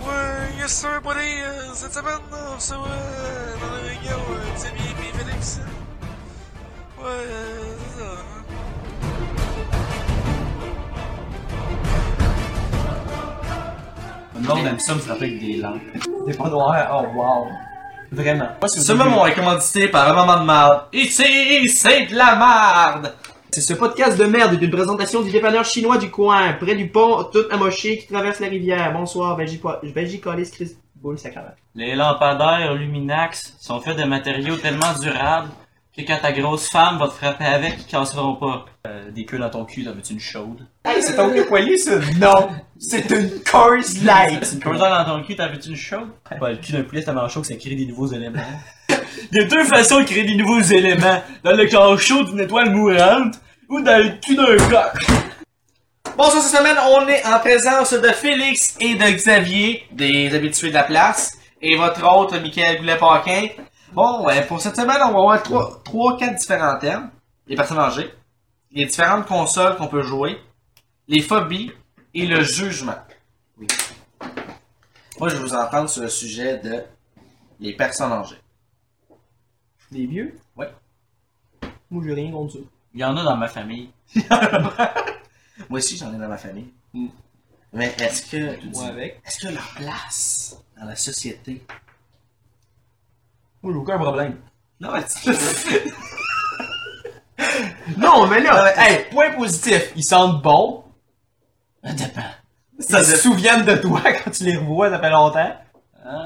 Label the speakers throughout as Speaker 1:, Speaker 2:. Speaker 1: qu'est-ce que ça veut parler euh, cette semaine? On se voit euh, dans le régal, euh, Xavier et Félix. Ouais, euh, c'est ça. hein.
Speaker 2: Le monde aime ça me frapper avec des lampes.
Speaker 3: Des pas noirs, oh wow. Vraiment. Moi, si vous
Speaker 2: Ce
Speaker 3: avez-
Speaker 2: moment est commandité par un moment de marde. Ici, c'est de la marde!
Speaker 4: C'est ce podcast de merde est une présentation du dépanneur chinois du coin, près du pont tout amoché qui traverse la rivière. Bonsoir, ben, Belgique, Belgique, Alice, Chris, Boule, Sacrament.
Speaker 5: Les lampadaires Luminax sont faits de matériaux tellement durables que quand ta grosse femme va te frapper avec, ils casseront pas.
Speaker 2: Euh, des queues dans ton cul, t'en veux-tu une chaude?
Speaker 3: Hey, c'est ton cul poilé, ça? Non! C'est une Coors Light!
Speaker 5: Une couleur dans ton cul, t'as vu une chaude?
Speaker 2: Ouais, le cul d'un poulet tellement chaud que ça crée des nouveaux éléments.
Speaker 5: Il y a deux façons de créer des nouveaux éléments. Dans le corps chaud d'une étoile mourante ou dans le cul d'un coq.
Speaker 2: Bonsoir, cette semaine, on est en présence de Félix et de Xavier, des habitués de la place, et votre autre, Michael Goulet-Paquin. Bon, euh, pour cette semaine, on va avoir trois, trois, quatre différents thèmes. Les personnes âgées, les différentes consoles qu'on peut jouer, les phobies et le jugement. Oui. Moi, je vais vous entendre sur le sujet de les personnes âgées.
Speaker 4: Des vieux?
Speaker 2: Ouais.
Speaker 4: Moi, j'ai rien contre ça.
Speaker 5: Il y en a dans ma famille.
Speaker 2: Moi aussi, j'en ai dans ma famille. Mais est-ce que...
Speaker 4: Moi avec.
Speaker 2: Est-ce que leur place dans la société
Speaker 4: Moi, j'ai aucun problème.
Speaker 2: Non, mais tu-
Speaker 3: Non, mais là, Euh, hey, point positif, ils sentent bon.
Speaker 2: ça,
Speaker 3: Ils se souviennent de toi quand tu les revois, ça fait longtemps.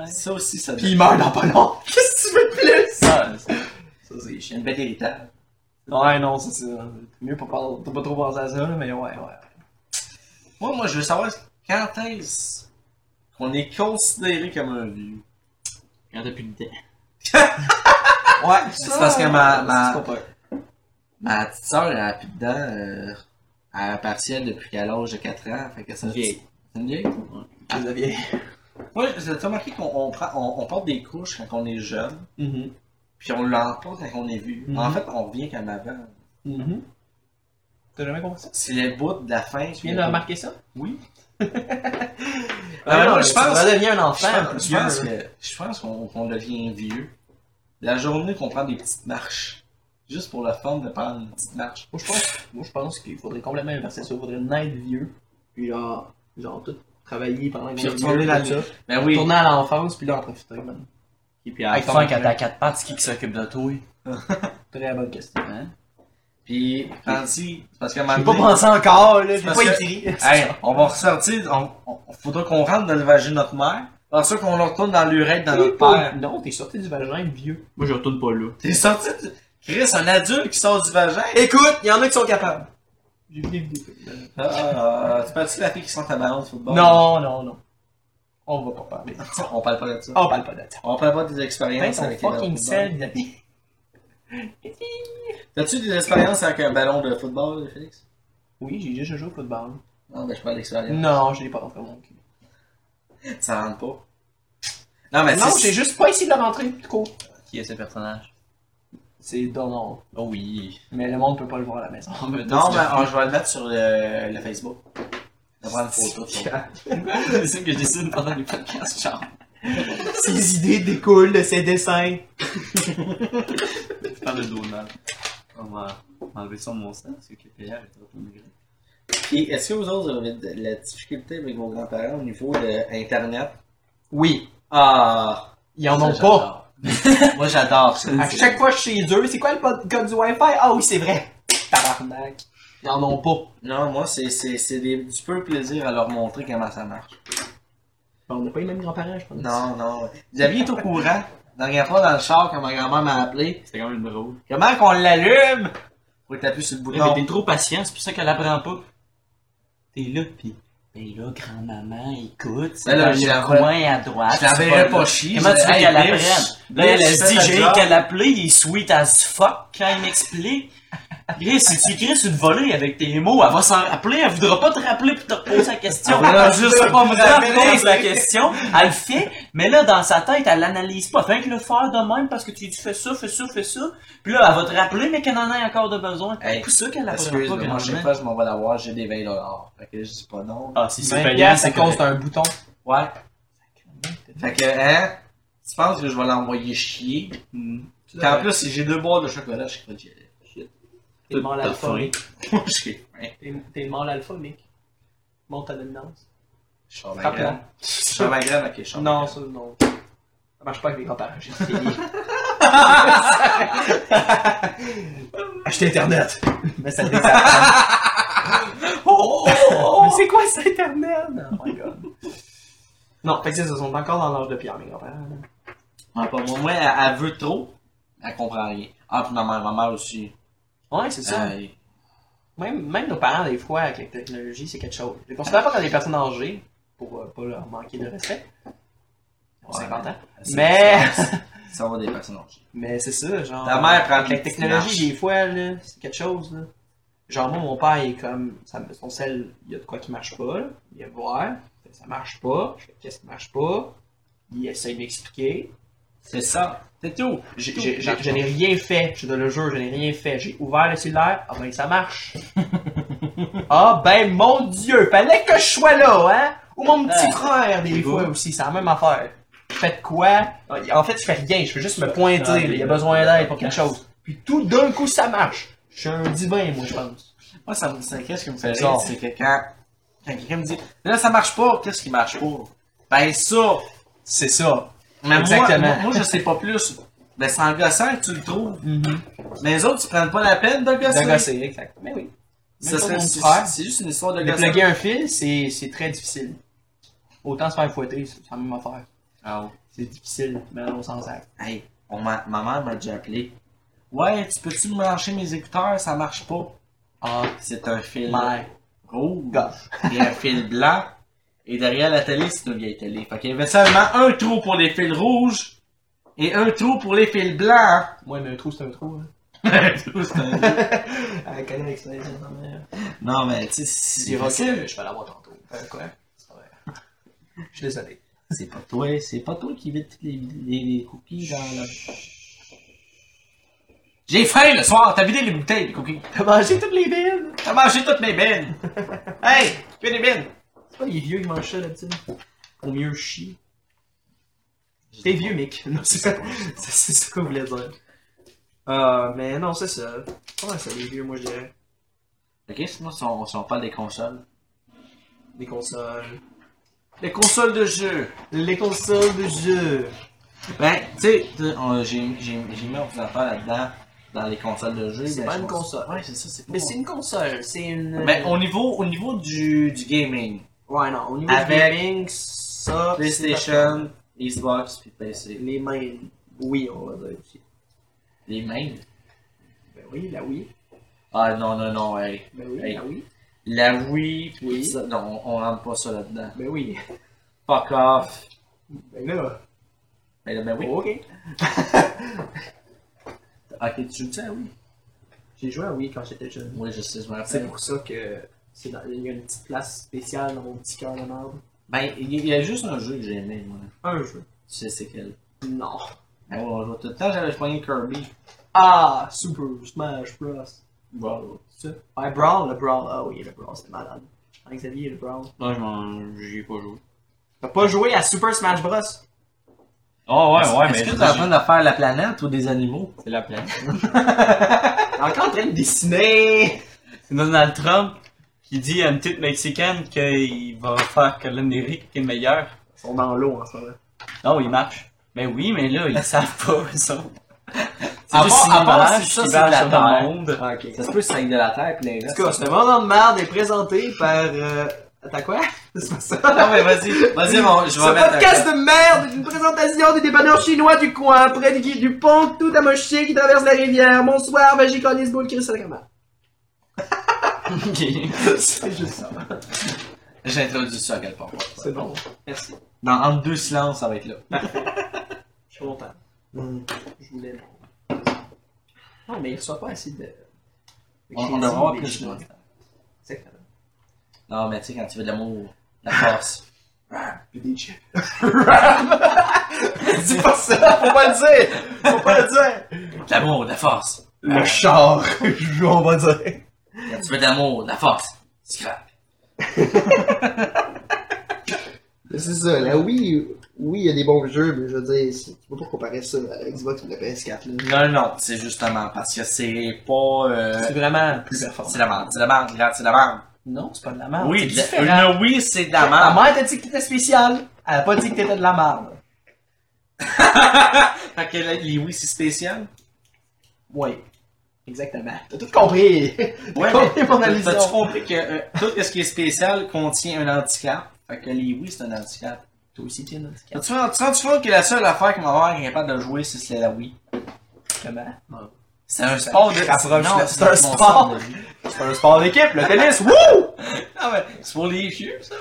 Speaker 2: ça aussi, ça
Speaker 3: Pis ils meurent dans pas longtemps. Qu'est-ce que tu veux de plus?
Speaker 2: Ça, ça, ça, c'est chiant. Une bête héritage.
Speaker 3: Ouais, non, ça c'est euh, mieux pas, parler- t'as pas trop pensé à ça, là, mais ouais, ouais.
Speaker 2: Moi, moi, je veux savoir quand est-ce qu'on est considéré comme un vieux.
Speaker 5: Quand t'as plus de dents.
Speaker 3: Ouais,
Speaker 2: c'est parce que ma- ma-
Speaker 3: c'est pas peur.
Speaker 2: Ma petite soeur, elle a plus dedans, euh, elle a un partiel depuis qu'à l'âge de 4 ans. Fait que ça,
Speaker 5: Vieille.
Speaker 2: C'est une vieille?
Speaker 3: Je le viens.
Speaker 2: Moi, vous avez remarqué qu'on on prend- on- on porte des couches quand on est jeune,
Speaker 3: Mhm.
Speaker 2: puis on l'emporte quand on est vieux.
Speaker 3: Mhm.
Speaker 2: En fait, on revient comme avant.
Speaker 3: Mhm. T'as jamais compris ça?
Speaker 2: C'est le bout de la fin.
Speaker 4: Tu viens de remarquer ça?
Speaker 2: Ah, non,
Speaker 3: non,
Speaker 2: tu
Speaker 3: je pense. Tu deviens un enfant,
Speaker 2: Je pense- je pense que- je pense qu'on qu'on devient vieux. La journée qu'on prend des petites marches, juste pour la fun de prendre une petite marche.
Speaker 4: Moi, je pense, moi, je pense qu'il faudrait complètement inverser ça. Il faudrait naître vieux, puis genre, genre tout travailler pendant
Speaker 2: Puis
Speaker 4: qu'on est
Speaker 2: retourner
Speaker 4: vieux,
Speaker 2: dans
Speaker 4: tout
Speaker 2: le-
Speaker 4: ça.
Speaker 2: Ben oui.
Speaker 4: Retourner à l'enfance, puis là, en profiter, man.
Speaker 5: Et puis à la
Speaker 4: Hey,
Speaker 5: fin,
Speaker 4: Frank,
Speaker 5: quand
Speaker 4: je-
Speaker 5: t'as quatre pattes, c'est qui qui s'occupe de toi?
Speaker 4: Très bonne question.
Speaker 5: Hein?
Speaker 2: Puis, Francis, c'est parce qu'à un moment
Speaker 3: J'ai pas
Speaker 2: donné,
Speaker 3: pensé encore, là, j'ai
Speaker 2: Parce
Speaker 3: pas
Speaker 2: que-
Speaker 3: écrit.
Speaker 2: hey, on va ressortir, on, on- faudra qu'on rentre dans le vagin de notre mère. Parce que qu'on retourne dans l'urètre de notre père.
Speaker 4: Euh, Non, t'es sorti du vagin vieux.
Speaker 5: Moi, je retourne pas là.
Speaker 2: T'es sorti, de- Chris, un adulte qui sort du vagin.
Speaker 3: Écoute, il y en a qui sont capables.
Speaker 4: J'ai vu des vidéos. euh,
Speaker 2: Ah, tu parles-tu de la fille qui sent ta balance de football?
Speaker 3: Non, non, non. On va pas parler.
Speaker 2: On parle pas de ça.
Speaker 3: Ah, On parle pas de ça.
Speaker 2: On parle pas des expériences
Speaker 3: Ton
Speaker 2: avec les ballons de
Speaker 3: fucking
Speaker 2: football.
Speaker 3: sel, Xavier.
Speaker 2: T'as-tu des expériences avec un ballon de football, Félix?
Speaker 4: Oui, j'ai déjà joué au football.
Speaker 2: Non, ben je parle d'expérience.
Speaker 4: Non, je l'ai pas rentré mon cul.
Speaker 2: Ça rentre pas. Non, mais
Speaker 4: Non,
Speaker 2: Ben, c'est-
Speaker 4: j'ai juste pas essayé de la rentrer, tout court.
Speaker 5: Qui est ce personnage?
Speaker 4: C'est Donald.
Speaker 5: Oh oui.
Speaker 4: Mais le monde peut pas le voir à la maison.
Speaker 2: Non, mais on- je vais le mettre sur le, le Facebook. Je vais prendre une photo. de ça.
Speaker 5: C'est ça que je dessine pendant les podcasts, genre.
Speaker 4: Ses idées découlent de ses dessins.
Speaker 5: Je parle de Donald. On va enlever son monstre, parce que Pierre est trop migré.
Speaker 2: Puis, est-ce que vous autres avez de la difficulté avec vos grands-parents au niveau de Internet?
Speaker 3: Oui.
Speaker 2: Ah!
Speaker 3: Ils en ont
Speaker 2: ça,
Speaker 3: pas.
Speaker 2: j'adore. Moi, j'adore ça.
Speaker 3: À chaque fois chez eux, c'est quoi le pod- code du Wi-Fi? Ah oui, c'est vrai. Tabarnak. Ils en ont pas.
Speaker 2: Non, moi, c'est c'est- c'est des- du peu plaisir à leur montrer comment ça marche.
Speaker 4: Ben, On n'a pas les mêmes grands-parents, je pense.
Speaker 2: Non, non. Xavier est au courant. Dernière fois, dans le char, quand ma grand-mère m'a appelé,
Speaker 5: C'était quand même drôle.
Speaker 2: comment qu'on l'allume? Faut que t'appuies sur le
Speaker 5: Ouais, mais
Speaker 2: bouton.
Speaker 5: t'es trop patient, c'est pour ça qu'elle apprend pas. T'es là, pis. Ben là, grand-maman, écoute, c'est
Speaker 2: Ben là,
Speaker 5: dans
Speaker 2: je la
Speaker 5: le
Speaker 2: vois-
Speaker 5: coin à droite.
Speaker 2: Je la
Speaker 5: c'est
Speaker 2: verrais
Speaker 5: là.
Speaker 2: pas chier.
Speaker 5: Comment tu
Speaker 2: Je
Speaker 5: veux
Speaker 2: dirais,
Speaker 5: qu'elle
Speaker 2: Hey, bitch,
Speaker 5: apprenne? Là, elle
Speaker 2: bitch,
Speaker 5: elle se dit,
Speaker 2: fais
Speaker 5: j'ai
Speaker 2: ta
Speaker 5: rien
Speaker 2: job.
Speaker 5: qu'à l'appeler, il est sweet as fuck quand il m'explique. Chris, si tu écris sur une volée avec tes mots, elle va s'en rappeler, elle voudra pas te rappeler pour te reposer la question.
Speaker 2: Elle voudra
Speaker 5: juste
Speaker 2: pas me rappeler.
Speaker 5: pose la question, elle le fait, mais là, dans sa tête, elle l'analyse pas. Fait que le faire de même parce que tu lui dis fais ça, fais ça, fais ça. Puis là, elle va te rappeler, mais qu'elle en a encore de besoin.
Speaker 2: Hey,
Speaker 5: C'est pour ça qu'elle apprend pas
Speaker 2: Excuse-moi, moi, je sais
Speaker 5: grand-mère.
Speaker 2: pas, je m'en vais l'avoir, j'ai des 20 dollars. Fait que je dis pas non.
Speaker 5: Ah, si
Speaker 3: Ben, gars, ça cause d'un bouton.
Speaker 2: Ouais. Fait que, hein, tu penses que je vais l'envoyer chier? Puis en plus, j'ai deux boîtes de chocolat, je sais pas, j'ai
Speaker 4: T'es mort
Speaker 2: t'as faim.
Speaker 4: l'alpha,
Speaker 2: j'ai faim.
Speaker 4: T'es t'es mort l'alpha, mec. Monte ta dominance.
Speaker 2: Je sors ma
Speaker 4: Frappe-la.
Speaker 2: graine. Je sors ma graine, ok, je sors ma
Speaker 4: Non,
Speaker 2: graine.
Speaker 4: ça, non. Ça marche pas avec les grands-parents, j'ai essayé.
Speaker 6: Achetez Internet.
Speaker 4: Mais ça désapprend. oh, oh, oh, Mais c'est quoi cet internet? Oh my god. Non, fait que ça, ils sont encore dans l'âge de pierre, mes grands-parents.
Speaker 2: Ah, pas moi, moi, elle, elle veut trop. Elle comprend rien. Ah, puis ma mère, ma mère aussi.
Speaker 4: Ouais, c'est ça.
Speaker 2: Euh,
Speaker 4: Même, même nos parents, des fois, avec la technologie, c'est quelque chose. Je les considère pas comme des personnes âgées, pour euh, pas leur manquer de respect. Ils ont
Speaker 2: Ouais.
Speaker 4: 50 ans.
Speaker 2: c'est-
Speaker 4: Mais-
Speaker 2: c'est- Ça va des personnes âgées.
Speaker 4: Mais c'est ça, genre.
Speaker 2: Ta mère prend
Speaker 4: avec la
Speaker 2: des petites
Speaker 4: technologie,
Speaker 2: marches.
Speaker 4: des fois, là, c'est quelque chose, là. Genre, moi, mon père, il est comme. Ça, me- son sel, il y a de quoi qui marche pas, là. Il vient me voir. il fait, Ça marche pas. Je fais, qu'est-ce qui marche pas? Il essaie de m'expliquer.
Speaker 2: C'est ça. C'est tout.
Speaker 4: J'ai- j'ai- j'ai- Je n'ai rien fait. Je te le jure, je n'ai rien fait. J'ai ouvert le cellulaire. Ah ben, ça marche. ah ben, mon Dieu, fallait que je sois là, hein? Ou mon petit
Speaker 2: Ah.
Speaker 4: frère, des
Speaker 2: C'est
Speaker 4: fois
Speaker 2: beau.
Speaker 4: aussi, c'est la même affaire. Faites quoi? Ah, En fait, je fais rien. Je fais juste me pointer.
Speaker 7: Ah,
Speaker 4: là. Il y a besoin d'aide pour quelque chose. Puis tout d'un coup, ça marche. Je suis un divin, moi, je pense.
Speaker 2: Moi, ça me, c'est, qu'est-ce qui me fait
Speaker 4: Bizarre.
Speaker 2: rire, c'est que quand, quand quelqu'un me dit, là, ça marche pas, qu'est-ce qui marche pas? Ben, ça.
Speaker 4: C'est ça.
Speaker 2: Mais moi-
Speaker 4: Exactement.
Speaker 2: Moi, moi, je sais pas plus. Ben, c'est engossant que tu le trouves. Mais les autres, ils prennent pas la peine de gosser.
Speaker 4: Mhm. De gosser, exact. Mais oui.
Speaker 2: Ça
Speaker 4: Même pas
Speaker 2: serait-
Speaker 4: mon
Speaker 2: c'est,
Speaker 4: frère.
Speaker 2: c'est juste une histoire de
Speaker 4: De
Speaker 2: gosser.
Speaker 4: plugger un fil, c'est c'est très difficile. Autant se faire fouetter, c'est la même affaire.
Speaker 2: Ah ouais.
Speaker 4: C'est difficile, mais on s'en sert.
Speaker 2: Hey, on m'a- ma mère m'a déjà appelé. Ouais, tu peux-tu me brancher mes écouteurs? Ça marche pas.
Speaker 4: Ah,
Speaker 2: C'est un fil
Speaker 4: merde.
Speaker 2: rouge
Speaker 4: Gosh.
Speaker 2: et un fil blanc. Et derrière la télé, c'est une vieille télé. Fait qu'il y avait seulement un trou pour les fils rouges et un trou pour les fils blancs.
Speaker 4: Ouais, mais un trou, c'est un trou. Hein.
Speaker 2: C'est un-
Speaker 4: Elle connaît l'expérience de mère.
Speaker 2: non, mais tu sais, c'est
Speaker 4: C'est
Speaker 2: facile.
Speaker 4: facile, je vais l'avoir tantôt. Euh, quoi? C'est vrai. Je suis désolé.
Speaker 2: C'est pas toi, c'est pas toi qui vide toutes les, les- les cookies dans la... J'ai faim le soir, t'as vidé les bouteilles de cookies.
Speaker 4: T'as mangé toutes les billes?
Speaker 2: T'as mangé toutes mes bennes. hey, tu veux des bennes?
Speaker 4: C'est pas les vieux qui mangent ça, là-dessus. Au mieux, chier. T'es vieux, Mick. Non, c'est ça. C'est c'est ça qu'on voulait dire. Ah, mais non, c'est ça. Ouais, c'est les vieux, moi, je dirais.
Speaker 2: Ok, sinon si on, si on parle des consoles.
Speaker 4: Les consoles.
Speaker 2: Les consoles de jeu.
Speaker 4: Les consoles de jeu.
Speaker 2: Ben, tu sais, tu sais, on- j'ai j'ai- j'ai mis ordinateur là-dedans, dans les consoles de jeu.
Speaker 4: C'est
Speaker 2: ben,
Speaker 4: pas
Speaker 2: je
Speaker 4: une
Speaker 2: pense-
Speaker 4: console.
Speaker 2: Ouais, c'est ça, c'est pas
Speaker 4: Mais c'est une console, c'est une.
Speaker 2: Ben, au niveau, au niveau du, du gaming,
Speaker 4: Ouais, non, au niveau
Speaker 2: Avec
Speaker 4: du gaming, ça. c'est
Speaker 2: PlayStation, Xbox, puis PC.
Speaker 4: Les mains. Oui, on va dire aussi.
Speaker 2: Les mêmes.
Speaker 4: Ben oui, la oui.
Speaker 2: Ah non, non, non, hey.
Speaker 4: Ben oui,
Speaker 2: Hey.
Speaker 4: la oui.
Speaker 2: La Wii, puis
Speaker 4: Oui.
Speaker 2: ça, non, on on rentre pas ça là-dedans.
Speaker 4: Ben oui.
Speaker 2: Fuck off.
Speaker 4: Ben là.
Speaker 2: Ben, là, ben oui.
Speaker 4: Ok.
Speaker 2: Ok, tu joues ça, oui.
Speaker 4: J'ai joué à oui quand j'étais jeune.
Speaker 2: Oui, je sais, je me
Speaker 4: C'est
Speaker 2: rappelle.
Speaker 4: pour ça que c'est dans- il y a une petite place spéciale dans mon petit cœur de merde.
Speaker 2: Ben, il y- il y a juste un jeu que j'ai aimé, moi.
Speaker 4: Un jeu.
Speaker 2: Tu sais, c'est quel.
Speaker 4: Non.
Speaker 2: Ben, on joue tout le temps, j'avais poigné Kirby.
Speaker 4: Ah, Super Smash Bros.
Speaker 2: Wow.
Speaker 4: C'est ça? Ouais, Brawl, le Brawl. Ah oui, le Brawl, c'est malade. Hein, Xavier, le Brawl.
Speaker 2: Non, je m'en. J'y ai pas joué.
Speaker 4: T'as pas joué à Super Smash Bros?
Speaker 5: Ah
Speaker 2: Ah,
Speaker 7: Oh, ouais, ouais,
Speaker 2: Est-ce que t'es en train de faire la planète ou des animaux?
Speaker 7: C'est la planète.
Speaker 4: T'es encore en train de dessiner!
Speaker 7: C'est Donald Trump qui dit à une petite Mexicaine qu'il va faire que l'Amérique est meilleure.
Speaker 4: Ils sont dans l'eau en ce moment.
Speaker 7: Non, il marche. Ben oui, mais là, ils savent pas, ça. C'est
Speaker 2: À
Speaker 7: juste
Speaker 2: part-
Speaker 7: une
Speaker 2: à part
Speaker 7: image
Speaker 2: si ça,
Speaker 7: qui
Speaker 2: c'est de
Speaker 7: parle
Speaker 2: la
Speaker 7: sur le
Speaker 2: terre.
Speaker 7: monde.
Speaker 4: Ah, ok.
Speaker 2: Ça se peut que de la terre, plein
Speaker 4: En tout cas, ce moment de merde est présenté par. Euh... Attends quoi? C'est pas ça?
Speaker 2: Non, mais vas-y, vas-y, mon- je
Speaker 6: Ce
Speaker 2: vais mettre.
Speaker 6: podcast de merde est une présentation des dépanneurs chinois du coin, près du, du pont tout amoché qui traverse la rivière. Bonsoir, Magic Onis Bull, Chris Sacrament.
Speaker 4: C'est juste ça.
Speaker 2: J'ai introduit ça à quel point.
Speaker 4: C'est bon. Merci.
Speaker 2: Dans entre deux silences, ça va être là.
Speaker 4: Je suis content.
Speaker 2: Hmm.
Speaker 4: Je voulais. Non, mais il reçoit pas assez de. de
Speaker 2: On, on
Speaker 4: crédit,
Speaker 2: devrait avoir
Speaker 4: mais
Speaker 2: plus
Speaker 4: je-
Speaker 2: de
Speaker 4: Exactement.
Speaker 2: Non, mais tu sais, quand tu veux de l'amour, la force.
Speaker 4: Le DJ.
Speaker 6: Dis pas ça, faut pas le dire! Faut pas le dire!
Speaker 2: De l'amour, de la force.
Speaker 6: Le char, on va dire.
Speaker 2: Quand tu veux de l'amour, de la force. Scrap.
Speaker 4: C'est ça, la Wii, oui, il y a des bons jeux, mais je veux dire, c'est- tu peux pas comparer ça à la Xbox ou la PS4. Là.
Speaker 2: Non, non, c'est justement parce que c'est pas. euh,
Speaker 8: C'est vraiment plus
Speaker 2: c'est
Speaker 8: performant.
Speaker 2: la merde, c'est la merde, regarde, c'est la merde.
Speaker 8: Non, c'est pas de la
Speaker 4: Ah,
Speaker 8: merde.
Speaker 2: Oui,
Speaker 8: c'est
Speaker 2: de-
Speaker 8: différent.
Speaker 2: une oui, c'est de la
Speaker 8: Ta
Speaker 2: merde.
Speaker 8: mère t'a dit que t'étais spécial. Elle a pas dit que t'étais de la merde.
Speaker 2: Fait que la- les oui, c'est spécial.
Speaker 8: Oui. Exactement.
Speaker 4: T'as tout compris!
Speaker 2: Ouais,
Speaker 4: Compris
Speaker 2: mais
Speaker 4: mon
Speaker 2: t'as-
Speaker 4: allusion.
Speaker 2: t'as-tu compris que euh, tout ce qui est spécial contient un handicap? Fait que les oui, c'est un handicap.
Speaker 8: Toi aussi, t'es un handicap.
Speaker 2: T'as-tu rendu compte que la seule affaire que ma mère est capable de jouer, c'est- c'est la oui?
Speaker 8: Comment?
Speaker 2: C'est un sport de...
Speaker 9: rapproche
Speaker 2: Non,
Speaker 9: le-
Speaker 2: c'est
Speaker 9: c'est
Speaker 2: un
Speaker 9: un
Speaker 2: sport!
Speaker 9: C'est un sport d'équipe, le tennis! Wouh!
Speaker 2: Ah ouais, c'est pour les vieux, ça?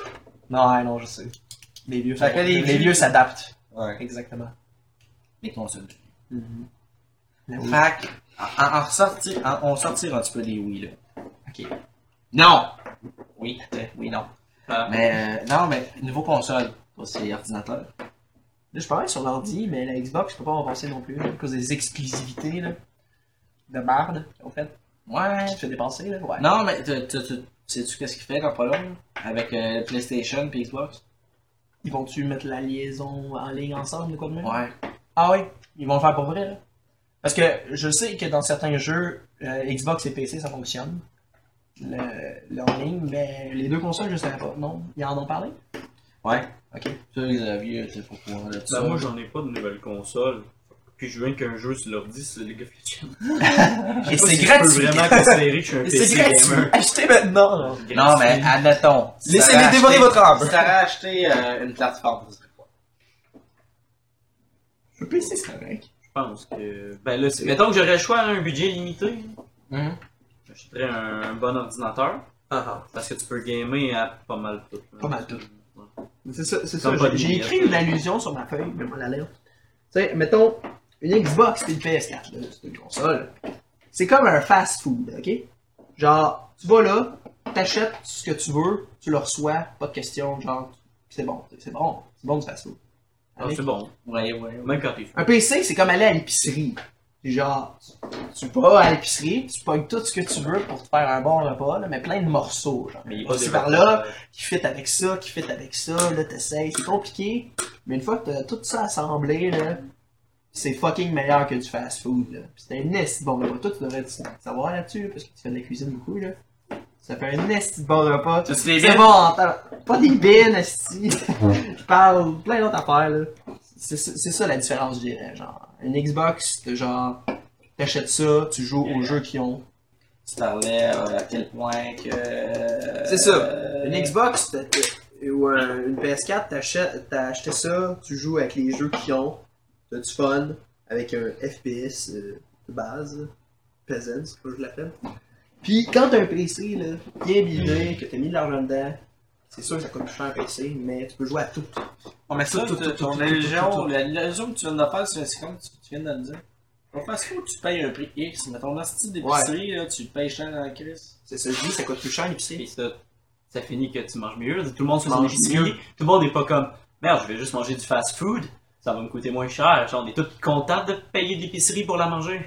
Speaker 8: Non, hein, non, je sais. Les vieux,
Speaker 2: Fait que les
Speaker 8: les,
Speaker 2: vieux-
Speaker 8: vieux s'adaptent.
Speaker 2: Ouais.
Speaker 8: Exactement.
Speaker 2: Les consoles.
Speaker 8: Mm-hmm. La Wii.
Speaker 2: Fait que, en- en- en ressorti- en- on sortira un petit peu des oui, là. OK. Non! Oui, euh, oui, non.
Speaker 9: Ah.
Speaker 2: Mais, euh, non, mais, nouveau console. Toi, c'est ordinateur.
Speaker 8: Là, je parlais sur l'ordi, mais la Xbox, je peux pas en penser non plus, là, à cause des exclusivités, là. De merde, au fait.
Speaker 2: Ouais.
Speaker 8: Qui te fait dépenser, là, ouais.
Speaker 2: Non, mais, tu- tu- tu- sais-tu qu'est-ce qu'il fait quand pas long? Avec euh, PlayStation puis Xbox?
Speaker 8: Ils vont-tu mettre la liaison en ligne ensemble, ou quoi de même?
Speaker 2: Ouais.
Speaker 8: Ah oui, ils vont le faire pour vrai, là. Parce que je sais que dans certains jeux, euh, Xbox et PC, ça fonctionne. Le, le en ligne, mais les deux consoles, je savais pas. Non, ils en ont parlé?
Speaker 2: Ouais.
Speaker 8: Ok.
Speaker 2: Ça, Xavier, c'est pas pour Ben, moi, là, tout
Speaker 5: Bah,
Speaker 2: ça.
Speaker 5: moi, j'en ai pas de nouvelle console. Puis je viens qu'un jeu sur l'ordi, c'est League of Legends.
Speaker 8: Et c'est
Speaker 5: Ah, Je
Speaker 8: gratuit!
Speaker 5: peux vraiment considérer que je suis un
Speaker 8: C'est
Speaker 5: PC
Speaker 8: gratuit!
Speaker 5: gamer.
Speaker 8: Achetez maintenant, là!
Speaker 2: Non, mais, admettons. si t'avais
Speaker 9: Laissez-les
Speaker 2: acheté-
Speaker 9: dévorer votre âme!
Speaker 2: Si t'aurais acheté euh, une plateforme, ça serait quoi?
Speaker 8: Le PC, c'est correct.
Speaker 5: Je pense que. Ben là, c'est- mettons que j'aurais le choix à un budget limité.
Speaker 2: Mhm.
Speaker 5: J'achèterais un bon ordinateur. Parce que tu peux gamer à pas mal tout.
Speaker 8: Pas mal tout.
Speaker 4: C'est ça, c'est
Speaker 5: Comme
Speaker 4: ça.
Speaker 5: pas de
Speaker 4: j'ai- J'ai
Speaker 5: lumière.
Speaker 4: écrit une allusion sur ma feuille, mais moi la lèvre. Tu sais, mettons, une Xbox et une PS4, là, c'est une console. C'est comme un fast-food, ok? Genre, tu vas là, t'achètes ce que tu veux, tu le reçois, pas de question, genre, c'est bon, c'est bon, c'est bon du fast-food.
Speaker 5: Ah, c'est bon.
Speaker 2: Ouais, ouais.
Speaker 5: Même quand t'es fou.
Speaker 4: Un PC, c'est comme aller à l'épicerie. C'est Genre, tu vas à l'épicerie, tu pognes tout ce que tu veux pour te faire un bon repas, là, mais plein de morceaux, genre.
Speaker 5: Mais il est
Speaker 4: Aussi
Speaker 5: développé.
Speaker 4: par là, qui fit avec ça, qui fit avec ça, là, t'essayes, c'est compliqué. Mais une fois que t'as tout ça assemblé, là, c'est fucking meilleur que du fast-food, là. Puis C'est un esti bon repas. Toi, tu devrais savoir là-dessus, là, parce que tu fais de la cuisine beaucoup, là. Ça fait un esti bon repas.
Speaker 2: Ça, c'est des
Speaker 4: C'est bon, en temps- pas des bines, esti. Je parle plein d'autres affaires, là. C'est ça c'est ça la différence, je dirais, genre. Une Xbox, t'as genre, t'achètes ça, tu joues aux jeux qui ont
Speaker 2: tu parlais euh, à quel point que. euh,
Speaker 4: C'est ça.
Speaker 2: euh,
Speaker 4: Une Xbox t'as- t'as- ou euh, une PS4, t'achètes- t'as acheté ça, tu joues avec les jeux qui ont, t'as du fun, avec un FPS euh, de base, Peasant, c'est pas je l'appelle. Puis quand t'as un PC là, bien bidé, que t'as mis de l'argent dedans, c'est sûr que ça coûte plus cher un PC, mais tu peux jouer à tout.
Speaker 2: On met ça,
Speaker 4: Tout, tout,
Speaker 2: ton-
Speaker 4: tout,
Speaker 2: ton
Speaker 4: tout, tout, tout,
Speaker 2: allusion,
Speaker 4: tout.
Speaker 2: la- l'allusion que tu viens de faire, c'est c'est comme tu tu viens de le dire. On fait ça où tu payes un prix X, mettons, dans ce type d'épicerie, là, tu le payes cher dans la crise.
Speaker 4: C'est ça, je dis, ça coûte plus cher l'épicerie.
Speaker 5: Et ça, ça finit que tu manges mieux. Tout le monde se
Speaker 4: Tu manges
Speaker 5: mange mieux. Tout le monde n'est pas comme merde, je vais juste manger du fast food. Ça va me coûter moins cher. Genre, on est tous contents de payer de l'épicerie pour la manger.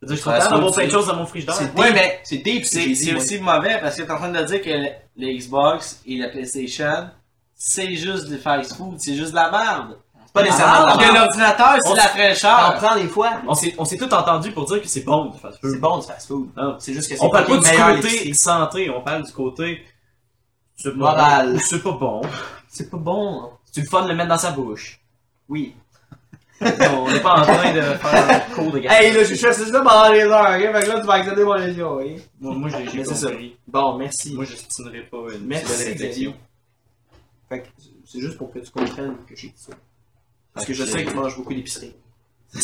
Speaker 5: Je veux dire, je suis
Speaker 2: Fast
Speaker 5: content d'avoir
Speaker 2: food,
Speaker 5: plein de
Speaker 2: c'est-
Speaker 5: choses dans mon frigidaire.
Speaker 2: Ouais, mais
Speaker 4: C'est deep,
Speaker 2: c'est c'est aussi mauvais parce que t'es en train de dire que le- les Xbox et la PlayStation, c'est juste des fast food, c'est juste de la merde. C'est pas
Speaker 4: Ah,
Speaker 2: nécessairement
Speaker 5: merde.
Speaker 2: de la merde. Que l'ordinateur, c'est
Speaker 5: On
Speaker 2: de la
Speaker 4: On
Speaker 2: fraîcheur.
Speaker 4: prend des fois,
Speaker 5: On s'est on s'est tous entendus pour dire que c'est bon du fast
Speaker 4: c'est
Speaker 5: food.
Speaker 4: bon du fast-food.
Speaker 5: Ah.
Speaker 4: C'est juste que c'est
Speaker 5: On parle pas
Speaker 4: fucking meilleur,
Speaker 5: du côté
Speaker 4: l'épicerie.
Speaker 5: santé, on parle du côté. C'est bon.
Speaker 4: Moral.
Speaker 5: C'est pas bon.
Speaker 4: C'est pas bon.
Speaker 5: C'est le fun de le mettre dans sa bouche.
Speaker 4: Oui.
Speaker 5: on n'est pas en train de faire un cours de gâteau.
Speaker 4: Hey là, je suis assez ça pendant les heures, ok? Fait que là, tu vas accepter mon lésion, ok?
Speaker 5: Moi, moi j'ai j'ai
Speaker 4: Mais c'est ça.
Speaker 5: compris.
Speaker 4: Bon, merci.
Speaker 5: Moi, je stinerai pas une
Speaker 4: Merci,
Speaker 5: belle
Speaker 4: Xavier.
Speaker 5: réflexion.
Speaker 4: Fait que c'est juste pour que tu comprennes que j'ai dit ça. Parce que je
Speaker 2: Ok.
Speaker 4: sais que tu manges beaucoup d'épicerie. Puis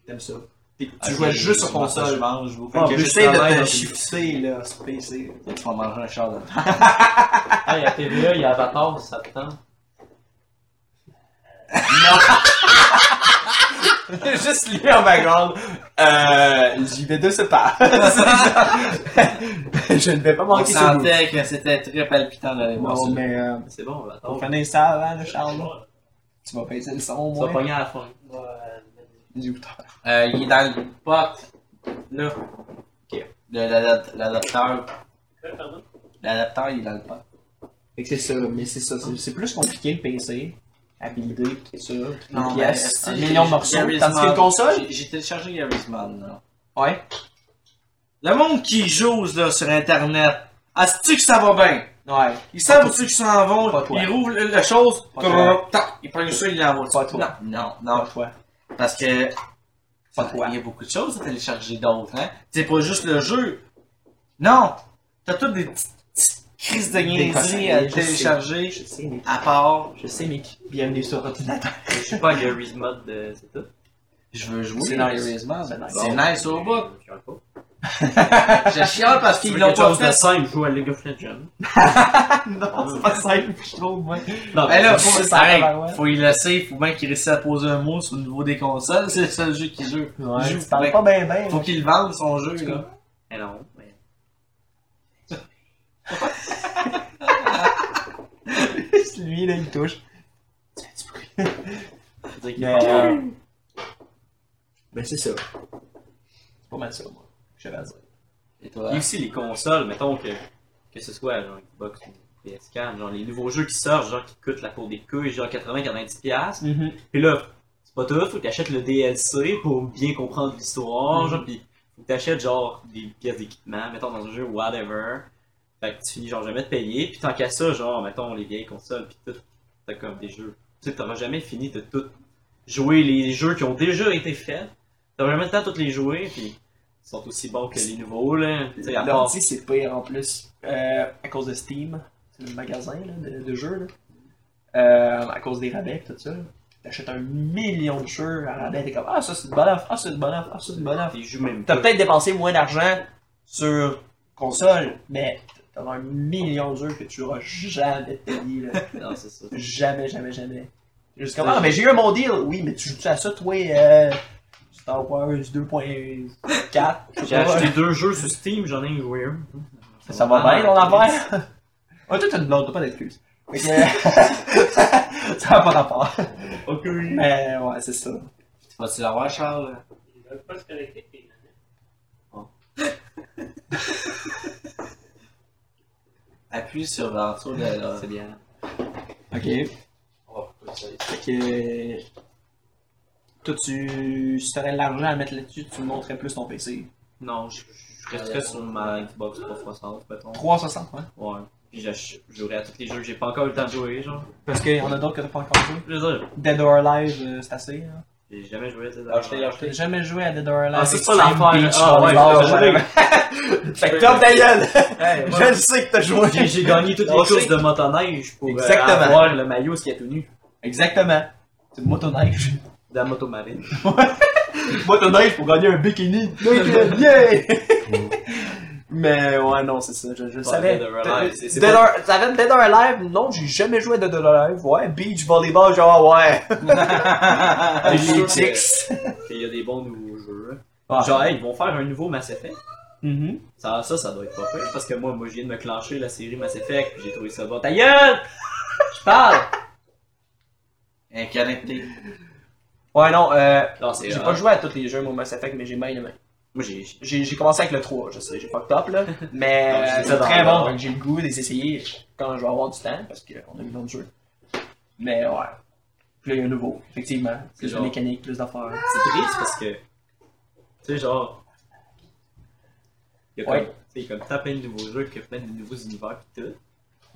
Speaker 4: que t'aimes ça. Ah, Puis que tu
Speaker 2: Ok,
Speaker 4: jouais juste sur
Speaker 2: moi, ça,
Speaker 4: console.
Speaker 2: Je mange beaucoup.
Speaker 4: Fait
Speaker 5: Ah,
Speaker 4: que
Speaker 5: en plus,
Speaker 4: j'essaie
Speaker 5: je travaille
Speaker 4: de te
Speaker 5: dans
Speaker 4: chiffrer, là, sur PC.
Speaker 2: Tu vas manger un char de
Speaker 5: Hey, à TVA, il y a Avatar, ça te tente.
Speaker 9: Juste lui en background. Euh, j'y vais de ce pas. je ne vais pas
Speaker 2: On
Speaker 9: manquer ce goût.
Speaker 2: sentait que c'était très palpitant d'aller voir
Speaker 4: Non,
Speaker 2: ça.
Speaker 4: mais euh,
Speaker 5: C'est bon, Avatar.
Speaker 4: on connaît ça avant, là, Charles. là. Tu vas payer le son, au
Speaker 5: Tu vas
Speaker 4: moins.
Speaker 5: pogner à la fin.
Speaker 4: Les écouteurs.
Speaker 2: Euh, il est dans le pot, là. De l'adap- l'adapteur. L'adapteur, il est dans le pot.
Speaker 4: Fait que c'est ça, mais c'est ça. C'est, c'est plus compliqué le PC. Habilité, tout ça.
Speaker 2: Non,
Speaker 4: Une
Speaker 2: mais,
Speaker 4: pièce,
Speaker 2: euh,
Speaker 4: un
Speaker 2: j'ai-
Speaker 4: million de
Speaker 2: j'ai-
Speaker 4: morceaux.
Speaker 2: j'ai
Speaker 4: Tandis que
Speaker 2: Reasonable.
Speaker 4: le console,
Speaker 2: J'ai- J'ai téléchargé Gary's Man, là.
Speaker 4: ouais.
Speaker 2: Le monde qui joue là, sur Internet, asti que ça va bien.
Speaker 4: Ouais.
Speaker 2: Ils savent où qu'ils s'en
Speaker 4: Pas
Speaker 2: vont,
Speaker 4: toi.
Speaker 2: ils rouvrent la chose,
Speaker 4: Pas toi.
Speaker 2: tac, ils prennent ça, ils l'envoient.
Speaker 4: Pas toi.
Speaker 2: Non, non,
Speaker 4: Non,
Speaker 2: non.
Speaker 4: toi.
Speaker 2: Parce que
Speaker 4: Pas toi.
Speaker 2: il y a beaucoup de choses à télécharger d'autres, hein. C'est pas juste le jeu. Non! T'as toutes des petites petites crises de niaiseries
Speaker 4: conseils,
Speaker 2: à
Speaker 4: je sais.
Speaker 2: télécharger,
Speaker 4: Je sais, Nick.
Speaker 2: à part,
Speaker 4: Je sais, Nick. Bienvenue sur ordinateur.
Speaker 5: Je suis pas à Gary's Mod, euh, c'est tout.
Speaker 2: je veux jouer.
Speaker 4: C'est nice.
Speaker 2: Man.
Speaker 4: C'est nice.
Speaker 2: C'est nice au bout.
Speaker 5: Je suis pas.
Speaker 2: Je chiale parce
Speaker 5: Si
Speaker 2: qu'ils
Speaker 5: tu veux
Speaker 2: l'ont
Speaker 5: quelque
Speaker 2: pas
Speaker 5: chose de
Speaker 2: fait.
Speaker 5: simple, joue à League of Legends.
Speaker 4: non, c'est pas simple, je trouve, moi.
Speaker 5: Non,
Speaker 2: Ben là,
Speaker 4: C'est
Speaker 2: faut,
Speaker 4: ça,
Speaker 2: arrête,
Speaker 4: tabarouette.
Speaker 2: faut y laisser, faut bien qu'il réussisse à poser un mot sur le niveau des consoles, c'est le seul jeu qu'il joue.
Speaker 4: Ouais,
Speaker 2: Joue,
Speaker 4: tu parles
Speaker 2: mec.
Speaker 4: pas bien, bien.
Speaker 2: Faut qu'il vende son jeu, là.
Speaker 5: Mais Ben non, mais.
Speaker 4: Lui, là, il touche.
Speaker 5: Faut dire qu'il
Speaker 4: Mais, euh,
Speaker 10: Ben, c'est ça.
Speaker 4: c'est pas mal ça, moi. J'avais à dire.
Speaker 2: Et
Speaker 5: Il
Speaker 2: toi?
Speaker 5: y a aussi les consoles, mettons que, que ce soit genre Xbox ou PS4, genre les nouveaux jeux qui sortent, genre qui coûtent la peau des couilles, genre 80-90$. piastres.
Speaker 4: Mhm.
Speaker 5: Puis là, c'est pas tout, faut que t'achètes le DLC pour bien comprendre l'histoire, genre, pis faut que t'achètes genre des pièces d'équipement, mettons dans un jeu, whatever. Fait que tu finis genre jamais de payer, puis tant qu'à ça, genre, mettons les vieilles consoles, pis tout, t'as comme des jeux. Tu sais, t'auras jamais fini de tout jouer les jeux qui ont déjà été faits. T'auras jamais le temps de tous les jouer, pis ils sont aussi bons que les nouveaux, là. Tu sais, à part
Speaker 4: L'ordi, c'est pire en plus. Euh, à cause de Steam, c'est le magasin là, de, de jeux. Là. Euh, à cause des rabais et tout ça. là. T'achètes un million de jeux à rabais, t'es comme Ah, ça c'est une bonne offre, ah, ça c'est une bonne offre, ah, ça c'est une bonne offre.
Speaker 5: les jeux même
Speaker 4: T'as
Speaker 5: pas.
Speaker 4: peut-être dépensé moins d'argent sur console, mais t'as un million de jeux que tu auras jamais payé. Là.
Speaker 5: Non, c'est ça.
Speaker 4: Jamais, jamais, jamais. Juste comme, ah, mais j'ai eu mon deal. Oui, mais tu joues à ça, toi, euh, Star Wars 2.4.
Speaker 5: J'ai acheté deux jeux sur Steam, j'en ai joué un.
Speaker 4: Ça va bien, ton affaire? Ah, toi, t'as une blonde, t'as pas d'excuse. Fait que- ça n'a pas rapport.
Speaker 5: Ok.
Speaker 4: Mais ouais, c'est ça.
Speaker 2: Tu vas-tu l'avoir, Charles? Oh. Appuie sur le dessous de la...
Speaker 5: C'est bien.
Speaker 4: Ok. Fait que. Toi, tu. Si t'aurais de l'argent à mettre là-dessus, tu montrais plus ton PC.
Speaker 5: Non, je, je resterais sur ma Xbox 360, mettons.
Speaker 4: 360, ouais.
Speaker 5: Ouais. Puis je je jouerais à tous les jeux que j'ai pas encore eu le temps de jouer, genre.
Speaker 4: Parce qu'il y en a d'autres que t'as pas encore joué.
Speaker 5: Je veux dire,
Speaker 4: Dead or Alive, euh, c'est assez. hein.
Speaker 5: j'ai jamais joué à ces
Speaker 4: J'ai jamais joué à Dead or Alive.
Speaker 5: Ah, c'est pas
Speaker 4: Extreme
Speaker 5: l'affaire,
Speaker 4: Beach
Speaker 5: ah, ouais,
Speaker 4: Volleyball,
Speaker 5: je l'ai
Speaker 4: whatever. Fait que top ta gueule! Je le sais que t'as joué!
Speaker 5: J'ai j'ai gagné toutes les
Speaker 4: On sait.
Speaker 5: courses de motoneige pour euh,
Speaker 4: Exactement.
Speaker 5: avoir le maillot qui est tout nu
Speaker 4: Exactement. C'est une motoneige.
Speaker 5: de la moto marine.
Speaker 4: motoneige pour gagner un bikini. Yeah! Mais ouais, non, c'est ça. Je, je savais.
Speaker 5: Dead or Alive, c'est- c'est
Speaker 4: Dead
Speaker 5: pas-
Speaker 4: or- T'avais Dead or Alive? Non, j'ai jamais joué à Dead or Alive. Ouais, beach volleyball, genre ouais.
Speaker 2: Ah,
Speaker 5: Je suis
Speaker 4: Les
Speaker 5: sûr que-
Speaker 4: chicks.
Speaker 2: Euh,
Speaker 5: Il y a des bons nouveaux jeux. là.
Speaker 4: Ah.
Speaker 5: Genre, hey, ils vont faire un nouveau Mass Effect.
Speaker 4: Mhm.
Speaker 5: Ça, ça, ça doit être pas pire parce que moi, moi, je viens de me clencher la série Mass Effect puis j'ai trouvé ça bon. Ta gueule! Je parle!
Speaker 2: Inconnecté.
Speaker 4: Ouais, non, euh,
Speaker 5: Non, c'est
Speaker 4: j'ai
Speaker 5: euh,
Speaker 4: pas joué à tous les jeux, mon Mass Effect, mais j'ai bien aimé.
Speaker 5: Moi, j'ai. j'ai-
Speaker 4: J'ai j'ai commencé avec le 3, je sais, j'ai fucked up là. Mais
Speaker 5: Non, je
Speaker 4: euh,
Speaker 5: dis ça
Speaker 4: c'est
Speaker 5: dans
Speaker 4: très
Speaker 5: le
Speaker 4: bon,
Speaker 5: bon.
Speaker 4: fait que j'ai le goût de les essayer quand je vais avoir du temps, parce qu'on a mis d'autres jeux. Mais ouais. Puis là, il y a un nouveau, effectivement. Plus de
Speaker 5: genre-
Speaker 4: mécanique, plus d'affaires.
Speaker 5: C'est triste parce que. Tu sais, genre. Il y a
Speaker 4: Ouais.
Speaker 5: comme. Tu sais, comme tant plein de nouveaux jeux, que plein de nouveaux univers pis tout.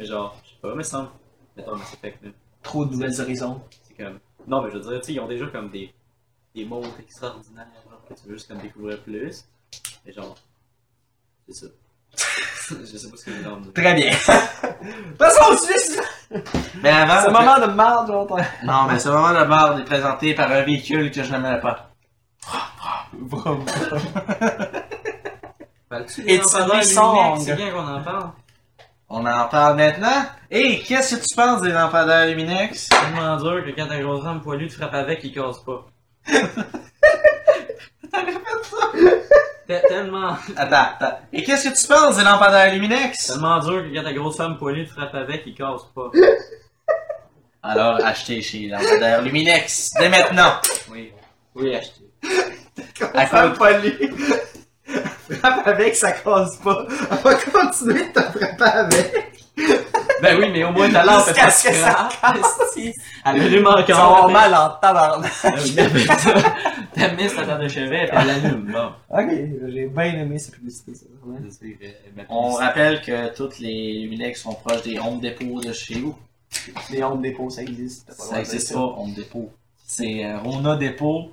Speaker 5: Mais genre, je sais pas, mais semble. Mettons Mass Effect, là.
Speaker 4: Trop de nouvelles horizons.
Speaker 5: C'est comme. Non, mais je veux dire, tu sais, ils ont déjà comme des. Des mondes extraordinaires, genre, que tu veux juste comme découvrir plus. Mais genre. C'est ça. je sais pas ce que j'ai dans le
Speaker 4: Très bien. Passons au sujet suivant.
Speaker 2: Mais avant,
Speaker 4: Ce moment de marde, j'entends.
Speaker 2: non, mais ce moment de barre est présenté par un véhicule que je n'aimerais pas.
Speaker 4: Vroom.
Speaker 5: Et
Speaker 4: It's a song.
Speaker 5: C'est bien qu'on en parle.
Speaker 2: On en parle maintenant. Et qu'est-ce que tu penses des lampadaires Luminex?
Speaker 5: C'est tellement dur que quand ta grosse femme poilue te frappe avec, il casse pas. T'as tellement,
Speaker 2: Attends, attends. Et qu'est-ce que tu penses des lampadaires Luminex?
Speaker 5: tellement dur que quand ta grosse femme poilue te frappe avec, il casse pas.
Speaker 2: Alors, achetez chez Lampadaire Luminex dès maintenant.
Speaker 5: Oui. Oui, achetez.
Speaker 2: À
Speaker 10: Femme
Speaker 2: cause-
Speaker 10: polie. Frappe avec, ça casse pas. On va continuer de te frapper avec.
Speaker 5: Ben oui, mais au moins, ta lampe est pas
Speaker 4: Jusqu'à ce que ça
Speaker 5: scrap. Elle allume encore.
Speaker 4: Ah, Ça va avoir mal en tabarnak.
Speaker 5: T'as mis ta table de chevet, puis elle allume. Bon.
Speaker 4: Ok, j'ai bien aimé cette publicité. ça, vraiment.
Speaker 2: On rappelle que toutes les Lunex sont proches des Home Depot de chez vous.
Speaker 4: Les ondes dépôts, ça existe.
Speaker 2: Ça existe pas, Home Depot. C'est euh, Rona Dépôt.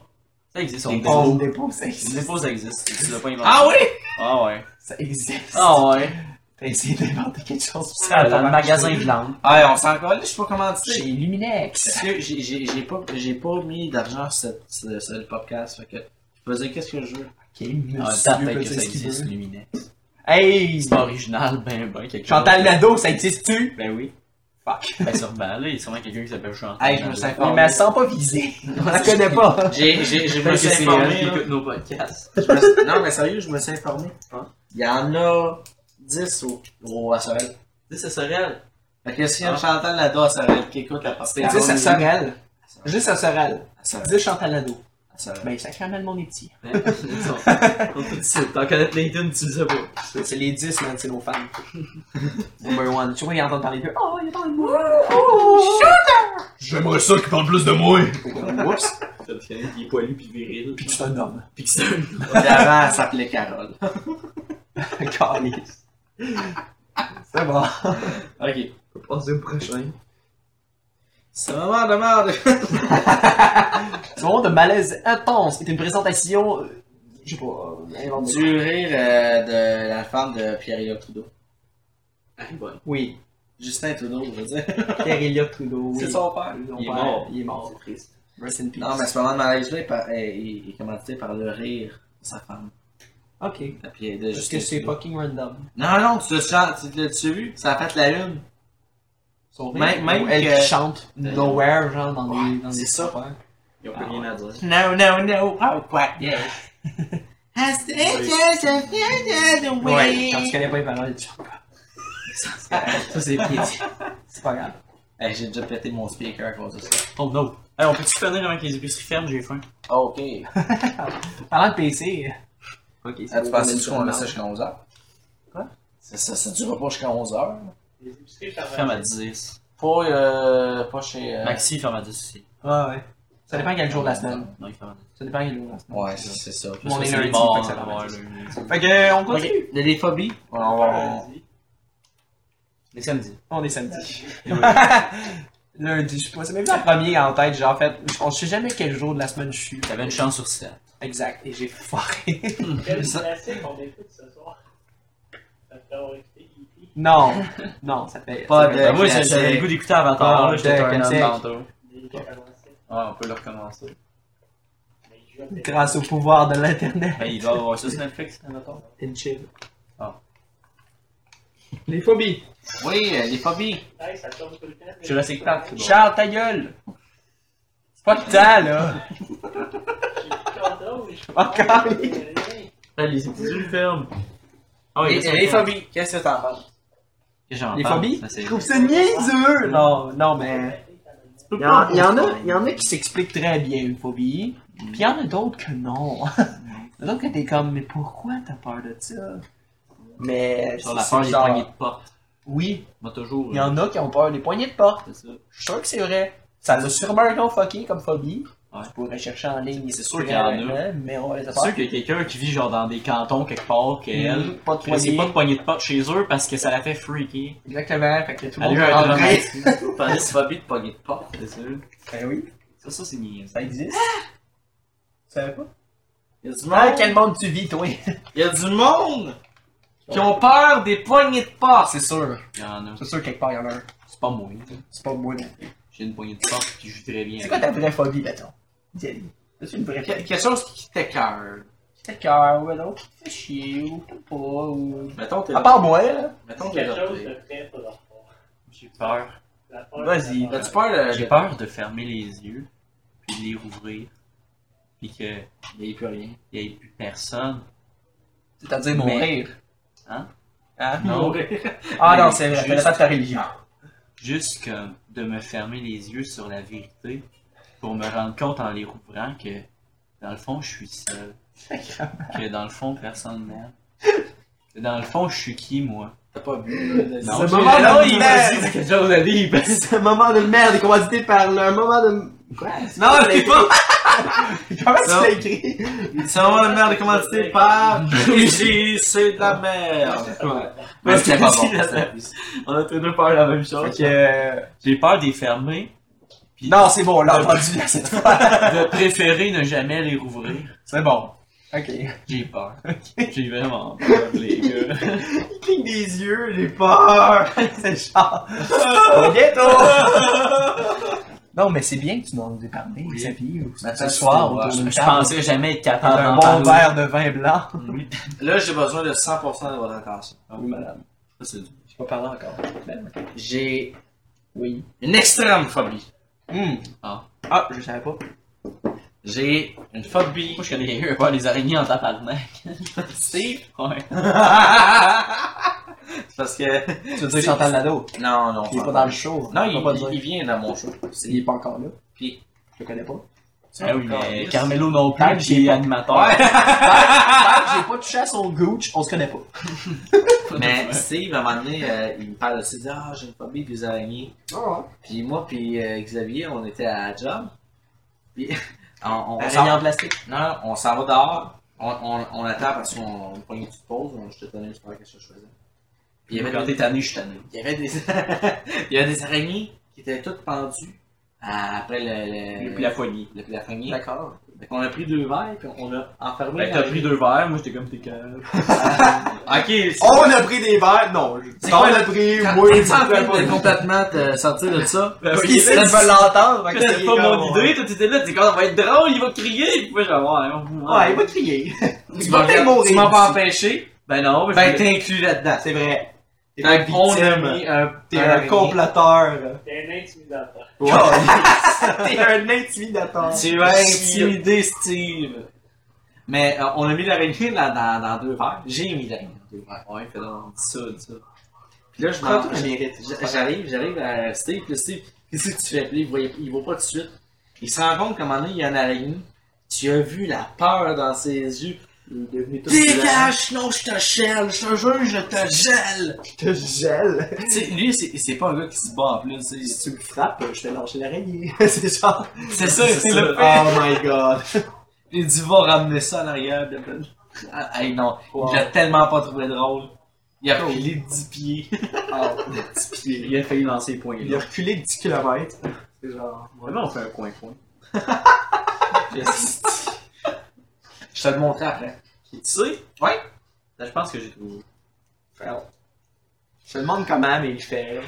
Speaker 5: Ça existe,
Speaker 2: Des
Speaker 5: on dépôt.
Speaker 4: Ondes dépôts, ça
Speaker 5: Les
Speaker 4: existe.
Speaker 5: dépôts, ça existe. Tu l'as pas inventé.
Speaker 2: Ah oui!
Speaker 5: Ah ouais.
Speaker 4: Ça existe.
Speaker 5: Ah ouais.
Speaker 4: T'as essayé d'inventer quelque chose pour ça.
Speaker 5: Dans le magasin de lampe.
Speaker 2: Ah, on s'en colle, je sais pas comment dire.
Speaker 5: Luminex.
Speaker 2: Parce que j'ai- j'ai j'ai pas, j'ai pas mis d'argent sur, cette- sur- sur le podcast, fait que je faisais qu'est-ce que je veux.
Speaker 4: Quel monsieur
Speaker 5: Ah, ça
Speaker 4: peut
Speaker 5: fait que
Speaker 4: dire
Speaker 5: ça
Speaker 4: ce qu'il
Speaker 5: existe,
Speaker 4: veut.
Speaker 5: Luminex.
Speaker 4: Hey!
Speaker 5: C'est pas original, ben ben, quelque
Speaker 4: Chantal Lado, ça existe-tu?
Speaker 5: chose. Ben oui. Fuck. Ben sûrement, là, il y a sûrement quelqu'un qui s'appelle Chantal.
Speaker 2: Hey, je me
Speaker 5: Lado.
Speaker 2: suis
Speaker 4: Oui,
Speaker 2: informé.
Speaker 4: mais elle se sent pas visée. On la connaît pas.
Speaker 2: J'ai, j'ai, je
Speaker 5: Je
Speaker 2: me
Speaker 5: pense que
Speaker 2: suis
Speaker 5: c'est elle
Speaker 2: informé.
Speaker 5: qui
Speaker 2: là.
Speaker 5: écoute nos podcasts.
Speaker 2: Je me suis- Non, mais sérieux, je me suis informé. Il y en a 10 au, au à Sorel.
Speaker 5: Tu sais, c'est Sorel.
Speaker 2: Fait que si
Speaker 4: Ah.
Speaker 2: y a une Chantal Lado à Sorel qui écoute la podcast.
Speaker 4: Juste à Sorel. Juste à Sorel.
Speaker 2: À Sorel.
Speaker 4: Dis Chantal Lado.
Speaker 2: À Sorel.
Speaker 4: Ben, sacrément, le monde est petit.
Speaker 5: Hein? Ils sont- ils sont tous ici. T'en connais LinkedIn, tu le sais pas.
Speaker 4: C'est les 10, man, c'est nos fans. Number one. Tu vois, ils entendent parler d'eux. Oh, il est dans le bois.
Speaker 7: J'aimerais ça qu'il parle plus de moi.
Speaker 4: Oups.
Speaker 5: T'as le chien qui est poilu puis viril.
Speaker 4: Puis que c'est un homme.
Speaker 5: Puis que c'est un.
Speaker 2: Puis avant, elle s'appelait Carole.
Speaker 4: Calice. C'est bon.
Speaker 2: Ok.
Speaker 5: On va passer au prochain.
Speaker 2: C'est vraiment de merde.
Speaker 4: Ce moment de malaise intense est une présentation. euh, Je sais pas. euh, inventée.
Speaker 2: Du rire euh, de la femme de Pierre-Éliott Trudeau.
Speaker 5: Ah, bon.
Speaker 4: Oui.
Speaker 2: Justin Trudeau, je veux dire.
Speaker 4: Pierre Elliott Trudeau. oui.
Speaker 2: C'est son père.
Speaker 4: Son
Speaker 5: Il est
Speaker 4: père,
Speaker 5: mort.
Speaker 4: Il est mort.
Speaker 5: C'est triste.
Speaker 4: Rest in peace.
Speaker 2: Non, mais ce moment de malaise-là est, par- est- est- est commandité par le rire de sa femme.
Speaker 4: Ok.
Speaker 2: de Pierre- de
Speaker 4: Parce que
Speaker 2: Justin
Speaker 4: c'est
Speaker 2: Trudeau.
Speaker 4: fucking random.
Speaker 2: Non, non, tu l'as tu l'as-tu vu? Ça a fait la lune.
Speaker 4: Son
Speaker 2: Même- même
Speaker 4: ou elle
Speaker 2: que- Euh,
Speaker 4: qui chante nowhere, genre dans les. dans
Speaker 2: c'est
Speaker 4: les
Speaker 2: ça.
Speaker 4: affaires.
Speaker 5: Ils ont
Speaker 4: Ah,
Speaker 5: plus rien à dire.
Speaker 2: Non, non, non. Oh, quoi? Yeah.
Speaker 4: Ouais, quand tu connais pas les paroles, tu chantes.
Speaker 5: Ça, c'est pire.
Speaker 4: C'est pas grave.
Speaker 2: Hey, J'ai déjà pété mon speaker à cause de ça.
Speaker 5: Oh no. on peut-tu finir avant que les épiceries ferment? J'ai faim.
Speaker 4: Ah,
Speaker 2: Ok.
Speaker 4: Parlant de PC,
Speaker 5: Ok,
Speaker 2: Ah, tu penses
Speaker 4: qu'on
Speaker 2: qu'on a
Speaker 4: a
Speaker 2: ça
Speaker 4: ça
Speaker 2: jusqu'à 11h?
Speaker 4: Quoi?
Speaker 2: C'est ça, ça dure pas jusqu'à 11h.
Speaker 5: ferme à 10.
Speaker 2: Pas, euh, pas chez... euh,
Speaker 5: Maxi ferme à 10 aussi.
Speaker 4: ouais, ouais. Ça dépend quel jour de la semaine.
Speaker 5: Non, il ferme à 10.
Speaker 4: Ça dépend quel jour de la semaine.
Speaker 2: Ouais, c'est c'est ça.
Speaker 4: Mon
Speaker 5: Ça,
Speaker 4: est
Speaker 5: c'est
Speaker 4: lundi,
Speaker 5: mort,
Speaker 4: fait que ça ferme à
Speaker 5: ouais,
Speaker 4: 10.
Speaker 5: lundi.
Speaker 4: Fait que, euh, on continue.
Speaker 2: Ok, Il y a des phobies. On va- on-
Speaker 5: Les samedis.
Speaker 4: On est samedi.
Speaker 5: Et oui.
Speaker 4: Lundi, je sais pas. C'est même pas le premier en tête. Genre, en fait, je- on sait jamais quel jour de la semaine je suis.
Speaker 5: T'avais une chance sur 7.
Speaker 4: Exact. Et j'ai foiré. non. Non, ça fait.
Speaker 2: Pas
Speaker 4: ça fait-
Speaker 2: de-
Speaker 5: moi,
Speaker 2: classique.
Speaker 5: j'avais le goût d'écouter Avatar.
Speaker 4: Ah,
Speaker 5: là, J'étais
Speaker 4: de
Speaker 5: un homme
Speaker 4: classique.
Speaker 5: tantôt. Ouais, on peut le recommencer.
Speaker 4: Grâce au pouvoir de l'internet.
Speaker 5: Ben, il va avoir ça sur Netflix, hein, Avatar.
Speaker 4: And chill.
Speaker 5: Ah.
Speaker 4: Les phobies.
Speaker 2: Oui, euh, les phobies.
Speaker 5: Jurassic Park. c'est bon.
Speaker 4: Charles, ta gueule. C'est pas le temps, là. Encore.
Speaker 5: Ah, Les épiceries ferment. Ah oui,
Speaker 2: Les,
Speaker 5: qu'est-ce
Speaker 2: les
Speaker 5: qu'on-
Speaker 2: phobies, qu'est-ce que t'en penses?
Speaker 5: qu'est-ce que j'en
Speaker 4: Les
Speaker 5: parle?
Speaker 4: phobies?
Speaker 5: Ça, c'est-
Speaker 4: Je trouve ça niaiseux. Non, non, mais. Il y, en, il y en a, il y en a qui s'expliquent très bien une phobie, puis il y en a d'autres que non. Il y en a d'autres que t'es comme, mais pourquoi t'as peur de ça? Mais.
Speaker 5: Sur la
Speaker 4: c'est
Speaker 5: peur des
Speaker 4: genre-
Speaker 5: poignées de porte.
Speaker 4: Oui,
Speaker 5: Moi, toujours.
Speaker 4: il y en a qui ont peur des poignées de porte.
Speaker 5: C'est ça.
Speaker 4: Je suis sûr que c'est vrai. Ça l'a sûrement un nom fucké comme phobie.
Speaker 5: Ouais.
Speaker 4: Tu pourrais chercher en ligne.
Speaker 5: C'est sûr qu'il y en a.
Speaker 4: hein, Mais on va les
Speaker 5: C'est sûr qu'il y a quelqu'un qui vit genre dans des cantons quelque part, qu'elle.
Speaker 4: Mhm, Pas de
Speaker 5: Elle sait
Speaker 4: poignée.
Speaker 5: pas de poignée de porte chez eux parce que ça la fait freaky.
Speaker 4: Exactement. Fait que tout le
Speaker 5: Elle a
Speaker 4: monde
Speaker 5: eu un
Speaker 4: en vrai.
Speaker 5: traumatisme.
Speaker 2: Vous parlez de phobie de poignée de porte?
Speaker 5: C'est ça.
Speaker 4: Ben oui,
Speaker 5: Ça, ça c'est niaise.
Speaker 4: ça existe. Tu savais pas?
Speaker 2: Il y a du
Speaker 4: Dans
Speaker 2: monde,
Speaker 4: quel monde tu vis, toi?
Speaker 2: il y a du monde qui ont peur des poignées de porte, c'est sûr.
Speaker 5: Il y en a.
Speaker 4: C'est sûr, quelque part, il y en a un.
Speaker 5: C'est pas moi. ça.
Speaker 4: C'est pas moi.
Speaker 5: J'ai une poignée de porte qui joue très bien.
Speaker 4: C'est quoi ta vraie phobie, mettons? Dis-le. C'est une vraie
Speaker 2: Que-
Speaker 4: phobie.
Speaker 2: quelque chose qui t'écœure.
Speaker 4: Fait cœur, ou alors qui te fait chier, ou pas, pas, ou...
Speaker 2: Mettons t'es
Speaker 4: À part moi, là.
Speaker 2: Mettons t'es adopté.
Speaker 5: J'ai peur.
Speaker 4: Vas-y.
Speaker 2: T'as-tu
Speaker 4: Euh,
Speaker 2: peur de.
Speaker 5: J'ai
Speaker 2: de-
Speaker 5: peur de fermer les yeux, puis de les rouvrir, puis que
Speaker 2: Il n'y a plus rien.
Speaker 5: y ait plus personne.
Speaker 4: C'est-à-dire
Speaker 5: Mais-
Speaker 4: mourir.
Speaker 5: Hein?
Speaker 4: Hein?
Speaker 5: Non.
Speaker 4: Ah
Speaker 5: Mais
Speaker 4: non, c'est vrai,
Speaker 5: juste-
Speaker 4: c'est pas de ta religion.
Speaker 5: Juste que de me fermer les yeux sur la vérité pour me rendre compte en les rouvrant que dans le fond je suis seul. que dans le fond personne m'aime. Que dans le fond je suis qui moi.
Speaker 2: T'as pas vu. là,
Speaker 5: Non,
Speaker 2: le
Speaker 5: j'ai-
Speaker 2: moment
Speaker 5: non,
Speaker 2: de
Speaker 5: il m'a dit
Speaker 2: merde.
Speaker 5: c'est quelque chose à dire. parce que-
Speaker 4: C'est un moment de merde, commandité par le moment de. Quoi?
Speaker 2: Non, c'est pas.
Speaker 4: Comment tu
Speaker 2: Non.
Speaker 4: l'as écrit?
Speaker 2: C'est un moment de merde commandité par. J'ai- C'est de la merde. Mais c'était pas bon.
Speaker 5: On a tous deux peur de la même chose.
Speaker 11: Fait que, euh,
Speaker 5: J'ai peur des fermer.
Speaker 11: Non, c'est bon, on l'a entendu à cette fois.
Speaker 5: De préférer ne jamais les rouvrir.
Speaker 11: C'est bon. Ok.
Speaker 5: J'ai peur. J'ai vraiment peur, les gars.
Speaker 12: Il cligne des yeux, j'ai peur! c'est genre. Au ghetto!
Speaker 11: Non, mais c'est bien que tu nous en aies parlé,
Speaker 5: Oui.
Speaker 11: Xavier. ou
Speaker 2: Ben,
Speaker 11: Ce
Speaker 2: ça,
Speaker 11: soir,
Speaker 2: c'est-
Speaker 11: autour d'une
Speaker 5: Je
Speaker 11: table,
Speaker 5: pensais jamais être
Speaker 11: avec
Speaker 5: capable
Speaker 11: un
Speaker 5: d'en
Speaker 11: bon
Speaker 5: parler.
Speaker 11: verre de vin blanc.
Speaker 4: Ah
Speaker 5: Oui.
Speaker 2: Là, j'ai besoin de 100% de votre attention.
Speaker 11: Ah oui, madame.
Speaker 5: Ça, c'est dur.
Speaker 11: Je vais parler encore.
Speaker 2: J'ai
Speaker 11: Oui.
Speaker 2: une extrême phobie.
Speaker 11: Ah, je savais pas.
Speaker 2: J'ai une phobie.
Speaker 5: Moi, je connais quelqu'un qui a peur des araignées en tabarnak.
Speaker 2: Steve.
Speaker 5: Ouais.
Speaker 2: C'est parce que.
Speaker 11: Tu veux dire Chantal Lado?
Speaker 2: Non, non.
Speaker 11: Il est pas dans le show.
Speaker 2: Non,
Speaker 11: On va pas
Speaker 2: il,
Speaker 11: dire.
Speaker 2: il vient dans mon show.
Speaker 11: Il est pas encore là.
Speaker 2: Puis-
Speaker 11: Je le connais pas.
Speaker 5: Ah oui, mais
Speaker 2: Encore.
Speaker 5: Carmelo non
Speaker 11: Ah,
Speaker 5: plus,
Speaker 11: j'ai
Speaker 5: qui est
Speaker 11: pas-
Speaker 5: animateur.
Speaker 11: Ah, j'ai pas touché à son gooch, on se connaît pas.
Speaker 2: Mais Steve, à un moment donné, euh, il me parle aussi, il dit, ah, j'ai une phobie des araignées.
Speaker 11: Ah,
Speaker 2: Puis moi, puis euh, Xavier, on était à la job. Puis on, on, on s'en
Speaker 11: Araignée en plastique.
Speaker 2: non, non, on s'en va dehors. On, on, on attend parce qu'on on prend une petite pause. On, je te donnais juste qu'est-ce que je faisais. Puis il y avait,
Speaker 5: Quand t'es
Speaker 2: des,
Speaker 5: tanné, je suis tanné.
Speaker 2: il y avait des, il y avait des araignées qui étaient toutes pendues à- après le,
Speaker 5: Et
Speaker 2: le,
Speaker 5: puis la folie.
Speaker 2: le plafonier.
Speaker 4: D'accord.
Speaker 2: Fait qu'on a pris deux verres, puis on l'a enfermé.
Speaker 5: Ben, t'as pris deux verres, moi, j'étais comme t'es calme.
Speaker 2: Ok, c'est
Speaker 4: Oh, On a pris des verres, non. je-
Speaker 2: C'est
Speaker 4: On
Speaker 2: quoi,
Speaker 4: a pris,
Speaker 2: Quand-
Speaker 4: moi,
Speaker 2: t'es-tu en train
Speaker 4: je
Speaker 2: de complètement te sortir de ça.
Speaker 5: Ben,
Speaker 4: Parce qu'il sait que tu vas l'entendre. fait que
Speaker 5: C'était
Speaker 4: c'est
Speaker 5: pas
Speaker 4: comme,
Speaker 5: mon
Speaker 4: ouais.
Speaker 5: idée, toi t'étais là, t'es comme, ça va être drôle, il va crier, puis moi j'ai
Speaker 4: Ouais, il
Speaker 5: avoir
Speaker 4: va crier.
Speaker 2: Tu m'as
Speaker 4: peut-être
Speaker 2: tu
Speaker 4: mourir
Speaker 2: m'as pas
Speaker 4: d'ici.
Speaker 2: empêché.
Speaker 5: Ben non, ben,
Speaker 2: Ben
Speaker 5: je voulais-
Speaker 2: t'es inclus là-dedans.
Speaker 4: C'est vrai. T'es
Speaker 2: Fait
Speaker 4: une
Speaker 2: qu'on a
Speaker 4: victime.
Speaker 2: mis un,
Speaker 4: T'es un comploteur.
Speaker 13: T'es un intimidateur.
Speaker 4: T'es un intimidateur.
Speaker 2: Tu vas intimider Steve. Mais euh, on a mis l'araignée dans, dans, dans deux verres. J'ai mis l'araignée dans deux verres. Ouais, fait dans dis ça, dis ça. Puis là, Ah, je m'en-
Speaker 4: Prends-toi le mérite.
Speaker 2: j'- j'arrive, j'arrive à Steve, puis là, Steve, qu'est-ce que tu fais? Puis là, il voit, il voit pas tout de suite. Il se rend compte qu'à un moment donné, il y a une araignée. Tu as vu la peur dans ses yeux.
Speaker 4: Il est devenu tout blanc.
Speaker 2: Dégage, non, je te gèle, je te jure, je te gèle.
Speaker 4: Je te gèle.
Speaker 2: Tu sais, lui, c'est c'est pas un gars qui se bat en plus. c'est-
Speaker 4: Si tu me frappes, je te lâche l'araignée. c'est genre.
Speaker 2: C'est ça, c'est
Speaker 4: ça.
Speaker 2: le fait.
Speaker 4: Oh my god.
Speaker 2: Il dit va ramener ça en arrière. blablabla. Ah, hey, non, il l'a tellement pas trouvé drôle. Il a pilé 10 pieds.
Speaker 5: il a failli lancer les points.
Speaker 4: Il a reculé de 10 km. C'est genre.
Speaker 5: Vraiment, on fait un coin-coin.
Speaker 2: Je te le montrerai après.
Speaker 5: Tu sais?
Speaker 2: Ouais.
Speaker 5: Là, je pense que j'ai trouvé.
Speaker 4: Je me demande comment, mais il fait.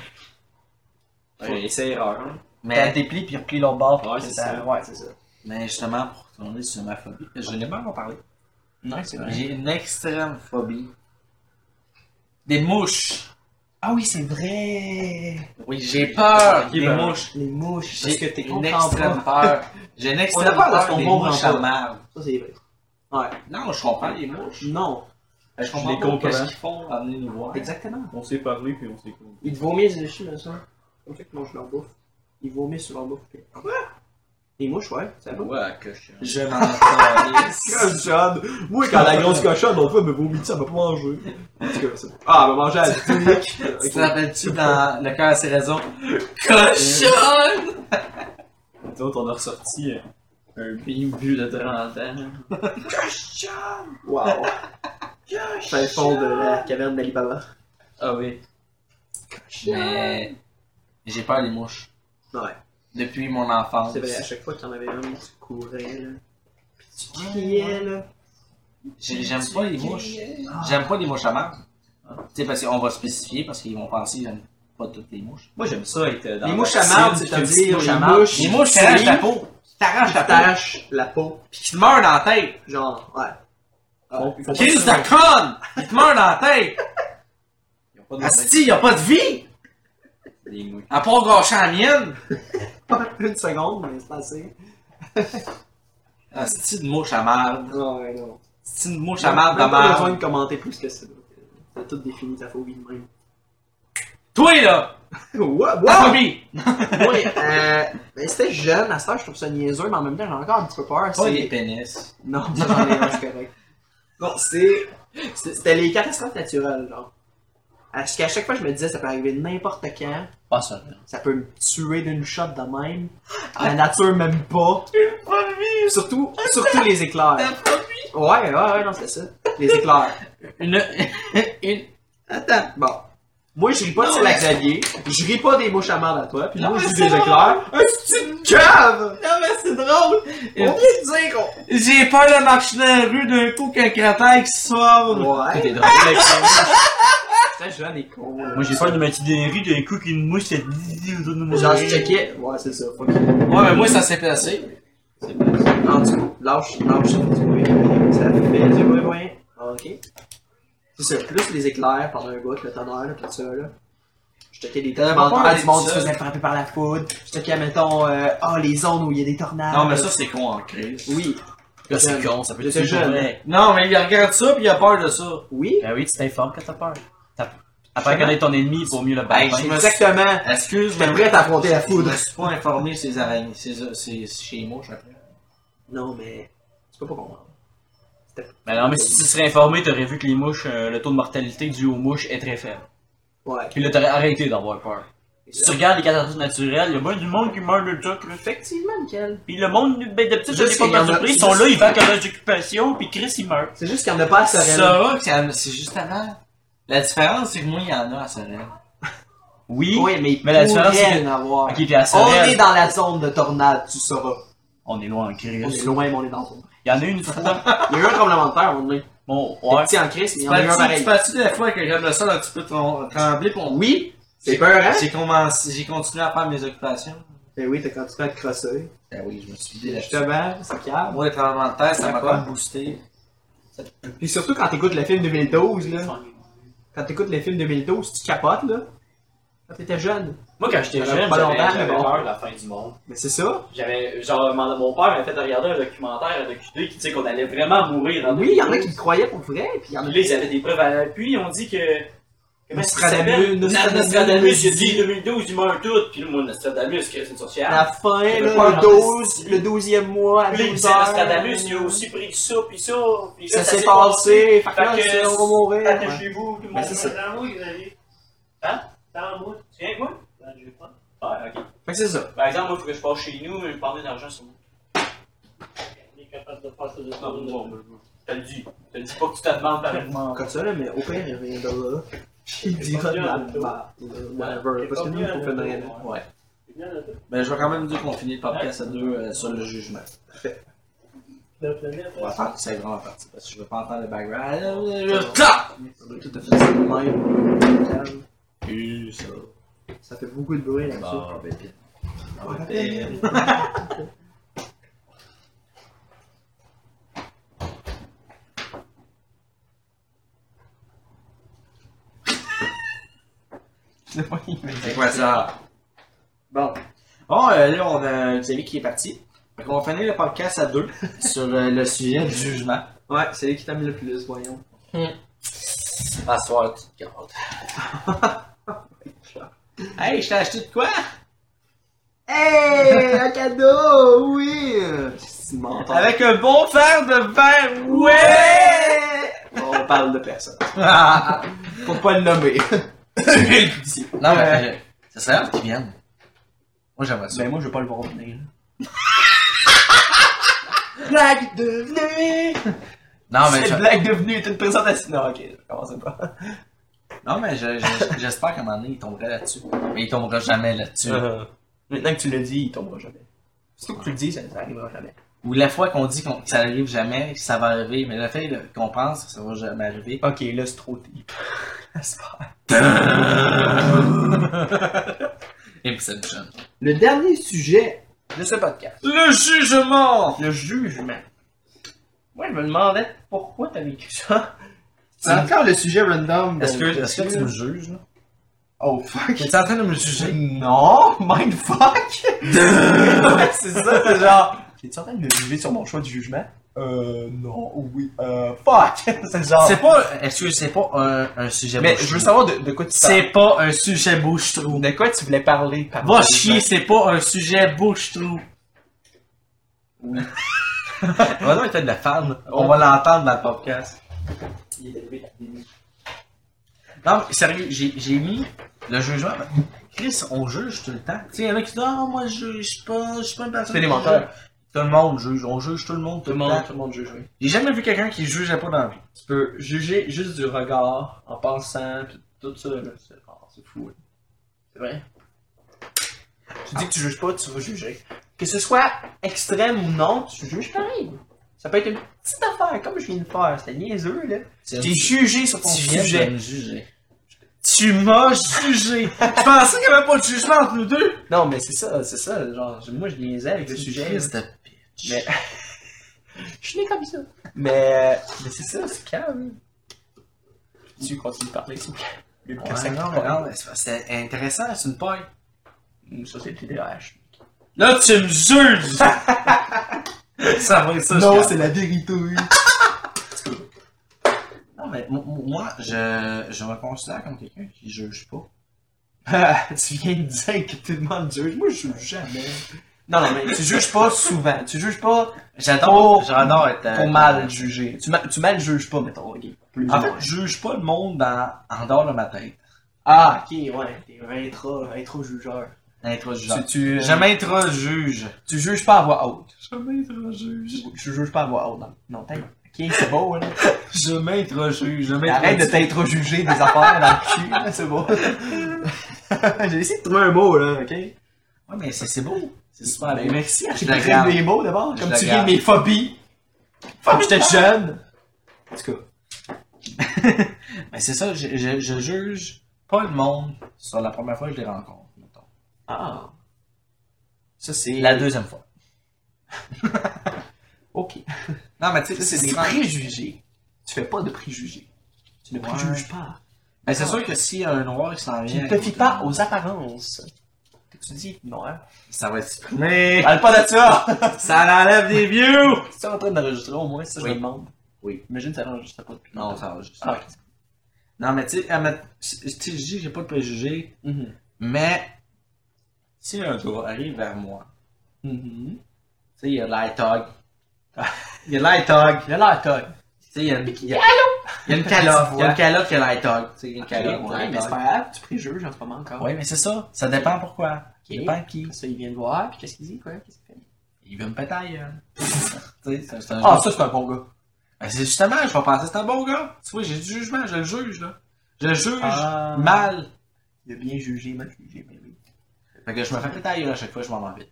Speaker 5: Ouais, c'est erreur. hein.
Speaker 11: T'as
Speaker 2: Mais,
Speaker 11: dépli puis repli l'autre bord.
Speaker 5: Ouais,
Speaker 11: puis
Speaker 5: c'est
Speaker 11: ça-
Speaker 5: ça.
Speaker 11: Ouais, c'est ça.
Speaker 2: mais justement, pour tourner sur ma phobie, je n'ai pas encore parlé.
Speaker 11: Non, c'est vrai.
Speaker 2: J'ai une extrême phobie. Des mouches.
Speaker 11: Ah oui, c'est vrai.
Speaker 2: Oui, j'ai peur
Speaker 5: Ok,
Speaker 2: des
Speaker 5: ben,
Speaker 2: mouches.
Speaker 4: Les mouches. Parce que
Speaker 2: J'ai
Speaker 4: t'es
Speaker 2: une
Speaker 4: comprends
Speaker 2: extrême peur. J'ai une extrême
Speaker 4: peur de ce
Speaker 2: peur
Speaker 4: qu'on
Speaker 2: des
Speaker 4: comprend
Speaker 2: mouches
Speaker 4: pas.
Speaker 2: à marde.
Speaker 4: Ça, c'est vrai.
Speaker 2: Non, je comprends les mouches.
Speaker 4: Non.
Speaker 2: Je
Speaker 5: Je les
Speaker 2: comprends
Speaker 5: comprends.
Speaker 2: pas ce qu'ils font. Amener nous voir.
Speaker 4: Exactement.
Speaker 5: On s'est parlé, puis on s'est connu.
Speaker 4: Ils te vomissent dessus, là, ça. Comme ça qu'ils mangent leur bouffe. Ils vomissent sur leur bouffe. Quoi? Les mouches, Ah, ouais, ça va.
Speaker 2: Ouais, cochon. Je m'en calisse.
Speaker 4: Cochonne! Moi, quand la grosse cochonne, mon frère me vomit dessus, elle m'a pas mangé. En tout cas, ça- Ah,
Speaker 5: bah,
Speaker 4: elle m'a mangé à la clinique.
Speaker 2: Tu te rappelles-tu dans Le cœur à ses raisons? Cochon!
Speaker 5: Nous autres, on a ressorti euh, un bim bu de 30 ans.
Speaker 4: Wow. Fin fond de la caverne d'Alibaba.
Speaker 5: Ah oui.
Speaker 2: Mais j'ai peur des mouches.
Speaker 4: Ouais.
Speaker 2: Depuis mon enfance.
Speaker 4: Ah, C'est vrai, à chaque fois qu'il y en avait un, tu courais, là. Puis tu criais, Ah. là.
Speaker 2: J'ai- J'aime pas les mouches. J'aime pas les mouches à marde. Tu sais, parce qu'on va spécifier, parce qu'ils vont penser que j'aime pas toutes les mouches.
Speaker 5: Moi, j'aime ça être euh, dans
Speaker 4: Les
Speaker 5: la
Speaker 4: mouches à
Speaker 5: piscine,
Speaker 4: marde,
Speaker 5: puis
Speaker 4: c'est-à-dire
Speaker 5: que-
Speaker 4: les mouches.
Speaker 2: Les mouches,
Speaker 4: qui
Speaker 2: qui t'arrachent la
Speaker 4: s'arrivent,
Speaker 2: peau. Qui t'arrachent
Speaker 4: qui
Speaker 2: la peau.
Speaker 4: t'arrachent la peau.
Speaker 2: Pis qui te meurent dans la tête.
Speaker 4: Genre, ouais. Ah,
Speaker 5: Bon, ils font pas
Speaker 2: Crise
Speaker 5: ça.
Speaker 2: de conne! Ils te meurent dans la tête.
Speaker 5: Ils ont pas de
Speaker 2: Asti, y a pas de vie!
Speaker 5: Les mouches.
Speaker 2: À part gâcher la mienne.
Speaker 4: Une seconde, mais c'est assez.
Speaker 2: Asti de mouche à marde.
Speaker 4: Ah, Non, ouais, non.
Speaker 2: Asti de mouche
Speaker 4: J'ai
Speaker 2: à marde de
Speaker 4: pas besoin
Speaker 2: marde.
Speaker 4: de commenter plus que ça. T'as tout défini ta phobie de même.
Speaker 2: Toi, là!
Speaker 4: What?
Speaker 2: La phobie!
Speaker 4: Oui, euh, ben, c'était jeune, à ce temps, je trouve ça niaiseux, mais en même temps, j'ai encore un petit peu peur.
Speaker 2: Pas
Speaker 4: c'est-
Speaker 2: les pénis.
Speaker 4: Non, ça, j'en ai un, c'est correct. Non, c'est. c'est- C'était les catastrophes naturelles, genre. Parce qu'à chaque fois, je me disais, ça peut arriver n'importe quand.
Speaker 7: Pas ça.
Speaker 4: Ça peut me tuer d'une shot de même.
Speaker 2: Ah.
Speaker 4: La nature m'aime pas. Surtout, surtout les éclairs. Ouais, ouais, ouais, non, c'est ça. Les éclairs.
Speaker 2: Une, une,
Speaker 4: Attends, bon. Moi, je ris pas de celle à Xavier. Je ris pas des mouches à marde à toi. Puis
Speaker 2: Non,
Speaker 4: moi, je
Speaker 2: mais
Speaker 4: dis
Speaker 2: c'est
Speaker 4: des éclairs. Un petit cave!
Speaker 2: Non, mais c'est drôle!
Speaker 4: On vient de dire qu'on...
Speaker 2: J'ai peur de marcher dans la rue d'un coup qu'un cratère qui s'ouvre!
Speaker 4: Ouais.
Speaker 5: T'es drôle, mec.
Speaker 4: Putain, Jean est con. là.
Speaker 5: Moi, j'ai peur de mettre des rues d'un coup qu'une mouche a dit autour de mon
Speaker 4: Genre, je checkais. Ouais, c'est ça. Fuck it.
Speaker 2: Ouais, mais moi, ça s'est passé.
Speaker 4: En tout cas, lâche, lâche ça. tu vois. Ça fait du bruit, ouais. Ok. C'est ça, plus les éclairs pendant un bout, le tonnerre, là, tout ça, là. Je checkais des
Speaker 2: T'avais pas
Speaker 4: commentaires
Speaker 2: parlé
Speaker 4: du monde
Speaker 2: de
Speaker 4: qui se
Speaker 2: ça.
Speaker 4: faisait frapper par la foudre. Je checkais, mettons, euh, ah, les zones où il y a des tornades.
Speaker 2: Non, mais ça, c'est con en crise.
Speaker 4: Oui,
Speaker 5: Là, c'est con, ça peut
Speaker 4: j'étais
Speaker 5: toujours-
Speaker 4: jeune.
Speaker 2: Non, mais il regarde ça pis il a peur de ça.
Speaker 4: Oui,
Speaker 5: Ben oui, tu t'informes quand t'as peur. T'as- Après regarder ton ennemi pour mieux le
Speaker 2: Ben,
Speaker 5: battre.
Speaker 2: je me-
Speaker 4: exactement.
Speaker 2: Excuse,
Speaker 4: J'étais prêt à t'affronter la
Speaker 2: Je
Speaker 4: foudre.
Speaker 2: me suis pas informé ces araignées, ces, ces, chez mouches après.
Speaker 4: Non, mais tu peux pas comprendre.
Speaker 5: Ben non, mais si tu serais informé, t'aurais vu que les mouches, euh, le taux de mortalité dû aux mouches est très faible.
Speaker 4: Ouais.
Speaker 5: Puis là, t'aurais arrêté d'avoir peur. Si tu regardes les catastrophes naturelles, il y a bien du monde qui meurt de ça. là.
Speaker 4: Effectivement, Michael.
Speaker 5: Puis le monde, ben d'habitude,
Speaker 4: Juste
Speaker 5: c'est pas
Speaker 4: qu'il y en
Speaker 5: de
Speaker 4: a-
Speaker 5: surprise, ils sont là, ils vont à leurs occupations, puis Chris, il meurt.
Speaker 4: C'est juste qu'il n'y en a pas à Sorel.
Speaker 2: Sora, c'est c'est juste avant. La différence, c'est que moi, il y en a à Sorel.
Speaker 5: Oui,
Speaker 4: Oui, mais il
Speaker 5: Mais la différence,
Speaker 4: pourrait
Speaker 5: c'est
Speaker 4: en avoir.
Speaker 5: ok, puis à
Speaker 4: On
Speaker 5: Sorel,
Speaker 4: est dans la zone de tornade, tu sauras.
Speaker 5: on est loin en
Speaker 4: On est
Speaker 5: Chris.
Speaker 4: loin, mais on est dans ton.
Speaker 5: Il y en a une fois,
Speaker 4: Il y a eu un tremblement de terre, on est
Speaker 5: bon, ouais,
Speaker 4: petit en crise, mais il y en a eu un
Speaker 2: Tu
Speaker 4: pareil.
Speaker 2: passes de la fois que j'aime le sol un petit peu trom- trembler pis on...
Speaker 4: Oui, c'est peur, hein?
Speaker 2: J'ai commencé, j'ai continué à faire mes occupations.
Speaker 4: Ben oui, t'as continué à te crosser.
Speaker 2: Ben oui, je me suis dit là-dessus.
Speaker 4: Justement, c'est calme.
Speaker 2: Moi, le tremblement de terre, ça m'a
Speaker 4: Pourquoi?
Speaker 2: pas boosté.
Speaker 4: Puis surtout quand t'écoutes le film 2012, là. Quand t'écoutes le film 2012, tu capotes, là. Quand t'étais jeune.
Speaker 13: Moi, quand j'étais
Speaker 4: Ça
Speaker 13: jeune,
Speaker 4: fait pas
Speaker 13: j'avais
Speaker 4: longtemps,
Speaker 13: j'avais
Speaker 4: mais bon.
Speaker 13: peur de la fin du monde.
Speaker 4: Mais Ben, c'est ça.
Speaker 13: J'avais, genre, mon mon père m'a fait regarder un documentaire, un docu qui disait qu'on allait vraiment mourir. en
Speaker 4: Oui, il y en a
Speaker 13: 2012.
Speaker 4: qui croyaient pour vrai, puis il y en a
Speaker 13: Puis là, ils avaient des preuves à l'appui, on dit que... Comment est-ce qu'il
Speaker 4: Nostradamus,
Speaker 13: s'appelle?
Speaker 4: Nostradamus,
Speaker 13: Nostradamus, il a
Speaker 4: dit-
Speaker 13: dit 2012, il meurt tout. Puis là, moi, Nostradamus, que c'est une
Speaker 4: À
Speaker 13: sorcière.
Speaker 4: la fin,
Speaker 13: J'avais
Speaker 4: là,
Speaker 13: pas
Speaker 4: le,
Speaker 13: un
Speaker 4: 12,
Speaker 13: dentiste.
Speaker 4: le 12e mois, à
Speaker 13: Puis là, il
Speaker 4: 12
Speaker 13: disait
Speaker 4: heures.
Speaker 13: Nostradamus, il a aussi pris ça, puis ça. Puis
Speaker 4: Ça
Speaker 13: là,
Speaker 4: s'est passé, fait que là,
Speaker 13: Fait que-
Speaker 4: c'est- on va mourir.
Speaker 13: Attends,
Speaker 4: ouais.
Speaker 13: chez vous, tout le
Speaker 4: Ben,
Speaker 13: monde.
Speaker 4: c'est ça.
Speaker 13: Dans moi, Xavier. Hein? Dans moi. Tu viens avec moi? Ben, je vais pas. Ah, ok.
Speaker 4: Fait que c'est ça.
Speaker 13: Par exemple, moi, faut que je passe chez nous, mais je parle d'argent sur moi. On est capable de passer
Speaker 4: Ah,
Speaker 13: de temps. Bon,
Speaker 4: ben,
Speaker 13: je te le dis. Je te le dis pas que tu te demandes par
Speaker 4: Encore Comme ça, là, mais au pire, il revient de là. Puis il dira
Speaker 13: pas
Speaker 4: de
Speaker 13: bien
Speaker 4: la
Speaker 13: à l'auto.
Speaker 4: merde. euh, Whatever.
Speaker 13: J'ai
Speaker 4: Parce que
Speaker 13: pas
Speaker 4: nous,
Speaker 13: bien
Speaker 4: on
Speaker 13: à
Speaker 4: fait de
Speaker 13: l'auto,
Speaker 4: rien. Ouais.
Speaker 2: Ben, je vais quand même dire qu'on finit le podcast à deux euh, sur le jugement. On va faire que c'est vraiment parti parce que je veux pas entendre le background. Euh, je- Clap!
Speaker 4: On a tout à fait ça de même. Calme.
Speaker 2: Et ça.
Speaker 4: Ça fait beaucoup de bruit là-dessus.
Speaker 2: Bon, ben, pis-
Speaker 4: On rappelle. ben.
Speaker 2: C'est quoi ça?
Speaker 4: Bon,
Speaker 2: Bon, euh, là, on a Xavier qui est parti. Fait qu'on va finir le podcast à deux sur euh, le sujet du jugement.
Speaker 4: ouais, c'est lui qui t'aime le plus, voyons.
Speaker 2: À ce soir, tu te gardes. hey, je t'ai acheté de quoi?
Speaker 4: Hey, un cadeau, oui! C'est une menteur.
Speaker 2: Avec un bon fer de verre, ouais!
Speaker 4: Hey! On parle de personne. Pour pas le nommer.
Speaker 2: non, mais euh, ça serait rare qu'ils viennent. Moi, j'aimerais ça.
Speaker 7: Ben moi, je vais pas le voir venir.
Speaker 4: Blague devenue!
Speaker 7: Ah,
Speaker 2: non, mais,
Speaker 4: Cette
Speaker 2: je-
Speaker 4: blague devenue est une présentation. Non, ok, je commence pas.
Speaker 2: non, mais je- je- j'espère qu'à un moment donné, il tomberait là-dessus. Mais il tombera jamais là-dessus.
Speaker 7: Euh, Maintenant que tu le dis, il tombera jamais. Surtout que tu le dis, ça, ça arrivera jamais.
Speaker 2: Ou la fois qu'on dit qu'on- que ça n'arrive jamais, que ça va arriver, mais le fait là, qu'on pense que ça va jamais arriver.
Speaker 7: Ok, là, c'est trop deep. C'est pas-
Speaker 2: Inception.
Speaker 4: Le dernier sujet de ce podcast.
Speaker 2: Le jugement!
Speaker 7: le jugement. Moi, je me demandais pourquoi t'as vécu ça.
Speaker 4: C'est encore le sujet random.
Speaker 2: Est-ce que,
Speaker 4: donc,
Speaker 2: est-ce que tu me juges, là?
Speaker 7: Oh fuck.
Speaker 2: T'es en train de me juger?
Speaker 7: Non, mindfuck! Ouais, c'est ça, c'est genre. T'es en train de me juger sur mon choix de jugement? Euh, non, oui, euh, fuck! C'est genre.
Speaker 2: C'est pas, est-ce que c'est pas un, un sujet
Speaker 7: Mais
Speaker 2: bouche-trou?
Speaker 7: je veux savoir de, de quoi tu parles.
Speaker 2: C'est pas un sujet bouche-trou.
Speaker 7: De quoi tu voulais parler par
Speaker 2: Va
Speaker 7: le
Speaker 2: chier,
Speaker 7: jugement?
Speaker 2: c'est pas un sujet bouche-trou. On va être de la fan. On va l'entendre dans le podcast.
Speaker 13: Il est élevé.
Speaker 2: Non, mais sérieux, j'ai j'ai mis le jugement. Chris, on juge tout le temps. Tu sais, il y en a qui disent Ah, moi, je juge pas, je suis pas une personne.
Speaker 4: C'est des
Speaker 2: qui
Speaker 4: menteurs.
Speaker 2: juge. Tout le monde juge, on juge tout le monde, tout,
Speaker 4: Tout le monde, tout le monde juge, oui.
Speaker 2: J'ai jamais vu quelqu'un qui jugeait pas dans la vie.
Speaker 4: Tu peux juger juste du regard, en pensant, pis tout ça, là. C'est oh, c'est fou, là. C'est vrai. Tu dis que tu juges pas, tu vas juger. Que ce soit extrême ou non, tu juges pareil. Ça peut être une petite affaire, comme je viens de faire. C'était niaiseux, là.
Speaker 2: Tu
Speaker 4: T'es jugé sur ton
Speaker 2: viens de
Speaker 4: sujet.
Speaker 2: me juger. Tu m'as jugé. Je pensais qu'il y avait pas de jugement entre nous deux.
Speaker 4: Non, mais c'est ça, c'est ça. Genre, je- moi, je niaisais avec le sujet. là.
Speaker 2: Chris de bitch.
Speaker 4: Mais- Je suis né comme ça. Mais, mais c'est ça, c'est calme. Tu continues de parler, s'il vous plaît. Mais
Speaker 2: Ouais,
Speaker 4: quand ça
Speaker 2: non, mais non, mais c'est- c'est intéressant, c'est une paille.
Speaker 4: Ça, c'est le TDAH.
Speaker 2: Là, tu me juges! ça va être ça, je
Speaker 4: c'est la vérité.
Speaker 2: Non, mais mo- mo- moi, je, je me considère comme quelqu'un qui juge pas.
Speaker 4: tu viens de dire que tu demandes Dieu. Euh, Moi, je juge jamais. Non, non, mais tu juges pas souvent. Tu juges pas
Speaker 2: J'adore,
Speaker 4: Pour-
Speaker 2: j'adore être. euh,
Speaker 4: pour mal juger. Tu, ma- tu mal juges pas, mettons. ok. Plus
Speaker 2: En
Speaker 4: ou
Speaker 2: fait,
Speaker 4: moins.
Speaker 2: je juge pas le monde dans, en dehors de ma tête.
Speaker 4: Ah, ok, ouais. T'es intro, intro jugeur.
Speaker 2: Introjugeant.
Speaker 4: Tu, tu, euh,
Speaker 2: Jamais être juge.
Speaker 4: tu juges pas à voix haute. Jamais juge. Tu juges pas à voix haute. Non, non t'es. Ok, c'est beau, hein.
Speaker 2: Jamais être juge. Jamais
Speaker 4: Arrête de t'être jugé des affaires dans le cul, là, c'est bon. J'ai essayé de trouver un mot, là, ok?
Speaker 2: Ouais, mais c'est c'est beau. C'est super
Speaker 4: Ben,
Speaker 2: beau.
Speaker 4: merci à
Speaker 2: Je
Speaker 4: j'ai
Speaker 2: la
Speaker 4: écrit
Speaker 2: garde.
Speaker 4: mes mots d'abord,
Speaker 2: Je
Speaker 4: comme
Speaker 2: la
Speaker 4: tu ris de
Speaker 2: garde.
Speaker 4: mes phobies. Quand j'étais jeune. En tout cas,
Speaker 2: Mais c'est ça, je, je, je juge pas le monde sur la première fois que je les rencontre, mettons.
Speaker 4: ah. Ça, c'est.
Speaker 2: La deuxième fois.
Speaker 4: Ok.
Speaker 2: Non, mais tu sais,
Speaker 4: C'est
Speaker 2: c'est
Speaker 4: des
Speaker 2: des
Speaker 4: préjugés. Tu fais pas de préjugés. Tu ne
Speaker 2: Ouais.
Speaker 4: préjuges pas.
Speaker 2: Mais Ben, c'est sûr que s'il y a un noir qui s'en
Speaker 4: Tu
Speaker 2: vient.
Speaker 4: ne
Speaker 2: à
Speaker 4: te fies
Speaker 2: côté,
Speaker 4: pas aux apparences. Que tu dis hein. noir.
Speaker 2: Ça va être supprimé.
Speaker 4: Parle pas de ça!
Speaker 2: Ça l'enlève des views!
Speaker 4: Tu es en train d'enregistrer au moins, ça, je
Speaker 2: Oui.
Speaker 4: me demande.
Speaker 2: Oui.
Speaker 4: Imagine ça n'enregistre pas depuis.
Speaker 2: Non,
Speaker 4: longtemps.
Speaker 2: ça va juste.
Speaker 4: Ah, ok.
Speaker 2: Non, mais tu sais, à ma- tu sais, je dis que j'ai pas de préjugés,
Speaker 4: Mhm.
Speaker 2: mais si un gars arrive vers moi,
Speaker 4: Mhm.
Speaker 2: tu sais, il y a l'air tog. Il y a l'air tog.
Speaker 4: Il a l'air tog.
Speaker 2: Tu sais, il y a une. Il y a, il y a une calotte. Il y a une calotte qui a l'air tog. Tu sais, il y a une calotte. qui a
Speaker 4: Ouais,
Speaker 2: l'air
Speaker 4: mais c'est
Speaker 2: tog.
Speaker 4: pas grave, tu préjuges en ce moment encore.
Speaker 2: Oui, mais c'est ça. Ça dépend pourquoi. Ça
Speaker 4: Ok.
Speaker 2: dépend qui.
Speaker 4: Ça, il vient de voir, puis qu'est-ce qu'il dit, quoi? Qu'est-ce qu'il fait?
Speaker 2: Il veut me péter, hein. Tu sais, c'est un- c'est un
Speaker 4: Ah, ça, c'est un bon gars.
Speaker 2: Ben, c'est justement, je vais penser, c'est un bon gars. Tu vois, j'ai du jugement, je le juge, là. Je le juge
Speaker 4: Mal.
Speaker 2: mal.
Speaker 4: Ah. Il a bien jugé, mal jugé, mais oui.
Speaker 2: Fait que je me fais péter ailleurs à chaque fois, je m'en vais.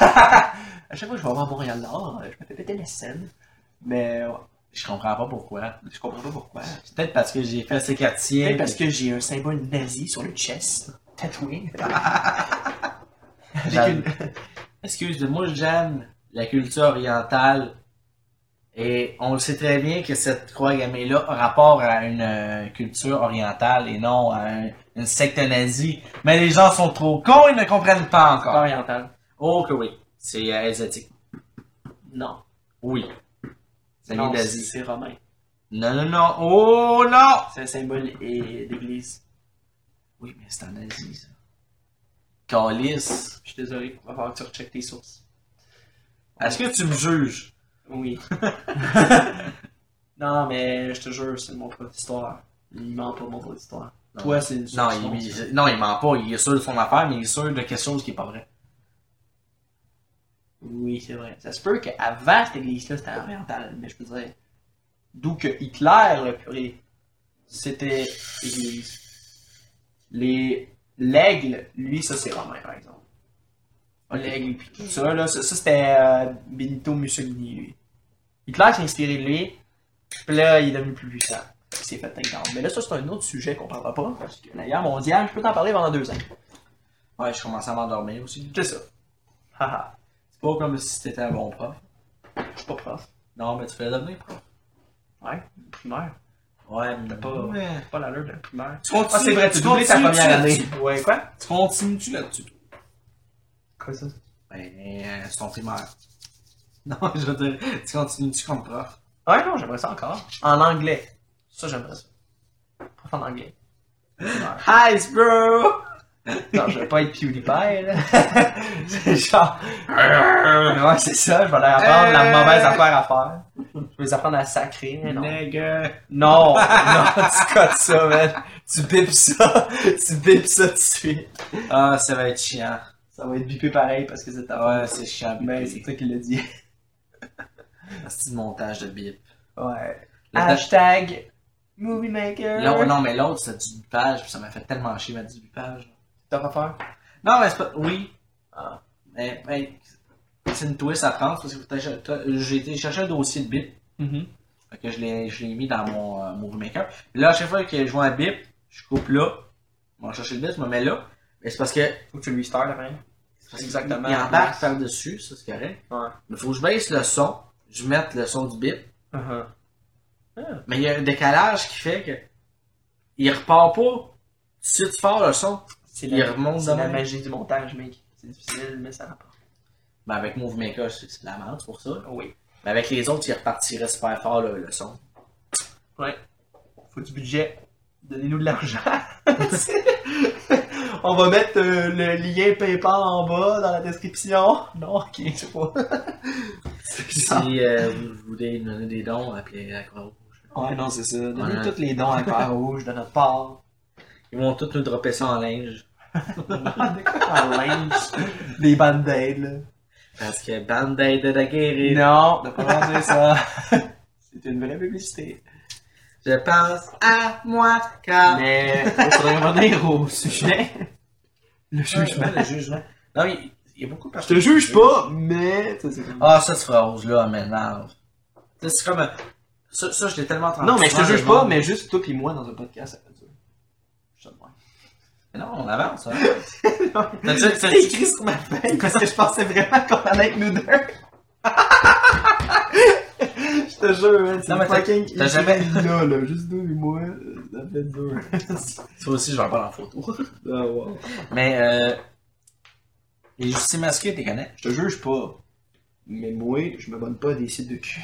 Speaker 4: À chaque fois que je vais voir Montréal-Nord, euh, je me fais péter la scène. Mais ouais,
Speaker 2: Je comprends pas pourquoi.
Speaker 4: je comprends pas pourquoi.
Speaker 2: C'est Peut-être parce que j'ai fait ces quartiers.
Speaker 4: Peut-être parce que j'ai un symbole nazi sur le chest, tatoué.
Speaker 2: J'aime- Excuse-moi, j'aime la culture orientale. Et on le sait très bien que cette croix gammée-là a rapport à une euh, culture orientale et non à un- une secte nazie. Mais les gens sont trop cons, ils ne comprennent pas encore.
Speaker 4: oriental.
Speaker 2: Oh que oui, c'est euh, asiatique.
Speaker 4: Non.
Speaker 2: Oui. C'est
Speaker 4: Non,
Speaker 2: né
Speaker 4: c'est
Speaker 2: d'Asie.
Speaker 4: c'est romain.
Speaker 2: Non, non, non. Oh non!
Speaker 4: C'est un symbole et- d'église.
Speaker 2: Oui, mais c'est en Asie, ça. Calice.
Speaker 4: Je suis désolé, il va falloir que tu recheckes tes sources.
Speaker 2: Est-ce que tu me juges?
Speaker 4: Oui. non, mais je te jure, c'est mon pot d'histoire. Il ment pas mon pot d'histoire.
Speaker 2: Non.
Speaker 4: Toi, c'est une
Speaker 2: Non,
Speaker 4: source
Speaker 2: il,
Speaker 4: fausse.
Speaker 2: il- non, il ment pas. Il est sûr de son affaire, mais il est sûr de quelque chose qui est pas vrai.
Speaker 4: Oui, c'est vrai. Ça se peut qu'avant cette église-là, c'était oriental, mais je peux dire. D'où que Hitler, le purée, c'était église. Les. L'aigle, lui, ça c'est romain, par exemple. L'aigle, puis tout ça, là, ça, ça, c'était euh, Benito Mussolini, lui. Hitler s'est inspiré de lui, puis là, il est devenu plus puissant. Il s'est fait énorme. Mais là, ça, c'est un autre sujet qu'on parlera pas, parce que la guerre mondiale, je peux t'en parler pendant deux ans.
Speaker 2: Ouais, je commence à m'endormir aussi.
Speaker 4: C'est ça. Haha,
Speaker 2: C'est pas comme si t'étais un bon prof.
Speaker 4: je suis pas prof.
Speaker 2: Non, mais tu fais devenir prof.
Speaker 4: Ouais, primaire.
Speaker 2: Ouais, mais
Speaker 4: pas-
Speaker 2: Ouais.
Speaker 4: Pas l'allure de la primaire.
Speaker 2: Tu continues,
Speaker 4: Ah, c'est vrai, tu doublé ta
Speaker 2: continues-tu
Speaker 4: première année.
Speaker 2: là-dessus?
Speaker 4: Ouais, quoi?
Speaker 2: Tu continues-tu là-dessus?
Speaker 4: Quoi ça?
Speaker 2: Ben, euh, c'est ton primaire. Non, je veux dire, tu continues-tu comme prof?
Speaker 4: Ouais, non, j'aimerais ça encore. En anglais. Ça, j'aimerais ça. Prof en anglais.
Speaker 2: Hi, bro!
Speaker 4: Non, je vais pas être PewDiePie, là. c'est genre. ouais, c'est ça, je vais leur apprendre la mauvaise affaire à faire. Je vais les apprendre à sacrer, Euh. mais Eh non.
Speaker 2: Nigga.
Speaker 4: Non, non, tu cotes ça, man. Tu bipes ça. Tu bipes ça tout de suite.
Speaker 2: Ah, ça va être chiant.
Speaker 4: Ça va être bipé pareil parce que c'est ta
Speaker 2: Ouais, c'est chiant.
Speaker 4: Mais c'est toi qui l'as dit.
Speaker 2: C'est du montage de bip.
Speaker 4: Ouais.
Speaker 2: Le-
Speaker 4: Hashtag Movie Maker.
Speaker 2: L'autre- oh non, mais l'autre, c'est du bipage, puis ça m'a fait tellement chier, ma du bipage.
Speaker 4: T'as pas peur? Ah.
Speaker 2: Non, mais c'est pas. Oui. Mais, mais c'est une twist à prendre, parce que faut t'ach- t'as- j'ai été chercher un dossier de bip.
Speaker 4: Mhm.
Speaker 2: Fait que je l'ai, je l'ai mis dans mon euh, Movie Maker. Puis là, à chaque fois que je vois un bip, je coupe là. Bon, je cherche le bip, je me mets là. Mais c'est parce que
Speaker 4: Faut que tu restart la même.
Speaker 2: Il embarque par-dessus, ça c'est correct.
Speaker 4: Ouais.
Speaker 2: Mais faut que je baisse le son, je mette le son du bip.
Speaker 4: Uh-huh.
Speaker 2: Mais il y a un décalage qui fait que. Il repart pas tout de suite fort le son.
Speaker 4: C'est
Speaker 2: Il remonte
Speaker 4: c'est
Speaker 2: de
Speaker 4: la
Speaker 2: même.
Speaker 4: magie du montage, mec. C'est difficile, mais ça rapporte.
Speaker 2: Ben avec Move Maker, c'est c'est de la merde c'est pour ça.
Speaker 4: Ah Oui.
Speaker 2: Mais avec les autres, il repartirait super fort le, le son.
Speaker 4: Faut du budget. Donnez-nous de l'argent. On va mettre euh, le lien PayPal en bas dans la description. Non, ok, je sais pas.
Speaker 2: Si
Speaker 4: ça.
Speaker 2: euh, vous vous voulez nous donner des dons, appelez la Croix-Rouge.
Speaker 4: Ah, Ouais, non, c'est ça. Donnez
Speaker 2: Ouais.
Speaker 4: toutes les dons à Croix Rouge de notre part.
Speaker 2: Ils vont tous nous dropper ça en linge.
Speaker 4: En linge. Des band-aids, là.
Speaker 2: Parce que Band-Aid de la guérir.
Speaker 4: Non, de pas dire ça. C'est une vraie publicité.
Speaker 2: Je pense à moi car.
Speaker 4: Mais il faudrait revenir au sujet. Le jugement.
Speaker 2: Le jugement. Non, mais il- il y a beaucoup de
Speaker 4: Je te juge pas, mais. tu sais, c'est comme-
Speaker 2: Ah, cette phrase-là m'énerve. Tu sais, C'est comme. un- Ça, ça, je l'ai tellement entendu.
Speaker 4: Non, mais je te
Speaker 2: souvent,
Speaker 4: juge
Speaker 2: le
Speaker 4: pas,
Speaker 2: monde.
Speaker 4: mais juste toi pis moi dans un podcast, ça fait dur. Je te demande.
Speaker 2: Mais Non, on avance, hein. T'as déjà- t'as-
Speaker 4: C'était écrit sur ma feuille parce que je pensais vraiment qu'on allait être nous deux. je te jure, man, c'est
Speaker 2: Non, mais t'as-
Speaker 4: fucking.
Speaker 2: t'as jamais-
Speaker 4: Là, là, juste nous et moi, euh, ça fait dur.
Speaker 2: Toi aussi, je vais en parler en photo.
Speaker 4: Ah, wow.
Speaker 2: Mais, euh. Les justiciers masqués, t'es connais?
Speaker 4: Je te juge pas, mais moi, je me bonne pas à des sites de cul.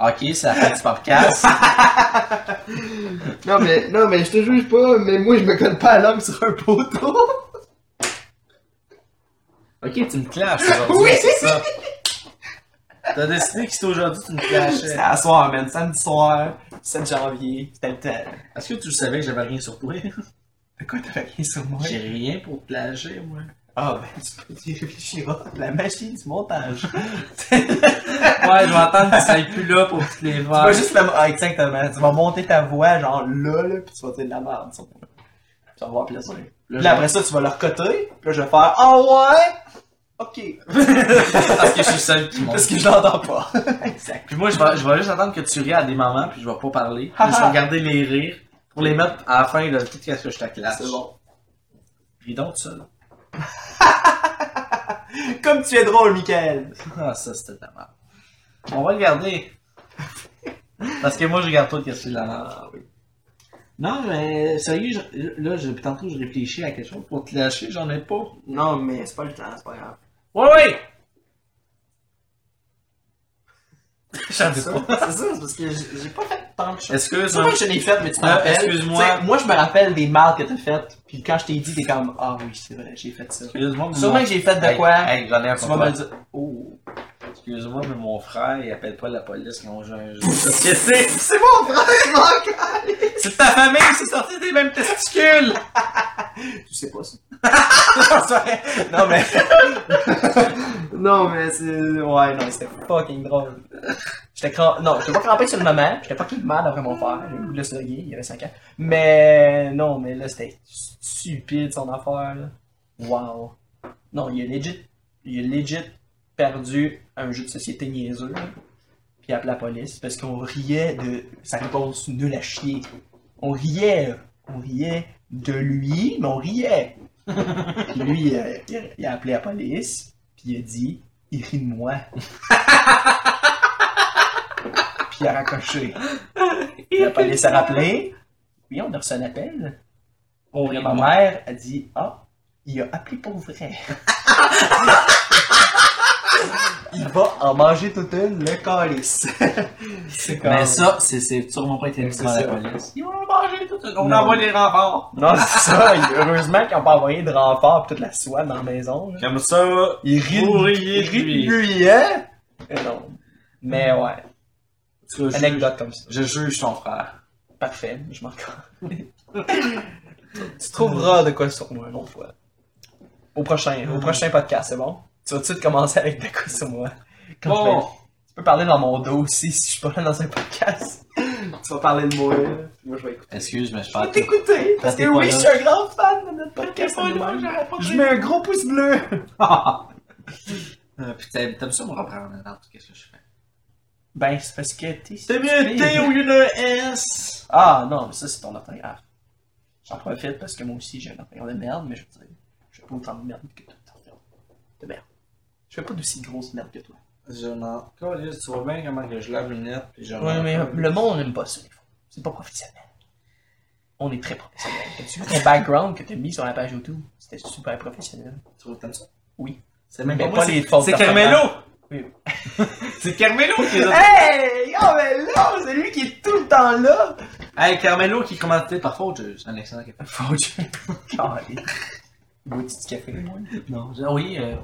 Speaker 2: Ok, c'est la fin du podcast.
Speaker 4: Non, mais, non, mais je te juge pas, mais moi, je me colle pas à l'homme sur un poteau.
Speaker 2: ok, tu me clashes aujourd'hui.
Speaker 4: Oui!
Speaker 2: c'est ça. T'as décidé que c'était aujourd'hui, tu me
Speaker 4: C'était
Speaker 2: clashais.
Speaker 4: à soir, man, samedi soir, 7 janvier, c'était le temps.
Speaker 2: Est-ce que tu savais que j'avais rien sur toi?
Speaker 4: De quoi t'as rien sur moi?
Speaker 2: J'ai rien pour clasher, moi.
Speaker 4: Ah, ben, tu peux y réfléchiras. La machine du montage.
Speaker 2: Ouais, je vais entendre que tu sois plus là pour toutes les
Speaker 4: Tu
Speaker 2: voir.
Speaker 4: vas juste la... ah, exactement. Tu vas monter ta voix, genre là, là, pis tu vas dire de la merde, ça. Puis on va voir plaisir. Puis là, après ça, tu vas le recoter, pis là, je vais faire Ah ouais! Ok.
Speaker 2: Parce que je suis seul qui monte.
Speaker 4: Parce que je l'entends pas. exact.
Speaker 2: Puis moi, je vais, je vais juste attendre que tu ris à des moments, puis je vais pas parler. Puis je vais garder les rires pour les mettre à la fin de tout ce que je te classe.
Speaker 4: C'est bon.
Speaker 2: Ris donc seul.
Speaker 4: Comme tu es drôle, Michael.
Speaker 2: Ah, ça, c'était de la merde. On va le garder. Parce que moi, je regarde toi qu'est-ce que c'est de la merde.
Speaker 4: Ah, oui.
Speaker 2: Non, mais sérieux, je- là, je, tantôt, je réfléchis à quelque chose pour te lâcher, j'en ai pas.
Speaker 4: Non, mais c'est pas le temps, c'est pas grave.
Speaker 2: Ouais, ouais! J'en ai
Speaker 4: C'est ça,
Speaker 2: pas.
Speaker 4: c'est ça, c'est parce que j'ai j'ai pas fait tant de choses. Euh, C'est
Speaker 2: Excuse-moi.
Speaker 4: vrai que je l'ai fait, mais tu te
Speaker 2: Ah,
Speaker 4: rappelles.
Speaker 2: excuse-moi.
Speaker 4: Tu sais, Moi, je me rappelle des marques que t'as faites, pis quand je t'ai dit, t'es comme Ah oui, c'est vrai, j'ai fait ça.
Speaker 2: Excuse-moi, mais
Speaker 4: Sûrement
Speaker 2: mon-
Speaker 4: que j'ai fait de
Speaker 2: Hey,
Speaker 4: quoi?
Speaker 2: hey, j'en ai un
Speaker 4: tu vas
Speaker 2: pour toi.
Speaker 4: me le dire. Oh.
Speaker 2: Excuse-moi, mais mon frère, il appelle pas la police, non, j'ai un jeu. Qu'est-ce que c'est?
Speaker 4: C'est mon frère, Marc!
Speaker 2: C'est ta famille, c'est sorti des mêmes testicules!
Speaker 4: Tu sais pas ça. non, mais. non, mais c'est. Ouais, non, c'était fucking drôle. J'étais cram... Non, j'étais pas crampé sur le moment. J'étais fucking mal après mon frère. J'ai eu le goût de le slugger, il avait 5 ans. Mais. Non, mais là, c'était stupide son affaire, là. Wow. Non, il a legit. Il a legit perdu un jeu de société niaiseux, là. Puis il appelé la police parce qu'on riait de sa réponse nulle à chier. On riait, là. on riait de lui, mais on riait. Puis lui, il a, il a- il a appelé la police, puis il a dit Il rit de moi. puis il a raccroché. Puis la police a rappelé Oui, on a reçu un appel.
Speaker 2: On
Speaker 4: Puis ma mère a dit Ah, il a appelé pour vrai. il va en manger toute une, le calice. C'est comme-
Speaker 2: Mais ça, c'est- c'est sûrement pas été dit
Speaker 4: C'est
Speaker 2: par la
Speaker 4: ça.
Speaker 2: police. Ils vont manger tout On
Speaker 4: Non.
Speaker 2: envoie les renforts.
Speaker 4: Non, c'est ça. Heureusement qu'ils n'ont pas envoyé de renfort pis toute la soie dans la maison. là.
Speaker 2: Comme ça,
Speaker 4: Il rit
Speaker 2: Vous riez de
Speaker 4: il rit
Speaker 2: lui.
Speaker 4: de lui, hein? très long. Mais ouais,
Speaker 2: Tu veux juger-
Speaker 4: anecdote comme ça.
Speaker 2: Je juge son frère.
Speaker 4: Parfait, je m'en calme. Tu trouveras de quoi sur moi une autre fois. Au prochain, au prochain podcast, c'est bon? Tu vas tout de suite commencer avec de quoi sur moi. Quand je
Speaker 2: Bon.
Speaker 4: vais- Tu peux parler dans mon dos aussi si je suis pas là dans un podcast.
Speaker 5: Tu vas parler de moi, là, puis moi je vais écouter.
Speaker 2: Excuse, mais je
Speaker 4: Je vais
Speaker 2: parle.
Speaker 4: t'écouter parce que
Speaker 2: t'es pas
Speaker 4: oui,
Speaker 2: là.
Speaker 4: je suis un grand fan de notre podcast. animal. Je mets un gros pouce bleu.
Speaker 2: Euh, puis t'aimes t'aimes ça me reprendre dans tout ce que je fais.
Speaker 4: Ben, c'est parce que t'es.
Speaker 2: C'est mieux T au lieu de S.
Speaker 4: Ah non, mais ça c'est ton orthographe. J'en profite parce que moi aussi j'ai un orthographe de merde, mais je veux dire, je fais pas autant de merde que toi. De merde. Je fais pas d'aussi grosse merde que toi.
Speaker 2: Je m'en. calisse, Tu vois bien comment que je lave une lettre puis je.
Speaker 4: Ouais, mais le monde n'aime pas ça, des fois. Euh, C'est pas professionnel. On est très professionnel. T'as-tu vu ton background que t'as mis sur la page YouTube? C'était super professionnel.
Speaker 2: Tu vois, t'aimes ça?
Speaker 4: Oui.
Speaker 2: C'est même
Speaker 4: Mais
Speaker 2: pas moi.
Speaker 4: pas les fautes.
Speaker 2: C'est
Speaker 4: d'orthographe.
Speaker 2: Carmelo!
Speaker 4: Oui.
Speaker 2: c'est Carmelo qui est là.
Speaker 4: Hey! Oh, mais là! C'est lui qui est tout le temps là!
Speaker 2: Hey, Carmelo qui commentait par faute, je- c'est un excellent café.
Speaker 4: Faut que je.
Speaker 7: Ah,
Speaker 4: Carré. Bois-tu du café, moi?
Speaker 2: Non, je- oui, euh,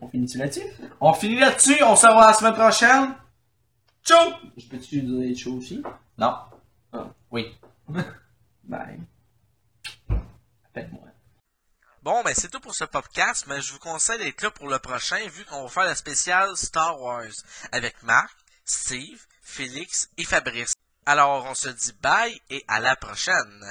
Speaker 4: On finit-tu là-dessus?
Speaker 2: on finit là-dessus, on se revoit la semaine prochaine. Ciao!
Speaker 4: Je peux-tu donner des choses aussi?
Speaker 2: Non.
Speaker 4: Bye. Appelle-moi.
Speaker 1: Bon, ben c'est tout pour ce podcast, mais je vous conseille d'être là pour le prochain, vu qu'on va faire la spéciale Star Wars avec Marc, Steve, Félix et Fabrice. Alors, on se dit bye et à la prochaine.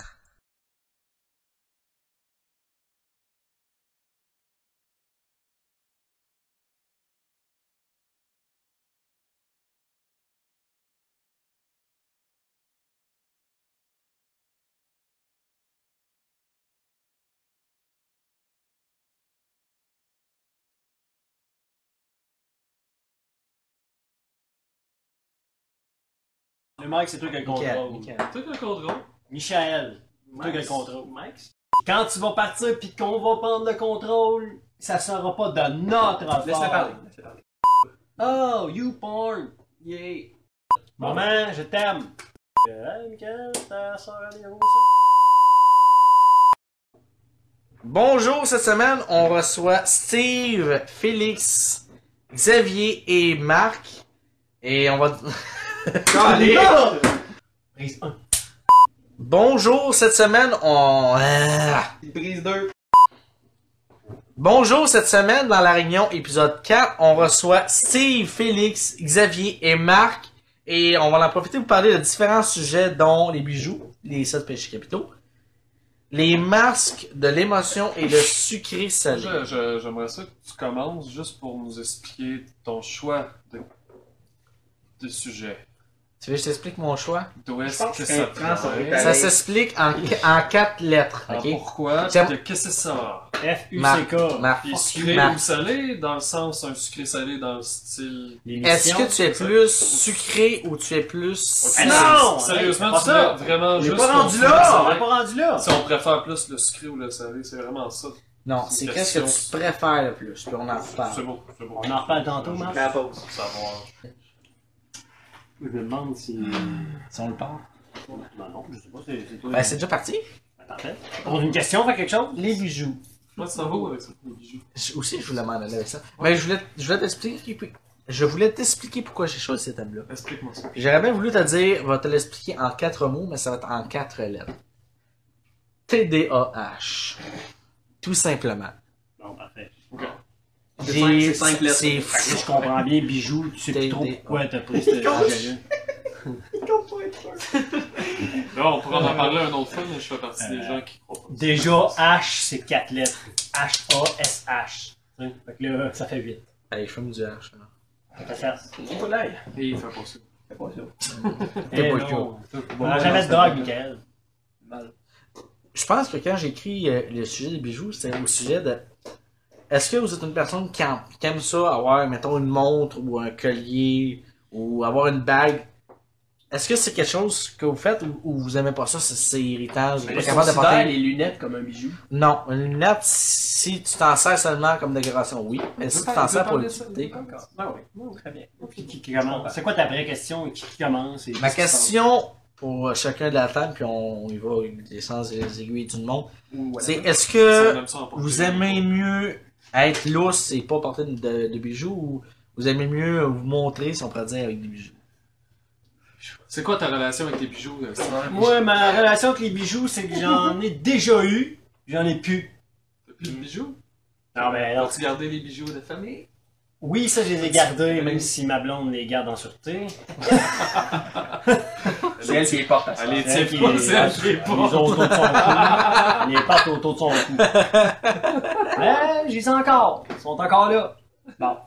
Speaker 13: Le Mike, c'est toi qui as le contrôle.
Speaker 14: Tout un contrôle.
Speaker 13: Michael, c'est toi qui as le contrôle.
Speaker 14: Max.
Speaker 13: Quand tu vas partir puis qu'on va prendre le contrôle, ça sera pas de notre affaire.
Speaker 14: Laisse-le parler.
Speaker 13: Oh, you porn. Yeah. Maman, je t'aime. Euh, hey, Michael, ta soeur a des gros seins.
Speaker 2: Bonjour, cette semaine, on reçoit Steve, Félix, Xavier et Marc. Et on va. Allez!
Speaker 13: Prise un.
Speaker 2: Bonjour, cette semaine, on. Ah.
Speaker 4: Prise 2.
Speaker 2: Bonjour, cette semaine, dans la réunion épisode 4, on reçoit Steve, Félix, Xavier et Marc. Et on va en profiter pour parler de différents sujets, dont les bijoux, les sept péchés capitaux, les masques de l'émotion et le sucré salé.
Speaker 15: Je- je- J'aimerais ça que tu commences juste pour nous expliquer ton choix de, de sujet.
Speaker 2: Tu veux que je t'explique mon choix?
Speaker 15: D'où est-ce
Speaker 5: pense
Speaker 15: que
Speaker 5: que
Speaker 15: ça
Speaker 5: c'est France, on peut
Speaker 15: vient?
Speaker 2: Ça s'explique en, en quatre lettres,
Speaker 15: Ah,
Speaker 2: ok?
Speaker 15: Pourquoi?
Speaker 2: J'aime-
Speaker 15: De qu'est-ce que ça sort?
Speaker 13: F-U-C-K.
Speaker 2: Marc,
Speaker 15: Puis sucré
Speaker 2: Marc,
Speaker 15: ou salé, dans le sens un sucré-salé dans le style...
Speaker 2: est-ce que tu es plus sucré ou tu es plus...
Speaker 13: Ah non!
Speaker 15: Sérieusement,
Speaker 13: Hey,
Speaker 15: tu
Speaker 13: c'est pas
Speaker 15: l'as
Speaker 13: ça.
Speaker 15: vraiment
Speaker 13: On
Speaker 15: juste...
Speaker 13: est pas
Speaker 15: pour
Speaker 13: rendu
Speaker 15: le
Speaker 13: là! On
Speaker 15: salé?
Speaker 13: est pas rendu là!
Speaker 15: Si on préfère plus le sucré ou le salé, c'est vraiment ça.
Speaker 2: Non, c'est
Speaker 15: Une
Speaker 2: qu'est-ce que tu
Speaker 15: question.
Speaker 2: préfères le plus, puis on en
Speaker 15: C'est
Speaker 13: Bah.
Speaker 2: reparle.
Speaker 15: beau, c'est beau.
Speaker 13: On en reparle tantôt, Marc.
Speaker 5: la pause.
Speaker 15: Faut savoir.
Speaker 13: Je me demande si.
Speaker 15: Hmm.
Speaker 2: Si on le parle.
Speaker 13: Ben non, je sais pas, c'est c'est toi.
Speaker 2: Ben, c'est déjà parti?
Speaker 13: Parfait. Pose une question, fais quelque chose?
Speaker 4: Les bijoux.
Speaker 15: Moi, ça va avec ça, les bijoux.
Speaker 2: Je- aussi, je voulais m'en aller avec ça. Mais je voulais, je voulais t'expliquer... Je voulais t'expliquer pourquoi j'ai choisi cet thème-là.
Speaker 15: Explique-moi ça.
Speaker 2: J'aurais bien voulu te dire, va te l'expliquer en quatre mots, mais ça va être en quatre lettres. TDAH. Tout simplement.
Speaker 13: Non, parfait.
Speaker 5: C'est cinq- c'est cinq lettres.
Speaker 2: C'est
Speaker 13: Fait que là, je
Speaker 2: fou.
Speaker 13: comprends bien, bijoux, tu sais plus trop
Speaker 2: T'es-
Speaker 13: pourquoi t'as pris cette engagement.
Speaker 15: Non, on pourra
Speaker 13: Euh,
Speaker 15: en parler un autre fois, mais je fais partie des gens qui croient pas.
Speaker 13: Déjà, H, c'est quatre lettres. H-A-S-H. Hein? Fait que là, ça fait 8.
Speaker 2: Allez, je fume du H. là.
Speaker 15: Et il fait pas ça.
Speaker 2: T'es
Speaker 13: Eh
Speaker 2: pas
Speaker 13: non. On
Speaker 15: Bon,
Speaker 13: n'a jamais de
Speaker 15: c'est
Speaker 13: drogue,
Speaker 15: bon.
Speaker 13: Michael.
Speaker 2: Je pense que quand j'écris euh, le sujet des bijoux, c'est au sujet de. Est-ce que vous êtes une personne qui, en- qui aime ça, avoir, mettons, une montre ou un collier ou avoir une bague? Est-ce que c'est quelque chose que vous faites ou, ou vous aimez pas ça? C'est- C'est irritant, vous êtes pas capable de porter.
Speaker 5: les lunettes comme un bijou.
Speaker 2: Non, une lunette, si tu t'en sers seulement comme décoration, oui. Mais si tu t'en sers pour l'utilité.
Speaker 4: Ah oui, très bien.
Speaker 13: Qui, qui- qui commence? C'est quoi ta vraie question? Qui, qui commence? et
Speaker 2: Ma
Speaker 13: qu'est-ce qui se passe?
Speaker 2: question pour chacun de la table, puis on y va avec les sens et les aiguilles tout le monde, c'est est-ce que.
Speaker 15: Ça, on aime ça en porter.
Speaker 2: Vous aimez mieux être lousse et pas porter de, de- de bijoux ou vous aimez mieux vous montrer, si on pourrait dire, avec des bijoux?
Speaker 15: C'est quoi ta relation avec les bijoux, euh, Simon?
Speaker 13: Moi, ma relation avec les bijoux, c'est que j'en ai déjà eu, j'en ai plus.
Speaker 15: T'as plus de bijoux?
Speaker 13: Non, mais non.
Speaker 15: As-tu gardé les bijoux de famille?
Speaker 13: Oui, ça, je les ai gardés, même si ma blonde les garde en sûreté.
Speaker 4: C'est elle qui les porte. à ce
Speaker 15: Allez,
Speaker 13: C'est
Speaker 15: tiens,
Speaker 13: elle qui
Speaker 15: pas,
Speaker 13: les-
Speaker 15: c'est elle qui est
Speaker 13: Les
Speaker 15: pas.
Speaker 13: autres autour de son cou. Les pattes autour de son cou. Mais j'y ai encore. Ils sont encore là. Bon.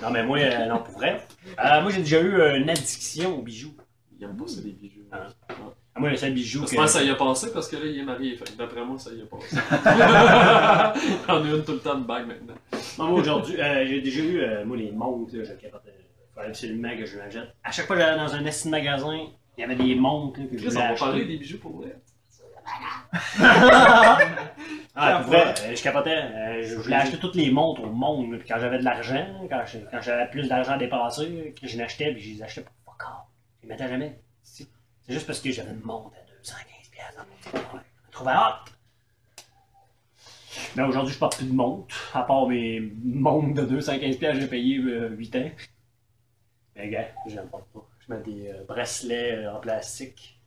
Speaker 13: Non, mais moi, euh, non, pour vrai. Euh, moi, j'ai déjà eu euh, une addiction aux bijoux.
Speaker 15: Il aime pas ça, les bijoux.
Speaker 13: Ah. Ah, Moi, le seul bijou que...
Speaker 15: J'espère que ça y a passé parce que là, il est marié. Fait que D'après moi, ça y a passé. J'en ai une tout le temps de bague maintenant.
Speaker 13: Non, moi, aujourd'hui, euh, j'ai déjà eu, euh, moi, les montres, là, je capotais. Il fallait absolument que je m'achète. À chaque fois que j'allais dans un esti de magasin, il y avait des montres là, que je
Speaker 15: Chris, on
Speaker 13: voulais
Speaker 15: va
Speaker 13: acheter.
Speaker 15: parler des bijoux pour vrai.
Speaker 13: Ah, pour vrai, euh, je capotais. Euh, je voulais acheter toutes les montres au monde. là, Puis quand j'avais de l'argent, quand je- quand j'avais plus d'argent à dépenser, que je l'achetais, puis je les achetais pour fuck all. Je les mettais jamais. C'est c'est juste parce que j'avais une montre à 215 piastres dans mon téléphone. Je me trouvais hot. Mais aujourd'hui, je porte plus de montre, à part mes montres de 215 piastres que j'ai payé 8 ans. Mais gars, je n'en porte pas. Je mets des euh, bracelets euh, en plastique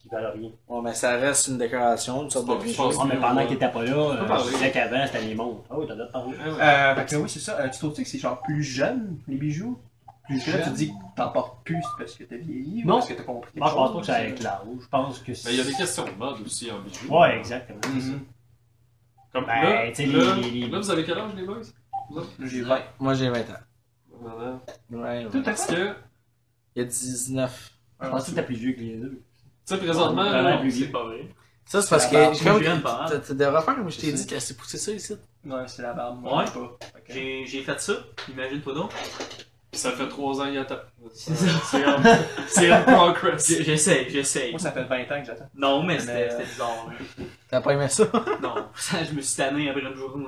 Speaker 13: qui valent rien.
Speaker 2: Bon, mais ça reste une décoration, une sorte de
Speaker 15: Bon, je
Speaker 2: bijou.
Speaker 15: pense
Speaker 13: Ah, mais
Speaker 15: que-
Speaker 13: pendant que t'étais pas là,
Speaker 15: Faut
Speaker 13: euh,
Speaker 15: parler.
Speaker 13: je disais qu'avant, c'était les montres. Ah oui, t'as d'autres parler.
Speaker 15: Ah ouais.
Speaker 7: Euh, fait que oui, c'est ça. Euh, tu trouves-tu que c'est genre plus jeune, les bijoux? Plus jeune, tu dis que t'en portes plus parce que t'as vieilli
Speaker 13: Non.
Speaker 7: ou parce que t'as compris quelque
Speaker 13: Moi, je pense pas
Speaker 7: chose?
Speaker 13: que c'est avec l'âge. Je pense que c'est.
Speaker 15: Mais Ben, il y a des questions de mode aussi en bijoux.
Speaker 13: Ouais, exactement.
Speaker 7: Mhm.
Speaker 15: Comme
Speaker 13: Ben,
Speaker 15: là,
Speaker 13: tu sais,
Speaker 15: là,
Speaker 13: les- les-
Speaker 15: là, vous avez quel âge, les boys?
Speaker 7: J'ai 20.
Speaker 2: Moi, j'ai 20 ans.
Speaker 15: Voilà.
Speaker 2: Ouais, ouais.
Speaker 7: Tout à
Speaker 15: Parce
Speaker 7: fait.
Speaker 15: que, tu
Speaker 2: Il y a 19.
Speaker 13: Je pense que t'es plus vieux que les deux.
Speaker 15: sais, présentement,
Speaker 13: Ouais,
Speaker 15: là,
Speaker 13: ouais, plus
Speaker 15: c'est
Speaker 13: vieux.
Speaker 15: pas vrai.
Speaker 2: Ça, c'est parce
Speaker 7: La
Speaker 2: que,
Speaker 7: barbe,
Speaker 2: comme
Speaker 5: j'ai une barbe.
Speaker 2: tu- tu devrais faire, moi, je t'ai dit qu'elle s'est poussée ça ici.
Speaker 7: Ouais, c'est la barbe.
Speaker 5: Ouais.
Speaker 7: je sais pas. Fait que-
Speaker 5: J'ai j'ai fait ça, imagine-toi donc.
Speaker 15: Puis ça fait 3 ans qu'il attend.
Speaker 5: C'est ça.
Speaker 15: C'est en- C'est en progress.
Speaker 5: J'- J'essaye, j'essaye.
Speaker 7: Moi, ça fait 20 ans que j'attends.
Speaker 5: Non, mais
Speaker 7: Mais,
Speaker 5: c'était
Speaker 7: euh,
Speaker 5: c'était bizarre. là.
Speaker 2: T'as pas aimé ça?
Speaker 5: Non, ça, je me suis tanné après une journée.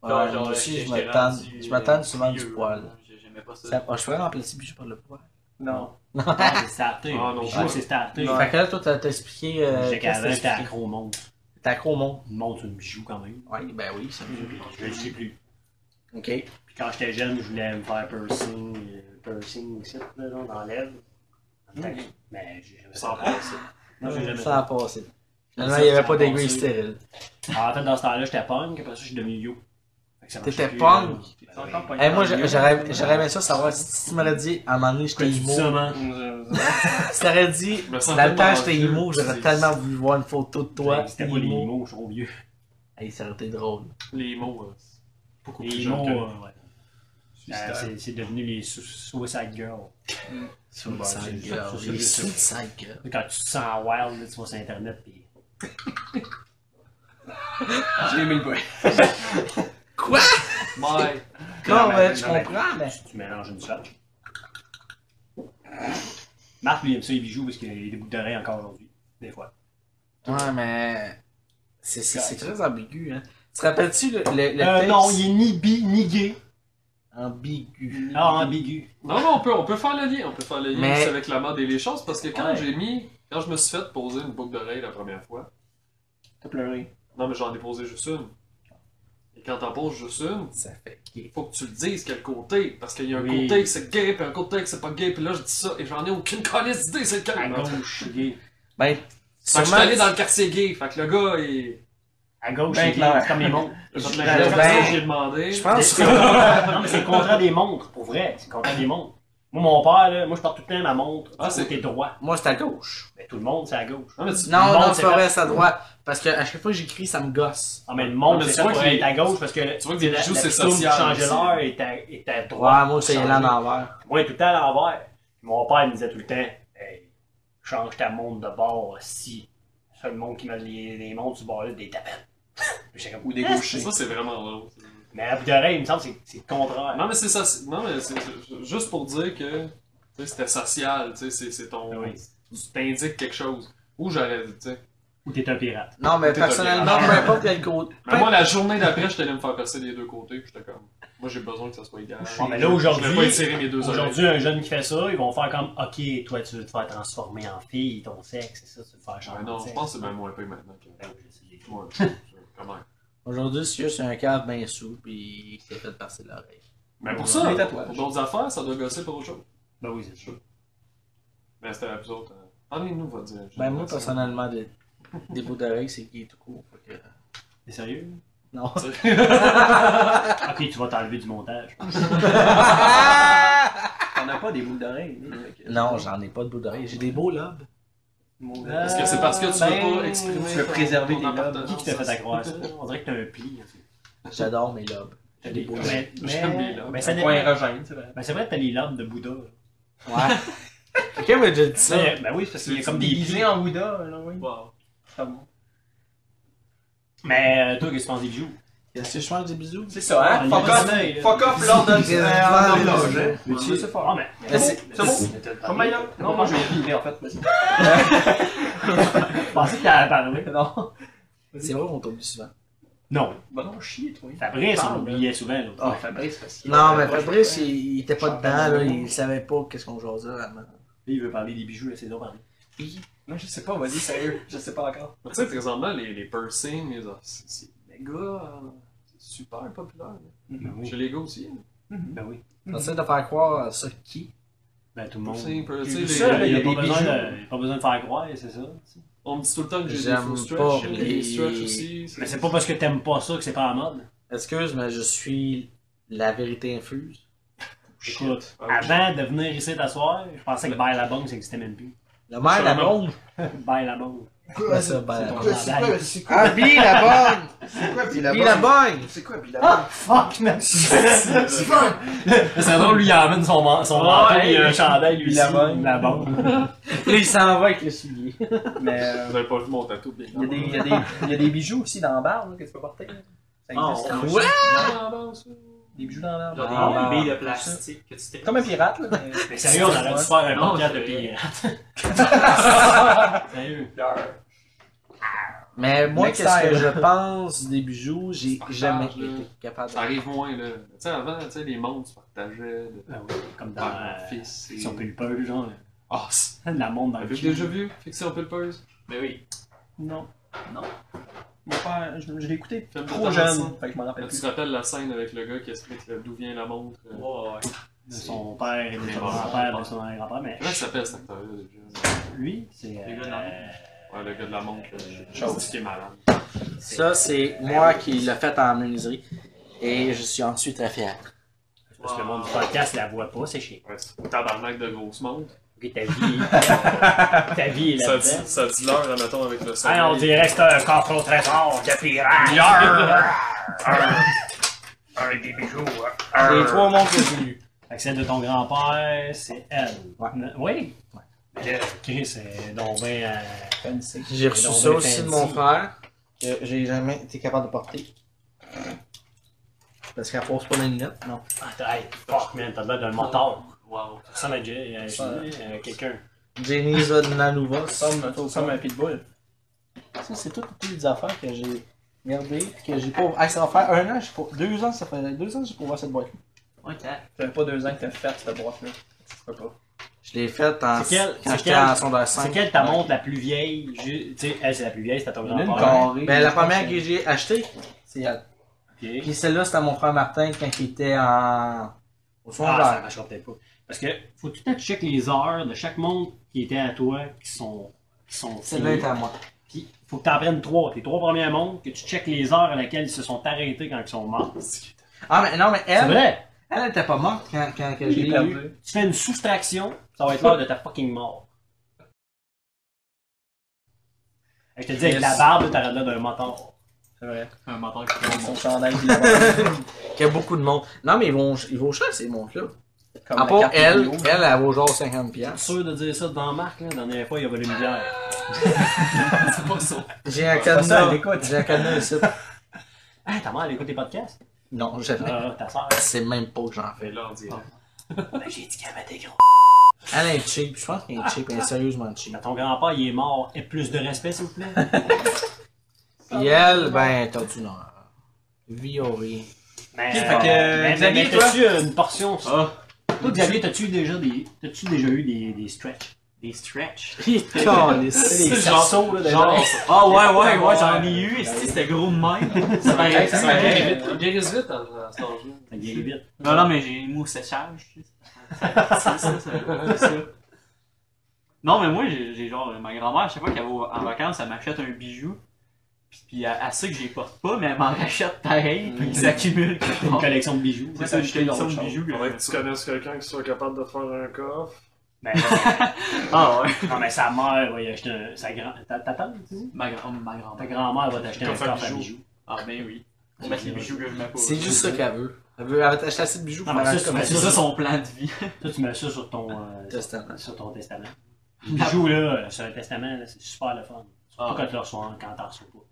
Speaker 2: Ouais,
Speaker 5: Genre,
Speaker 2: moi
Speaker 5: genre,
Speaker 2: aussi, je
Speaker 5: j'étais
Speaker 2: me tanne-
Speaker 5: rendu,
Speaker 2: je me tanne
Speaker 5: euh,
Speaker 2: souvent du
Speaker 5: vieux,
Speaker 2: poil.
Speaker 5: là. J'aimais pas ça.
Speaker 2: Ça- oh, Je pourrais remplacer bijou par le poids.
Speaker 7: Non.
Speaker 13: Non, c'est starté.
Speaker 15: Ah, non,
Speaker 13: Je
Speaker 15: ouais.
Speaker 13: trouve que c'est starté.
Speaker 2: Fait que là, toi, t'as t'as expliqué. euh, qu'est-ce
Speaker 13: J'ai
Speaker 2: que
Speaker 13: qu'avant,
Speaker 2: t'as
Speaker 13: j'étais
Speaker 2: expliqué?
Speaker 13: accro au monde.
Speaker 2: T'es accro au monde.
Speaker 13: Le monde, c'est un bijou quand même.
Speaker 2: Oui, ben oui, c'est bijou.
Speaker 13: Je le sais plus.
Speaker 2: Ok.
Speaker 13: Puis quand j'étais jeune, je voulais me faire piercing, euh, piercing ici, là, genre, dans l'œil. Mais ben, j'ai jamais ça.
Speaker 15: Mhm. Sans passer.
Speaker 13: Moi, j'ai jamais
Speaker 2: Ça
Speaker 13: ça.
Speaker 2: a passé. Finalement, il n'y avait
Speaker 13: Ça
Speaker 2: pas
Speaker 13: a
Speaker 2: d'aiguille
Speaker 13: passé.
Speaker 2: stérile.
Speaker 13: En fait, dans ce temps-là, j'étais punk, après ça, je suis devenu yo. Fait que ça marchait
Speaker 2: T'étais
Speaker 13: plus,
Speaker 2: punk?
Speaker 13: là.
Speaker 7: T'es
Speaker 13: Ben oui.
Speaker 7: encore pas
Speaker 2: Eh moi, j'a- j'aurais j'aurais aimé ça savoir si tu m'aurais dit, à un moment donné, j'étais
Speaker 13: Pourquoi tu dis
Speaker 2: immo.
Speaker 13: ça, man?
Speaker 15: euh,
Speaker 2: Si t'aurais dit,
Speaker 15: Je me sens
Speaker 2: dans le temps,
Speaker 15: tellement
Speaker 2: j'étais
Speaker 15: vieux,
Speaker 2: immo, j'aurais
Speaker 15: c'est-
Speaker 2: tellement voulu voir une photo de toi.
Speaker 13: C'était pas les
Speaker 2: immo.
Speaker 13: mots, je suis trop vieux.
Speaker 2: Eh, ça aurait été drôle.
Speaker 15: Les mots, euh, c'est beaucoup plus
Speaker 13: Les
Speaker 15: jeune
Speaker 13: mots,
Speaker 15: que-
Speaker 13: euh, ouais. Euh, c'est- c'est devenu les su- Suicide Girls.
Speaker 2: Suicide
Speaker 13: c'est-
Speaker 2: Girl.
Speaker 13: c'est-
Speaker 2: Les
Speaker 13: c'est-
Speaker 2: Suicide Girl.
Speaker 13: Quand tu te sens wild, là, tu vas sur Internet pis.
Speaker 7: J'ai aimé le boy.
Speaker 2: Quoi?
Speaker 15: Bye.
Speaker 2: Non,
Speaker 13: Non,
Speaker 2: mais
Speaker 13: mais-
Speaker 2: je
Speaker 13: non, mais-
Speaker 2: comprends, mais.
Speaker 13: Tu mélanges une sorte. Marc, lui, il aime ça, les bijoux parce qu'il a des boucles d'oreilles encore aujourd'hui. Des fois.
Speaker 2: Ouais, mais. C'est c'est- c'est très ambigu, hein. Tu te rappelles-tu le, le, le
Speaker 13: Euh,
Speaker 2: texte?
Speaker 13: non, il est ni bi, ni gay.
Speaker 2: Ambigu.
Speaker 13: Ah, ambigu.
Speaker 15: Non, non, on peut, on peut faire le lien. On peut faire le lien
Speaker 2: Mais-
Speaker 15: aussi avec la mode et les choses parce que quand
Speaker 13: Ouais.
Speaker 15: j'ai mis. Quand je me suis fait poser une boucle d'oreille la première fois.
Speaker 7: T'as pleuré.
Speaker 15: Non, mais j'en ai posé juste une. Et quand t'en poses juste une,
Speaker 2: Ça fait gay.
Speaker 15: faut que tu le dises quel côté. Parce qu'il y a un
Speaker 13: Oui.
Speaker 15: côté que c'est gay, puis un côté que c'est pas gay, puis là je dis ça, et j'en ai aucune connaisse d'idée, c'est lequel.
Speaker 13: À
Speaker 15: Fait que
Speaker 13: gauche, c'est gay.
Speaker 2: Ben,
Speaker 15: je suis allé dans le quartier gay, fait que le gars, il.
Speaker 13: À gauche,
Speaker 7: Ben
Speaker 13: c'est gay.
Speaker 7: clair.
Speaker 13: C'est comme les montres.
Speaker 15: Je
Speaker 13: Je-
Speaker 15: l'ai-
Speaker 13: Ben,
Speaker 15: je l'ai demandé.
Speaker 2: Je pense que.
Speaker 13: non, mais c'est le contraire des montres, pour vrai. C'est le contraire des montres. Moi, mon père, là, moi, je porte tout le temps ma montre.
Speaker 15: Ah,
Speaker 13: Ah,
Speaker 15: c'est-
Speaker 13: c'est côté droit.
Speaker 2: Moi, c'est à gauche.
Speaker 13: Mais tout le monde, c'est à gauche.
Speaker 15: Non, mais tu-
Speaker 2: Non,
Speaker 13: Bon,
Speaker 2: non,
Speaker 13: c'est
Speaker 2: c'est pas
Speaker 13: fait.
Speaker 2: vrai, c'est à droite. Parce que à chaque fois que j'écris, ça me gosse.
Speaker 13: Ah, mais le
Speaker 15: Ah,
Speaker 13: monde,
Speaker 15: mais
Speaker 13: c'est
Speaker 15: tu
Speaker 13: ça
Speaker 15: vois
Speaker 13: pour
Speaker 15: qu'il-
Speaker 13: être à gauche parce que
Speaker 15: tu vois que des
Speaker 13: la-
Speaker 15: bijoux,
Speaker 13: la
Speaker 15: c'est
Speaker 13: pitoune qui
Speaker 15: social
Speaker 13: changeait
Speaker 15: aussi.
Speaker 13: l'heure est à, est à droite.
Speaker 2: Ouais, moi, c'est là en envers.
Speaker 13: Moi, tout le temps à l'envers. Puis Mon père me disait tout le temps Hey, change ta montre de bord si. C'est le monde qui met les, les montres du bord-là, des tapettes. Puis j'étais comme,
Speaker 7: Ou des
Speaker 13: Ah,
Speaker 7: gauchers.
Speaker 15: Ça, c'est vraiment long.
Speaker 13: Mais à bout d'oreille, il me semble que c'est- c'est le contraire.
Speaker 15: Non, mais c'est ça. c'est- Non, mais c'est c'est- juste pour dire que tu sais, c'était social, tu sais, c'est- c'est ton.
Speaker 13: Ah Oui.
Speaker 15: Tu t'indiques quelque chose. Où j'allais, tu sais.
Speaker 13: Ou t'es un pirate.
Speaker 2: Non, mais
Speaker 15: Tout est
Speaker 2: personnellement,
Speaker 15: ok.
Speaker 2: peu importe quel côté.
Speaker 15: Mais moi, la journée d'après, j'étais allé me faire percer les deux côtés, puis j'étais comme. Moi, j'ai besoin que ça soit égal.
Speaker 13: Bon, Ah, mais là, aujourd'hui-
Speaker 15: Je voulais pas étirer mes deux oreilles.
Speaker 13: Aujourd'hui, un jeune qui fait ça, ils vont faire comme Ok, toi, tu veux te faire transformer en fille, ton sexe, c'est ça, tu veux te faire changer.
Speaker 15: Ouais,
Speaker 13: de
Speaker 15: Ah, non, je
Speaker 13: sexe.
Speaker 15: pense que c'est même moins payé maintenant que.
Speaker 13: Ben oui, je sais.
Speaker 15: Ouais, je- je- Comment
Speaker 2: Aujourd'hui, c'est juste un cave bien sous, puis qui s'est fait passer l'oreille.
Speaker 15: Mais Ben, pour
Speaker 2: Ouais.
Speaker 15: ça,
Speaker 2: Les
Speaker 15: pour d'autres affaires, ça doit gosser pour autre chose.
Speaker 13: Ben oui, c'est sûr.
Speaker 15: Mais c'était à vous autres. euh, Parlez-nous, va dire.
Speaker 2: Ben, moi, personnellement, des, des bouts d'oreille, c'est qui est tout court. fait que-
Speaker 13: T'es sérieux?
Speaker 2: Non.
Speaker 13: Ok, tu vas t'enlever du montage.
Speaker 7: T'en as pas des boules d'oreilles.
Speaker 2: Non, j'en ai pas de bouts d'oreille. J'ai des beaux lobes.
Speaker 15: Est-ce que c'est parce que tu veux
Speaker 13: ben,
Speaker 15: pas exprimer.
Speaker 7: tu veux préserver
Speaker 15: ton
Speaker 7: tes lobes.
Speaker 15: appartenance
Speaker 13: Qui qui t'a fait accroire ça? On dirait que t'as un pli.
Speaker 2: J'adore mes lobes.
Speaker 13: T'as des beaux
Speaker 15: Ouais.
Speaker 13: mais,
Speaker 15: J'aime les
Speaker 13: mais,
Speaker 15: lobes.
Speaker 13: mais ça
Speaker 7: Point
Speaker 13: dépend.
Speaker 7: érogène, c'est vrai.
Speaker 13: Ben c'est vrai que t'as les lames de Bouddha.
Speaker 2: Ouais. Quelqu'un m'a déjà dit ça.
Speaker 13: Ben, ben oui, c'est parce qu'il y a comme des plis.
Speaker 7: Déguisé en Bouddha, là, oui.
Speaker 5: Wow.
Speaker 7: Pas bon.
Speaker 13: Mais euh, toi, qu'est-ce que tu penses des bijoux?
Speaker 2: Est-ce que je mange des bisous?
Speaker 7: C'est ça, hein?
Speaker 13: Ah,
Speaker 7: Fuck
Speaker 13: il y a
Speaker 7: off,
Speaker 13: un œil, là.
Speaker 7: fuck off l'ordre de
Speaker 6: Il reste vers les
Speaker 7: l'ordre
Speaker 6: loges, hein.
Speaker 7: de- Ouais, c'est fort.
Speaker 13: Ah, mais.
Speaker 2: Mais c'est-
Speaker 7: C'est bon.
Speaker 13: Mais t'as- t'as-
Speaker 7: Pas mal, là. Non, moi, je vais vider, en fait.
Speaker 13: Je pensais que t'allais parler.
Speaker 7: Non.
Speaker 2: C'est vrai qu'on t'oublie souvent.
Speaker 13: Non.
Speaker 7: Bah non, chier, toi.
Speaker 13: Fabrice, on
Speaker 7: Parle,
Speaker 13: l'oubliait souvent. l'autre
Speaker 7: Ah,
Speaker 13: fois.
Speaker 7: Fabrice, parce qu'il.
Speaker 2: Non, mais Fabrice, il, il était pas
Speaker 7: Chanteur
Speaker 2: dedans, là.
Speaker 7: de
Speaker 2: Il savait pas qu'est-ce qu'on jasait vraiment.
Speaker 13: Lui, il veut parler des bijoux, là, c'est drôle. hein.
Speaker 7: Non, je sais pas, vas-y, sérieux. Je sais pas encore.
Speaker 15: Tu sais, présentement, les, les piercings, les- c'est c'est méga. euh, c'est super populaire. là.
Speaker 13: Ben oui.
Speaker 15: Chez les gars aussi. hein. là.
Speaker 13: Ben oui.
Speaker 2: J'essaie de faire croire à ça qui.
Speaker 13: Ben tout le monde.
Speaker 15: Piercing, piercing,
Speaker 13: C'est
Speaker 15: les-
Speaker 13: ça, là,
Speaker 15: les-
Speaker 13: il n'y a,
Speaker 15: les
Speaker 13: pas besoin
Speaker 15: bijoux.
Speaker 13: de- il y a pas besoin de faire croire, c'est ça. tu sais.
Speaker 15: On me dit tout le temps que j'ai des
Speaker 2: J'aime
Speaker 15: faux
Speaker 2: pas
Speaker 15: stretch. j'ai
Speaker 2: les-
Speaker 15: Des stretch aussi.
Speaker 13: Mais c'est pas parce que t'aimes pas ça que c'est pas en mode.
Speaker 2: Excuse, mais je suis la vérité infuse.
Speaker 13: Écoute,
Speaker 15: Ah oui.
Speaker 13: avant de venir ici t'asseoir, je pensais que Bail la bombe, ça n'existait même plus.
Speaker 2: Le maire, la
Speaker 15: Sûrement.
Speaker 2: bombe.
Speaker 13: Bail la bombe.
Speaker 2: Ouais, ça, ben, la
Speaker 13: ton genre.
Speaker 2: bombe.
Speaker 6: C'est quoi, c'est quoi,
Speaker 2: Ah, Bill, la bombe!
Speaker 6: c'est quoi, puis la
Speaker 2: Bill, la
Speaker 6: bombe?
Speaker 2: bombe!
Speaker 6: C'est quoi, puis la
Speaker 13: Ah, fuck, man! C'est drôle, lui, il amène son, man- son manteau,
Speaker 7: ouais,
Speaker 13: il a un chandail, lui,
Speaker 7: la
Speaker 13: ici,
Speaker 7: bombe.
Speaker 13: La bombe.
Speaker 2: Là, il s'en va avec le soulier.
Speaker 7: Mais. euh,
Speaker 15: Vous avez pas vu mon tatou bien.
Speaker 7: Il y, a des, il, y a des, il y a des bijoux aussi dans la barbe là, que tu peux porter. là. Ça existe. hein,
Speaker 5: Ah,
Speaker 2: Ouais!
Speaker 15: ben,
Speaker 7: Des bijoux dans la barbe.
Speaker 5: Genre des
Speaker 2: Ah,
Speaker 5: billes
Speaker 2: bah.
Speaker 5: de plastique que tu t'es.
Speaker 7: Comme un pirate, là. mais-
Speaker 13: Mais sérieux, on aurait dû faire un
Speaker 5: Non,
Speaker 13: podcast
Speaker 5: c'est
Speaker 13: de
Speaker 5: vrai.
Speaker 13: pirates. Sérieux.
Speaker 2: Mais moi,
Speaker 7: Next
Speaker 2: qu'est-ce que
Speaker 7: time.
Speaker 2: je pense des bijoux, j'ai
Speaker 15: Partage,
Speaker 2: jamais
Speaker 15: là.
Speaker 2: été capable
Speaker 15: Ça
Speaker 2: de...
Speaker 15: arrive moins, là. Tu sais, avant, tu sais, les mondes, tu partageais. De...
Speaker 13: Ben oui, comme dans
Speaker 15: Père,
Speaker 13: euh,
Speaker 15: fils. et-
Speaker 13: Fiction Pulpeuse, genre.
Speaker 15: Ah, c'est-
Speaker 13: De la monde dans le
Speaker 15: Avez-vous
Speaker 13: cul.
Speaker 15: déjà vu Fiction Pulpeuse?
Speaker 5: Mais oui.
Speaker 7: Non. Non. Mon père, je, je l'ai écouté
Speaker 15: Film de
Speaker 7: trop
Speaker 15: Tarantino.
Speaker 7: jeune. Fait que je m'en rappelle
Speaker 15: Là, Tu
Speaker 7: plus.
Speaker 15: te rappelles la scène avec le gars qui explique euh, d'où vient la montre? euh,
Speaker 5: Ouais, ouais.
Speaker 13: De son père et de
Speaker 15: C'est
Speaker 13: son
Speaker 15: bon.
Speaker 13: grand-père, de son grand-père, mais
Speaker 15: Comment il s'appelle cet acteur-là déjà?
Speaker 13: lui, c'est.
Speaker 5: Le gars de la
Speaker 13: euh,
Speaker 15: Ouais, le gars de la montre. Chose qui est malade.
Speaker 2: Ça, c'est moi qui l'ai fait en menuiserie. Et je suis ensuite très fier.
Speaker 13: Parce que le monde du podcast la voit pas, c'est chier.
Speaker 15: Ouais, c'est un tabarnak de grosse montre.
Speaker 13: Ok, ta vie. ta vie est
Speaker 15: Ça
Speaker 13: là-dedans.
Speaker 15: dit, ça dit l'heure, admettons, avec
Speaker 4: Ah,
Speaker 15: le soleil.
Speaker 13: Hey, on dirait que c'est un coffre au trésor de pirate. Avec des bijoux. hein.
Speaker 2: Les trois montres que j'ai eues.
Speaker 13: Fait que celle de ton grand-père, c'est elle.
Speaker 2: Ouais.
Speaker 13: Ne- Oui? Ouais. Chris, c'est donc bien. euh,
Speaker 2: J'ai reçu
Speaker 13: Donc,
Speaker 2: ça
Speaker 13: ben,
Speaker 2: aussi de
Speaker 13: fancy.
Speaker 2: mon frère, que j'ai jamais été capable de porter. Parce qu'elle pose pas dans les lunettes, non.
Speaker 13: Ah, t'as- hey, fuck man, t'as l'air d'un motard.
Speaker 5: Wow.
Speaker 13: Ça ressemble à Jay- à Jimmy, euh, quelqu'un.
Speaker 2: Jenny Zodnanova.
Speaker 7: Somme, somme un pitbull.
Speaker 2: Ça, c'est toutes les affaires que j'ai gardées, que j'ai pas. Ah, ça va faire un an, j'ai pas- deux ans, ça fait deux ans que j'ai pas ouvert cette boîte.
Speaker 5: Ok.
Speaker 7: J'avais pas deux ans que t'as fait cette boîte-là. Je peux pas.
Speaker 2: Je l'ai faite en...
Speaker 13: C'est quelle-
Speaker 2: quand
Speaker 13: c'est
Speaker 2: j'étais
Speaker 13: quelle-
Speaker 2: en sondage
Speaker 13: C'est
Speaker 2: 5.
Speaker 13: quelle ta montre la plus vieille? Ju- Tu sais, elle, c'est la plus vieille, c'était ton
Speaker 7: Il
Speaker 13: hein?
Speaker 7: y en a une
Speaker 13: grand-père.
Speaker 7: carrée,
Speaker 2: Ben, la
Speaker 7: je pense
Speaker 2: première
Speaker 7: que-
Speaker 2: que j'ai achetée, c'est elle.
Speaker 13: Ok.
Speaker 2: Puis celle-là, c'était à mon frère Martin quand il était en... au
Speaker 13: Ah, ça
Speaker 2: sondage.
Speaker 13: marchera peut-être pas. Parce que faut tout le temps que tu checkes les heures de chaque monde qui était à toi qui sont. Qui sont
Speaker 2: Celle-là
Speaker 13: signées.
Speaker 2: est à moi.
Speaker 13: Puis faut que tu en prennes trois. Tes trois premiers mondes, que tu checkes les heures à laquelle ils se sont arrêtés quand ils sont morts. C'est
Speaker 2: Ah, mais non, mais elle,
Speaker 13: vrai!
Speaker 2: elle était pas morte quand, quand que je
Speaker 7: J'ai
Speaker 2: l'ai eue.
Speaker 7: perdu.
Speaker 13: Tu fais une soustraction, ça va être l'heure de ta fucking mort. Et Je te dis, avec
Speaker 2: Yes.
Speaker 13: la barbe, t'arrêtes là d'un mentor.
Speaker 7: C'est vrai.
Speaker 5: Un menteur qui
Speaker 7: Avec
Speaker 5: tombe.
Speaker 7: Son chandail qui est
Speaker 2: Qu'il y a beaucoup de monde. Non, mais ils vont, ils vont cher, ces montres-là.
Speaker 7: comme
Speaker 2: À
Speaker 7: la
Speaker 2: part
Speaker 7: carte
Speaker 2: Ah, elle,
Speaker 7: vidéo, là.
Speaker 2: elle, elle vaut genre 50$. piastres.
Speaker 13: Sûr de dire ça devant Marc, là, la dernière fois, il a volé une bière.
Speaker 2: J'ai un
Speaker 7: pas ça, elle
Speaker 2: cadenas.
Speaker 7: l'écoute.
Speaker 2: J'ai un cadenas ici.
Speaker 13: Ah, ta mère, elle écoute tes podcasts?
Speaker 2: Non, jamais.
Speaker 13: Ah, ta soeur.
Speaker 2: C'est même pas que j'en fais.
Speaker 15: Mais là, on dirait.
Speaker 13: j'ai dit qu'elle avait des gros.
Speaker 2: Elle est cheap. Je pense qu'elle est cheap. Elle est sérieusement cheap.
Speaker 13: Ton grand-père, il est mort. Et plus de respect, s'il vous plaît.
Speaker 2: Puis elle, ben, t'as du nord. Vie au rien.
Speaker 13: Mais,
Speaker 7: fait que,
Speaker 13: mais-
Speaker 7: Xavier,
Speaker 13: mais
Speaker 7: toi?
Speaker 13: t'as-tu une euh, portion? ça?
Speaker 5: Ah.
Speaker 13: Toi, Xavier, t'as-tu déjà, des, t'as-tu déjà eu des, des stretch?
Speaker 5: Des stretch.
Speaker 13: C'est des
Speaker 5: genre-
Speaker 13: cerceaux, là,
Speaker 5: Genre,
Speaker 13: dedans.
Speaker 5: ah ouais, ouais, ouais, j'en ai eu, et si, c'était gros de même. Ça paraît, ça paraît.
Speaker 15: Il guérisse vite dans dans cet âge-là.
Speaker 13: Ça guérit vite.
Speaker 5: Non, non, mais j'ai une mousse séchage. tu sais. C'est ça, ça, ça, ça. Non, mais moi, j'ai j'ai genre, ma grand-mère, à chaque fois qu'elle va en vacances, elle m'achète un bijou. Puis, puis elle, elle sait que je les porte pas, mais elle m'en rachète pareil, puis ils s'accumulent. quelque
Speaker 13: Une
Speaker 5: part.
Speaker 13: collection de bijoux.
Speaker 5: C'est ça, une collection de bijoux. que
Speaker 15: Faudrait que
Speaker 5: je-
Speaker 15: tu connaisses quelqu'un qui soit capable de faire un coffre.
Speaker 13: Ben,
Speaker 5: Ah ouais,
Speaker 13: non, mais sa mère va y acheter un. Sa grand... ta, ta tante, tu dis
Speaker 5: ma, grand- ma
Speaker 13: Ta
Speaker 5: grand-mère.
Speaker 13: grand-mère va t'acheter un
Speaker 15: Coffre à
Speaker 13: coffre à
Speaker 15: bijoux.
Speaker 13: bijoux.
Speaker 5: Ah ben oui. On met les bijoux que je mets pas. Ben,
Speaker 2: C'est juste ça qu'elle veut. Elle veut acheter assez de bijoux
Speaker 13: Non,
Speaker 2: pour
Speaker 13: mais
Speaker 2: faire
Speaker 13: ça,
Speaker 2: comme
Speaker 13: mais
Speaker 5: C'est ça
Speaker 2: ça.
Speaker 5: son plan de vie.
Speaker 13: Toi, tu mets ça sur ton, euh,
Speaker 2: Testament.
Speaker 13: sur ton testament. Les bijoux, là, euh, sur un testament, là, c'est super le fun. Surtout
Speaker 5: Ah.
Speaker 13: quand tu le reçois, quand t'en reçois pas.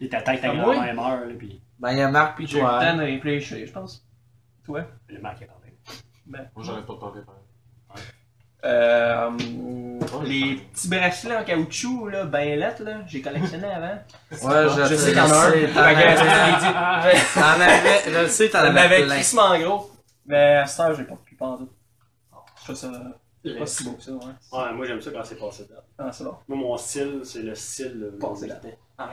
Speaker 13: Et t'attends que ta
Speaker 4: Ah,
Speaker 13: grand-mère meure, là, puis
Speaker 2: Ben, il y a Marc puis
Speaker 4: J'ai eu le
Speaker 2: toi.
Speaker 4: temps de réfléchir, je pense.
Speaker 13: le marque est parlé.
Speaker 15: Moi, j'arrête pas de parler pareil.
Speaker 4: Euh, les petits bracelets en caoutchouc, là, ben lettres, là, j'ai collectionné avant.
Speaker 2: Ouais, je,
Speaker 4: Je sais qu'il y en a un.
Speaker 2: je sais, T'en
Speaker 4: Fait que-
Speaker 2: avais, t'en avais, je le sais, t'en
Speaker 4: Elle
Speaker 2: avais
Speaker 4: m'avait
Speaker 2: plein.
Speaker 4: crissement gros. Mais à cette heure, je l'ai pas plus pantoute. Je trouve ça pas si beau que ça, ouais.
Speaker 13: Ouais, moi, j'aime ça quand c'est passé dedans.
Speaker 4: Ah, c'est bon.
Speaker 13: Moi, mon style, c'est le style. euh,
Speaker 4: Passé
Speaker 13: huit
Speaker 4: dedans.
Speaker 13: dedans.
Speaker 2: Ah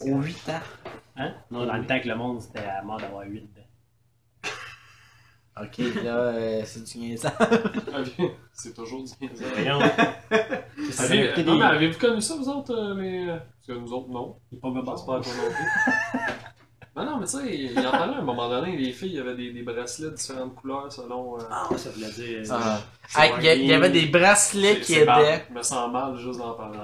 Speaker 2: Aux 8 ans.
Speaker 13: Hein? Non, dans le temps que le monde, c'était à mort d'avoir 8 dedans.
Speaker 2: Ok, là, euh, c'est du niaisage.
Speaker 15: Avez- C'est toujours du niaisage.
Speaker 13: Voyons. Ça
Speaker 15: Avez-
Speaker 13: devait être
Speaker 15: Non, mais
Speaker 13: des-
Speaker 15: avez-vous connu ça, vous autres, euh, les... Parce que nous autres, non.
Speaker 13: des pommes à
Speaker 15: Je pense
Speaker 13: bord.
Speaker 15: pas qu'on en fait. Ben non, mais tu sais, il y en parlait à un moment donné, les filles, il y avait des, des bracelets de différentes couleurs selon... euh,
Speaker 13: Ah, ça voulait dire.
Speaker 2: Ah. Ah, Il y, a- il y avait des bracelets
Speaker 15: c'est-
Speaker 2: qui
Speaker 15: c'est mal.
Speaker 2: aidaient.
Speaker 15: Je me sens mal juste d'en
Speaker 4: Ah,
Speaker 15: parler.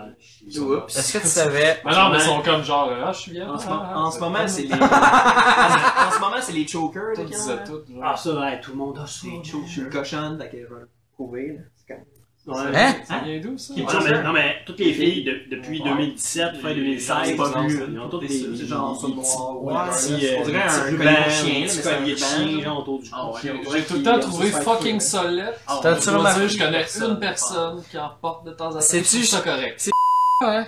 Speaker 6: Oups.
Speaker 2: Est-ce que tu savais?
Speaker 15: Mais non, mais ils sont comme genre, euh, ah, je suis bien.
Speaker 4: En ce,
Speaker 15: ah,
Speaker 4: mo-
Speaker 15: ah,
Speaker 4: en ce moment,
Speaker 15: comme-
Speaker 4: c'est les. en ce en ce moment, c'est les chokers,
Speaker 15: Tout
Speaker 4: là, qui ont,
Speaker 5: euh,
Speaker 15: disait
Speaker 4: là.
Speaker 15: tout, genre.
Speaker 13: Ah, ça, ouais, tout le monde a ça.
Speaker 4: C'est les chokers. Je suis une cochonne, fait que je vais le prouver, là. C'est comme-
Speaker 13: Ouais.
Speaker 2: Hein?
Speaker 15: Ça vient d'où, ça?
Speaker 13: Qui- non, mais, non, mais toutes les filles de- depuis 2017, fin
Speaker 5: Les-
Speaker 13: 2016,
Speaker 5: les gens, c'est-
Speaker 13: ils ont toutes des
Speaker 5: c'est
Speaker 13: des
Speaker 5: ça,
Speaker 4: Genre,
Speaker 13: petits-
Speaker 4: sur le noir, ouais.
Speaker 13: petits, euh,
Speaker 4: On dirait
Speaker 13: petits
Speaker 4: un
Speaker 13: rubans,
Speaker 4: collier de
Speaker 13: des
Speaker 4: chien,
Speaker 13: petits
Speaker 4: mais c'est un
Speaker 13: colliers de
Speaker 4: ruban,
Speaker 13: chien,
Speaker 4: là.
Speaker 13: genre, autour du cou.
Speaker 5: Ah ouais.
Speaker 15: J'ai
Speaker 4: Ouais,
Speaker 15: tout le
Speaker 4: qui-
Speaker 15: temps
Speaker 4: euh,
Speaker 15: trouvé
Speaker 4: se fait
Speaker 15: fucking
Speaker 4: fouiller.
Speaker 15: solette.
Speaker 5: Ah,
Speaker 15: Je
Speaker 2: T'as-tu
Speaker 15: dois
Speaker 2: remarqué-
Speaker 15: dire, je connais
Speaker 5: personne.
Speaker 15: une personne qui en porte de temps en temps.
Speaker 2: Sais-tu-
Speaker 15: Je trouve ça correct?
Speaker 2: C'est-
Speaker 15: Ouais.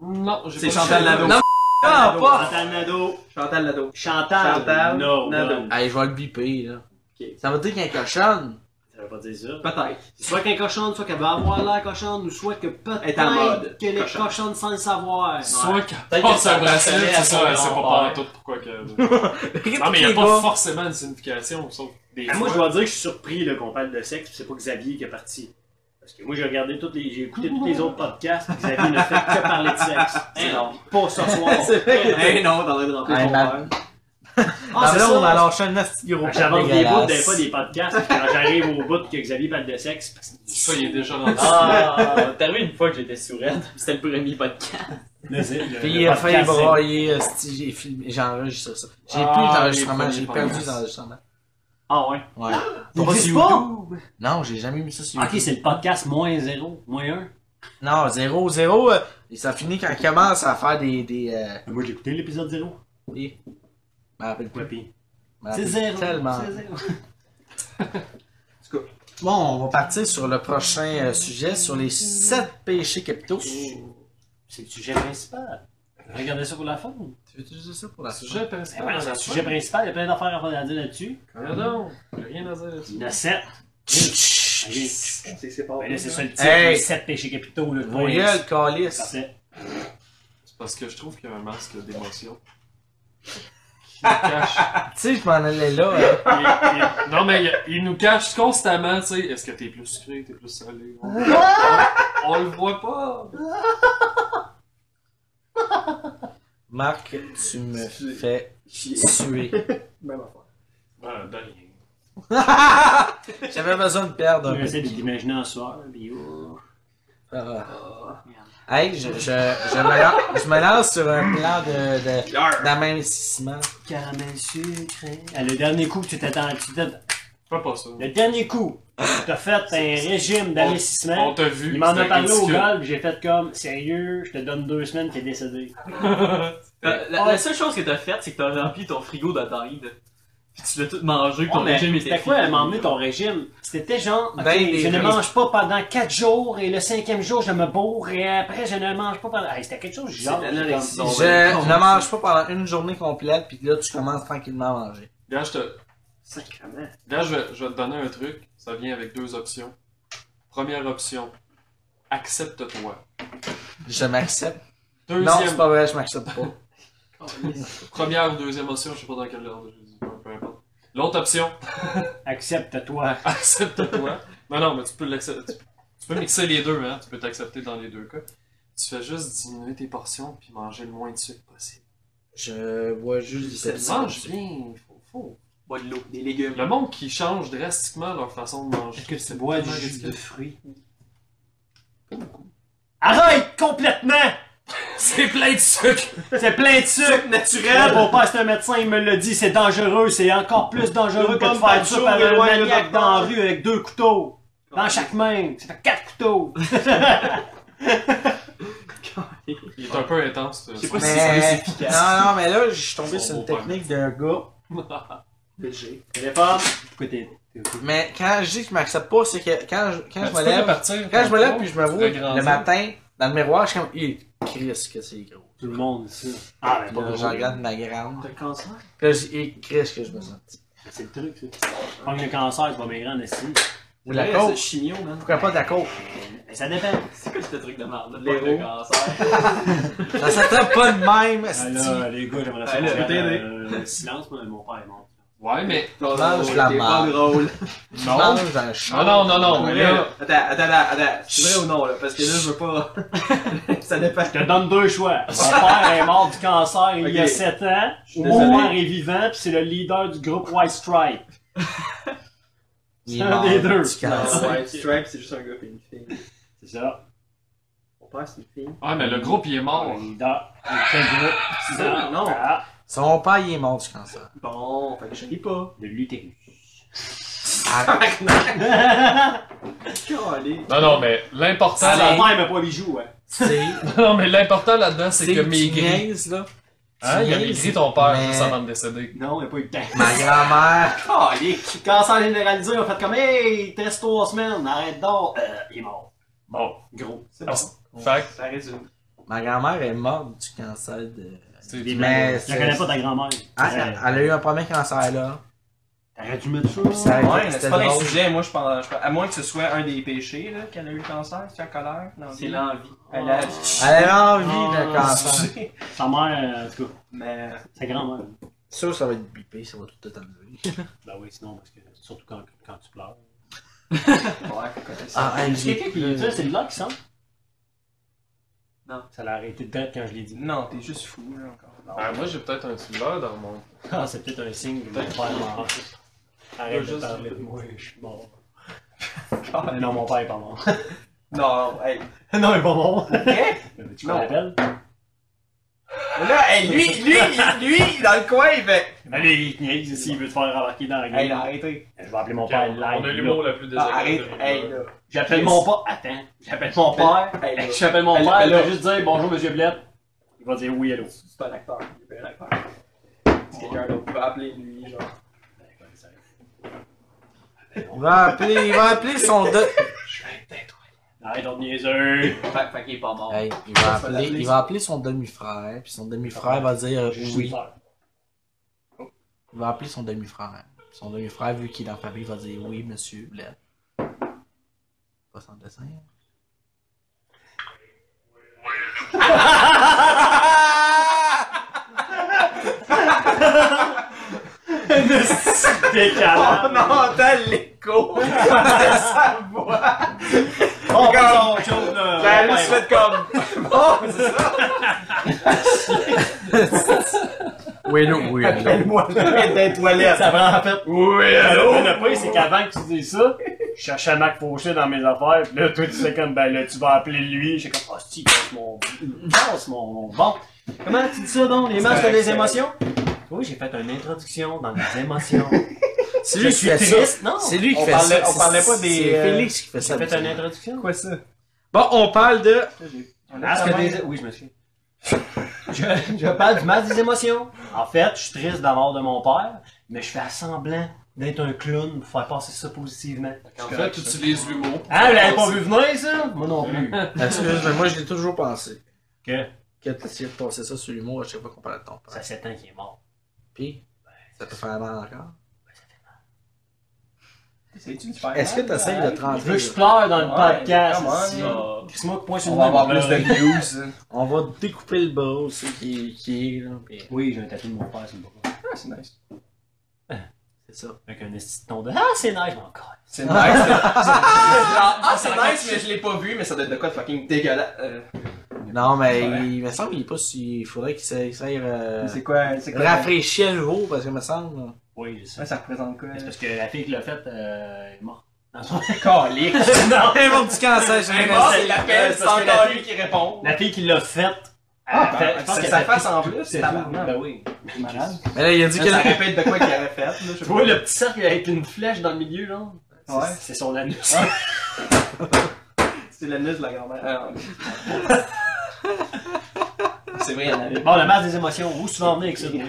Speaker 15: Non, j'ai
Speaker 4: C'est
Speaker 15: pas
Speaker 4: Chantal Nadeau.
Speaker 2: Non, Ah,
Speaker 4: Chantal
Speaker 2: pas!
Speaker 13: Chantal Nadeau.
Speaker 4: Chantal Lado.
Speaker 13: Chantal,
Speaker 4: Chantal
Speaker 13: Nadeau.
Speaker 4: Nadeau.
Speaker 2: Allez, je vais le biper, là.
Speaker 13: Ok.
Speaker 2: Ça veut dire qu'il y a un cochonne.
Speaker 13: Ça veut pas dire ça.
Speaker 4: Peut-être.
Speaker 13: Soit qu'un cochonne, soit qu'elle va avoir l'air cochonne, ou soit que
Speaker 4: Est en mode
Speaker 13: peut-être qu'elle est
Speaker 4: cochonne.
Speaker 13: cochonne sans le savoir.
Speaker 15: Soit qu'elle
Speaker 4: Peut-être
Speaker 15: porte
Speaker 4: que
Speaker 15: un
Speaker 4: ça
Speaker 15: bracelet,
Speaker 4: ressemblait
Speaker 15: c'est
Speaker 4: à son
Speaker 15: ça, c'est pas
Speaker 4: grand-père.
Speaker 15: partout pourquoi que. non, mais il n'y a pas forcément une signification, sauf des.
Speaker 13: Ah,
Speaker 15: fois.
Speaker 13: moi, je dois dire que je suis surpris là, qu'on parle de sexe, puis c'est pas Xavier qui est parti. Parce que moi, j'ai regardé toutes les, j'ai écouté tous les autres podcasts, puis Xavier ne fait que parler de sexe. Hein?
Speaker 4: Eh non.
Speaker 13: Pas ce soir.
Speaker 2: C'est vrai que-
Speaker 4: Eh non, t'en as de remplir
Speaker 2: Hey,
Speaker 4: ton
Speaker 2: ma-
Speaker 4: verre.
Speaker 13: Ah,
Speaker 2: Ah,
Speaker 13: c'est
Speaker 2: là, on
Speaker 13: ça.
Speaker 2: a lâché un nasty gros
Speaker 13: Quand
Speaker 2: pot
Speaker 13: Ah, J'avance des
Speaker 2: dégueulasse.
Speaker 13: bouts, des fois des podcasts, puis quand j'arrive au bout que Xavier parle de sexe, parce que-
Speaker 15: Ça, il est déjà rendu.
Speaker 5: Ah, t'as vu une fois que j'étais sourette, c'était le premier podcast.
Speaker 2: Puis euh, il a failli brailler, euh, esti, j'ai filmé, j'ai enregistré ça. J'ai
Speaker 15: Ah,
Speaker 2: plus
Speaker 15: les
Speaker 2: d'enregistrement, j'ai
Speaker 15: premiers
Speaker 2: perdu les
Speaker 15: podcasts.
Speaker 2: enregistrements.
Speaker 5: Ah ouais.
Speaker 2: Ouais.
Speaker 4: Il
Speaker 2: Pas
Speaker 4: existe
Speaker 2: sur
Speaker 4: pas?
Speaker 2: YouTube. Non, j'ai jamais mis ça sur
Speaker 13: Ah, Ok,
Speaker 2: YouTube.
Speaker 13: c'est le podcast moins zéro, moins un.
Speaker 2: Non, zéro, zéro, euh, et ça finit quand il commence à faire des, des, euh,
Speaker 13: Moi, j'ai écouté l'épisode zéro.
Speaker 2: des- je me rappelle plus,
Speaker 13: Ouais, puis-
Speaker 2: je me rappelle
Speaker 13: C'est zéro.
Speaker 2: Ah, Tellement.
Speaker 13: C'est zéro.
Speaker 2: Bon, on va partir sur le prochain euh, sujet, sur les sept péchés capitaux.
Speaker 13: C'est le sujet principal. Regardez ça pour la fin.
Speaker 2: Tu veux utiliser ça pour la
Speaker 15: Sujet hein, principal.
Speaker 13: Ah, Ouais, c'est le sujet principal, il y a plein d'affaires à faire à dire là-dessus.
Speaker 15: Non, j'ai rien à dire là-dessus.
Speaker 13: Il y en a sept. Ok.
Speaker 6: C'est c'est pas
Speaker 13: Ben là, c'est ça le titre,
Speaker 2: Hey!
Speaker 13: les 7 péchés capitaux. Là,
Speaker 2: Vos gueules, calice.
Speaker 13: Parfait.
Speaker 15: C'est parce que je trouve qu'il y a un masque d'émotion. Qui nous cache.
Speaker 2: Tu sais, je m'en allais là. hein.
Speaker 15: Il- il- Non, mais il, il nous cache constamment, tu sais. Est-ce que t'es plus sucré, t'es plus salé? On, on- on le voit pas.
Speaker 2: Marc, tu me fais tuer.
Speaker 6: même affaire.
Speaker 15: Ben, de rien.
Speaker 2: J'avais besoin de perdre un peu.
Speaker 13: J'essaie de l'imaginer en soir. puis, oh.
Speaker 2: Ah. Hey, je, je, je, me lance, je me lance sur un plan de, de, d'amincissement.
Speaker 13: Caramel sucré. Ah, le dernier coup que tu t'attends. tu t'attends-
Speaker 15: Fais pas ça.
Speaker 13: Le dernier coup, tu as fait un régime
Speaker 15: On
Speaker 13: d'amincissement.
Speaker 15: t'a vu.
Speaker 13: Il m'en a
Speaker 15: c'était
Speaker 13: parlé au
Speaker 15: ridicule.
Speaker 13: golf, j'ai fait comme, sérieux, je te donne deux semaines, t'es décédé.
Speaker 5: Euh, la, la seule chose que t'as faite, c'est que t'as rempli ton frigo de dinde. Puis tu l'as tout mangé, puis
Speaker 13: Oh,
Speaker 5: ton
Speaker 13: mais
Speaker 5: régime était
Speaker 13: c'était quoi,
Speaker 5: fini.
Speaker 13: elle m'a emmené ton régime? C'était genre, ok,
Speaker 2: Ben, des
Speaker 13: je ne
Speaker 2: frites.
Speaker 13: mange pas pendant quatre jours, et le cinquième jour, je me bourre, et après, je ne mange pas pendant... Ah, c'était quelque chose, genre,
Speaker 4: C'est l'anorexie.
Speaker 13: comme-
Speaker 2: Je ne mange pas pendant une journée complète, puis là, tu commences tranquillement à manger.
Speaker 15: Gars, je te.
Speaker 13: Sacrement.
Speaker 15: Là, je vais, je vais te donner un truc. Ça vient avec deux options. Première option, accepte-toi.
Speaker 2: Je m'accepte. Non,
Speaker 15: Deuxième,
Speaker 2: c'est pas vrai, je m'accepte pas.
Speaker 15: première ou deuxième option, je sais pas dans quel ordre, je dis, peu importe. L'autre option,
Speaker 13: Accepte-toi.
Speaker 15: accepte-toi. non, non, mais tu peux l'accepter. Tu, tu peux mixer les deux, hein. Tu peux t'accepter dans les deux cas. Tu fais juste diminuer tes portions puis manger le moins de sucre possible.
Speaker 2: Je bois juste du septième.
Speaker 15: Mange bien, faut, faut.
Speaker 5: Bois de l'eau, des légumes.
Speaker 15: Le monde qui change drastiquement leur façon de manger.
Speaker 13: Est-ce que tu bois du
Speaker 15: tellement
Speaker 13: jus de
Speaker 15: ridicule.
Speaker 13: fruits? Arrête complètement!
Speaker 15: C'est plein de sucre!
Speaker 13: C'est plein de sucre!
Speaker 6: Naturel!
Speaker 13: Mon beau-père, c'est un médecin, il me l'a dit, c'est dangereux, c'est encore plus dangereux
Speaker 6: Une
Speaker 13: que de
Speaker 6: bonne
Speaker 13: faire ça
Speaker 6: peinture,
Speaker 13: par un
Speaker 6: éloigne le
Speaker 13: maniaque
Speaker 6: docteur.
Speaker 13: dans la rue avec deux couteaux. Dans chaque main, ça fait quatre couteaux.
Speaker 15: Il est un peu intense, ce-
Speaker 5: sais pas si ça
Speaker 2: Mais...
Speaker 5: est efficace.
Speaker 2: Non, non, mais là, je suis tombé
Speaker 15: Son
Speaker 2: sur une
Speaker 15: beau-père.
Speaker 2: technique d'un gars.
Speaker 13: Téléphone. Écoutez,
Speaker 2: Mais quand je dis que je m'accepte pas, c'est que quand je, quand
Speaker 15: Ben,
Speaker 2: je
Speaker 15: tu
Speaker 2: me
Speaker 15: peux
Speaker 2: lève.
Speaker 15: partir,
Speaker 2: Quand je me lève
Speaker 15: tantôt,
Speaker 2: puis je me vois
Speaker 15: agrandir.
Speaker 2: le matin dans le miroir, je suis comme, Ih, Chris, que c'est gros.
Speaker 13: tout le monde, ça. Ah, mais
Speaker 2: Puis
Speaker 13: pas
Speaker 2: là,
Speaker 13: gros.
Speaker 2: je regarde ma grande.
Speaker 5: T'as le cancer?
Speaker 2: Puis là, je dis, Ih, Chris, que je me sens petit.
Speaker 13: C'est le truc, ça. Prends le cancer, tu vas maigrir en estime.
Speaker 2: Ou de la
Speaker 5: Ouais,
Speaker 2: côte.
Speaker 5: c'est chimio, man.
Speaker 2: Pourquoi pas de la côte?
Speaker 13: Mais Euh, ça dépend.
Speaker 5: C'est quoi ce truc de merde? là?
Speaker 6: L'héros.
Speaker 5: Pas de cancer.
Speaker 2: Ça s'attrape pas de même,
Speaker 13: Ah,
Speaker 2: esti.
Speaker 13: là, les gars, j'aimerais
Speaker 5: Ah,
Speaker 13: ça.
Speaker 5: là,
Speaker 13: faire,
Speaker 5: t'es aidé.
Speaker 13: euh, le silence, mais mon père est mort.
Speaker 15: Ouais, mais.
Speaker 6: Non,
Speaker 2: Mange
Speaker 15: oh,
Speaker 2: la marde.
Speaker 6: drôle.
Speaker 2: Je mange dans le champ.
Speaker 15: Non, non, non, non, mais
Speaker 6: Attends,
Speaker 15: là.
Speaker 6: attends, attends, attends. C'est vrai ou non, là? Parce que là, je veux pas. ça dépend.
Speaker 13: Je te donne deux choix. Mon père est mort du cancer il y a
Speaker 6: Ok.
Speaker 13: 7 ans.
Speaker 6: suis
Speaker 13: Mon
Speaker 6: désolé.
Speaker 13: père est vivant, puis c'est le leader du groupe White Stripe.
Speaker 2: Il
Speaker 13: C'est
Speaker 2: est
Speaker 13: un
Speaker 2: mort
Speaker 13: des deux.
Speaker 2: du cancer.
Speaker 5: Ah
Speaker 6: Non, ouais, Stripe, c'est juste un gars et une fille.
Speaker 13: C'est ça.
Speaker 6: Mon père, c'est une fille.
Speaker 15: Ouais, mais le groupe, il est mort.
Speaker 13: Le leader. Quel groupe? C'est ça.
Speaker 6: Non.
Speaker 13: Ah,
Speaker 2: Son père, il est mort du cancer.
Speaker 6: Bon, fait que je ris pas.
Speaker 13: de l'utérus.
Speaker 2: Ah,
Speaker 6: Calé.
Speaker 15: Non, non, mais l'important.
Speaker 13: Ça, Ah, la
Speaker 15: là-
Speaker 13: mère aime pas hein. les bijoux, ouais.
Speaker 2: c'est.
Speaker 15: Non, mais l'important là-dedans,
Speaker 2: C'est
Speaker 15: c'est que
Speaker 2: que
Speaker 15: maigri.
Speaker 2: là.
Speaker 15: Hein, il a
Speaker 2: tu
Speaker 15: maigri
Speaker 2: niaises,
Speaker 15: ton père
Speaker 2: mais-
Speaker 15: juste avant de décéder.
Speaker 13: Non, il n'y a pas eu le temps.
Speaker 2: Ma grand-mère.
Speaker 13: Calique. Cancer généralisé, on a fait comme Hey, il te reste trois semaines, arrête donc. Euh, il est mort.
Speaker 15: Bon.
Speaker 13: Gros. C'est
Speaker 15: Ah,
Speaker 13: bon.
Speaker 15: c'est- Fait que
Speaker 5: Ça résume.
Speaker 2: Ma grand-mère est morte du cancer de.
Speaker 15: c'est-
Speaker 2: Mais
Speaker 13: Des blagues. Je
Speaker 2: c'est-
Speaker 13: connais pas ta grand-mère.
Speaker 2: Ah,
Speaker 13: Ouais. Ah.
Speaker 2: Elle a eu un premier cancer là.
Speaker 13: T'aurais dû mettre ça.
Speaker 2: Puis ça-
Speaker 7: Ouais,
Speaker 2: c'était
Speaker 7: c'est pas un
Speaker 2: drôle.
Speaker 7: sujet, moi je pense. je pense- À moins que ce soit un des péchés là, qu'elle a eu le cancer, c'est la colère. Non,
Speaker 5: C'est l'envie.
Speaker 7: Elle a...
Speaker 2: Elle avait envie de
Speaker 13: Ah,
Speaker 2: cancer.
Speaker 13: Sa mère, euh, en tout cas,
Speaker 7: Mais.
Speaker 13: sa grand-mère.
Speaker 2: Sûr, ça va être bipé, ça va tout te enlever.
Speaker 13: Ben oui, sinon, parce que surtout quand, quand tu pleures.
Speaker 7: Ouais, faut connaître ça.
Speaker 2: Ah, elle,
Speaker 13: C'est quelqu'un qui dit ça, c'est
Speaker 2: j'ai
Speaker 13: le là qui sent.
Speaker 5: Non.
Speaker 13: Ça l'a arrêté de tête quand je l'ai dit.
Speaker 7: Non, t'es juste fou là encore. Non.
Speaker 15: Ah, moi, j'ai peut-être un thriller dans mon.
Speaker 13: Ah, c'est peut-être un signe que mon père est mort. Arrête de parler de moi, je suis mort. Mais non, mon père est pas mort.
Speaker 7: Non, hey.
Speaker 13: non, il est pas mort.
Speaker 7: Hey,
Speaker 13: Tu qu'on l'appelle?
Speaker 7: Là, hey, lui, lui, il- lui, dans le coin, il fait.
Speaker 13: Allez, il te niaise ici, il veut te faire embarquer dans la
Speaker 7: Hey,
Speaker 13: gueule.
Speaker 7: là, arrêtez.
Speaker 13: Je vais appeler mon
Speaker 15: Ok,
Speaker 13: père
Speaker 15: On a
Speaker 13: live.
Speaker 15: l'humour
Speaker 13: là.
Speaker 15: le plus
Speaker 7: Ah,
Speaker 15: désagréable.
Speaker 7: arrête.
Speaker 15: de
Speaker 7: Hey,
Speaker 15: l'humour.
Speaker 7: là.
Speaker 13: J'appelle mon père. Attends, j'appelle mon père.
Speaker 7: Hey, là.
Speaker 13: J'appelle mon
Speaker 7: Allô,
Speaker 13: père, je
Speaker 7: allô.
Speaker 13: vais juste dire bonjour, monsieur Blette. Il va dire oui, allô.
Speaker 7: C'est un acteur. Il est un acteur. C'est quelqu'un d'autre qui va appeler lui, genre.
Speaker 2: Il va appeler, il va appeler son doc.
Speaker 13: Arrête de me niaiser.
Speaker 5: Fait, fait qu'il est pas mort.
Speaker 2: Hey, il va appeler, il va appeler son demi-frère, puis son demi-frère va dire euh, oui. Il va appeler son demi-frère. Son demi-frère, vu qu'il est en famille, va dire oui, monsieur Bled. Pas sans dessin. hein.
Speaker 13: Décalant.
Speaker 7: Oh non, entend l'écho de sa voix.
Speaker 13: Oh,
Speaker 7: Comme-
Speaker 13: pas autre chose, euh, là.
Speaker 7: La
Speaker 13: Ouais,
Speaker 7: lui se fait comme. Oh, c'est ça.
Speaker 2: Oui, allô, oui, allô.
Speaker 7: Moi, je vais dans les toilettes.
Speaker 13: Ça prend en fait.
Speaker 7: Oui, allô?
Speaker 13: Le pire, c'est qu'avant que tu dises ça, je cherchais Mac Fauché dans mes affaires, pis là, toi, tu sais comme, ben là, tu vas appeler lui. J'ai comme, oh, si, passe mon. Passe mon. mon- Bon. Comment tu dis ça, donc? Les masques des émotions? Oui, j'ai fait une introduction dans les émotions.
Speaker 2: C'est
Speaker 13: Je
Speaker 2: lui qui
Speaker 13: suis
Speaker 2: fait ça.
Speaker 13: triste, non?
Speaker 2: C'est lui qui
Speaker 7: On
Speaker 2: fait
Speaker 7: parlait-
Speaker 2: ça.
Speaker 7: on parlait pas des,
Speaker 2: C'est
Speaker 7: euh,
Speaker 2: Félix qui fait ça.
Speaker 13: J'ai fait une
Speaker 2: habituellement.
Speaker 13: introduction?
Speaker 7: Quoi ça?
Speaker 2: Bon, on parle de.
Speaker 13: Masque des... Oui, je me suis. Je, je parle du masque des émotions. En fait, je suis triste d'avoir de mon père, mais je fais semblant d'être un clown pour faire passer ça positivement.
Speaker 15: En fait, tu utilises l'humour.
Speaker 13: Ah, vous l'avez pas vu venir, ça? Moi non plus.
Speaker 2: Excuse, mais moi, je l'ai toujours pensé.
Speaker 13: Que?
Speaker 2: Que tu essayais de passer ça sur l'humour à chaque fois qu'on parlait de ton père.
Speaker 13: Ça fait 7 ans qu'il est mort.
Speaker 2: Puis, ça peut faire mal encore.
Speaker 13: Ben, ça fait mal.
Speaker 4: C'est-tu super hein?
Speaker 2: Est-ce que tu essayes de te
Speaker 13: Je veux
Speaker 2: rentrer?
Speaker 13: que je pleure dans le
Speaker 4: Ouais,
Speaker 13: podcast.
Speaker 4: come on.
Speaker 13: ici. Chris-moi, point sur
Speaker 16: On
Speaker 13: le
Speaker 16: va
Speaker 13: nez,
Speaker 16: avoir
Speaker 13: là.
Speaker 16: plus de views.
Speaker 2: On va découper le bras aussi qui, qui est là. Puis...
Speaker 13: Oui, j'ai un tatou de mon père sur le bras.
Speaker 4: Ah, c'est nice.
Speaker 13: C'est ça. Avec un esti de ton de. Ah, c'est nice, mon corps.
Speaker 4: C'est nice. ah, c'est nice, mais je l'ai pas vu, mais ça doit être de quoi de fucking dégueulasse. Euh,
Speaker 2: Non, mais il me semble qu'il est pas si. Il faudrait qu'il s'essaye. Euh...
Speaker 4: c'est quoi, c'est quoi
Speaker 2: Rafraîchir le haut, parce que me semble.
Speaker 13: Oui, je sais.
Speaker 4: Ouais, ça représente quoi
Speaker 13: C'est parce que la fille qui l'a faite euh, est morte. Non,
Speaker 4: Calique.
Speaker 2: Un mort du cancer, j'ai
Speaker 4: Ah, il l'appelle, c'est
Speaker 13: parce que
Speaker 4: encore
Speaker 13: la
Speaker 4: lui qui répond.
Speaker 13: La fille qui l'a faite.
Speaker 4: Ah, ben,
Speaker 13: elle a fait- je pense
Speaker 4: c'est
Speaker 13: qu'elle
Speaker 4: sa
Speaker 13: a fait
Speaker 4: face
Speaker 13: tout-
Speaker 4: en plus,
Speaker 13: c'est
Speaker 4: c'est
Speaker 13: tout.
Speaker 4: tabarnak.
Speaker 13: Ben oui. Malade.
Speaker 2: Mais là, il a dit
Speaker 4: Ça
Speaker 2: que.
Speaker 4: répète de quoi qu'il avait fait, là, je sais
Speaker 13: Tu
Speaker 4: pas.
Speaker 13: vois le petit cercle avec une flèche dans le milieu, là?
Speaker 4: Ouais.
Speaker 13: C'est- C'est son anus.
Speaker 4: C'est l'anus de la grand-mère. Ah, non. c'est vrai, hein. il y en avait.
Speaker 13: Bon, la masse des émotions, où tu vas en venir avec ça? toi?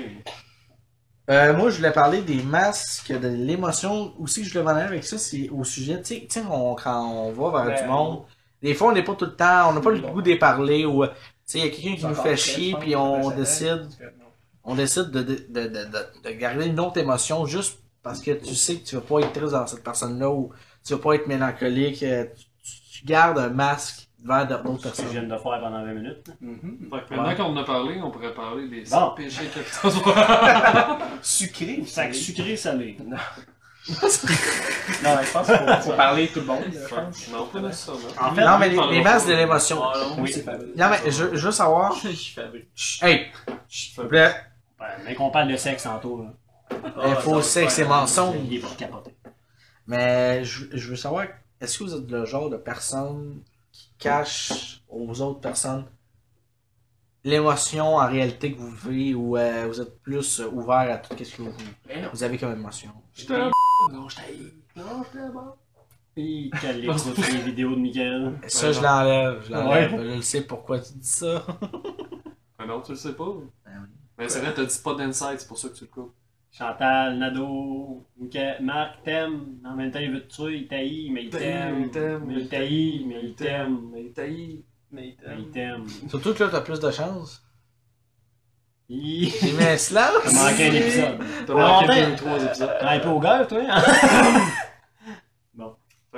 Speaker 2: Euh, moi, je voulais parler des masques, de l'émotion. Aussi, je voulais venir avec ça, c'est au sujet. Tu sais- tu sais, on- quand on va vers
Speaker 4: Ben,
Speaker 2: du monde, des fois, on n'est pas tout le temps, on n'a pas le
Speaker 4: Bon.
Speaker 2: goût d'y parler ou. Tu sais, il y a quelqu'un qui nous
Speaker 4: Encore
Speaker 2: fait
Speaker 4: après, je
Speaker 2: chier,
Speaker 4: pense
Speaker 2: puis
Speaker 4: que
Speaker 2: on
Speaker 4: ça
Speaker 2: décide.
Speaker 4: fait- non.
Speaker 2: on décide de, de, de, de, de- de garder une autre émotion juste parce que tu sais que tu vas pas être triste dans cette personne-là ou tu vas pas être mélancolique. euh, Tu, tu gardes un masque devant d'autres
Speaker 13: Ce que je
Speaker 2: personnes.
Speaker 13: viens de faire pendant 20 minutes.
Speaker 15: Fait que maintenant qu'on en a parlé, on pourrait parler des
Speaker 13: Bon.
Speaker 15: cinq péchés capitaux.
Speaker 4: Sucré,
Speaker 13: Sac sucré salé.
Speaker 4: Non, je pense qu'il faut, faut parler tout le monde, je pense.
Speaker 15: non, pas nécessairement.
Speaker 13: En fait,
Speaker 2: Non, mais les, les masques de
Speaker 5: Ah,
Speaker 2: l'émotion.
Speaker 13: Ah,
Speaker 4: Oui, c'est fabuleux.
Speaker 2: Non, mais je, je veux savoir.
Speaker 5: Je suis Ah, fabuleux.
Speaker 2: Hey! S'il vous plaît,
Speaker 13: ben, mais qu'on parle de sexe en tout, là.
Speaker 2: il Eh,
Speaker 5: Ah,
Speaker 2: faut sexe et mensonge.
Speaker 13: Il est Ah, pas capoté.
Speaker 2: Mais je, je veux savoir, est-ce que vous êtes le genre de personne qui cache aux autres personnes l'émotion en réalité que vous vivez ou euh, vous êtes plus ouvert à tout ce que vous, vous avez comme émotion?
Speaker 15: J'étais un Non, j'étais
Speaker 13: Il calait écoute les vidéos de Miguel.
Speaker 2: Ça, je l'enlève. Je l'enlève. Ben, Je le sais pourquoi tu dis ça.
Speaker 15: Ah non, tu le sais pas.
Speaker 2: Ben
Speaker 15: Mais c'est vrai, t'as dit pas d'insight, c'est pour ça que tu le coupes.
Speaker 13: Chantal, Nado, Mika- Marc t'aime. En même temps, il veut te tuer, il taillit, mais il t'aime.
Speaker 15: Il t'aime,
Speaker 13: Mais il taillit, mais il t'aime.
Speaker 15: mais il taillit.
Speaker 4: Mais
Speaker 13: Mais il t'aime.
Speaker 2: Surtout que là, t'as plus de chance.
Speaker 13: Il
Speaker 2: J'ai mis un
Speaker 13: t'as
Speaker 2: silence.
Speaker 13: manqué un épisode.
Speaker 15: T'as
Speaker 13: Alors,
Speaker 15: manqué
Speaker 13: ben,
Speaker 15: deux ou trois épisodes.
Speaker 13: T'as un peu au golf, toi, hein?
Speaker 15: Fait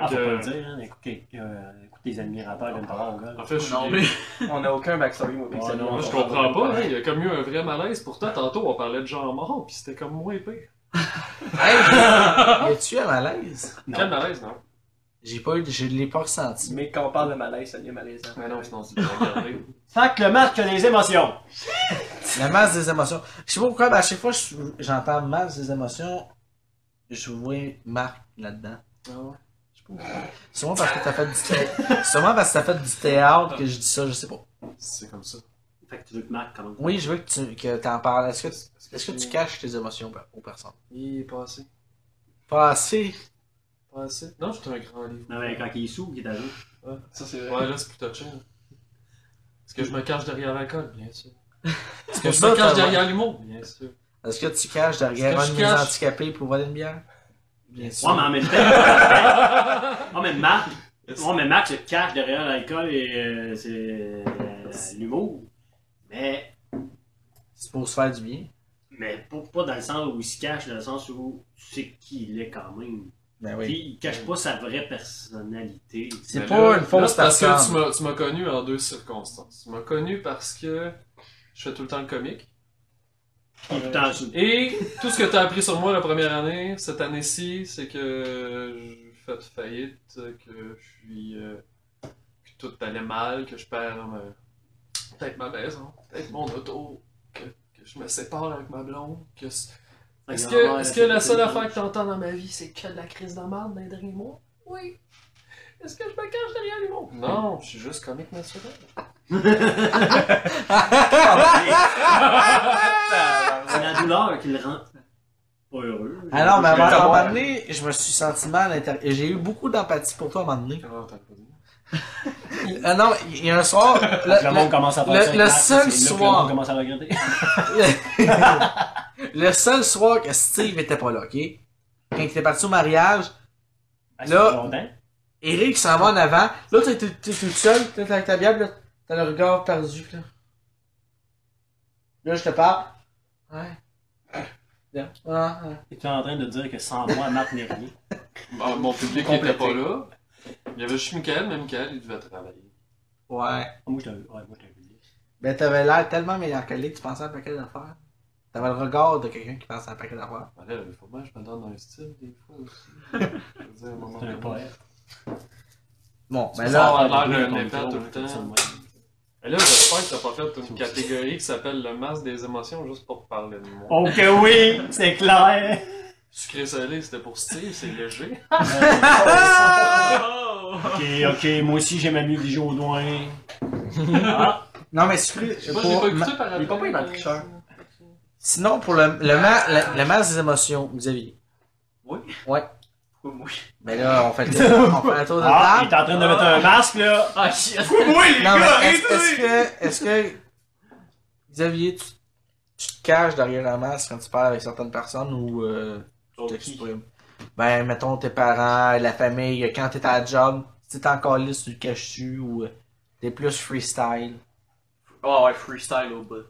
Speaker 13: Ah, faut
Speaker 15: que,
Speaker 13: pas le dire, hein. Écoute, euh, écoute tes admirateurs de me parler au golf.
Speaker 15: en fait, je suis-
Speaker 4: Non, mais- on n'a aucun backstory, moi,
Speaker 13: Ouais, non,
Speaker 15: Moi, je comprends pas, hein, il y a comme eu un vrai malaise. Pourtant, tantôt, on parlait de gens morts, puis c'était comme moins épais.
Speaker 2: Mais tu es à malaise?
Speaker 13: Non.
Speaker 15: Quel malaise, non?
Speaker 2: J'ai pas eu, je l'ai pas ressenti.
Speaker 4: Mais quand on parle de malaise, ça devient malaisant.
Speaker 13: Ben
Speaker 15: Mais non, sinon, tu devrais regarder.
Speaker 13: Fait que le match a des émotions.
Speaker 2: La masse des émotions. Je sais pas pourquoi, mais à chaque fois que j'entends masse des émotions, je vois Marc là-dedans. Je sais
Speaker 15: Ah
Speaker 2: pas pourquoi. Sûrement parce que t'as fait du théâtre. Sûrement parce que t'as fait du théâtre que je dis ça, je sais pas.
Speaker 15: C'est comme ça.
Speaker 13: Fait que tu veux que Marc commence.
Speaker 2: Oui, je veux que tu que t'en parles. Est-ce que, tu- est-ce que tu caches tes émotions par- aux personnes?
Speaker 15: Il est passé.
Speaker 2: Pas assez.
Speaker 15: Pas assez. Non, j'étais un grand livre.
Speaker 13: Non, mais quand il est sous, il est à jour.
Speaker 15: Ouais, ça, c'est vrai. Ouais, là, c'est plus touché. là. Est-ce que je me cache derrière la colle? Bien sûr.
Speaker 2: Est-ce
Speaker 15: Est-ce que je me cache derrière l'humour? Bien sûr.
Speaker 2: Est-ce que tu caches derrière
Speaker 15: Est-ce
Speaker 2: un de
Speaker 15: que je
Speaker 2: mes
Speaker 15: cache?
Speaker 2: handicapés pour voler une bière? Bien sûr.
Speaker 13: Ouais, mais en même temps. ouais, mais Marc. Ouais, mais Marc se cache derrière l'alcool et euh, c'est euh, l'humour. Mais,
Speaker 2: C'est pour se faire du bien.
Speaker 13: mais pas, pas dans le sens où il se cache, dans le sens où tu sais qui il est quand même.
Speaker 2: Ben
Speaker 13: Puis il cache pas sa vraie personnalité.
Speaker 2: C'est
Speaker 15: Mais
Speaker 2: pas
Speaker 15: Ben là-
Speaker 2: une fausse
Speaker 15: là, parce
Speaker 2: personne.
Speaker 15: que tu m'as- tu m'as connu en deux circonstances. Tu m'as connu parce que je fais tout le temps le comique.
Speaker 13: Il est tout en dessous.
Speaker 15: Et tout ce que tu as appris sur moi la première année, cette année-ci, c'est que j'ai fait faillite, que je suis. euh, que tout allait mal, que je perds ma- peut-être ma maison, peut-être mon auto, que, que je me sépare avec ma blonde. Que c- est-ce que, est-ce que la seule affaire que t'entends dans ma vie, c'est que de la crise de merde dans les derniers mois Oui. Est-ce que je me cache derrière les mots Non, je suis juste comique naturel.
Speaker 13: C'est la douleur qui le rend pas heureux.
Speaker 2: Alors, Ah ben- mais à
Speaker 13: Je-
Speaker 2: un moment donné, je me suis senti mal à l'intérieur. J'ai eu beaucoup d'empathie pour toi à un moment donné.
Speaker 15: Comment t'as pas dit
Speaker 2: Ah non, il y a un soir, le,
Speaker 13: le monde commence à faire
Speaker 2: le-
Speaker 13: ça avec
Speaker 2: le
Speaker 13: Marc,
Speaker 2: seul
Speaker 13: Ah, c'est là que
Speaker 2: soir-
Speaker 13: Le monde commence à regretter.
Speaker 2: le- le seul soir que Steve était pas là, ok? Quand il était parti au mariage,
Speaker 13: Ah,
Speaker 2: Là-
Speaker 13: ça fait longtemps.
Speaker 2: Eric s'en va en avant. Là, t'es t'es- t'es tout seul, t'es avec ta bière, pis là, t'as le regard perdu, pis là. Là, je te parle. Ouais. Là, ah, ah.
Speaker 13: Et tu es en train de dire que sans moi, Marc n'est rien.
Speaker 15: Bon, Ah, mon public n'était pas là. Il y avait juste Michael, mais Michael, il devait travailler.
Speaker 2: Ouais.
Speaker 13: Ah, Moi, j'étais un, ouais, moi, j'étais un public.
Speaker 2: Ben, t'avais l'air tellement mélancolique, tu pensais à un paquet d'affaires. T'avais le regard de quelqu'un qui pensait à un paquet d'affaires.
Speaker 15: Ben là, il faut bien que je me donne un style des fois aussi. Je veux dire, à un moment
Speaker 13: T'es un
Speaker 15: donné.
Speaker 13: poète.
Speaker 2: Bon, ben
Speaker 15: Ça
Speaker 2: là,
Speaker 15: a
Speaker 13: Ah,
Speaker 15: l'air d'un
Speaker 13: ton
Speaker 15: épais tout
Speaker 13: micro,
Speaker 15: le temps.
Speaker 13: ouais.
Speaker 15: Et là, j'espère que t'as pas fait une catégorie qui s'appelle le masque des émotions juste pour parler de moi.
Speaker 13: Oh que oui, c'est clair.
Speaker 15: Sucré salé, c'était pour Steve, c'est léger.
Speaker 13: Ok, ok, moi aussi j'ai ma musique des au doigt. Ah,
Speaker 2: non, mais sucré.
Speaker 15: Moi, je l'ai
Speaker 2: pour
Speaker 15: pas
Speaker 2: ma-
Speaker 15: écouté par
Speaker 4: il est pas pire dans le
Speaker 15: euh,
Speaker 4: tricheur.
Speaker 2: Sinon, pour le, le, ma- le, le masque des émotions, Xavier.
Speaker 5: Oui?
Speaker 2: Ouais.
Speaker 5: Pourquoi moi?
Speaker 2: Ben là, on fait le tour, on fait le tour de
Speaker 13: ah, il
Speaker 2: table.
Speaker 13: est en train de mettre un masque là.
Speaker 5: Ah shit!
Speaker 2: Non, mais est-ce est-ce que, est-ce que, Xavier, tu, tu te caches derrière la masque quand tu parles avec certaines personnes ou euh, tu t'exprimes? Ben, mettons tes parents, la famille, euh, quand t'es à la job, si t'es encore liste, tu te caches-tu ou euh, t'es plus freestyle?
Speaker 5: Oh ouais, freestyle au bout. Euh,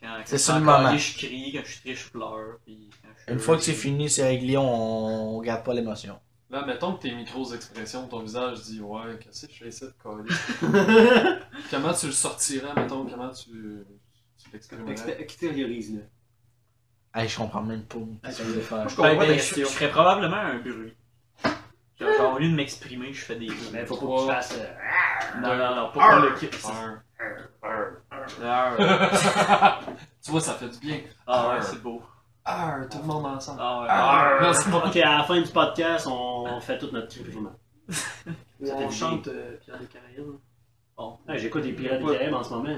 Speaker 5: quand- quand je
Speaker 2: C'est sur le
Speaker 5: suis en
Speaker 2: moment.
Speaker 5: colère, Je crie, quand je suis triste, je pleure. Puis quand je suis
Speaker 2: Une fois que c'est
Speaker 5: heureux,
Speaker 2: fini, c'est réglé, on, on garde pas l'émotion.
Speaker 15: Là, mettons que tes micro-expressions, ton visage dit Ouais, qu'est-ce que je fais ici de coller Comment tu le sortirais, mettons Comment tu, tu
Speaker 13: euh,
Speaker 15: l'exprimerais
Speaker 5: Extériorise, là.
Speaker 2: Hey, je comprends même pas. qu'est-ce que je vais faire.
Speaker 5: Ben, ben, je, je ferais probablement un bruit. Genre, genre, au lieu de m'exprimer, je fais des bruits.
Speaker 13: Mais faut pas que tu fasses. euh,
Speaker 5: Non, non, non, pas le kick.
Speaker 15: Un.
Speaker 5: Ah
Speaker 15: Tu vois, ça fait du bien.
Speaker 5: ouais, c'est beau.
Speaker 15: Ah, tout le monde ensemble.
Speaker 5: Ah ouais.
Speaker 15: Merci beaucoup.
Speaker 13: Ok, à la fin du podcast, on fait toute notre triplement.
Speaker 5: Ça fait
Speaker 4: On
Speaker 5: du
Speaker 4: chante euh, Pierre des Caraïbes
Speaker 5: Bon.
Speaker 13: Hey, J'écoute les Pirates des Caraïbes en ce moment.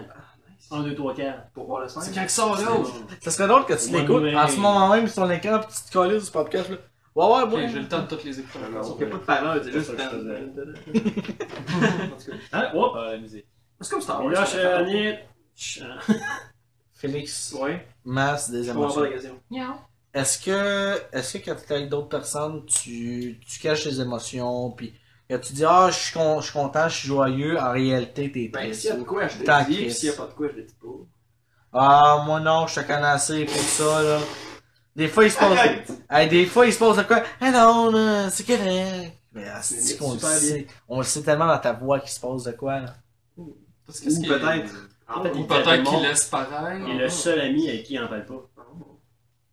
Speaker 13: 1, 2, 3, 4.
Speaker 4: pour voir le 5.
Speaker 15: C'est quand que ça là oh.
Speaker 2: Ça serait drôle que tu
Speaker 13: Ouais,
Speaker 2: l'écoutes
Speaker 13: mais-
Speaker 2: en ce moment même sur l'écran pis tu te colles sur le podcast. Là. Ouais, ouais,
Speaker 15: Ok,
Speaker 2: ouais.
Speaker 15: j'ai le temps de toutes les écouter.
Speaker 4: Il n'y a pas de paroles, c'est juste.
Speaker 5: C'est ça que je
Speaker 13: Hein? Oh!
Speaker 5: Ah, la musique.
Speaker 4: Ah, C'est comme Star
Speaker 13: On
Speaker 4: Wars.
Speaker 13: lâche
Speaker 4: ça,
Speaker 13: euh,
Speaker 4: ça.
Speaker 13: Nick. Chut.
Speaker 2: Félix,
Speaker 4: Ouais,
Speaker 2: masse des
Speaker 4: je comprends pas
Speaker 2: émotions.
Speaker 4: la question.
Speaker 2: Est-ce que, est-ce que quand t'es avec d'autres personnes, tu, tu caches tes émotions puis quand tu dis ah je suis con- je suis content, je suis joyeux, en réalité t'es
Speaker 4: Ben,
Speaker 2: triste.
Speaker 4: s'il y a de quoi, je
Speaker 2: Tant
Speaker 4: le dis, puis
Speaker 2: Chris.
Speaker 4: s'il y a pas de quoi, je le dis pas.
Speaker 2: ah moi non, je te connais assez pour ça là. Des fois il se passe, Hey, des fois il se passe de quoi. Ah non, là, c'est correct. Mais ah, c'est qu'on le
Speaker 4: super
Speaker 2: sait, on le sait tellement dans ta voix qu'il se passe de quoi. Là.
Speaker 15: Parce
Speaker 4: Ou peut-être.
Speaker 15: Ou
Speaker 13: Il fait
Speaker 15: peut-être
Speaker 13: le
Speaker 15: qu'il
Speaker 13: monde.
Speaker 15: laisse pareil.
Speaker 13: Il est le seul ami avec qui il en parle pas.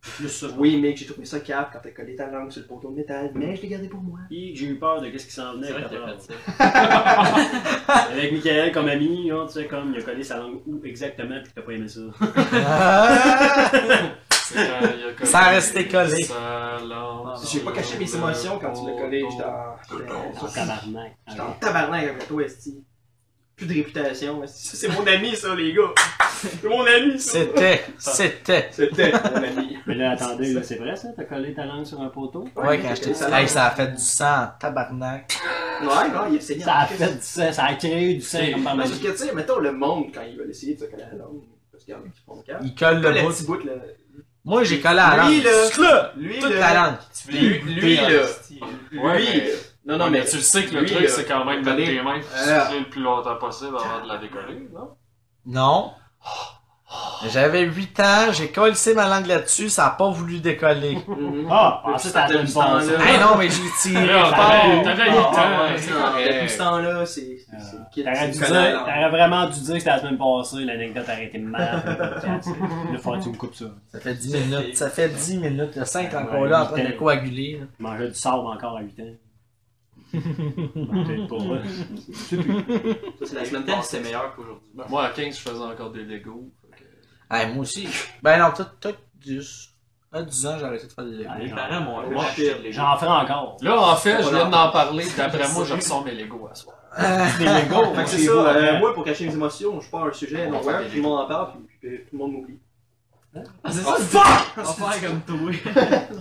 Speaker 13: C'est Plus ça. je
Speaker 4: Oui, mec, j'ai trouvé ça cap quand t'as collé ta langue sur le poteau de métal, mais je l'ai gardé pour moi.
Speaker 13: pense. Hi, J'ai eu peur de qu'est-ce qui s'en venait
Speaker 5: C'est vrai que
Speaker 13: avec
Speaker 5: t'as
Speaker 13: la
Speaker 5: fait ça.
Speaker 13: parole. Avec Michael comme ami, hein, tu sais, comme il a collé sa langue où exactement puis que t'as pas aimé ça.
Speaker 2: Ah! Ça a resté collé.
Speaker 4: J'ai pas caché
Speaker 15: Euh,
Speaker 4: mes émotions quand tu l'as
Speaker 15: oh,
Speaker 4: collé, j'étais en- j'étais
Speaker 13: Son
Speaker 4: en-
Speaker 13: tabarnak.
Speaker 4: j'étais en tabarnak avec toi, Esti. Plus de réputation, esti. Ça, C'est mon ami, ça, les gars. C'est mon ami, ça.
Speaker 2: C'était, c'était.
Speaker 4: C'était mon ami.
Speaker 13: Mais là, attendez, là, c'est vrai ça? T'as collé ta langue sur un poteau?
Speaker 2: Ouais, quand j'étais
Speaker 4: Ça
Speaker 2: ça,
Speaker 4: l'a-
Speaker 2: ça a fait du sang, tabarnak.
Speaker 4: Ouais, non, il a saigné.
Speaker 13: Ça a fait du sang, ça a créé du sang comme par
Speaker 4: Non,
Speaker 13: magie.
Speaker 4: parce que, tu sais, mettons le monde, quand ils veulent essayer de se coller à la langue, parce qu'il y en a qui font le cap.
Speaker 2: Il colle
Speaker 4: Le,
Speaker 2: le bout.
Speaker 4: petit bout, là.
Speaker 2: Moi, j'ai collé à la langue.
Speaker 4: Lui, là.
Speaker 2: Là,
Speaker 4: Lui,
Speaker 2: toute
Speaker 4: là.
Speaker 2: la langue.
Speaker 4: Lui, lui,
Speaker 5: euh,
Speaker 4: là.
Speaker 15: Ouais,
Speaker 4: Lui.
Speaker 15: mais-
Speaker 4: Non, non, mais.
Speaker 15: tu le sais que le
Speaker 4: lui,
Speaker 15: truc,
Speaker 4: là,
Speaker 15: c'est quand même mettre
Speaker 4: collé. Ah.
Speaker 15: tes mains
Speaker 4: Alors.
Speaker 15: souffler le plus longtemps possible avant de la décoller, non?
Speaker 2: Non. J'avais 8 ans, j'ai collé ma langue là-dessus, ça a pas voulu décoller.
Speaker 4: Mhm.
Speaker 13: Ah!
Speaker 4: Depuis
Speaker 13: Ah, ça, ça a
Speaker 4: ce
Speaker 13: donné bon
Speaker 4: temps-là.
Speaker 13: sens.
Speaker 2: hey, non, mais j'ai tiré
Speaker 15: Là,
Speaker 2: fort.
Speaker 15: t'avais- t'avais huit
Speaker 4: Ah,
Speaker 15: ans,
Speaker 4: ouais,
Speaker 15: c'est
Speaker 4: non, Depuis ce
Speaker 15: correct.
Speaker 4: temps-là, c'est. c'est- c'est le kit,
Speaker 13: T'aurais
Speaker 4: c'est
Speaker 13: dû
Speaker 4: le
Speaker 13: dire-
Speaker 4: collant à la langue.
Speaker 13: t'aurais vraiment dû dire que c'était la semaine passée, l'anecdote aurait été mal. pour le podcast. Là, faudrait que tu me coupes ça.
Speaker 2: Ça fait 10 minutes, ça fait 10 minutes. Le 5
Speaker 13: Ouais,
Speaker 2: encore là en train de
Speaker 13: huit ans.
Speaker 2: coaguler. là.
Speaker 13: Je mangeais du sable encore à 8 ans. Peut-être pas vrai.
Speaker 4: Ça, c'est la
Speaker 5: Peut-être
Speaker 4: semaine
Speaker 5: que c'est
Speaker 4: passée.
Speaker 5: meilleur qu'aujourd'hui.
Speaker 15: Ben, Moi, à 15, je faisais encore des Legos. fait que-
Speaker 2: Hey, moi aussi. Ben non, tout, tout, 10. À 10 ans, j'ai arrêté de faire des
Speaker 13: Ouais.
Speaker 2: légumes.
Speaker 5: Mes parents m'ont
Speaker 4: Ouais,
Speaker 5: m'ont
Speaker 4: je-
Speaker 5: acheté les gens.
Speaker 13: J'en ferai encore.
Speaker 15: Là, en fait, je viens d'en parler, d'après moi, je ressors mes Legos à soir.
Speaker 13: Des Legos,
Speaker 4: Fait que c'est
Speaker 13: c'est
Speaker 4: ça,
Speaker 13: beau,
Speaker 4: euh,
Speaker 13: hein.
Speaker 4: moi pour cacher mes émotions, je pars un sujet, donc ouais, tout le monde en parle, puis, puis, puis tout le monde m'oublie.
Speaker 5: Ah, c'est
Speaker 4: Oh,
Speaker 5: ça? On va faire comme toi.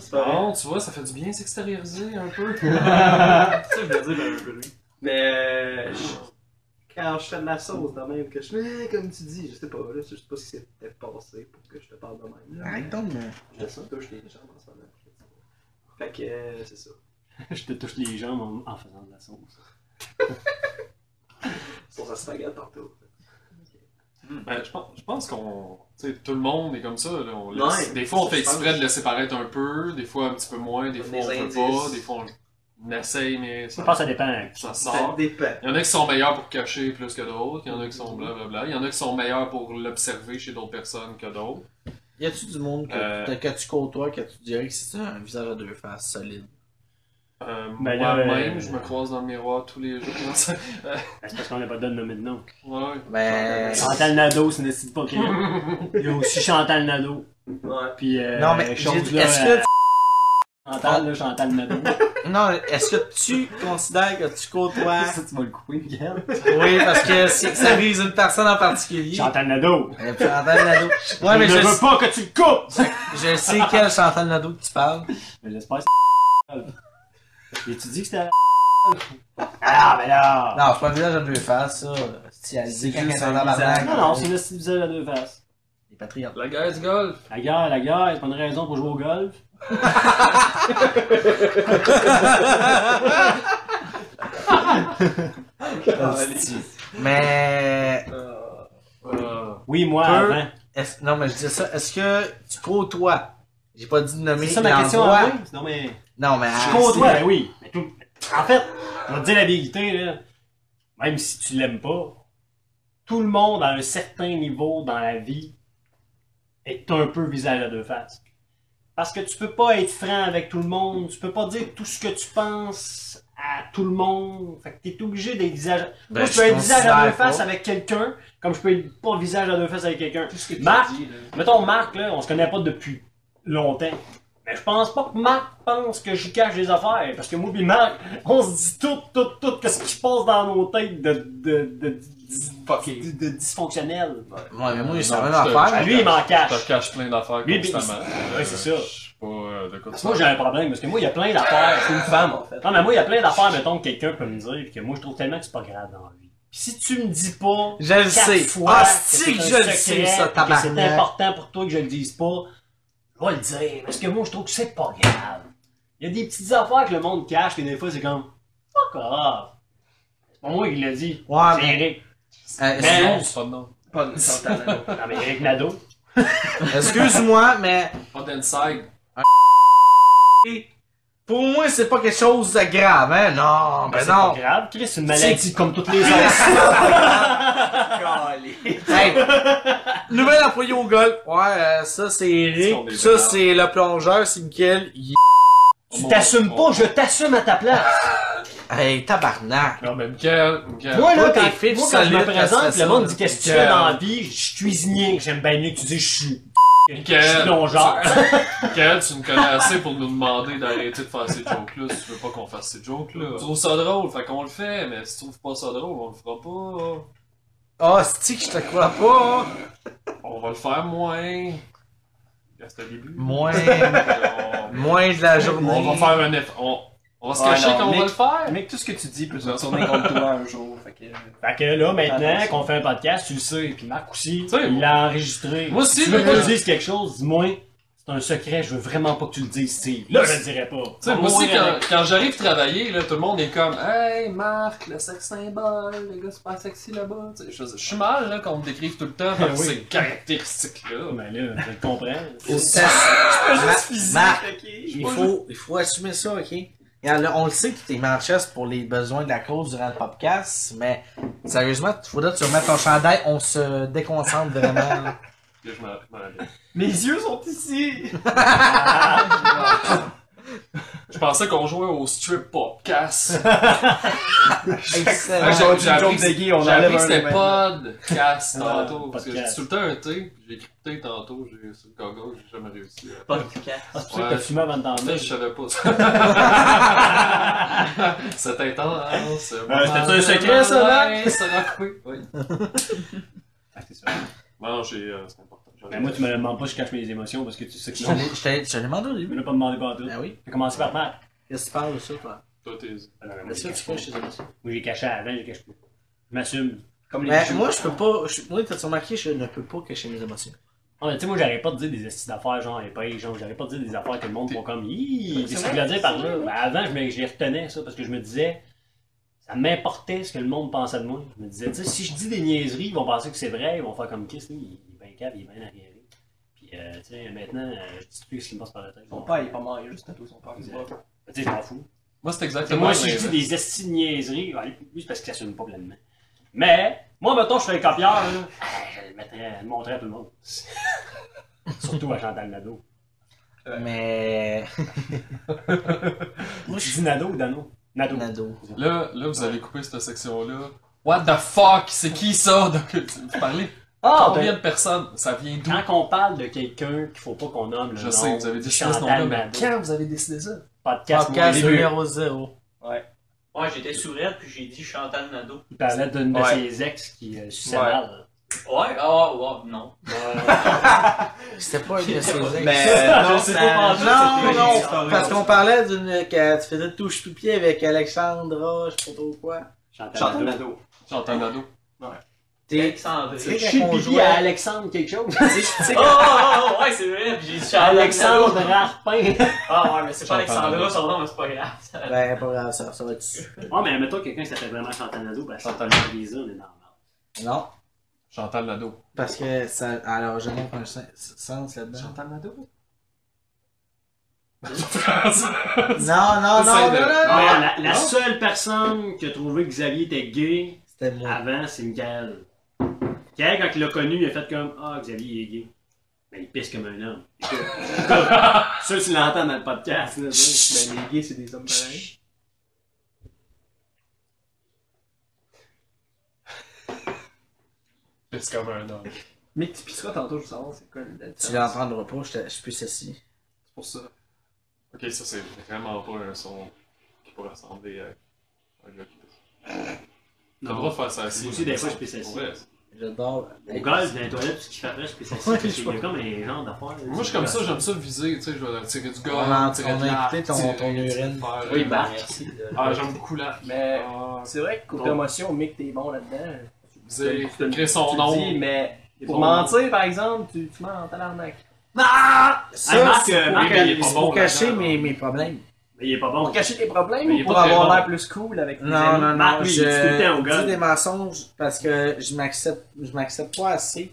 Speaker 4: C'est pas vrai.
Speaker 15: Bon, tu vois, ça fait du bien s'extérioriser un peu. Ben,
Speaker 5: Ça, je veux dire, ben, un bruit.
Speaker 4: Mais euh, je- quand je fais de la sauce de même, que je fais, eh, comme tu dis, je sais pas, là, je sais pas si c'était passé pour que je te parle de même. là.
Speaker 2: Arrête Ah, donc, euh, mais-
Speaker 4: Je te touche les jambes en ce moment. Fait que euh, c'est ça.
Speaker 13: Je te touche les jambes en, en faisant de la sauce.
Speaker 4: Sauce à spaghette partout.
Speaker 15: Ben, je pense, je pense qu'on. Tu sais, tout le monde est comme ça. là, on laisse-
Speaker 4: Ouais.
Speaker 15: des fois, on fait
Speaker 4: Je pense.
Speaker 15: exprès de laisser paraître un peu, des fois un petit peu moins, des
Speaker 4: Des
Speaker 15: fois on peut
Speaker 4: indices.
Speaker 15: pas, des fois on le on essaye, mais
Speaker 13: Je
Speaker 15: ça,
Speaker 13: pense que ça dépend. Ben,
Speaker 15: ça
Speaker 17: Ça
Speaker 15: sort.
Speaker 17: dépend.
Speaker 15: Il y en a qui sont meilleurs pour cacher plus que d'autres, il y en a qui sont
Speaker 4: Mm-hmm.
Speaker 15: blablabla, il y en a qui sont meilleurs pour l'observer chez d'autres personnes que d'autres.
Speaker 2: Y a-tu du monde que,
Speaker 15: Euh.
Speaker 2: tu- que tu côtoies que tu dirais que c'est un visage à deux faces solide?
Speaker 15: Euh,
Speaker 13: Ben là,
Speaker 15: Moi-même,
Speaker 13: euh,
Speaker 15: je me croise dans le miroir tous les jours. Non, ça-
Speaker 13: Ben, C'est parce qu'on n'a pas donné de nommer de nom.
Speaker 15: ouais.
Speaker 2: Ben.
Speaker 13: Chantal Nadeau, c'est une petite hypocrite. Il y a aussi Chantal Nadeau.
Speaker 17: Ouais.
Speaker 13: Puis, euh,
Speaker 2: Non, mais
Speaker 13: chose,
Speaker 2: j'ai-
Speaker 13: là,
Speaker 2: est-ce
Speaker 13: euh,
Speaker 2: que
Speaker 13: Chantal, là, Chantal Nadeau.
Speaker 2: Euh, Non, est-ce que tu considères que tu côtoies.
Speaker 13: ça, tu vas le couper, Miguel.
Speaker 2: oui, parce que si ça vise une personne en particulier.
Speaker 13: Chantal Nadeau.
Speaker 2: Euh, Chantal Nadeau. Ouais, mais
Speaker 13: je
Speaker 2: je,
Speaker 13: ne veux pas que tu le coupes!
Speaker 2: je sais quel Chantal Nadeau que tu parles.
Speaker 13: Mais j'espère que c'est. Et tu dis que c'était. Ah, mais là!
Speaker 2: Non, c'est pas un visage à deux faces, ça. Si elle dit quelqu'un sur la
Speaker 13: Non, non, c'est le style visage à deux faces.
Speaker 2: Les patriotes.
Speaker 15: La guerre du golf!
Speaker 13: La guerre, la guerre, c'est pas une raison pour jouer au golf. Ah,
Speaker 2: Mais.
Speaker 15: Euh,
Speaker 13: Oui, moi,
Speaker 2: Peu.
Speaker 13: avant.
Speaker 2: est-ce- Non, mais je dis ça. Est-ce que tu côtoies. J'ai pas dit de nommer.
Speaker 13: C'est ça ma question
Speaker 2: l'endroit.
Speaker 13: à moi? Non, mais.
Speaker 2: Non, mais. ah,
Speaker 13: Tu côtoies, ben oui. Mais tout... En fait, je vais te dire la vérité, là. Même si tu l'aimes pas, tout le monde à un certain niveau dans la vie est un peu visage à deux faces. Parce que tu peux pas être franc avec tout le monde, tu peux pas dire tout ce que tu penses à tout le monde. Fait que t'es obligé d'être visage à...
Speaker 2: Ben,
Speaker 13: Moi, je
Speaker 2: je
Speaker 13: peux être visage à deux
Speaker 2: considère
Speaker 13: faces
Speaker 2: pas.
Speaker 13: avec quelqu'un, comme je peux être pas visage à deux faces avec quelqu'un.
Speaker 15: tout ce que tu
Speaker 13: Marc!
Speaker 15: dis, là.
Speaker 13: Mettons Marc, là, on se connaît pas depuis longtemps. Mais je pense pas que Marc pense que je cache des affaires. Parce que moi pis Marc, on se dit tout, tout, tout, que ce qui se passe dans nos têtes de, de, de, de- de dysfonctionnel.
Speaker 2: Ouais, mais moi, c'est
Speaker 15: Non,
Speaker 2: la même
Speaker 15: je te-
Speaker 2: affaire.
Speaker 13: Ah, lui, il m'en cache.
Speaker 15: Je te cache plein d'affaires
Speaker 13: Lui,
Speaker 15: constamment.
Speaker 13: Ouais, c'est ça.
Speaker 15: Je sais pas euh, de quoi tu
Speaker 13: Parce que moi, j'ai un problème, parce que moi, il y a plein d'affaires.
Speaker 5: C'est une femme, en fait.
Speaker 13: Non, mais moi, il y a plein d'affaires, mettons, que quelqu'un peut me dire, pis que moi, je trouve tellement que c'est pas grave dans la vie. Pis si tu me dis pas,
Speaker 2: Je le
Speaker 13: quatre
Speaker 2: sais.
Speaker 13: fois
Speaker 2: Ah,
Speaker 13: que
Speaker 2: si, que
Speaker 13: c'est
Speaker 2: je
Speaker 13: un
Speaker 2: le sais,
Speaker 13: secret,
Speaker 2: ça,
Speaker 13: puis que C'est
Speaker 2: tabarnak.
Speaker 13: important pour toi que je le dise pas. Je vais le dire, parce que moi, je trouve que c'est pas grave. Il y a des petites affaires que le monde cache, que des fois, c'est comme fuck off. C'est pas moi qui l'ai dit.
Speaker 2: Ouais,
Speaker 13: c'est
Speaker 2: mais.
Speaker 13: Eric.
Speaker 2: euh,
Speaker 13: Ben,
Speaker 15: dis. Pas de nom.
Speaker 17: Pas de Chantal Nadeau.
Speaker 13: Non, mais Eric Nadeau. Ben,
Speaker 2: Excuse-moi, mais.
Speaker 15: Pas d'inside.
Speaker 2: Pour moi, c'est pas quelque chose de grave, hein? Non,
Speaker 13: Ben,
Speaker 2: ben
Speaker 13: c'est pas
Speaker 2: non. Ah,
Speaker 13: grave. Chris, c'est une maladie comme toutes les autres.
Speaker 2: Hey! Nouvel employé au golf. Ouais, euh, ça c'est
Speaker 15: qu'on est
Speaker 2: Eric. Ça
Speaker 15: malade.
Speaker 2: c'est le plongeur, c'est Mickaël. Il-
Speaker 13: tu t'assumes pas, je t'assume à ta place.
Speaker 2: Hey, tabarnak.
Speaker 15: Non, mais Miguel, Miguel.
Speaker 13: Moi, là,
Speaker 2: Euh, Toi,
Speaker 13: quand,
Speaker 2: t'es fixe,
Speaker 13: moi, quand je me
Speaker 2: solide, ça
Speaker 13: présente,
Speaker 2: serait
Speaker 13: le monde
Speaker 2: ça,
Speaker 13: dit qu'est-ce que tu
Speaker 15: Miguel.
Speaker 13: fais dans la vie, je suis cuisinier. J'aime bien mieux que tu dises je suis.
Speaker 15: Miguel.
Speaker 13: Je suis plongeur.
Speaker 15: Miguel, tu me connais assez pour nous demander d'arrêter de faire ces jokes-là si tu veux pas qu'on fasse ces jokes-là. Tu trouves ça drôle, fait qu'on le fait, mais si tu trouves pas ça drôle, on le fera pas.
Speaker 2: Ah, c'est que je te crois pas. hein?
Speaker 15: On va le faire moins. Reste le début. Euh,
Speaker 2: Moins.
Speaker 15: On-
Speaker 2: Moins de la journée.
Speaker 15: On va faire un effort. On, on va se
Speaker 5: Ouais,
Speaker 15: cacher
Speaker 5: non,
Speaker 15: qu'on
Speaker 5: mais-
Speaker 15: va le faire.
Speaker 5: Mec, tout ce que tu dis peut se retourner contre toi un jour. Fait que.
Speaker 13: Fait que là, maintenant
Speaker 5: Attention.
Speaker 13: qu'on fait un podcast, tu le sais, puis Marc aussi,
Speaker 15: Tu sais,
Speaker 13: il
Speaker 15: moi-
Speaker 13: l'a enregistré.
Speaker 15: Moi aussi,
Speaker 13: si tu veux
Speaker 15: mais-
Speaker 13: que je dise quelque chose, dis-moi, c'est un secret, je veux vraiment pas que tu le dises, Steve. Là,
Speaker 15: Moi,
Speaker 13: je le dirais pas.
Speaker 15: Tu sais,
Speaker 13: On
Speaker 15: moi aussi,
Speaker 13: va
Speaker 15: quand,
Speaker 5: euh,
Speaker 13: avec.
Speaker 15: quand j'arrive travailler, là, tout le monde est comme Hey, Marc, le sexe symbole, le gars super sexy là-bas. Tu sais, Je je suis mal là, qu'on me décrive tout le temps par
Speaker 5: Eh
Speaker 13: Ben oui.
Speaker 15: ces caractéristiques-là.
Speaker 13: Mais là, je le comprends.
Speaker 2: Faut s'ass- Ma- Marc, il faut, il faut assumer ça, ok? Et alors, on le sait que t'es manchester pour les besoins de la cause durant le podcast, mais sérieusement, il faudrait que tu remettes ton chandail, on se déconcentre vraiment. là.
Speaker 15: Là, je m'en- je m'en allais.
Speaker 5: Mes yeux sont ici!
Speaker 15: Je pensais qu'on jouait au strip podcast.
Speaker 2: Excellent.
Speaker 15: Ouais,
Speaker 5: on
Speaker 15: j'ai-
Speaker 5: dit
Speaker 15: J'ai appris
Speaker 5: joke
Speaker 15: que
Speaker 5: de Guy, on
Speaker 15: j'ai
Speaker 5: enlève
Speaker 15: appris que
Speaker 5: un
Speaker 15: c'était
Speaker 5: élément.
Speaker 15: podcast
Speaker 13: Ah,
Speaker 15: tantôt. Parce que j'ai
Speaker 13: podcast.
Speaker 15: tout le temps un T, puis j'ai écrit T tantôt, j'ai sur le gogo, j'ai jamais réussi. à-
Speaker 5: Podcast.
Speaker 13: Ah, c'est pour ça que
Speaker 15: Ouais.
Speaker 13: t'as fumé avant de t'en
Speaker 15: Là,
Speaker 13: mettre.
Speaker 15: je savais pas ça. Cette intense.
Speaker 13: c'était un secret, ça,
Speaker 15: là? Ça va couper. Oui.
Speaker 13: Ah, c'est ça.
Speaker 15: Non, j'ai. euh, c'est important. J'ai-
Speaker 13: Mais moi, tu me le demandes pas, je cache mes émotions parce que tu sais que
Speaker 2: Je
Speaker 13: je
Speaker 2: te l'ai- je te- je te l'ai demandé au
Speaker 13: Tu
Speaker 2: début.
Speaker 13: me l'as pas demandé pas en tout.
Speaker 2: Ben oui.
Speaker 13: T'as commencé par Marc.
Speaker 2: Qu'est-ce que tu parles de ça, toi?
Speaker 15: Toi, t'es.
Speaker 13: Ah, non, non,
Speaker 5: Ben,
Speaker 13: moi,
Speaker 2: Est-ce
Speaker 13: j'ai
Speaker 2: que tu caches
Speaker 13: caché.
Speaker 2: tes émotions?
Speaker 13: Moi, j'ai caché avant, j'ai caché pas. Je m'assume.
Speaker 5: Comme les
Speaker 2: Ben,
Speaker 5: jeux.
Speaker 2: moi, je peux pas. Je, moi, t'as remarqué, je ne peux pas cacher mes émotions.
Speaker 13: Ah, mais tu sais, moi, j'arrête pas de dire des astuces d'affaires, genre épais, genre, j'arrête pas de dire des affaires que le monde font comme, Hi, qu'est-ce qu'il a dit par là? Ben, avant, je, me, je les retenais, ça, parce que je me disais, ça m'importait ce que le monde pensait de moi. Je me disais, tu sais, si je dis des niaiseries, ils vont penser que c'est vrai, ils vont faire comme Chris, lui, il est bien cave, il est bien arriéré. Puis, euh, tu sais, maintenant, euh, je dis plus ce qui me passe par la tête.
Speaker 4: hein.
Speaker 5: Son père, il est pas mort, il est juste tatoué son père.
Speaker 13: Tu sais, je m'en fous.
Speaker 15: Moi, c'est
Speaker 13: Fait que
Speaker 15: exactement
Speaker 13: Moi,
Speaker 15: le
Speaker 13: si je dis
Speaker 15: même.
Speaker 13: des esti de niaiseries, ouais, lui, c'est parce qu'il s'assume pas pleinement. Mais, moi, mettons, je fais un copieur, là, je le mettrais, je le montrais à tout le monde. Surtout à Chantal Nadeau.
Speaker 2: Mais.
Speaker 13: Moi, je dis Nadeau ou Dano? Nadeau.
Speaker 2: Nado.
Speaker 15: Là, là, vous avez coupé cette section-là. What the fuck? C'est qui ça? Donc, vous parlez
Speaker 13: Ah,
Speaker 15: combien
Speaker 13: ben, Ah,
Speaker 15: de personnes? Ça vient d'où?
Speaker 13: quand on parle de quelqu'un qu'il faut pas qu'on nomme le
Speaker 15: Je
Speaker 13: nom,
Speaker 15: sais, vous avez décidé ce
Speaker 13: Chantal
Speaker 15: nom-là, mais
Speaker 13: Nadeau.
Speaker 15: quand vous avez décidé ça?
Speaker 13: Podcast,
Speaker 2: Podcast
Speaker 13: Montréal.
Speaker 2: numéro 0.
Speaker 5: Moi, j'étais sur elle, puis j'ai dit Chantal Nadeau.
Speaker 13: Il parlait d'une de
Speaker 5: Ouais.
Speaker 13: ses ex qui euh, suçait mal.
Speaker 5: Ouais, ah, ouais, non.
Speaker 2: C'était pas une de ses ex.
Speaker 18: Mais
Speaker 5: Je
Speaker 18: non,
Speaker 5: sais
Speaker 18: ça-
Speaker 5: pas,
Speaker 2: Non,
Speaker 5: c'était-
Speaker 2: non,
Speaker 5: c'était-
Speaker 2: parce qu'on parlait d'une. que tu faisais touche tout pied avec Alexandra, je sais pas trop quoi.
Speaker 13: Chantal,
Speaker 5: Chantal
Speaker 13: Nadeau.
Speaker 5: Nadeau.
Speaker 15: J'entends Nadeau.
Speaker 2: T'es.
Speaker 5: Alexandre.
Speaker 2: C'est
Speaker 13: Je suis
Speaker 2: qu'on
Speaker 13: le
Speaker 2: jouait-
Speaker 13: bibi à Alexandre quelque chose.
Speaker 5: Oh, oh, oh, ouais, c'est vrai, puis j'ai dit Chantal Nadeau.
Speaker 13: Alexandre Rapin.
Speaker 5: Ah, ouais, mais c'est pas
Speaker 15: Chantal
Speaker 5: Alexandra,
Speaker 15: Nadeau.
Speaker 5: son nom, mais c'est pas grave.
Speaker 2: Ben, pas grave, ça, ça va être dessus.
Speaker 13: Ah, mais mettons quelqu'un qui s'appelle vraiment Chantal Nadeau, ben Chantal Nadeau, on est dans le
Speaker 2: Non.
Speaker 15: Chantal Nadeau.
Speaker 2: Parce que ça. Alors, j'ai mon un sen- sens là-dedans.
Speaker 15: Chantal Nadeau?
Speaker 2: Non, non, non, non,
Speaker 15: Essaye de-
Speaker 2: non, non.
Speaker 13: mal. la, la seule personne qui a trouvé que Xavier était gay
Speaker 2: C'était moi.
Speaker 13: avant, c'est Michael. Michael, quand il l'a connu, il a fait comme Ah, Xavier il est gay. Mais il pisse comme un homme. Écoute, écoute, ça, tu l'entends dans le podcast. Là, ça.
Speaker 19: Ben, les gays, c'est des hommes pareils.
Speaker 15: C'est comme un homme.
Speaker 19: Mais tu pisseras tantôt, je veux savoir c'est quoi le la
Speaker 2: Tu
Speaker 19: différence.
Speaker 2: l'entendras pas, je te- je suis plus assis.
Speaker 19: C'est pour ça.
Speaker 15: Ok, ça, c'est vraiment pas un son qui pourrait ressembler à un gars qui pisse. T'as le droit de faire ça assis.
Speaker 13: Moi aussi,
Speaker 15: mais
Speaker 13: des fois,
Speaker 15: ça,
Speaker 13: je pisse assis.
Speaker 15: pour vrai.
Speaker 2: J'adore.
Speaker 13: Au golf, dans les toilettes, ce qu'il fait après, je pisse assis. parce qu'il y a comme un genre d'affaire. là.
Speaker 15: Moi, je suis comme ça, j'aime ça viser, tu sais, je vais tirer du gaz,
Speaker 2: On a-
Speaker 15: tirer
Speaker 2: on
Speaker 15: de
Speaker 2: a
Speaker 15: l'arc,
Speaker 2: écouté ton-
Speaker 15: tirer-
Speaker 2: ton urine.
Speaker 15: faire-
Speaker 5: Oui, ben, Marc.
Speaker 15: Ah, j'aime beaucoup Ah, là.
Speaker 20: Mais c'est vrai que côté
Speaker 15: Non.
Speaker 20: émotion, Mick, t'es bon là-dedans.
Speaker 15: Viser,
Speaker 20: Tu le-
Speaker 15: créer
Speaker 20: tu
Speaker 15: son
Speaker 20: le dis,
Speaker 15: nom.
Speaker 20: mais
Speaker 13: Il est
Speaker 20: pour
Speaker 13: bon.
Speaker 20: mentir, par exemple, tu, tu mens en tabarnak.
Speaker 2: Ah!
Speaker 13: Hey,
Speaker 2: Ça,
Speaker 13: Marc,
Speaker 2: c'est
Speaker 13: euh,
Speaker 2: pour
Speaker 13: Marc,
Speaker 2: que-
Speaker 13: il est pas
Speaker 2: c'est
Speaker 15: bon
Speaker 2: pour cacher
Speaker 15: là-dedans.
Speaker 2: mes, mes problèmes.
Speaker 13: Mais il est pas bon.
Speaker 20: Pour cacher tes problèmes
Speaker 15: Mais il est
Speaker 20: ou pour
Speaker 15: pas très
Speaker 20: avoir
Speaker 15: bon.
Speaker 20: l'air plus cool avec tes
Speaker 2: Non,
Speaker 20: amis?
Speaker 2: non,
Speaker 13: Marc,
Speaker 2: non,
Speaker 13: lui, Ah, il
Speaker 2: je
Speaker 13: dit tout le temps au gars.
Speaker 2: dis des mensonges parce que je m'accepte, je m'accepte pas assez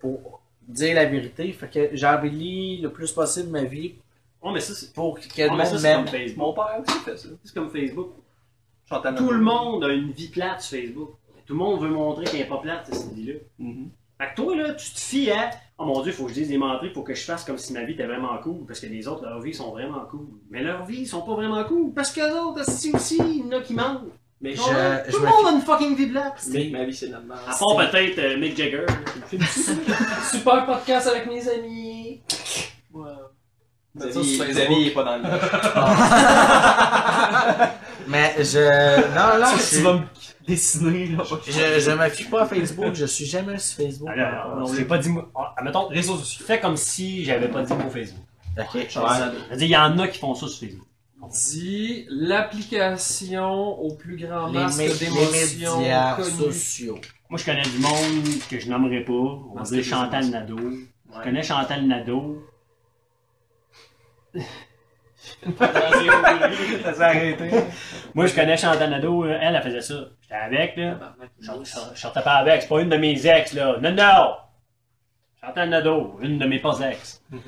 Speaker 2: pour dire la vérité. Fait que j'embellis le plus possible ma vie
Speaker 13: Oh, mais ça, c'est.
Speaker 2: pour que le
Speaker 13: Oh, mais
Speaker 2: monde
Speaker 13: ça, c'est comme
Speaker 2: m'aime.
Speaker 13: Facebook.
Speaker 20: Mon père aussi fait ça.
Speaker 13: C'est comme Facebook.
Speaker 20: Chantal
Speaker 13: Tout
Speaker 20: Nadeau.
Speaker 13: le monde a une vie plate sur Facebook. Tout le monde veut montrer qu'elle n'est pas plate, cette vie-là.
Speaker 20: Mhm.
Speaker 13: Fait que toi, là, tu te fies à Oh mon Dieu, faut que je dise des menteries, faut que je fasse comme si ma vie était vraiment cool, parce que les autres, leurs vies sont vraiment cool. Mais leurs vies sont pas vraiment cool, parce que d'autres, si aussi, il y en a qui manquent. Mais
Speaker 2: Je-
Speaker 13: genre,
Speaker 2: je
Speaker 13: tout le
Speaker 2: me
Speaker 13: monde a une fucking vie plate.
Speaker 20: Mais ma vie, c'est de la merde.
Speaker 13: À part peut-être euh, Mick Jagger.
Speaker 20: Super podcast avec mes amis.
Speaker 15: Mets ça sur
Speaker 20: Xavier,
Speaker 15: Facebook.
Speaker 20: Xavier, il est pas dans le match.
Speaker 2: Mais je. Non, non, je,
Speaker 20: Tu vas me dessiner, là.
Speaker 2: je, je m'appuie pas à Facebook, je suis jamais sur Facebook.
Speaker 13: Alors, on
Speaker 2: C'est-
Speaker 13: n'a pas dit mot. Ah, Admettons, réseaux sociaux. Fais comme si j'avais pas dit mot Facebook.
Speaker 2: Ok.
Speaker 13: Je veux dire, il y en a qui font ça sur Facebook.
Speaker 15: Dis l'application au plus grand
Speaker 2: Les,
Speaker 15: masque
Speaker 2: mé- les
Speaker 15: d'émotions
Speaker 2: médias
Speaker 15: connues.
Speaker 2: sociaux.
Speaker 13: Moi, je connais du monde que je nommerai pas. On va
Speaker 15: Parce
Speaker 13: dire
Speaker 15: que
Speaker 13: Chantal
Speaker 15: les-
Speaker 13: Nadeau. Je connais Chantal Nadeau.
Speaker 20: Ça s'est arrêté.
Speaker 13: Moi, je connais Chantal Nadeau. euh, Elle, elle faisait ça. J'étais avec, là. Je je- je sortais pas avec. C'est pas une de mes ex, là. Non, non! Chantal Nadeau, une de mes pas ex.
Speaker 15: Mm-hmm.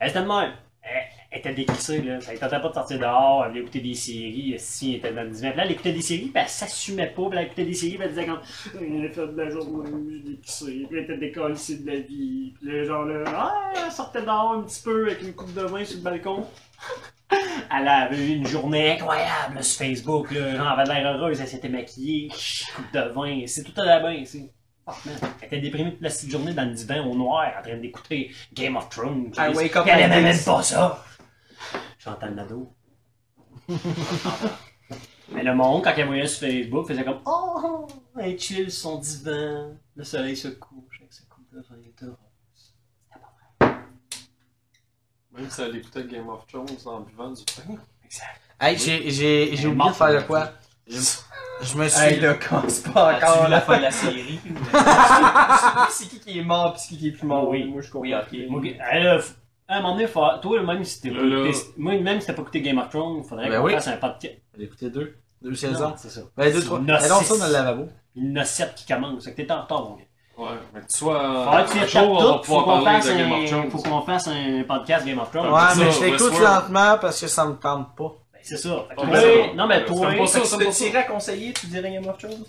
Speaker 13: Elle était de même. Elle, elle était décrissée, là. Elle tentait pas de sortir dehors. Elle voulait écouter des séries. Si, elle était dans le divan. Puis là, elle écoutait des séries, puis elle s'assumait pas. Puis elle écoutait des séries, puis elle disait comme. J'ai fait de la journée, j'ai décrissé. Puis elle était décollée de la vie. Puis là, genre, là. Ah, elle sortait dehors un petit peu avec une coupe de vin sur le balcon. Elle avait eu une journée incroyable là, sur Facebook. Là. Genre, elle avait l'air heureuse, elle s'était maquillée, coupe de vin, c'est tout à la bain, c'est. Oh, man. Elle était déprimée toute la petite journée dans le divan au noir en train d'écouter Game of Thrones.
Speaker 20: I
Speaker 13: Chris.
Speaker 20: wake up
Speaker 13: elle
Speaker 20: like
Speaker 13: aimait même
Speaker 20: this.
Speaker 13: pas ça. Chantal Nadeau. Mais le monde, quand elle voyait sur Facebook, faisait comme Oh, elle chill sur son divan, le soleil se couche avec sa coupe de vin, elle est heureuse. C'était pas vrai.
Speaker 15: Même si elle écoutait Game of Thrones en buvant du pain.
Speaker 13: Exact.
Speaker 2: Hey, j'ai- j'ai j'ai oublié de
Speaker 13: hein,
Speaker 2: faire de quoi. Je, je me suis.
Speaker 20: Hey, là, commence
Speaker 13: Ah,
Speaker 20: pas encore.
Speaker 5: vu
Speaker 20: là.
Speaker 5: la fin de la série?
Speaker 20: C'est qui qui est mort, puis c'est qui qui est plus mort.
Speaker 13: Bah Oui.
Speaker 20: Moi, je comprends.
Speaker 5: Oui, ok.
Speaker 13: Moi, elle a- À un moment donné, faut- toi, même si t'es pas,
Speaker 15: Là, là.
Speaker 13: écouté- moi, même si t'as pas écouté Game of Thrones, faudrait
Speaker 2: Ben
Speaker 13: qu'on
Speaker 2: oui.
Speaker 13: fasse un podcast.
Speaker 2: J'ai écouté deux. Deux
Speaker 13: Non,
Speaker 2: saisons.
Speaker 13: c'est ça.
Speaker 2: Ben, deux, trois.
Speaker 13: Non,
Speaker 2: Elle lance
Speaker 13: six.
Speaker 2: ça dans le lavabo.
Speaker 13: Il y en a sept qui commencent. Fait que t'es en retard, mon gars.
Speaker 15: Ouais, mais tu sois.
Speaker 13: Faudrait
Speaker 15: Bah, Un
Speaker 13: que tu les
Speaker 15: jour,
Speaker 13: tapes
Speaker 15: on
Speaker 13: toutes.
Speaker 15: va
Speaker 13: Faut
Speaker 15: pouvoir
Speaker 13: qu'on
Speaker 15: parler
Speaker 13: fasse,
Speaker 15: de Game of
Speaker 13: un...
Speaker 15: Thrones.
Speaker 13: faut qu'on fasse un podcast Game of Thrones.
Speaker 2: Ouais,
Speaker 15: c'est
Speaker 2: mais
Speaker 15: ça,
Speaker 2: je l'écoute
Speaker 15: Westworld.
Speaker 2: lentement parce que ça me tente pas.
Speaker 13: Ben, C'est ça. Fait que
Speaker 15: Oh,
Speaker 13: là,
Speaker 15: ben,
Speaker 13: c'est-
Speaker 15: bon.
Speaker 13: non, mais
Speaker 15: Euh,
Speaker 13: toi,
Speaker 15: c'est comme
Speaker 13: c'est
Speaker 15: ça,
Speaker 13: ça,
Speaker 15: c'est
Speaker 13: c'est
Speaker 15: comme ça.
Speaker 13: tiré à conseiller, tu dirais Game of Thrones?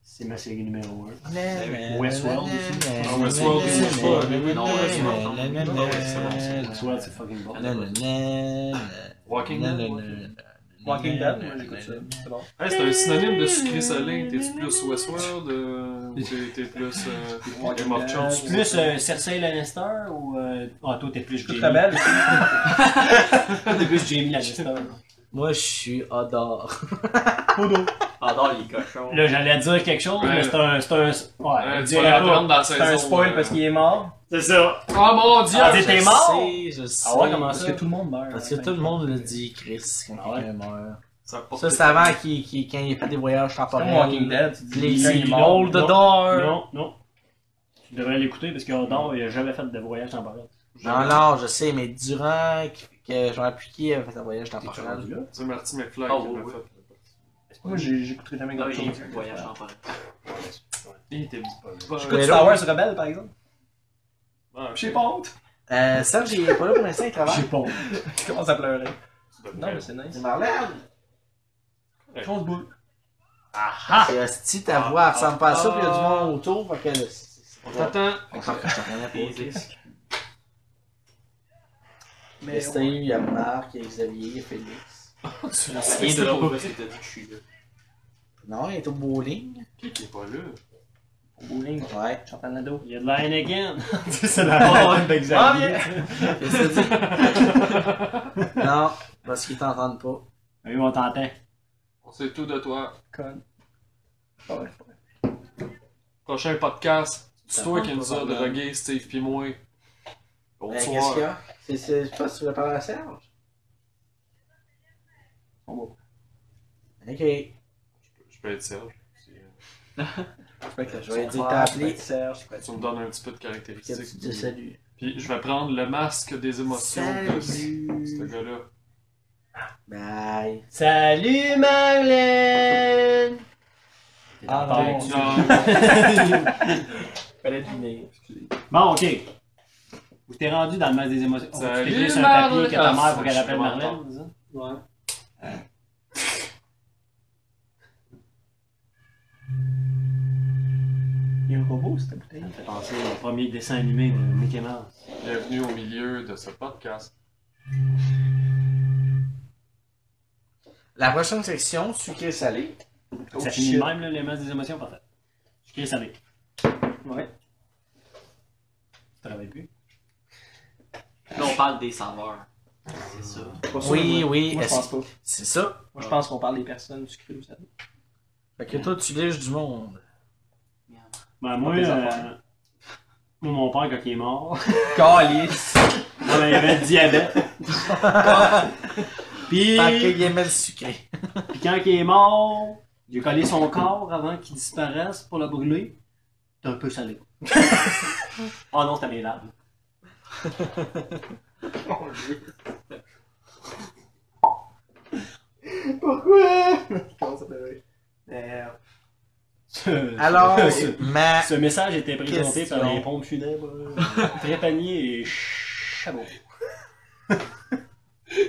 Speaker 13: C'est ma série numéro 1.
Speaker 2: Ben,
Speaker 13: Westworld aussi.
Speaker 15: Ah, Westworld aussi, je sais pas, mais oui, non, Westworld, non. Ah, ouais, c'est bon, c'est bon.
Speaker 13: Westworld, c'est fucking bon.
Speaker 15: Walking Dead.
Speaker 4: Walking Dead, moi j'écoute ça. C'est bon.
Speaker 15: Hey, c'est un synonyme de sucré salé. T'es-tu plus Westworld euh, ou t'es- t'es plus euh, Game of Thrones?
Speaker 13: Tu plus euh, Cersei Lannister ou. euh, Ah, toi, t'es plus
Speaker 4: Toute
Speaker 13: Jamie.
Speaker 4: rebelle aussi.
Speaker 13: Toi, t'es plus Jamie Lannister.
Speaker 2: Moi, je suis Adore.
Speaker 5: Adore les cochons.
Speaker 13: Là, j'allais dire quelque chose,
Speaker 15: Ouais.
Speaker 13: mais c'est un. C'est un. Ouais,
Speaker 15: Ouais,
Speaker 13: je
Speaker 15: tu vas
Speaker 13: dirais pas.
Speaker 15: l'apprendre dans la
Speaker 4: C'est un
Speaker 15: saison,
Speaker 4: spoil
Speaker 15: euh.
Speaker 4: parce qu'il est mort.
Speaker 13: C'est ça.
Speaker 15: Oh mon dieu!
Speaker 13: Ah, t'es mort?
Speaker 2: je sais.
Speaker 13: Ah ouais, comment
Speaker 4: Parce
Speaker 13: ça?
Speaker 4: que tout le monde meurt.
Speaker 2: Parce que tout le monde le dit, Chris, quand
Speaker 13: Ah ouais.
Speaker 2: quelqu'un meurt.
Speaker 15: Ça, porte-
Speaker 2: Ça, c'est avant qu'il, qu'il- quand il a fait des voyages
Speaker 4: C'est comme Walking
Speaker 2: temporels.
Speaker 4: Dead, tu dis,
Speaker 2: Les
Speaker 4: là, il est
Speaker 2: il
Speaker 4: mort.
Speaker 2: roll the door. Non,
Speaker 13: Non, non. Tu devrais l'écouter parce qu'Ador, il a jamais fait de voyage temporel.
Speaker 2: non, je sais, mais durant que, que Jean-Pierre qui a fait un voyage
Speaker 13: Tu
Speaker 2: temporel.
Speaker 13: rendu là?
Speaker 15: C'est Marty McFly
Speaker 5: Ah,
Speaker 15: qui
Speaker 5: ouais,
Speaker 15: l'a
Speaker 5: ouais.
Speaker 15: fait.
Speaker 4: Moi j'ai- j'écouterai jamais
Speaker 5: Non,
Speaker 4: quelque
Speaker 5: j'ai
Speaker 4: chose.
Speaker 5: vu le voyage en parlant.
Speaker 15: Il était
Speaker 4: Écoute Star Wars Rebelle par exemple.
Speaker 15: bon.
Speaker 4: J'ai pas honte.
Speaker 2: Euh, Serge, il est pas là pour l'instant, il travaille.
Speaker 13: J'ai pas.
Speaker 4: Je commence à pleurer. Non mais c'est nice.
Speaker 2: C'est malade.
Speaker 4: Chose boule.
Speaker 13: Ah
Speaker 2: Et si ta voix ressemble pas à ça, puis il y a du monde autour, fait que.
Speaker 15: On t'attend.
Speaker 2: On s'en cache rien pour
Speaker 5: Des excuses.
Speaker 2: Mais Steve, il y a Marc, il y a Xavier, il y a Félix.
Speaker 5: C'est c'est leur parce que t'as dit que je suis là.
Speaker 2: Non, il est au bowling.
Speaker 15: Qui qui est pas là?
Speaker 4: Bowling.
Speaker 2: Ouais.
Speaker 4: Chantal Nadeau.
Speaker 13: Il y a de la haine again. c'est la ben, honte
Speaker 2: Ah
Speaker 13: d'Xavier.
Speaker 2: Qu'est-ce que tu dis? non, parce qu'ils t'entendent pas.
Speaker 13: Ah Oui, on t'entend.
Speaker 15: On sait tout de toi. Ah
Speaker 4: Con.
Speaker 15: Prochain podcast, c'est
Speaker 2: Ça
Speaker 15: toi
Speaker 2: prend
Speaker 15: qui nous
Speaker 2: pas
Speaker 15: a
Speaker 2: mal.
Speaker 15: drogué, Steve puis moi.
Speaker 2: Euh, Qu'est-ce
Speaker 15: Bonsoir.
Speaker 2: qu'il y a? C'est- c'est- Je sais pas si tu voulais parler à Serge.
Speaker 4: Oh.
Speaker 2: Ok.
Speaker 15: Je peux être Serge. Si, euh,
Speaker 2: Je vais dire t'as appelé.
Speaker 4: Serge, c'est quoi
Speaker 15: Tu me donnes un petit peu de
Speaker 2: Que tu
Speaker 15: caractéristiques.
Speaker 2: dis salut.
Speaker 15: Puis je vais prendre le masque des émotions de ce
Speaker 2: Salut.
Speaker 15: gars-là.
Speaker 2: Bye.
Speaker 13: Salut Marlène!
Speaker 2: Ah
Speaker 13: non.
Speaker 15: Non,
Speaker 4: Fallait deviner.
Speaker 13: Bon, ok. Vous t'es rendu dans le masque des émotions. Oh,
Speaker 15: Salut,
Speaker 13: tu t'es glissé un papier
Speaker 15: Marlène.
Speaker 13: que ta
Speaker 15: Ah,
Speaker 13: mère pour qu'elle
Speaker 15: je
Speaker 13: appelle
Speaker 15: suis
Speaker 13: Marlène,
Speaker 15: vraiment
Speaker 13: c'est ça?
Speaker 4: Ouais. Il y a un robot, cette bouteille.
Speaker 13: Ça me fait penser au premier dessin animé de Mickey Mouse.
Speaker 15: bienvenue au milieu de ce podcast.
Speaker 2: La prochaine section, sucré salé.
Speaker 4: Oh,
Speaker 13: ça finit de même, là, les masques des émotions, parfait. Je suis salé.
Speaker 4: Ouais.
Speaker 13: Tu travailles plus?
Speaker 5: Là, on parle des saveurs. C'est ça.
Speaker 4: Pas sûr,
Speaker 2: Oui,
Speaker 4: moi.
Speaker 2: oui.
Speaker 4: Moi, je
Speaker 2: est-ce-
Speaker 4: pense pas.
Speaker 2: C'est ça.
Speaker 4: Moi, je pense qu'on parle des personnes sucrées ou salées.
Speaker 2: Fait que toi, tu lèches du monde.
Speaker 13: Ben, moi,
Speaker 4: Mauvais
Speaker 13: euh,
Speaker 4: affaire.
Speaker 13: moi, mon père, quand il est mort,
Speaker 4: Calice!
Speaker 13: il avait le diabète. Puis,
Speaker 2: Fait qu'il aimait le sucré.
Speaker 13: Puis quand il est mort, j'ai collé son corps avant qu'il disparaisse pour le brûler. T'es un peu salé. oh non, c'était mes larmes.
Speaker 4: Pourquoi? Comment ça s'appelle? Euh,
Speaker 13: Ce-
Speaker 2: Alors,
Speaker 13: ce,
Speaker 2: ma.
Speaker 13: ce message était présenté
Speaker 2: Question.
Speaker 13: par les pompes funèbres. euh, Trépanier et Chabot.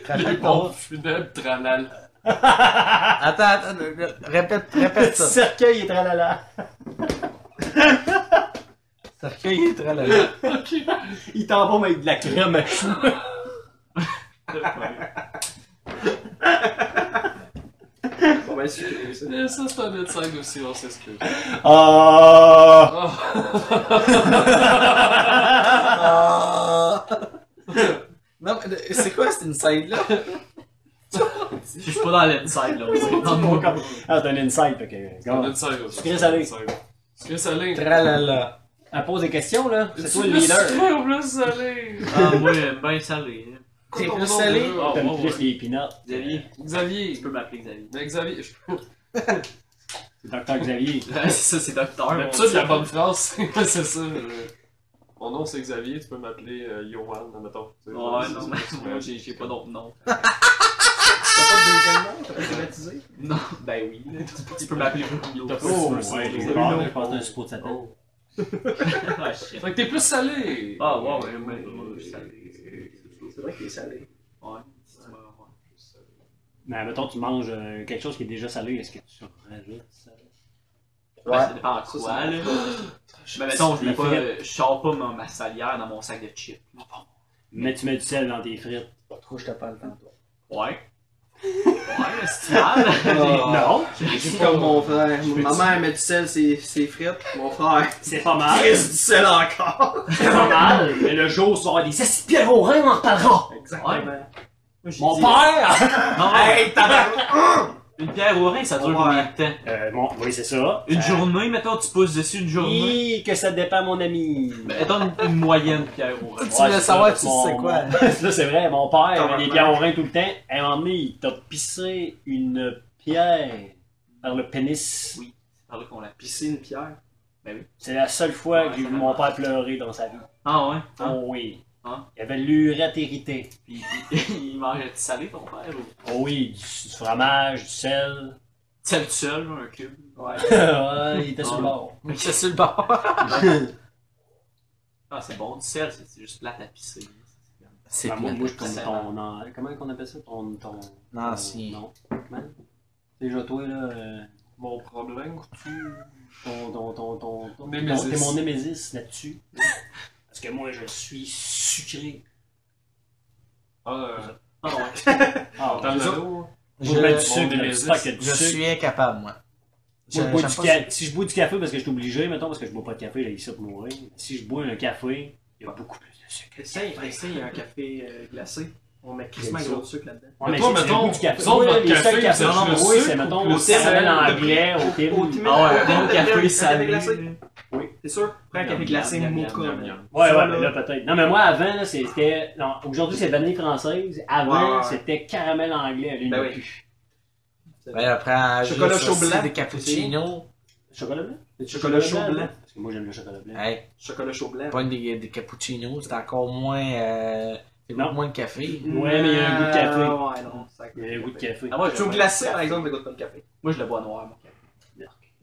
Speaker 2: Rappelle
Speaker 15: Bon,
Speaker 2: ton-
Speaker 15: funèbre, tralal.
Speaker 2: Attends, attends, euh, répète, répète ça.
Speaker 13: cercueil est tralala.
Speaker 2: Cercueil est très là.
Speaker 13: Il t'embaume avec de la crème à choux.
Speaker 4: bon, ben, sucré, ça.
Speaker 15: Mais Eh, ça, c'est un médecin aussi, on s'excuse.
Speaker 13: Ah!
Speaker 15: Oh,
Speaker 4: Ah!
Speaker 2: Non, mais euh, c'est quoi cette inside-là?
Speaker 5: Je suis pas dans l'inside, là. on est dans le
Speaker 13: Mon
Speaker 5: monde.
Speaker 13: corps. Ah, c'est un insight, fait que.
Speaker 15: un
Speaker 13: go.
Speaker 15: médecin aussi.
Speaker 13: Sucré salé.
Speaker 15: Sucré salé.
Speaker 2: Tralala.
Speaker 13: Elle Ah, pose des questions, là. C'est toi
Speaker 15: Tu
Speaker 13: le
Speaker 15: veux
Speaker 13: leader.
Speaker 15: sucré ou plus salé?
Speaker 5: Ah, moi, j'aime bien salé. hein.
Speaker 2: T'es
Speaker 15: Combien
Speaker 2: plus
Speaker 15: de
Speaker 2: salé?
Speaker 15: monde
Speaker 13: T'aimes
Speaker 15: veut?
Speaker 13: plus les peanuts.
Speaker 5: Xavier, tu
Speaker 15: Xavier.
Speaker 5: peux m'appeler Xavier.
Speaker 15: Mais Xavier, je peux.
Speaker 13: C'est Docteur Xavier.
Speaker 5: Ouais, c'est ça, c'est docteur. mon
Speaker 15: D'habitude, la
Speaker 5: Dieu.
Speaker 15: bonne phrase, c'est c'est ça. euh, Mon nom, c'est Xavier, tu peux m'appeler euh, Johan, admettons.
Speaker 5: Ouais, non, mais moi, j'ai j'ai pas d'autre nom.
Speaker 4: T'as pas de deuxième nom? T'as pas été baptisé?
Speaker 5: Non, ben oui. Tu peux m'appeler Bruno.
Speaker 13: Oh, ouais, les bords, je pense que c'est un suppôt de Satan.
Speaker 15: Oh.
Speaker 5: Ah, shit.
Speaker 15: Fait que t'es plus salé!
Speaker 5: Ah, ouais, ouais, ouais, ouais, ouais, je suis salé.
Speaker 4: C'est vrai qu'il est salé.
Speaker 5: Ouais, c'est- ouais, ouais.
Speaker 13: Mais mettons, tu manges euh, quelque chose qui est déjà salé, est-ce que tu rajoutes ça?
Speaker 5: Ouais. Ben, Ça dépend en quoi, là.
Speaker 15: Je
Speaker 5: Ben,
Speaker 15: me
Speaker 5: mettons, je
Speaker 13: la
Speaker 5: mets pas,
Speaker 13: frite.
Speaker 5: euh, je sors pas ma, ma salière dans mon sac de chips.
Speaker 13: Mais tu mets du sel dans tes frites.
Speaker 2: Pourquoi je te parle tantôt?
Speaker 5: Ouais. Ouais, c'est mal. Ah.
Speaker 13: Non,
Speaker 4: C'est comme mon frère. Ma mère met du sel, c'est c'est frites. Mon frère.
Speaker 13: c'est pas mal.
Speaker 4: Chris, du sel encore.
Speaker 13: C'est pas mal. Mais le jour où ça aura des six pierres au rein, on en reparlera.
Speaker 5: Ouais, mais-
Speaker 13: Mon père!
Speaker 5: Non, hey, Une pierre au rein, ça dure
Speaker 4: Ouais.
Speaker 5: combien de temps?
Speaker 13: Euh, bon, oui, c'est ça.
Speaker 5: Une
Speaker 13: Euh,
Speaker 5: journée, mettons, tu pousses dessus une journée.
Speaker 13: Hi, que ça dépend, mon ami.
Speaker 5: Mettons une, une moyenne pierre au rein.
Speaker 2: Tu voulais
Speaker 13: c'est
Speaker 2: savoir,
Speaker 13: ça,
Speaker 2: tu
Speaker 13: mon-
Speaker 2: sais quoi.
Speaker 13: mon- Là, c'est vrai, mon père avait des
Speaker 4: Tabarnak.
Speaker 13: pierres au rein tout le temps. À un moment donné, il t'a pissé une pierre par le pénis.
Speaker 5: Oui. C'est par là qu'on la pisse.
Speaker 4: Pisser une pierre.
Speaker 13: C'est la seule fois
Speaker 5: Ben Ouais,
Speaker 13: que j'ai
Speaker 5: ça
Speaker 13: vu
Speaker 5: va.
Speaker 13: mon père pleurer dans sa vie.
Speaker 5: Ah ouais?
Speaker 13: Oh
Speaker 5: Hein?
Speaker 13: oui.
Speaker 5: Hein?
Speaker 13: Il avait l'urette héritée.
Speaker 5: Puis il il mange du salé, ton père? Ou... Tu
Speaker 13: Oh oui, du, du fromage, du sel.
Speaker 5: sais, le seul, un cube. Ouais.
Speaker 13: Ouais, il était sur le bord.
Speaker 2: C'est sur le bord.
Speaker 5: Ah, c'est bon du sel, c'est c'est juste plate à pisser.
Speaker 2: C'est
Speaker 13: Ben, moi, moi, je tombe
Speaker 5: C'est
Speaker 13: ton, en- Comment qu'on appelle ça? Ton. ton
Speaker 2: Non,
Speaker 13: ton-
Speaker 2: Ah, si.
Speaker 13: Non. Comment? Déjà, toi, là. euh,
Speaker 15: Mon problème, tu.
Speaker 13: ton, ton, ton, ton, ton-
Speaker 15: Némésis.
Speaker 13: ton- t'es mon némésis là-dessus. Parce que moi, je suis sucré.
Speaker 15: Ah, euh,
Speaker 5: Ah ouais.
Speaker 13: Ah,
Speaker 15: dans le
Speaker 13: je-
Speaker 15: dos.
Speaker 13: je mets du
Speaker 2: Je,
Speaker 13: sucre, là,
Speaker 15: némésis,
Speaker 13: du stock, il y a du
Speaker 2: je
Speaker 13: sucre.
Speaker 2: suis incapable, moi.
Speaker 13: Moi, je
Speaker 2: Je-
Speaker 13: bois
Speaker 2: j'aime
Speaker 13: du
Speaker 2: pas
Speaker 13: ca- Si je bois du café parce que je suis obligé, mettons, parce que je bois pas de café, j'ai ça pour mourir. Si je bois un café, il y a beaucoup plus de sucre.
Speaker 4: Essaye, essaye un café euh, glacé. On met quasiment
Speaker 13: J'aime
Speaker 4: gros de sucre là-dedans.
Speaker 13: Ouais,
Speaker 15: toi,
Speaker 13: c'est- c'est
Speaker 15: mettons,
Speaker 13: le goût du café.
Speaker 15: vous autres,
Speaker 13: Moi,
Speaker 15: votre
Speaker 13: les
Speaker 15: café,
Speaker 13: seuls
Speaker 15: vous
Speaker 13: cafés que
Speaker 15: avez
Speaker 13: j'en
Speaker 15: le
Speaker 13: bois,
Speaker 15: sucre
Speaker 13: c'est,
Speaker 15: ou
Speaker 13: mettons,
Speaker 15: le
Speaker 13: au
Speaker 15: sel,
Speaker 13: caramel
Speaker 15: le
Speaker 13: anglais, au Tim.
Speaker 5: Ah ouais, un bon café
Speaker 4: salé.
Speaker 5: salé.
Speaker 4: T'es sûr? Prends un café glacé,
Speaker 5: Miam, miam,
Speaker 4: mocha.
Speaker 15: miam,
Speaker 4: man.
Speaker 15: miam.
Speaker 13: Ouais,
Speaker 4: Ça,
Speaker 13: ouais, mais là, peut-être. Non, mais moi, avant, là, c'était. Non, aujourd'hui, c'est vanille française. Avant,
Speaker 4: Ouais, ouais.
Speaker 13: c'était caramel anglais. Là,
Speaker 4: Ben
Speaker 13: oui.
Speaker 4: oui.
Speaker 2: Ben, après,
Speaker 4: Chocolat
Speaker 2: juste
Speaker 4: chaud
Speaker 2: aussi
Speaker 4: blanc.
Speaker 2: des cappuccinos.
Speaker 13: Chocolat blanc? Du
Speaker 4: Chocolat chaud blanc. Ah,
Speaker 13: Parce que moi, j'aime le chocolat blanc.
Speaker 2: Hey,
Speaker 4: Chocolat chaud blanc.
Speaker 2: pogne des, des cappuccinos, c'est encore moins. Euh, c'est
Speaker 13: Non.
Speaker 2: moins de café.
Speaker 13: Ouais, mais il y a un goût de café.
Speaker 4: Ah, Ouais, non. ça-
Speaker 13: Il y a un goût de café.
Speaker 5: Ah, moi,
Speaker 4: Chaud
Speaker 5: je,
Speaker 4: glacé, par exemple, ça goûte pas le café.
Speaker 5: moi, je le bois noir, mon café.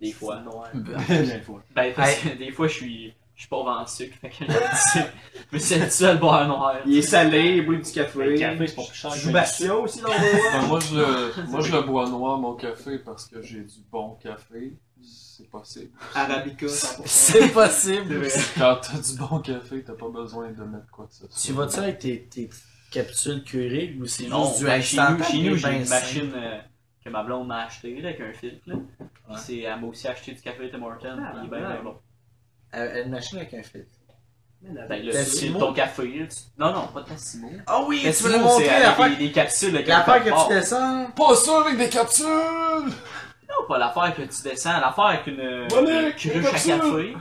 Speaker 5: Des fois.
Speaker 4: Noir.
Speaker 13: Des fois.
Speaker 5: Ben, parce que des fois, je suis, je suis pauvre en sucre. Fait que je me dis, je me suis habitué à le boire noir.
Speaker 4: Il est salé, il boit du
Speaker 13: Le
Speaker 4: café.
Speaker 13: café, c'est pas plus cher.
Speaker 4: Joue
Speaker 13: que
Speaker 4: Bastion aussi dans le
Speaker 15: Ben, moi, je le, moi, je le bois noir, mon café, parce que j'ai du bon café. C'est possible.
Speaker 4: Arabica, 100%.
Speaker 2: C'est possible.
Speaker 15: Quand t'as du bon café, t'as pas besoin de mettre quoi que ce soit.
Speaker 2: tu vas-tu avec tes, tes capsules Keurig ou c'est
Speaker 5: Non,
Speaker 2: juste du
Speaker 5: ben, chez nous,
Speaker 2: instantané,
Speaker 5: chez nous, j'ai
Speaker 2: ben,
Speaker 5: une
Speaker 2: c'est-
Speaker 5: machine euh, que ma blonde m'a achetée là, avec un filtre. Là. Puis c'est, elle m'a aussi acheté du café Tim Hortons.
Speaker 4: Ah,
Speaker 5: puis
Speaker 4: ben,
Speaker 5: ben, ben,
Speaker 4: ben.
Speaker 5: bon.
Speaker 2: Euh, une machine avec un filtre.
Speaker 5: Ben, là, c'est
Speaker 2: Tassimo?
Speaker 5: ton café. Là, tu... Non, non, pas Tassimo.
Speaker 2: Ah oui, tu
Speaker 5: Tassimo,
Speaker 2: voulais
Speaker 5: c'est euh,
Speaker 2: montrer
Speaker 5: avec
Speaker 2: l'affaire
Speaker 5: des, des capsules. avec un
Speaker 2: l'affaire
Speaker 5: café fort.
Speaker 2: que tu descends.
Speaker 15: Pas ça avec des capsules!
Speaker 5: Non, pas l'affaire que tu descends. L'affaire avec une,
Speaker 15: Voilà,
Speaker 5: une cruche à
Speaker 15: capsule.
Speaker 5: café.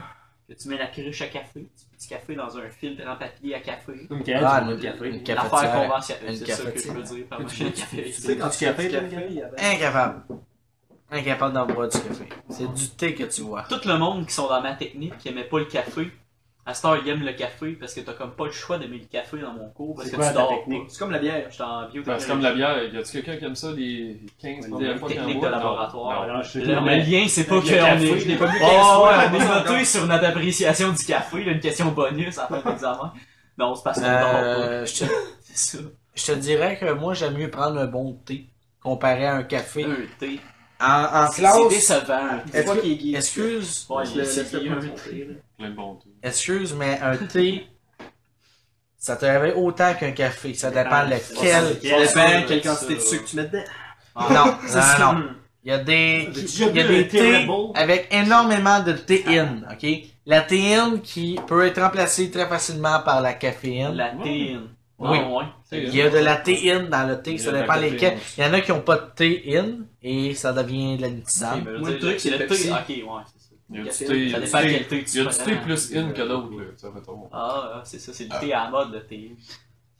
Speaker 5: Que tu mets la cruche à café. Tu mets du café dans un filtre en papier à café.
Speaker 13: Une
Speaker 2: Ah,
Speaker 13: canne,
Speaker 2: une-
Speaker 13: du café.
Speaker 2: une
Speaker 5: L'affaire
Speaker 2: cafetière.
Speaker 5: conventionnelle.
Speaker 2: Une
Speaker 5: C'est ça que je
Speaker 2: cafetière.
Speaker 5: veux dire par machine à café.
Speaker 4: Tu sais, quand tu fais du café, il y avait-
Speaker 2: Incapable. Incapable d'en boire du café. C'est du thé que tu vois.
Speaker 5: tout le monde qui sont dans ma technique qui aimait pas le café, à cette heure ils aiment le café parce que t'as comme pas le choix d'aimer le café dans mon cours parce
Speaker 13: C'est
Speaker 5: que
Speaker 13: quoi
Speaker 5: tu
Speaker 13: ta
Speaker 5: dors
Speaker 13: technique?
Speaker 4: C'est comme la bière.
Speaker 5: pas. J'étais en bio
Speaker 15: Ben, c'est comme la bière. Y a-tu quelqu'un qui aime ça, les 15
Speaker 13: Ouais,
Speaker 15: premières
Speaker 5: les
Speaker 15: fois qu'il en
Speaker 5: techniques
Speaker 15: boit?
Speaker 5: de
Speaker 15: Non.
Speaker 5: laboratoire.
Speaker 13: Ah, Non, non, je suis-
Speaker 5: Le,
Speaker 13: non,
Speaker 5: le
Speaker 13: mais-
Speaker 5: lien, c'est pas
Speaker 13: Le
Speaker 5: qu'on
Speaker 13: café,
Speaker 5: est.
Speaker 13: je l'ai pas
Speaker 5: vu
Speaker 4: fois,
Speaker 5: oh,
Speaker 4: là,
Speaker 5: ouais, on
Speaker 4: moi,
Speaker 5: est
Speaker 4: encore.
Speaker 5: noté sur notre appréciation du café, là, une question bonus à la fin de l'examen. Non, c'est parce qu'on dort pas.
Speaker 2: Euh, je, te,
Speaker 5: C'est ça.
Speaker 2: je te dirais que moi, j'aime mieux prendre un bon thé comparé à un café.
Speaker 5: Un thé.
Speaker 2: En, en
Speaker 5: C'est- C'est
Speaker 2: classe,
Speaker 5: décevant.
Speaker 4: C'est toi qui est gay.
Speaker 2: excuse,
Speaker 5: Ouais,
Speaker 4: Laisse-le-
Speaker 5: c'est-
Speaker 4: laisse-le
Speaker 5: il y a
Speaker 4: prendre
Speaker 5: un
Speaker 4: son
Speaker 5: thé, là.
Speaker 15: Plein de bons thés.
Speaker 2: excuse, mais un thé, ça te réveille autant qu'un café. Ça dépend
Speaker 13: Ah,
Speaker 2: lequel.
Speaker 4: Ça dépend
Speaker 5: Ça,
Speaker 4: quelle
Speaker 5: ça,
Speaker 4: quantité de
Speaker 5: ça.
Speaker 4: sucre tu mets dedans.
Speaker 2: Non, non, non. Il y a des,
Speaker 13: J'ai
Speaker 2: il
Speaker 13: déjà
Speaker 2: y a
Speaker 13: bu un
Speaker 2: des
Speaker 13: thé
Speaker 2: thés
Speaker 13: Red Bull.
Speaker 2: avec énormément de théine, ok? La théine qui peut être remplacée très facilement par la caféine.
Speaker 5: La théine.
Speaker 2: Oui.
Speaker 5: Ah, ouais.
Speaker 2: Il y a de la théine dans le thé,
Speaker 15: Il y
Speaker 2: ça
Speaker 15: a de la
Speaker 2: dépend
Speaker 15: caféine
Speaker 2: lesquels.
Speaker 15: aussi.
Speaker 2: Il y en a qui n'ont pas de théine et ça devient de la
Speaker 5: Ok,
Speaker 2: nitisane.
Speaker 5: mais je veux
Speaker 4: Moi, le
Speaker 5: dire,
Speaker 4: truc, c'est
Speaker 5: le
Speaker 4: Pepsi.
Speaker 5: thé. Ok, ouais, c'est ça.
Speaker 15: Il y a du
Speaker 5: Ça
Speaker 15: thé, il y a du
Speaker 5: dépend
Speaker 15: thé.
Speaker 5: quel thé
Speaker 15: Il y a
Speaker 5: tu
Speaker 15: du thé
Speaker 5: prends.
Speaker 15: plus in que d'autres, là, ça, mettons.
Speaker 5: Ah, c'est ça, c'est le thé à la mode, le thé.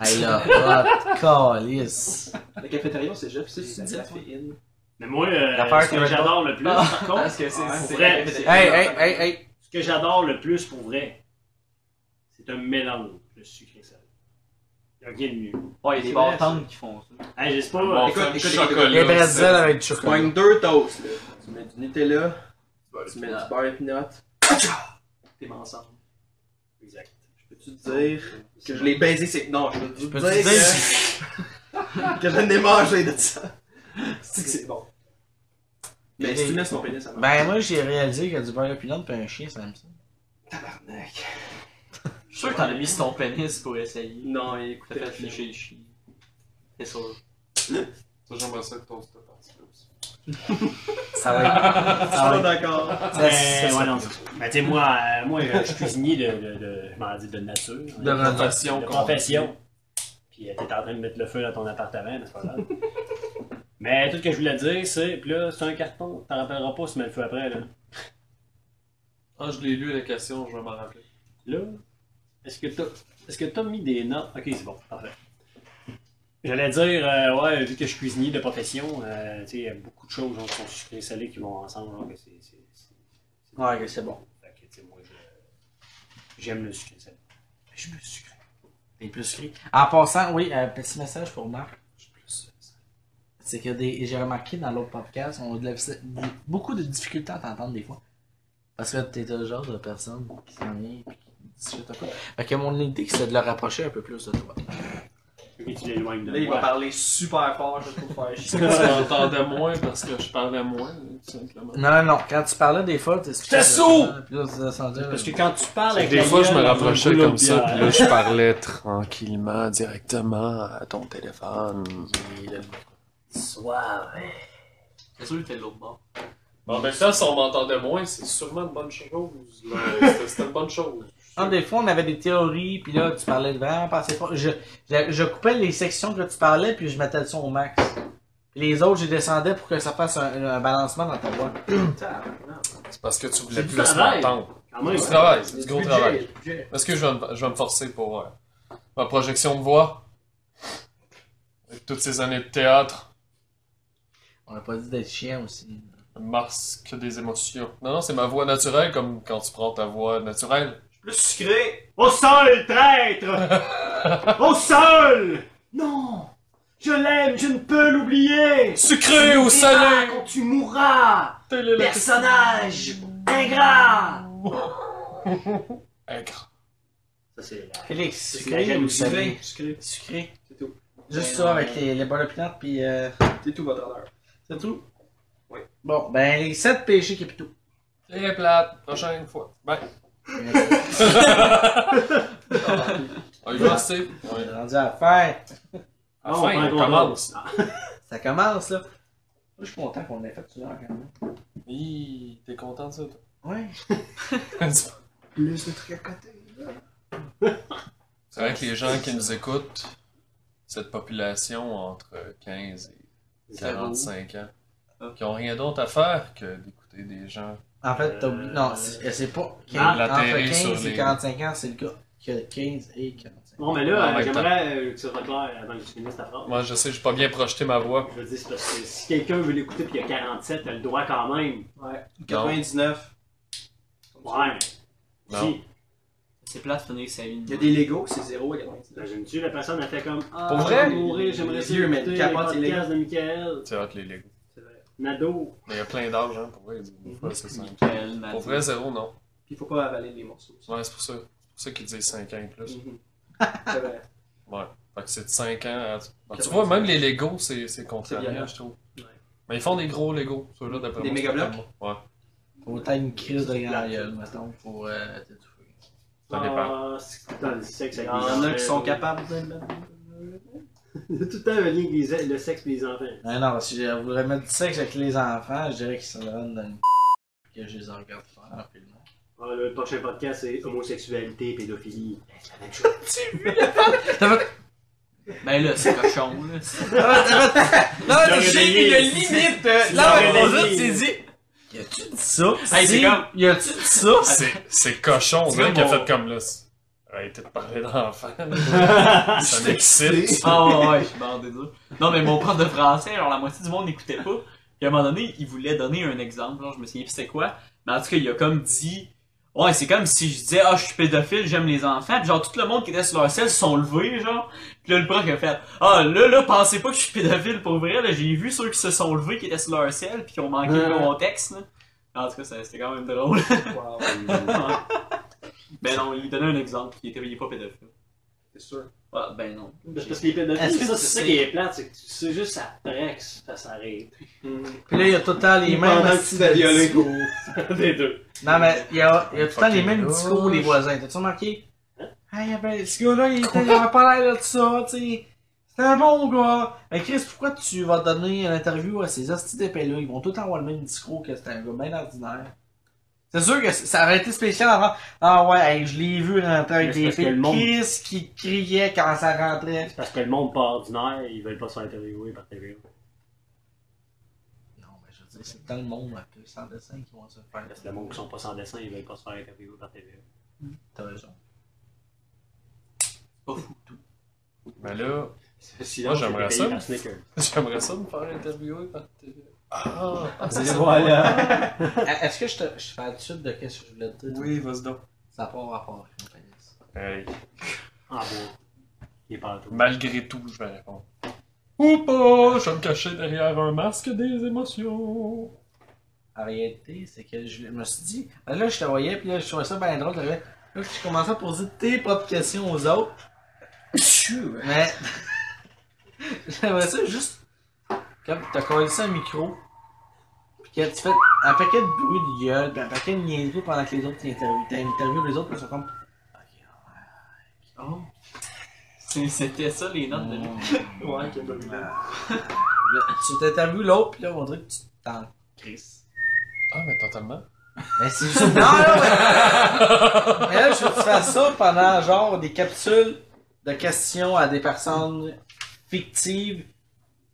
Speaker 2: Hey là, hot calice.
Speaker 4: La cafétéria, c'est juste,
Speaker 2: C'est
Speaker 4: c'est
Speaker 2: dit,
Speaker 4: la caféine.
Speaker 13: Mais moi, euh,
Speaker 2: L'affaire
Speaker 13: ce
Speaker 2: que
Speaker 13: que
Speaker 2: Red Bull-
Speaker 13: j'adore le plus, par contre,
Speaker 5: Parce que c'est.
Speaker 4: Ouais,
Speaker 5: c'est-
Speaker 13: vrai.
Speaker 5: c'est-
Speaker 2: Hey, hey, hey, hey.
Speaker 13: ce que j'adore le plus pour vrai, c'est un mélange de sucre et salé. Il n'y a rien de mieux.
Speaker 5: Ouais, il y a des
Speaker 4: C'est vrai,
Speaker 5: bartendes qui font ça.
Speaker 13: Hey, j'espère.
Speaker 15: Bon,
Speaker 4: écoute,
Speaker 15: c'est
Speaker 4: écoute,
Speaker 15: chocolat,
Speaker 2: Les bretzels
Speaker 15: c'est-
Speaker 2: avec du
Speaker 4: Tu
Speaker 2: chocolat.
Speaker 4: pognes deux toasts, là. Tu mets du Nutella, tu mets
Speaker 5: peanuts.
Speaker 4: du beurre et peanuts.
Speaker 5: T'es ensemble.
Speaker 13: Exact.
Speaker 4: Je peux-tu te dire que je l'ai baisé, c'est. Non, je peux-tu te
Speaker 2: Peux-tu
Speaker 4: dire
Speaker 2: dire-
Speaker 4: que. que je l'ai mangé de ça.
Speaker 21: Asti que c'est bon.
Speaker 22: Mais
Speaker 21: Mais si tu laisses mon pénis, ça marche.
Speaker 2: Ben, moi, j'ai réalisé qu'il y a du beurre de pinot puis un chien, ça me semble.
Speaker 21: Tabarnak.
Speaker 5: Je suis sûr que t'en as mis sur ton pénis pour essayer.
Speaker 21: Non,
Speaker 5: T'as
Speaker 21: écoutez,
Speaker 5: fait lécher le chien. C'est sûr.
Speaker 15: Ça, j'aimerais ça que t'oses cette partie-là aussi.
Speaker 2: Ça va être.
Speaker 22: Ah, pas d'accord.
Speaker 2: ça- ça-
Speaker 13: Mais,
Speaker 2: ça-
Speaker 13: ouais, non. Mais, tu sais, moi, euh, moi, je suis cuisinier de, de, de, comment dire, de nature. hein.
Speaker 2: De
Speaker 15: profession,
Speaker 13: De
Speaker 15: qu'on
Speaker 13: profession. Puis, euh, t'es en train de mettre le feu dans ton appartement, mais c'est pas grave. mais, tout ce que je voulais dire, c'est, puis là, c'est un carton. T'en rappelleras pas si tu mets le feu après, là.
Speaker 15: Ah, je l'ai lu la question, je vais m'en rappeler.
Speaker 13: Là, est-ce que t'as, est-ce que t'as mis des notes? Ok, c'est bon, parfait. J'allais dire, euh, ouais, vu que je suis cuisinier de profession, euh, tu sais, il y a beaucoup de choses, genre, qui sont sucrées et salées qui vont ensemble, genre, que c'est, c'est, c'est- c'est-
Speaker 2: Ouais, que c'est bon.
Speaker 13: Fait que, tu sais, moi, je- j'aime le sucré salé. Je suis plus sucré.
Speaker 2: T'es plus sucré. En passant, oui, un petit message pour Marc.
Speaker 13: euh,
Speaker 2: C'est que des... j'ai remarqué dans l'autre podcast, on a de la- beaucoup de difficultés à t'entendre des fois. Parce que t'es le genre de personne qui s'en vient et qui discute un peu. Fait que mon idée, c'est de le rapprocher un peu plus de toi.
Speaker 13: Et tu l'éloignes de
Speaker 21: Là, il va
Speaker 13: moi.
Speaker 21: parler super fort juste pour faire chier.
Speaker 15: Tu m'entendais moins parce que je parlais moins, tout simplement.
Speaker 2: Non, non, non. Quand tu parlais des fois, t'es.
Speaker 13: J'étais sourd!
Speaker 2: Puis là, tu descendais, là.
Speaker 13: Parce que quand tu parles avec
Speaker 15: Des
Speaker 13: la
Speaker 15: fois, je me
Speaker 13: gueule,
Speaker 15: rapprochais
Speaker 13: Ah, dans un
Speaker 15: comme ça,
Speaker 13: boulot de
Speaker 15: puis là, je parlais tranquillement, directement à ton téléphone.
Speaker 5: C'est sûr que t'es de l'autre bord.
Speaker 15: Bon, en même temps, si on m'entendait moins, c'est sûrement une bonne chose. là. C'était- C'était une bonne chose.
Speaker 13: Ah,
Speaker 2: Non, des fois, on avait des théories, puis là, tu parlais de vraiment pas assez fort. Je, je, je coupais les sections que tu parlais, puis je mettais le son au max. Puis les autres, je descendais pour que ça fasse un, un balancement dans ta voix.
Speaker 15: C'est parce que tu voulais
Speaker 13: C'est du
Speaker 15: plus
Speaker 13: travail.
Speaker 15: m'entendre.
Speaker 13: Quand
Speaker 15: C'est
Speaker 13: même,
Speaker 15: du
Speaker 13: ouais.
Speaker 15: travail, c'est du gros travail. Est-ce que je vais, me, je vais me forcer pour euh, ma projection de voix? Avec toutes ces années de théâtre,
Speaker 2: On n'a pas dit d'être chien aussi.
Speaker 15: un masque des émotions. Non, non, c'est ma voix naturelle, comme quand tu prends ta voix naturelle.
Speaker 21: Plus sucré.
Speaker 13: Au sol, traître! Au sol! Non! Je l'aime, je ne peux l'oublier!
Speaker 15: Sucré ou
Speaker 13: Ah,
Speaker 15: salé!
Speaker 13: Quand tu mourras!
Speaker 15: Telle est la
Speaker 13: Personnage ingrat!
Speaker 15: Aigre.
Speaker 13: Ça, c'est la...
Speaker 2: Félix,
Speaker 13: C'est la
Speaker 2: sucré
Speaker 13: gêne
Speaker 2: ou
Speaker 13: aussi.
Speaker 2: salé?
Speaker 21: Sucré.
Speaker 2: Sucré.
Speaker 21: C'est tout.
Speaker 2: Juste
Speaker 21: Mais
Speaker 2: ça
Speaker 21: non,
Speaker 2: avec
Speaker 21: mais-
Speaker 2: les, les balles de pinot, puis euh,
Speaker 21: C'est tout votre honneur.
Speaker 2: c'est tout.
Speaker 21: Oui.
Speaker 2: Bon, ben, les 7 péchés capitaux.
Speaker 15: Elle est plate, prochaine fois. Ben, Bye. On y va, Steve?
Speaker 2: On est rendu à la fin.
Speaker 15: À
Speaker 13: Non, Ah, on
Speaker 15: la
Speaker 13: prend
Speaker 15: fin,
Speaker 13: un
Speaker 15: on
Speaker 13: contrôle.
Speaker 15: commence.
Speaker 2: Ça commence, là. Moi, je suis content qu'on ait fait tout l'heure, quand même.
Speaker 15: Hi, t'es content de ça, toi?
Speaker 2: Ouais.
Speaker 15: c'est
Speaker 22: Plus de trucs à côté.
Speaker 15: vrai que les gens qui nous écoutent, cette population entre 15 et 45 ans, qui ont rien d'autre à faire que d'écouter des gens.
Speaker 2: En fait, t'as oublié. Non, c'est euh, c'est pas.
Speaker 13: Ah,
Speaker 15: la
Speaker 2: entre
Speaker 15: théorie sur
Speaker 2: 15 et
Speaker 15: les-
Speaker 2: 45 ans, c'est le gars qui a 15 et 45 ans.
Speaker 13: Bon, mais
Speaker 15: En
Speaker 13: là, euh,
Speaker 15: même temps.
Speaker 13: j'aimerais euh, que tu sois clair avant que tu finisses ta phrase.
Speaker 15: Moi, je sais, j'ai pas bien projeté ma voix.
Speaker 13: Je veux dire, c'est parce que si quelqu'un veut l'écouter puis il y a 47, t'as le droit quand même.
Speaker 15: Non,
Speaker 22: 99.
Speaker 13: Ouais, mais.
Speaker 15: Non.
Speaker 13: Si,
Speaker 5: C'est plate de finir sa vie.
Speaker 22: Il y a des Legos, c'est 0 à 99.
Speaker 13: imagines-tu, la personne a fait comme. Ah,
Speaker 15: Pour vrai?
Speaker 13: je vais mourir, j'aimerais ça
Speaker 22: Vieux, mais
Speaker 13: écouter les
Speaker 22: capote, il est-
Speaker 13: podcasts de Michael.
Speaker 15: c'est hot, les Legos.
Speaker 13: Nado.
Speaker 15: Mais il y a plein d'âges, hein, pour vrai. Des fois, c'est cinq.
Speaker 5: Quel mal.
Speaker 15: Pour vrai, zéro, non.
Speaker 22: Il faut pas avaler les morceaux.
Speaker 15: Ouais, c'est pour ça. C'est pour ça qu'ils disent 5 ans et plus.
Speaker 22: C'est vrai.
Speaker 15: Ouais. Fait que c'est de 5 ans à... Ben, tu vois, même les Legos, c'est, c'est contrariant, je trouve.
Speaker 22: Ouais.
Speaker 15: Mais ils font des gros Legos, ceux-là, d'après
Speaker 22: Des
Speaker 15: moi. c'est
Speaker 22: méga
Speaker 15: comme moi. Ouais.
Speaker 2: Autant une crise de grand gueule, mettons, pour euh, t'étouffer.
Speaker 15: Ça dépend.
Speaker 13: Ah, c'est dans le sexe
Speaker 22: Il y
Speaker 13: avec les
Speaker 22: en a qui sont
Speaker 13: enfants.
Speaker 22: capables de.
Speaker 13: Il y a tout le temps un lien avec les- le sexe et les enfants.
Speaker 2: Mais Ben non, si je voudrais mettre du sexe avec les enfants, je dirais qu'ils se rendent dans une p- que je les regarde faire rapidement.
Speaker 13: Ah, le prochain podcast, c'est homosexualité, pédophilie. C'est la même chose.
Speaker 5: Ben là, c'est cochon, là.
Speaker 2: Non,
Speaker 13: Ils ont réveillé.
Speaker 2: limite. euh,
Speaker 13: Ils
Speaker 2: Là,
Speaker 13: ont
Speaker 2: mon
Speaker 13: réveillé.
Speaker 2: autre s'est dit. Y a-tu dit ça?
Speaker 5: Hey, c'est
Speaker 2: Si,
Speaker 5: comme-
Speaker 2: Y a-tu dit ça?
Speaker 15: C'est, c'est cochon,
Speaker 5: C'est
Speaker 15: là, qui a
Speaker 5: mon-
Speaker 15: fait comme là. c'est- Arrêtez de parler d'enfants. ça m'excite.
Speaker 5: Ah ouais, ouais, je suis bandé dur. Non, mais mon prof de français, genre la moitié du monde n'écoutait pas. Puis à un moment donné, il voulait donner un exemple, genre je me souviens plus c'est quoi. Mais en tout cas, il a comme dit Ouais, c'est comme si je disais Ah, je suis pédophile, j'aime les enfants. Puis genre tout le monde qui était sur leur selle se sont levés, genre. Puis là, le prof a fait Ah, là, là, pensez pas que je suis pédophile pour vrai. Là, j'ai vu ceux qui se sont levés, qui étaient sur leur selle, puis qui ont manqué le contexte. Là. En tout cas, ça- c'était quand même drôle.
Speaker 22: Wow,
Speaker 5: Ouais. ben non, il donnait un exemple, il était il est pas pédophile.
Speaker 22: c'est sûr.
Speaker 5: Ah, ben non.
Speaker 13: Parce parce que les
Speaker 2: Est-ce
Speaker 13: pédophiles,
Speaker 2: que
Speaker 13: ça,
Speaker 2: tu
Speaker 13: c'est ça
Speaker 2: sais-
Speaker 13: qui est plate, c'est que tu sais juste après que ça s'arrête.
Speaker 2: Puis là, il y a tout le temps les mêmes.
Speaker 4: tu t'as violé.
Speaker 13: Des deux.
Speaker 2: Non, mais il y a, il y a tout le temps les
Speaker 23: Fucking
Speaker 2: mêmes
Speaker 23: louche.
Speaker 2: discours des voisins. T'as-tu remarqué?
Speaker 13: Hein?
Speaker 2: Hey, ben, ce gars-là, il, était- il avait pas l'air de ça, tu sais. C'est un bon gars. Mais Chris, pourquoi tu vas donner une interview à ces hosties d'épais-là? Ils vont tout avoir le même discours que c'est un gars bien ordinaire. C'est sûr que c- ça aurait été spécial avant. Ah ouais, hey, je l'ai vu rentrer
Speaker 13: Mais
Speaker 2: avec
Speaker 13: c'est
Speaker 2: des
Speaker 13: parce que
Speaker 2: filles.
Speaker 13: le monde-
Speaker 2: Chris qui criait quand ça rentrait.
Speaker 13: C'est parce que le monde pas ordinaire, ils veulent pas se faire interviewer par TVA.
Speaker 2: Non, mais je veux dire, c'est dans le monde, là, que sans dessin, qui vont se faire.
Speaker 13: Parce que le monde qui sont pas sans dessin, ils veulent pas se faire interviewer par TVA.
Speaker 2: T'as raison.
Speaker 15: Mais là,
Speaker 13: Sinon,
Speaker 15: Moi, j'aimerais
Speaker 13: c'est
Speaker 15: ça.
Speaker 13: payé par Snickers.
Speaker 15: j'aimerais ça me faire interviewer par TV. Ah, c'est
Speaker 5: Voilà.
Speaker 2: Ah, Est-ce que je te je fais la suite de qu'est-ce que je voulais te dire?
Speaker 4: Oui, vas-y donc.
Speaker 2: Ça n'a pas rapport avec mon pénis.
Speaker 15: Hey,
Speaker 13: Ah bon. Il est pas en tout.
Speaker 15: malgré tout, je vais répondre. Ou pas, je vais me cacher derrière un masque des émotions.
Speaker 2: En réalité, c'est que je me suis dit, ben là, je te voyais, puis là, je trouvais ça bien drôle. Là, là je commençais à poser tes propres questions aux autres,
Speaker 24: Chou!
Speaker 2: mais j'aimerais ça juste, comme t'as collé ça un micro, puis que tu fais un paquet de bruit de gueule, puis un paquet de niaiseries pendant que les autres t'interviewent. T'interviews les autres, puis ils sont comme,
Speaker 5: C'est- C'était ça les notes de lui.
Speaker 4: Ouais, que bonne idée.
Speaker 2: là, tu t'interviews l'autre, puis là, on dirait que tu t'en crisses.
Speaker 15: Ah, mais totalement.
Speaker 2: Mais Ben, c'est juste. Non, non, mais. mais là, je veux que tu fasses ça pendant genre des capsules de questions à des personnes fictives.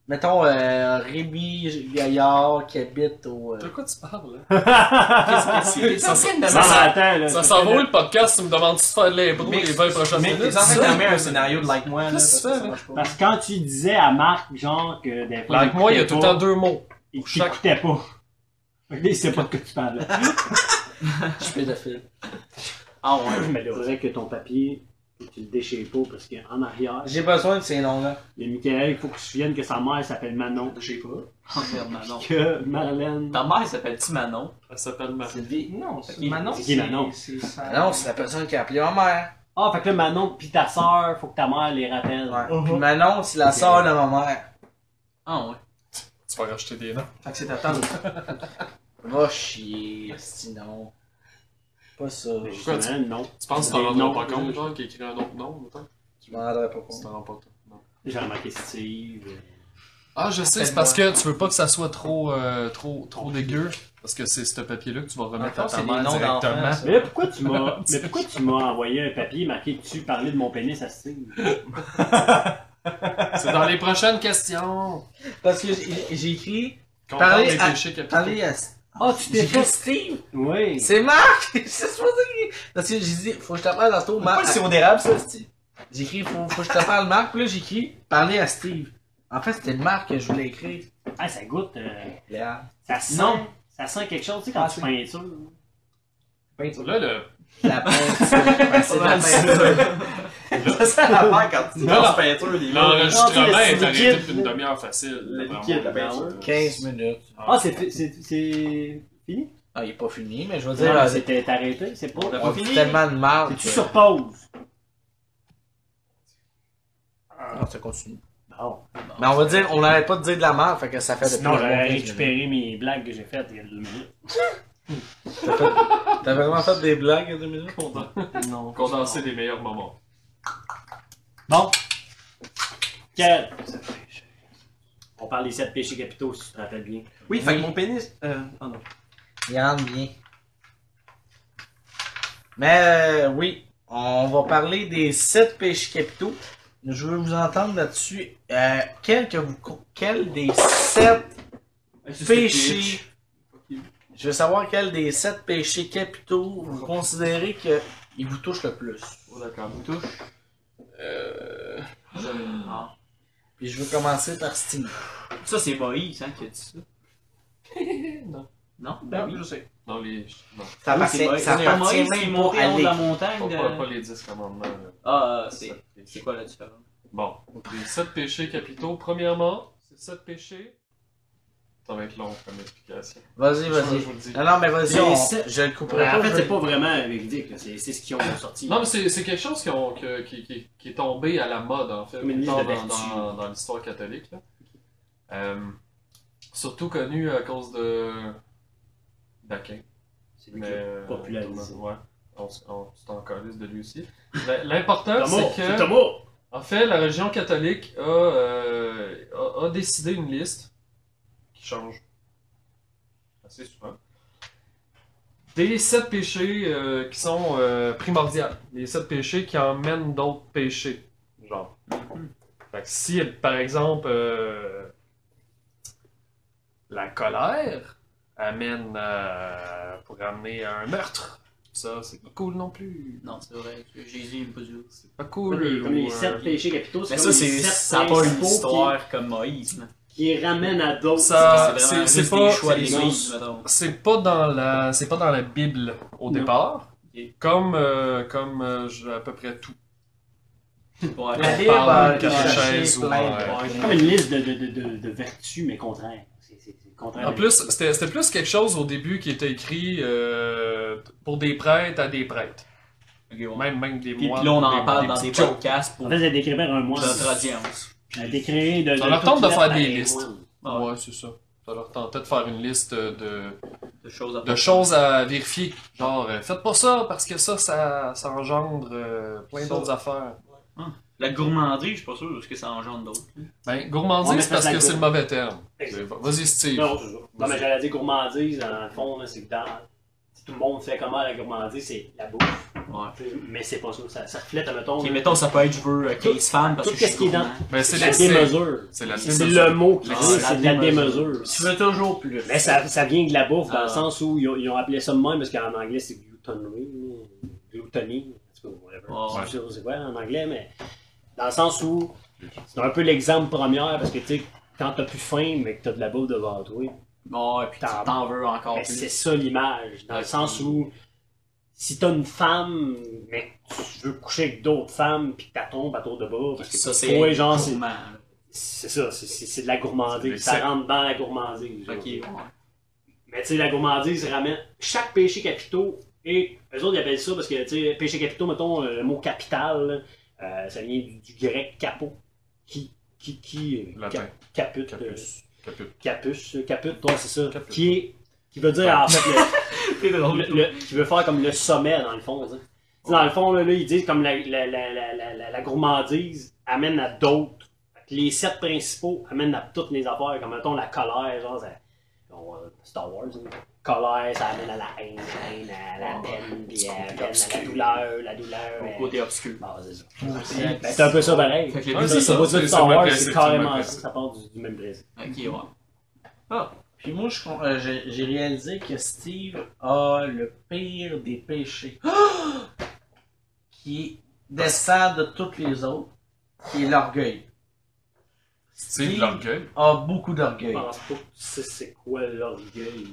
Speaker 2: Mettons, euh, Rémi Gaillard qui habite au.
Speaker 15: De
Speaker 2: euh,
Speaker 15: quoi tu parles,
Speaker 2: Qu'est-ce que c'est?
Speaker 15: Ça, ça,
Speaker 13: Non, mais attends, là.
Speaker 15: ça s'en va où le podcast? Tu me demandes si de faire de l'impro
Speaker 4: Mais-
Speaker 15: les 20 prochaines
Speaker 4: Mais
Speaker 15: minutes?
Speaker 4: t'es en train
Speaker 15: Ça,
Speaker 4: d'armer un scénario de like moi, là.
Speaker 15: Qu'est-ce que tu fais, là?
Speaker 4: Parce que
Speaker 13: Parce que quand tu disais à Marc, genre, que des fois.
Speaker 15: Like moi, il y a tout
Speaker 13: t'écoutais
Speaker 15: le temps
Speaker 13: pas,
Speaker 15: deux mots.
Speaker 13: Il
Speaker 15: Chaque-
Speaker 13: t'écoutait pas. Fait que là, il sait pas de quoi tu parles.
Speaker 2: Je suis pédophile.
Speaker 13: Ah ouais. Mais là, faudrait que ton papier, tu le déchires pas parce qu'en arrière,
Speaker 2: J'ai besoin de ces noms-là.
Speaker 13: il y a Michael, il faut que tu te souviennes que sa mère s'appelle Manon.
Speaker 4: Je sais pas.
Speaker 5: Oh merde, Manon.
Speaker 13: Que Marlène.
Speaker 5: Ta mère Ah, s'appelle-tu Manon?
Speaker 15: Elle s'appelle Marie.
Speaker 4: C'est des... Non, c'est...
Speaker 5: C'est
Speaker 4: Manon, Ah
Speaker 13: qui, Manon?
Speaker 4: c'est... ça-
Speaker 2: Ben Non, c'est la personne qui a appelé ma mère.
Speaker 13: Ah, fait que là, Manon pis ta soeur, faut que ta mère les rappelle.
Speaker 2: Ouais. Puis Manon, c'est la sœur de ma mère.
Speaker 5: Ah ouais.
Speaker 15: Tu vas racheter des noms.
Speaker 4: Fait que c'est ta tante.
Speaker 2: Va chier, sinon. Pas ça.
Speaker 13: Mais justement, non.
Speaker 15: Tu penses que
Speaker 13: Des
Speaker 15: t'en rendras
Speaker 13: noms.
Speaker 15: pas compte, euh, genre, qui écrit un autre nom, mettons?
Speaker 2: Je m'en rendrais pas
Speaker 15: Tu
Speaker 2: compte.
Speaker 15: t'en rends pas compte. non.
Speaker 13: J'ai remarqué Steve. euh,
Speaker 15: Ah, je sais, c'est parce que tu veux pas que ça soit trop, euh, trop, trop dégueu. Parce que c'est ce papier-là que tu vas remettre à ta mère directement.
Speaker 13: Mais là, pourquoi tu m'as, mais pourquoi tu m'as envoyé un papier marqué que tu parlais de mon pénis à Steve?
Speaker 15: C'est dans les prochaines questions.
Speaker 2: Parce que j'ai j'ai écrit.
Speaker 15: Qu'on
Speaker 2: Parlez
Speaker 15: parle des
Speaker 2: à-
Speaker 15: péchés capitaux.
Speaker 2: Parlez à.
Speaker 13: Ah, tu
Speaker 2: J'ai
Speaker 13: t'es
Speaker 2: écrit
Speaker 13: fait.
Speaker 2: Steve!
Speaker 13: Oui.
Speaker 2: C'est Marc! C'est supposé que- Parce que j'ai dit, faut que je te parle tantôt, Marc.
Speaker 4: Pas le sirop d'érable, ça, c'est...
Speaker 2: J'ai écrit, faut, faut que je te parle, Marc. Puis là, j'ai écrit, parler à Steve. En fait, c'était Marc que je voulais écrire.
Speaker 13: Ah, ça goûte. euh,
Speaker 2: Léa.
Speaker 13: ça sent.
Speaker 4: Non.
Speaker 13: Ça sent quelque chose, tu sais, quand
Speaker 2: Ah,
Speaker 13: tu
Speaker 2: c'est-
Speaker 13: peins ça. là.
Speaker 2: Peinture.
Speaker 15: Là, le...
Speaker 2: La peinture. Ben, c'est de la peinture.
Speaker 4: Ça, c'est l'affaire quand tu
Speaker 15: Non,
Speaker 4: dans
Speaker 15: non.
Speaker 4: la peinture, les
Speaker 15: l'enregistrement
Speaker 13: Non, c'est
Speaker 15: est
Speaker 13: le
Speaker 15: arrêté
Speaker 13: liquide.
Speaker 15: depuis une demi-heure facile.
Speaker 4: Le
Speaker 15: vraiment.
Speaker 4: liquide, la
Speaker 13: peinture.
Speaker 2: 15 minutes.
Speaker 13: Ah, c'est, fi- c'est, c'est fini?
Speaker 2: Ah, il est pas fini, mais je veux
Speaker 13: Non,
Speaker 2: dire, c'est
Speaker 13: c'était arrêté, c'est pas.
Speaker 2: on fait tellement de marre.
Speaker 13: T'es-tu
Speaker 2: que-
Speaker 13: sur pause?
Speaker 2: Non, Ah, ça continue.
Speaker 13: Non.
Speaker 2: Mais on va dire, on n'arrête pas de dire de la merde, fait que ça fait depuis.
Speaker 13: Sinon, j'aurais
Speaker 2: 15 minutes.
Speaker 13: récupéré mes blagues que j'ai faites il y a deux minutes.
Speaker 2: T'as vraiment fait des blagues il y a deux minutes?
Speaker 13: Non.
Speaker 15: Condenser les meilleurs moments.
Speaker 13: Bon. Quel? On parle des sept péchés capitaux, si tu te rappelles bien.
Speaker 4: Oui, fait que mon pénis... Euh, oh non.
Speaker 2: Il rentre bien. Mais euh, oui, on va parler des sept péchés capitaux. Je veux vous entendre là-dessus. Euh, quel, que vous, quel des sept péchés. Je veux savoir quel des sept péchés capitaux vous considérez que il vous touche le plus.
Speaker 5: Ah.
Speaker 2: Puis je veux commencer par Steve.
Speaker 5: Ça, c'est Moïse, hein, qui a dit ça.
Speaker 15: Non.
Speaker 5: Non? Ben
Speaker 15: Non,
Speaker 5: oui.
Speaker 15: je sais. Dans les... Non,
Speaker 2: Ça
Speaker 5: Oui, c'est
Speaker 2: appartient,
Speaker 5: Moïse.
Speaker 2: Ah, ça
Speaker 5: C'est pas
Speaker 2: appartient
Speaker 5: Moïse qui est
Speaker 2: même
Speaker 5: monté
Speaker 2: pas
Speaker 5: en haut de la
Speaker 2: à
Speaker 5: montagne.
Speaker 15: pas, pas, pas
Speaker 5: de-
Speaker 15: les 10 commandements. là.
Speaker 5: Ah, euh, c'est
Speaker 15: Sept péchés.
Speaker 5: c'est quoi la différence?
Speaker 15: Bon, les sept péchés capitaux, premièrement, c'est sept péchés Ça va être long comme explication.
Speaker 2: Vas-y,
Speaker 15: Je,
Speaker 2: vas-y.
Speaker 15: je vous le dis.
Speaker 2: Non, non, mais vas-y,
Speaker 13: Mais
Speaker 2: on-
Speaker 13: c'est-
Speaker 2: je le couperai
Speaker 13: Ouais,
Speaker 2: pas.
Speaker 13: en fait,
Speaker 2: je-
Speaker 13: c'est pas vraiment véridique, là. c'est c'est ce qu'ils ont sorti.
Speaker 15: Non, mais c'est c'est quelque chose qui, ont- que- qui- qui- qui est tombé à la mode, en fait,
Speaker 13: Comme une
Speaker 15: plus
Speaker 13: liste
Speaker 15: tard
Speaker 13: de
Speaker 15: dans,
Speaker 13: vertus.
Speaker 15: dans- dans l'histoire catholique. là. Euh, surtout connu à cause de. d'Aquin.
Speaker 13: C'est lui
Speaker 15: Mais.
Speaker 13: qui a
Speaker 15: euh,
Speaker 13: popularisé.
Speaker 15: Ouais. On, s- on, tu t'en calisses de lui aussi. Mais L'important,
Speaker 13: Tomo,
Speaker 15: c'est
Speaker 13: c'est
Speaker 15: que.
Speaker 13: Tomo!
Speaker 15: En fait, la religion catholique a, euh, a, a décidé une liste qui change assez souvent. Des sept péchés euh, qui sont euh, primordiaux. Les sept péchés qui emmènent d'autres péchés. Genre. Fait que si, par exemple, euh, la colère amène à- pour amener à un meurtre, ça, c'est pas cool non plus.
Speaker 25: Non, c'est vrai. Jésus, il me pose du
Speaker 15: C'est pas cool.
Speaker 13: Comme
Speaker 15: Ou,
Speaker 13: les
Speaker 15: euh,
Speaker 13: sept péchés capitaux, c'est
Speaker 5: Mais
Speaker 13: comme
Speaker 5: Ben ça,
Speaker 13: les
Speaker 5: c'est,
Speaker 13: sept
Speaker 5: ça a pas une
Speaker 13: principaux qui-
Speaker 5: histoire comme Moïse.
Speaker 13: Qui ramènent à d'autres.
Speaker 15: Ça,
Speaker 5: c'est
Speaker 15: c'est
Speaker 5: vraiment
Speaker 15: c'est
Speaker 5: juste
Speaker 15: pas,
Speaker 5: des choix
Speaker 15: c'est-
Speaker 5: des Moïse, mettons.
Speaker 15: c'est pas dans la, c'est pas dans la Bible au
Speaker 13: Non.
Speaker 15: départ.
Speaker 5: Ok.
Speaker 15: Comme, euh, comme euh, je- à peu près tout.
Speaker 5: Ouais.
Speaker 2: La Bible
Speaker 15: parle
Speaker 2: a
Speaker 15: de catéchèse
Speaker 2: cherché
Speaker 15: ou,
Speaker 2: plein de-
Speaker 15: euh,
Speaker 13: Ouais, c'est comme une liste de, de, de, de, de vertus, mais contraire. C'est c'est- c'est contraire.
Speaker 15: En plus, c'était c'était plus quelque chose au début qui était écrit euh, pour des prêtres à des prêtres.
Speaker 5: Ok, ouais.
Speaker 15: Même, même des
Speaker 5: Puis,
Speaker 15: moines.
Speaker 5: puis là, on
Speaker 15: des-
Speaker 5: en parle dans des
Speaker 15: petites jokes.
Speaker 5: podcasts
Speaker 13: en
Speaker 5: pour
Speaker 13: fait, c'est décrire un mois.
Speaker 5: notre audience.
Speaker 13: À décrire de.
Speaker 15: Ça
Speaker 13: de-
Speaker 15: leur tente de
Speaker 13: tout
Speaker 15: faire
Speaker 13: à
Speaker 15: des
Speaker 13: des
Speaker 15: listes.
Speaker 13: moines.
Speaker 5: Ah
Speaker 15: Ouais, c'est ça. Ça leur tentait de faire une liste de,
Speaker 5: De choses à
Speaker 15: de choses à vérifier. Genre, euh, faites pas ça parce que ça, ça, ça engendre euh, plein
Speaker 5: Ça.
Speaker 15: d'autres affaires.
Speaker 5: La gourmandise, je suis pas sûr de ce que ça engendre d'autre.
Speaker 15: Ben,
Speaker 13: Ouais, mais
Speaker 15: gourmandise,
Speaker 13: faites
Speaker 15: parce
Speaker 13: la
Speaker 15: que c'est le
Speaker 13: gourmandise.
Speaker 15: mauvais terme. C'est- Vas-y, Steve.
Speaker 13: Non, c'est ça. Non, mais j'allais dire gourmandise, dans le fond, là, c'est que dans. si Tout le monde fait comment la gourmandise, c'est la bouffe.
Speaker 5: Ouais.
Speaker 13: Mais c'est pas ça. Ça, ça reflète, mettons.
Speaker 5: Ok, mettons, ça peut être je veux euh,
Speaker 13: Tout-
Speaker 5: 15 fans parce
Speaker 13: tout
Speaker 5: que je
Speaker 13: qu'est-ce qui
Speaker 5: suis
Speaker 13: est dans-
Speaker 5: gourmand.
Speaker 15: Ben, c'est
Speaker 13: la
Speaker 15: la- c'est-
Speaker 13: démesure.
Speaker 15: c'est la
Speaker 13: C'est
Speaker 15: démesure.
Speaker 13: le mot qui
Speaker 5: Ah,
Speaker 13: dit,
Speaker 5: la
Speaker 13: c'est de la
Speaker 5: démesure.
Speaker 13: démesure.
Speaker 25: Tu veux toujours plus.
Speaker 13: Mais ça, ça vient de la bouffe, dans
Speaker 5: Ah.
Speaker 13: le sens où ils ont, ils ont appelé ça de même, parce qu'en anglais, c'est glutonnery, là, gluttony, en tout cas, whatever.
Speaker 5: Ah, Ouais.
Speaker 13: Je sais pas c'est quoi en anglais, mais dans le sens où c'est un peu l'exemple premier, parce que, tu sais, quand t'as plus faim, mais que t'as de la bouffe devant toi,
Speaker 5: Bon, et puis tu
Speaker 13: T'en-
Speaker 5: t'en veux encore
Speaker 13: ben, c'est
Speaker 5: plus.
Speaker 13: ça l'image, dans le sens où si t'as une femme, mais que tu veux coucher avec d'autres femmes, puis que t'as tombe à tour de bras, parce que
Speaker 5: Ça,
Speaker 13: pour
Speaker 5: c'est
Speaker 13: toi, genre, c'est-
Speaker 5: gourmand.
Speaker 13: c'est ça, c'est- c'est c'est de la
Speaker 15: C'est de
Speaker 13: gourmandise, ça
Speaker 15: l'excès.
Speaker 13: rentre dans la gourmandise.
Speaker 5: Ok, ouais.
Speaker 13: Mais tu sais, la gourmandise ramène chaque péché capitaux et eux autres ils appellent ça parce que tu sais, péché capitaux, mettons euh, le mot capital, là, euh, ça vient du, du grec capo, qui, qui, qui, euh,
Speaker 15: Latin.
Speaker 13: cap- caput,
Speaker 15: Capus. Caput.
Speaker 13: euh, capus, euh, caput, ouais, c'est ça,
Speaker 15: Caput.
Speaker 13: qui est, qui veut dire en fait, le-
Speaker 5: C'est drôle.
Speaker 13: le- le- qui veut faire comme le sommet dans le fond, tu sais. Tu sais, dans le fond là, là, ils disent comme la, la, la, la, la- la- la gourmandise amène à d'autres, Fait que les sept principaux amènent à toutes les affaires, comme mettons la colère, genre ça- on, euh, Star Wars. hein colère, ça amène à la haine, la haine à la peine, puis à la peine à la douleur, la douleur.
Speaker 5: Au
Speaker 13: euh,
Speaker 5: côté obscur.
Speaker 13: bon, c'est ça. Ben, c'est un peu ça pareil.
Speaker 5: Fait que
Speaker 15: Ouais,
Speaker 5: les
Speaker 13: Ça,
Speaker 15: c'est
Speaker 13: ça
Speaker 15: ça,
Speaker 13: va dire
Speaker 15: c'est-
Speaker 13: Star
Speaker 15: c'est le
Speaker 13: Wars, c'est
Speaker 15: même principe, le
Speaker 13: carrément
Speaker 15: même
Speaker 13: ça, ça part du, du même principe.
Speaker 5: Ok, ouais.
Speaker 2: Puis moi, je con- euh, j'ai j'ai réalisé que Steve a le pire des péchés. qui descend de toutes les autres, qui est l'orgueil.
Speaker 15: Steve, l'orgueil.
Speaker 2: A beaucoup d'orgueil.
Speaker 13: Je pense pas que tu sais c'est quoi l'orgueil.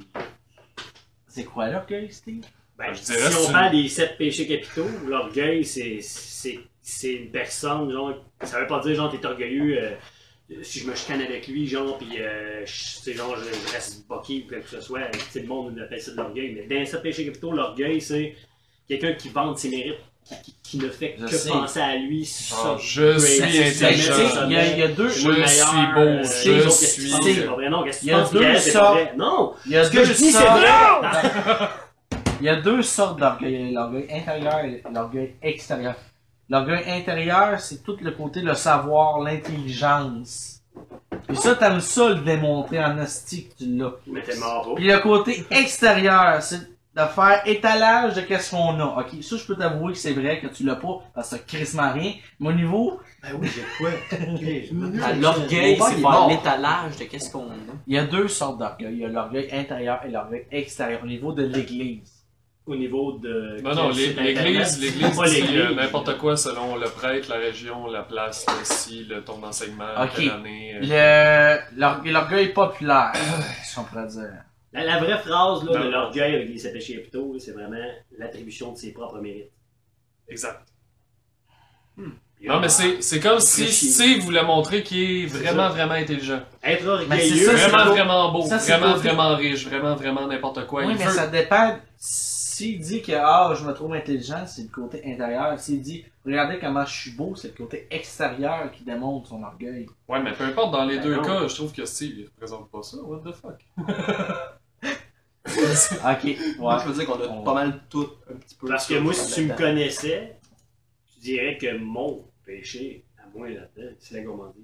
Speaker 2: C'est quoi l'orgueil, Steve?
Speaker 13: Ben,
Speaker 15: Je
Speaker 13: si
Speaker 15: dirais
Speaker 13: on
Speaker 15: c'est-
Speaker 13: parle des sept péchés capitaux, l'orgueil, c'est- c'est c'est une personne, genre, ça veut pas dire, genre, t'es orgueilleux, euh, euh, si je me chicane avec lui, genre, pis, euh, je- c'est genre, je, je reste boqué ou quoi que ce soit, euh, tu sais, le monde appelle ça de l'orgueil, mais dans les sept péchés capitaux, l'orgueil, c'est quelqu'un qui vante ses mérites, qui, qui- qui ne fait
Speaker 2: Je
Speaker 13: que
Speaker 2: sais.
Speaker 13: penser à lui, ça.
Speaker 15: Genre, Ah, je suis
Speaker 13: c'est- c'est-
Speaker 2: Mais Ben, tu sais,
Speaker 15: intelligent.
Speaker 2: Il y, a- il y a deux,
Speaker 15: Je suis beau,
Speaker 13: les
Speaker 15: je
Speaker 13: autres, qu'est-ce que tu
Speaker 15: suis.
Speaker 13: penses? euh, C'est pas vrai, non, qu'est-ce que
Speaker 2: Il
Speaker 13: tu
Speaker 2: y a
Speaker 13: penses,
Speaker 2: deux
Speaker 13: Miguel, c'est pas
Speaker 2: sortes.
Speaker 13: vrai. Non!
Speaker 2: il y a
Speaker 13: Ce que
Speaker 2: deux
Speaker 13: je dis, c'est
Speaker 2: sortes-
Speaker 13: vrai!
Speaker 2: Il y a deux sortes d'orgueil. L'orgueil intérieur et l'orgueil extérieur. L'orgueil intérieur, c'est tout le côté le savoir, l'intelligence. Puis ça, t'aimes ça le démontrer en asti que tu l'as.
Speaker 13: Mais t'es mort, oh. pas.
Speaker 2: Puis le côté extérieur, c'est de faire étalage de qu'est-ce qu'on a. Ok, ça, je peux t'avouer que c'est vrai que tu l'as pas parce que t'as crissement rien. Mais au niveau,
Speaker 26: Ben oui, j'ai quoi?
Speaker 2: Ah,
Speaker 5: À L'orgueil,
Speaker 2: Mon
Speaker 5: c'est
Speaker 2: père, il est
Speaker 5: faire
Speaker 2: mort.
Speaker 5: l'étalage de qu'est-ce qu'on a.
Speaker 2: il y a deux sortes d'orgueil. Il y a l'orgueil intérieur et l'orgueil extérieur. Au niveau de l'Église.
Speaker 13: au niveau de.
Speaker 15: Non, non, l'é- l'église, l'église
Speaker 13: Pas
Speaker 15: dit euh,
Speaker 13: l'église.
Speaker 15: n'importe quoi selon le prêtre, la région, la place, le si, le ton d'enseignement,
Speaker 2: Ok.
Speaker 15: quelle année. euh.
Speaker 2: Le l'or- l'orgueil populaire, si on pourrait dire.
Speaker 13: La, la vraie phrase là,
Speaker 15: Non.
Speaker 13: de l'orgueil avec les péchés capitaux, là, c'est vraiment l'attribution de ses propres mérites.
Speaker 15: Exact. Non, mais c'est c'est comme si
Speaker 27: chier.
Speaker 15: Steve voulait montrer qu'il est vraiment, vraiment intelligent.
Speaker 13: Être
Speaker 2: Mais c'est
Speaker 13: orgueilleux.
Speaker 2: ça, c'est
Speaker 15: Vraiment,
Speaker 2: le-
Speaker 15: vraiment beau.
Speaker 2: ça, c'est le
Speaker 15: vraiment,
Speaker 2: côté-
Speaker 15: vraiment riche. Vraiment, vraiment n'importe quoi.
Speaker 2: Oui,
Speaker 15: Il
Speaker 2: mais
Speaker 15: veut-
Speaker 2: ça dépend. S'il dit que ah, je me trouve intelligent, c'est le côté intérieur. S'il dit regardez comment je suis beau, c'est le côté extérieur qui démontre son orgueil.
Speaker 15: Ouais, mais peu importe, dans les
Speaker 13: Ben
Speaker 15: deux
Speaker 13: non.
Speaker 15: cas, je trouve que Steve, il représente pas ça. What the fuck?
Speaker 2: Ok, ouais.
Speaker 6: Moi, je veux dire qu'on a
Speaker 2: On-
Speaker 6: pas mal tout un petit peu.
Speaker 13: Parce que
Speaker 6: ça
Speaker 13: moi,
Speaker 6: dans
Speaker 13: si
Speaker 6: le
Speaker 13: tu me
Speaker 6: temps.
Speaker 13: connaissais, tu dirais que mon péché, à moi là-dedans, c'est la gourmandise.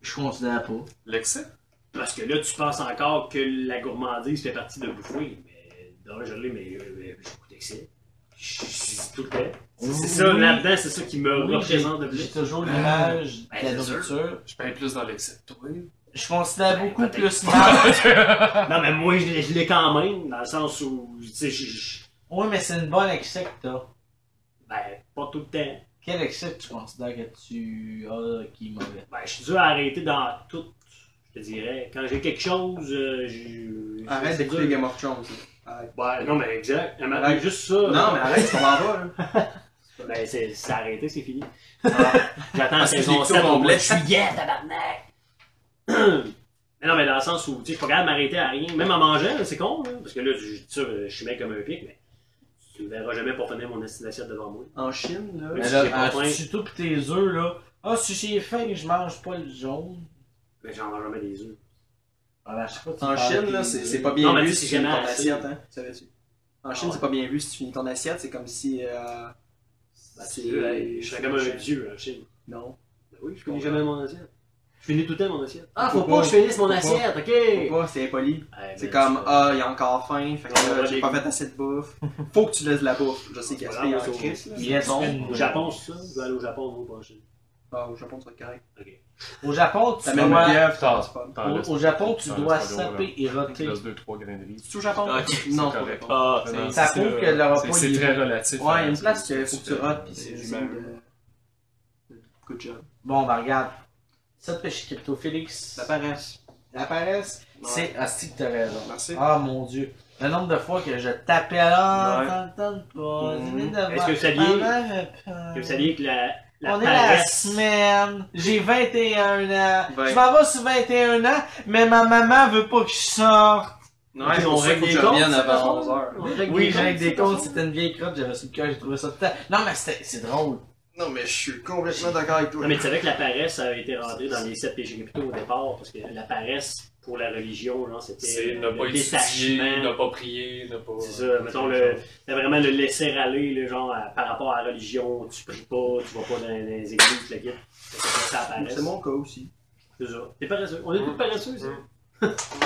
Speaker 2: Je considère pas.
Speaker 15: L'excès?
Speaker 13: Parce que là, tu penses encore que la gourmandise fait partie de bouffer. Mais dans je l'ai, mais euh, mais j'ai beaucoup d'excès. Je suis tout le temps. C'est ça,
Speaker 2: Oui.
Speaker 13: là-dedans, c'est ça qui me
Speaker 2: Oui,
Speaker 13: représente de
Speaker 2: j'ai- J'ai
Speaker 13: plus.
Speaker 2: toujours l'image
Speaker 13: Ben,
Speaker 2: de la
Speaker 13: c'est sûr.
Speaker 2: nourriture.
Speaker 15: Je paye plus dans l'excès. Toi?
Speaker 2: Je considère
Speaker 13: Ben,
Speaker 2: beaucoup
Speaker 13: peut-être.
Speaker 2: plus mal.
Speaker 13: Non, mais moi, je l'ai- je l'ai quand même, dans le sens où, tu sais, je- je-
Speaker 2: oui, mais c'est une bonne excès que t'as.
Speaker 13: ben, pas tout le temps.
Speaker 2: Quel excès que tu considères que tu as qui est mauvais?
Speaker 13: Ben, je suis dû à arrêter dans tout, je te dirais. Quand j'ai quelque chose, euh, je. je-
Speaker 6: Arrête
Speaker 13: c'est
Speaker 6: d'écouter
Speaker 13: dur.
Speaker 6: Game of Thrones.
Speaker 13: Ben, non, mais exact. Elle m'a
Speaker 6: Arrête.
Speaker 13: dit juste ça.
Speaker 6: Non, mais arrête, on m'en va, là.
Speaker 13: Ben, c'est c'est arrêté, c'est fini.
Speaker 6: Ah.
Speaker 13: J'attends la
Speaker 6: Parce que j'ai
Speaker 13: saison
Speaker 6: tout
Speaker 13: 7 au mois
Speaker 6: complet.
Speaker 13: de juillet, tabarnak! mais non, mais dans le sens où, tu sais, je suis pas capable de m'arrêter à rien. Même en mangeant, là, c'est con, là, Parce que là, je dis ça, je suis mec comme un pic, mais tu me verras jamais pour finir mon assiette devant moi.
Speaker 6: En Chine, là. euh,
Speaker 13: Mais
Speaker 2: Mais
Speaker 13: si
Speaker 2: là,
Speaker 13: j'ai pas
Speaker 2: ah,
Speaker 13: faim.
Speaker 2: surtout pour tes œufs, là. Ah, si j'ai faim, je mange pas le jaune.
Speaker 13: Mais Ben, j'en mange jamais des œufs.
Speaker 2: Ah, ben, je sais pas, tu
Speaker 6: En
Speaker 2: parles
Speaker 6: Chine,
Speaker 2: tes-
Speaker 6: là, c'est c'est pas
Speaker 13: Non,
Speaker 6: bien
Speaker 13: mais
Speaker 6: vu
Speaker 13: tu sais,
Speaker 6: si tu
Speaker 13: j'ai
Speaker 6: finis ton
Speaker 13: jamais assez.
Speaker 6: assiette, hein. Savais-tu? En Chine,
Speaker 13: ouais.
Speaker 6: c'est pas bien vu si tu finis ton assiette, c'est comme si. euh,
Speaker 13: Ben,
Speaker 6: c'est-
Speaker 13: tu veux, hey, je serais comme un dieu en Chine.
Speaker 6: Non.
Speaker 13: Ben oui, je finis jamais mon assiette. Je finis tout le temps mon assiette. Ah, faut,
Speaker 6: Faut
Speaker 13: pas
Speaker 6: pas.
Speaker 13: que je finisse mon
Speaker 6: Faut pas.
Speaker 13: assiette, ok?
Speaker 6: Faut pas, c'est impoli.
Speaker 13: Eh, ben,
Speaker 6: C'est comme,
Speaker 13: tu-
Speaker 6: ah, il y a encore faim, fait que
Speaker 13: Ouais,
Speaker 6: là,
Speaker 13: ouais,
Speaker 6: j'ai pas
Speaker 13: les-
Speaker 6: fait assez de bouffe. Faut que tu laisses de la bouffe. Je sais
Speaker 13: C'est pas
Speaker 6: gaspiller en
Speaker 13: grave, c'est-
Speaker 6: Christ, là.
Speaker 2: Il est bon.
Speaker 13: Au Japon, c'est ça? Je vais aller au Japon, moi, pas en Chine.
Speaker 6: Ah, au Japon, tu vas être correct.
Speaker 2: Au Japon, tu
Speaker 6: La même
Speaker 2: dois...
Speaker 6: bière,
Speaker 13: Ah,
Speaker 15: T'en-
Speaker 6: c'est pas-
Speaker 15: t'en laisses-
Speaker 2: Au, au Japon, tu
Speaker 15: t'en
Speaker 2: dois
Speaker 15: laisses pas gros,
Speaker 2: saper et
Speaker 15: là. Il
Speaker 2: roter.
Speaker 15: te reste deux, trois grains de riz.
Speaker 6: C'est au Japon?
Speaker 5: Ok,
Speaker 6: Non,
Speaker 15: c'est
Speaker 6: faut
Speaker 15: correct.
Speaker 6: pas.
Speaker 5: Ah,
Speaker 15: Vraiment,
Speaker 2: Ça
Speaker 15: c'est-
Speaker 2: prouve que le repas,
Speaker 15: c'est-
Speaker 2: il
Speaker 15: C'est
Speaker 2: est
Speaker 15: très
Speaker 2: bon.
Speaker 15: relatif.
Speaker 6: Ouais,
Speaker 15: à-
Speaker 6: il y a une place que faut que tu
Speaker 15: c'est-
Speaker 6: rotes, pis
Speaker 15: c'est
Speaker 6: c'est c'est-
Speaker 15: humain.
Speaker 6: euh, Good job.
Speaker 2: Bon, ben, regarde. Ça te pêche crypto, Félix.
Speaker 6: La paresse.
Speaker 2: La paresse, c'est Asti que t'as raison.
Speaker 6: Merci.
Speaker 2: Ah, mon Dieu. Le nombre de fois que je t'appelle, ah, t'entends pas.
Speaker 6: Mhm.
Speaker 13: Est-ce que vous saviez- Que vous saviez que la, la
Speaker 2: on est la
Speaker 13: paresse-
Speaker 2: semaine, j'ai 21 ans,
Speaker 6: Ouais.
Speaker 2: je m'en vais sur 21 ans, mais ma maman veut pas que je sorte.
Speaker 6: Non,
Speaker 13: Ouais,
Speaker 6: c'est
Speaker 13: mais on
Speaker 6: pour ça
Speaker 13: règle
Speaker 6: qu'il faut
Speaker 13: des
Speaker 6: que je revienne
Speaker 13: comptes,
Speaker 6: avant
Speaker 13: c'est
Speaker 6: 11 heures.
Speaker 2: Oui, j'ai avec des comptes, c'était une vieille crotte, j'avais sous le cœur, j'ai trouvé ça tout le temps. Non, mais c'était- c'est drôle.
Speaker 6: Non, mais je suis complètement d'accord avec toi.
Speaker 13: Non, mais tu savais que la paresse avait été rentrée dans les sept péchés capitaux au départ, parce que la paresse, pour la religion, genre, c'était
Speaker 15: C'est
Speaker 13: le
Speaker 15: ne pas étudier, ne
Speaker 13: détachement.
Speaker 15: pas prier, ne pas.
Speaker 13: C'est ça, mettons, le, c'était vraiment le laisser aller, le genre, à- par rapport à la religion, tu pries pas, tu vas pas dans, dans les églises, le guide. C'était ça, la paresse.
Speaker 6: C'est mon cas aussi.
Speaker 13: C'est ça. T'es paresseux. On est tous paresseux, ça.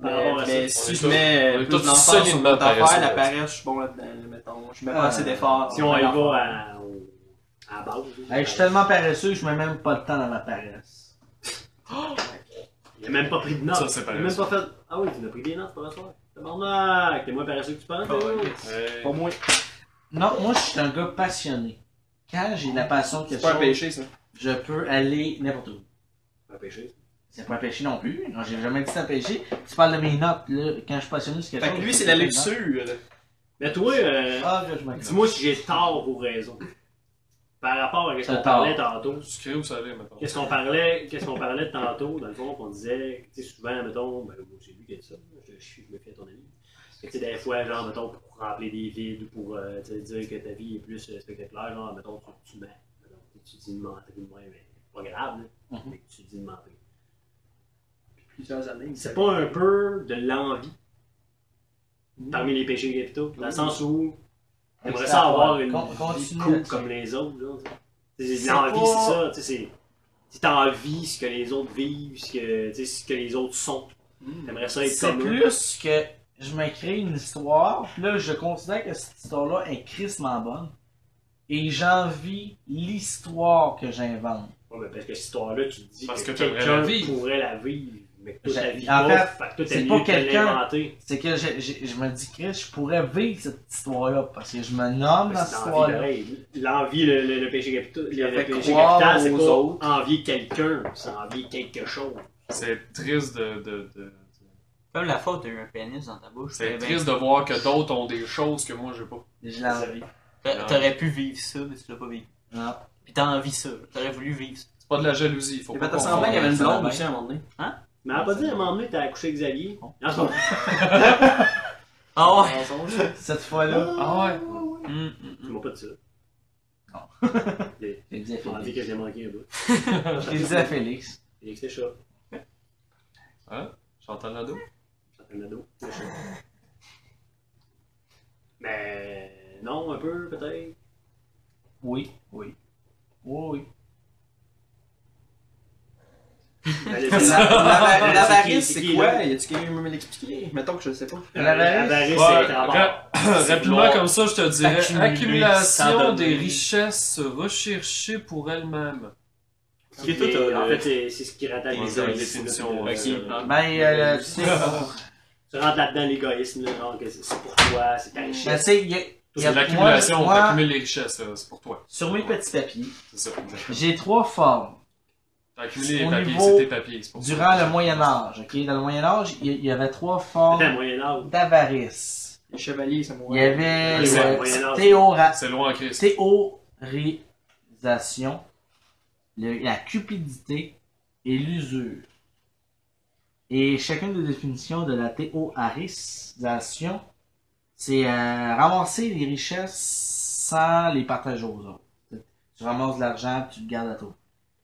Speaker 13: Par
Speaker 6: Mais,
Speaker 13: rapport à ça.
Speaker 6: mais
Speaker 15: On est
Speaker 6: si je
Speaker 15: tous-
Speaker 6: mets
Speaker 15: on est
Speaker 6: euh,
Speaker 15: tous
Speaker 6: plus d'emphase sur
Speaker 15: solidement
Speaker 6: mon affaire,
Speaker 15: paresseux,
Speaker 6: la
Speaker 15: là.
Speaker 6: paresse, je suis bon là-dedans, là, mettons. Je mets
Speaker 2: Ah,
Speaker 6: pas assez d'efforts.
Speaker 13: Si on y va à, au- à la base.
Speaker 2: Hey, je suis tellement paresseux, je mets même pas de temps dans ma paresse.
Speaker 13: Il a même pas pris de notes.
Speaker 15: Ça, c'est
Speaker 13: Il a même
Speaker 15: paresseux.
Speaker 13: pas fait. Ah oui, tu n'as pris des notes pour la soirée. Tabarnak! T'es moins paresseux que tu penses, hein? Léo.
Speaker 15: Hey.
Speaker 6: Pas moins.
Speaker 2: Non, moi, je suis un gars passionné. Quand j'ai la passion que
Speaker 6: C'est
Speaker 13: Ah,
Speaker 6: pas un
Speaker 2: chose,
Speaker 6: péché, ça.
Speaker 2: je peux aller n'importe où.
Speaker 13: Pas péché.
Speaker 2: C'est pas un péché non plus. Non, j'ai jamais dit ça un péché. Tu parles de mes notes, là. Quand je suis passionné, c'est quelque
Speaker 6: Fait
Speaker 2: chose.
Speaker 6: que lui,
Speaker 2: je
Speaker 6: c'est
Speaker 2: fais
Speaker 6: la
Speaker 2: mes notes.
Speaker 6: luxure.
Speaker 13: Mais toi, euh,
Speaker 2: Ah, là, je m'en
Speaker 13: dis-moi si j'ai tort ou raison. Par rapport à ce
Speaker 2: T'as
Speaker 13: qu'on
Speaker 2: tort.
Speaker 13: parlait tantôt.
Speaker 15: Sucré ou salé, mettons.
Speaker 13: Qu'est-ce qu'on parlait, qu'est-ce qu'on parlait de tantôt, dans le fond, qu'on disait, tu sais, souvent, mettons, ben, moi, j'ai lu qu'il y a de ça, je, je, je me fais à ton ami. Que, Tu sais, des fois, genre, mettons, pour remplir des vides ou pour euh, tu sais, dire que ta vie est plus euh, spectaculaire, genre, mettons, tu, tu mens. Mettons, tu, tu dis de mentir ou de moins, mais c'est pas grave, là, mais tu dis de mentir.
Speaker 6: Plusieurs années.
Speaker 13: C'est pas un peu de l'envie
Speaker 2: Mm-hmm.
Speaker 13: parmi les péchés capitaux, dans le sens où j'aimerais ça avoir une
Speaker 2: Con-
Speaker 13: vie
Speaker 2: continue
Speaker 13: cool
Speaker 2: là-dessus.
Speaker 13: comme les autres. là, tu sais. C'est-
Speaker 2: C'est
Speaker 13: L'envie,
Speaker 2: pas-
Speaker 13: c'est ça. tu sais, c'est- Si t'envies ce que les autres vivent, ce que, tu sais, ce que les autres sont,
Speaker 15: Hmm.
Speaker 13: t'aimerais ça être
Speaker 2: C'est
Speaker 13: comme eux.
Speaker 2: plus que je m'écris une histoire, puis là, je considère que cette histoire-là est crissement bonne. Et j'envie l'histoire que j'invente.
Speaker 13: Ouais, mais parce que cette histoire-là, tu te dis
Speaker 15: Parce
Speaker 13: que,
Speaker 15: que t'aimerais
Speaker 13: quelqu'un
Speaker 15: la vivre.
Speaker 13: pourrait la vivre, mais que toi,
Speaker 2: J'ai-
Speaker 13: la vie
Speaker 2: en
Speaker 13: pas,
Speaker 2: fait,
Speaker 13: fait que toi, t'as
Speaker 2: c'est
Speaker 13: mieux
Speaker 2: pas
Speaker 13: de
Speaker 2: quelqu'un.
Speaker 13: l'inventer.
Speaker 2: C'est que je, je- je me dis, Chris, je pourrais vivre cette histoire-là, parce que je me nomme dans
Speaker 13: Parce
Speaker 2: cette
Speaker 13: que L'envie,
Speaker 2: histoire-là.
Speaker 13: pareil, l'envie, le, le- le péché capital, le, le
Speaker 6: fait
Speaker 13: péché
Speaker 6: croire
Speaker 13: capital, c'est
Speaker 6: aux
Speaker 13: pas
Speaker 6: autres.
Speaker 13: envier quelqu'un, c'est envier quelque chose.
Speaker 15: C'est triste de. de- de-
Speaker 5: Comme la faute, t'as eu un pénis dans ta bouche.
Speaker 15: C'est
Speaker 5: t'aurais bien-
Speaker 15: triste de voir que d'autres ont des choses que moi j'ai pas.
Speaker 2: Je l'envie.
Speaker 5: t'a- T'aurais pu vivre ça, mais tu l'as pas vécu.
Speaker 2: Non.
Speaker 5: Puis t'as envie ça. T'aurais voulu vivre ça.
Speaker 15: C'est pas de la jalousie, il faut
Speaker 5: Et
Speaker 15: pas
Speaker 5: ben, t'as
Speaker 15: confondre
Speaker 5: semblant qu'il y avait une
Speaker 15: ça
Speaker 5: blonde
Speaker 15: là-bas.
Speaker 5: aussi à un moment donné.
Speaker 13: Mais elle a pas dit à un moment donné, t'as accouché Xavier. Non, c'est pas vrai.
Speaker 5: Ah ouais!
Speaker 2: Cette fois-là.
Speaker 15: Ah ouais. Hum, hum,
Speaker 13: Tu
Speaker 15: hum.
Speaker 13: m'as pas dit ça.
Speaker 2: Je l'ai dit à
Speaker 13: On a dit
Speaker 2: Félix.
Speaker 13: que je l'ai manqué un peu.
Speaker 2: Je l'ai dit à Félix.
Speaker 13: Il était chat.
Speaker 15: Chantal Nadeau.
Speaker 13: Un ado. le chat. Mais non, un peu, peut-être.
Speaker 2: Oui, oui. Oui, oui.
Speaker 13: Mais
Speaker 2: La-
Speaker 13: le-
Speaker 2: la- L'avarice,
Speaker 13: C'est
Speaker 2: c'est
Speaker 13: qui, c'est qui,
Speaker 2: quoi?
Speaker 13: là?
Speaker 2: Y a-tu quelqu'un qui peut me l'expliquer? Mettons que je le sais pas.
Speaker 13: La
Speaker 2: L'avarice?
Speaker 13: barrière,
Speaker 15: Ouais,
Speaker 13: c'est
Speaker 15: ra-
Speaker 13: en
Speaker 15: Rapidement comme ça, je te dirais
Speaker 13: s'accumuler sans
Speaker 15: accumulation
Speaker 13: donner.
Speaker 15: des richesses recherchées pour elle-même.
Speaker 5: Ce qui est tout, euh,
Speaker 13: En fait, c'est- c'est ce qui rattache
Speaker 15: Ouais,
Speaker 13: l'égoïsme.
Speaker 15: c'est une définition,
Speaker 13: là,
Speaker 15: ouais,
Speaker 13: de-
Speaker 15: c'est-
Speaker 13: de-
Speaker 2: Ben, euh, tu sais,
Speaker 13: Tu rentres là-dedans l'égoïsme, là, genre que c'est c'est pour toi, c'est ta
Speaker 2: ben, tu
Speaker 13: richesse.
Speaker 2: sais, y a- y a-
Speaker 15: C'est l'accumulation,
Speaker 2: moi- moi,
Speaker 15: t'accumules les richesses, là, c'est pour toi.
Speaker 2: Sur mes petits papiers,
Speaker 15: C'est ça.
Speaker 2: j'ai trois formes.
Speaker 15: T'as accumulé les
Speaker 2: Au
Speaker 15: papiers,
Speaker 2: niveau
Speaker 15: c'est tes papiers, c'est pour ça.
Speaker 2: Durant le Moyen Âge, ok? Dans le Moyen Âge, il y, il y avait trois
Speaker 13: C'est un
Speaker 2: formes
Speaker 13: moyen âge.
Speaker 2: d'avarice.
Speaker 6: Les chevaliers, ça
Speaker 2: Il y
Speaker 6: mourrait.
Speaker 2: avait
Speaker 13: Les
Speaker 2: euh,
Speaker 13: Moyen Âge.
Speaker 2: théora-
Speaker 15: C'est loin en Christ.
Speaker 2: théorisation, le- la cupidité et l'usure. Et chacune des définitions de la théorisation, c'est euh, ramasser les richesses sans les partager aux autres. Tu ramasses de l'argent puis tu le gardes à toi.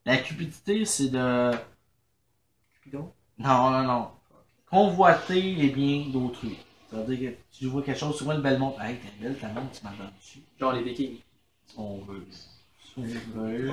Speaker 2: La cupidité, c'est de.
Speaker 6: Cupidon?
Speaker 2: Non, non, non. Convoiter les biens d'autrui. Ça veut dire que tu vois quelque chose, tu vois une belle montre. Hey, t'es belle ta montre, tu m'en donnes dessus.
Speaker 6: Genre les vikings.
Speaker 2: On veut. On veut.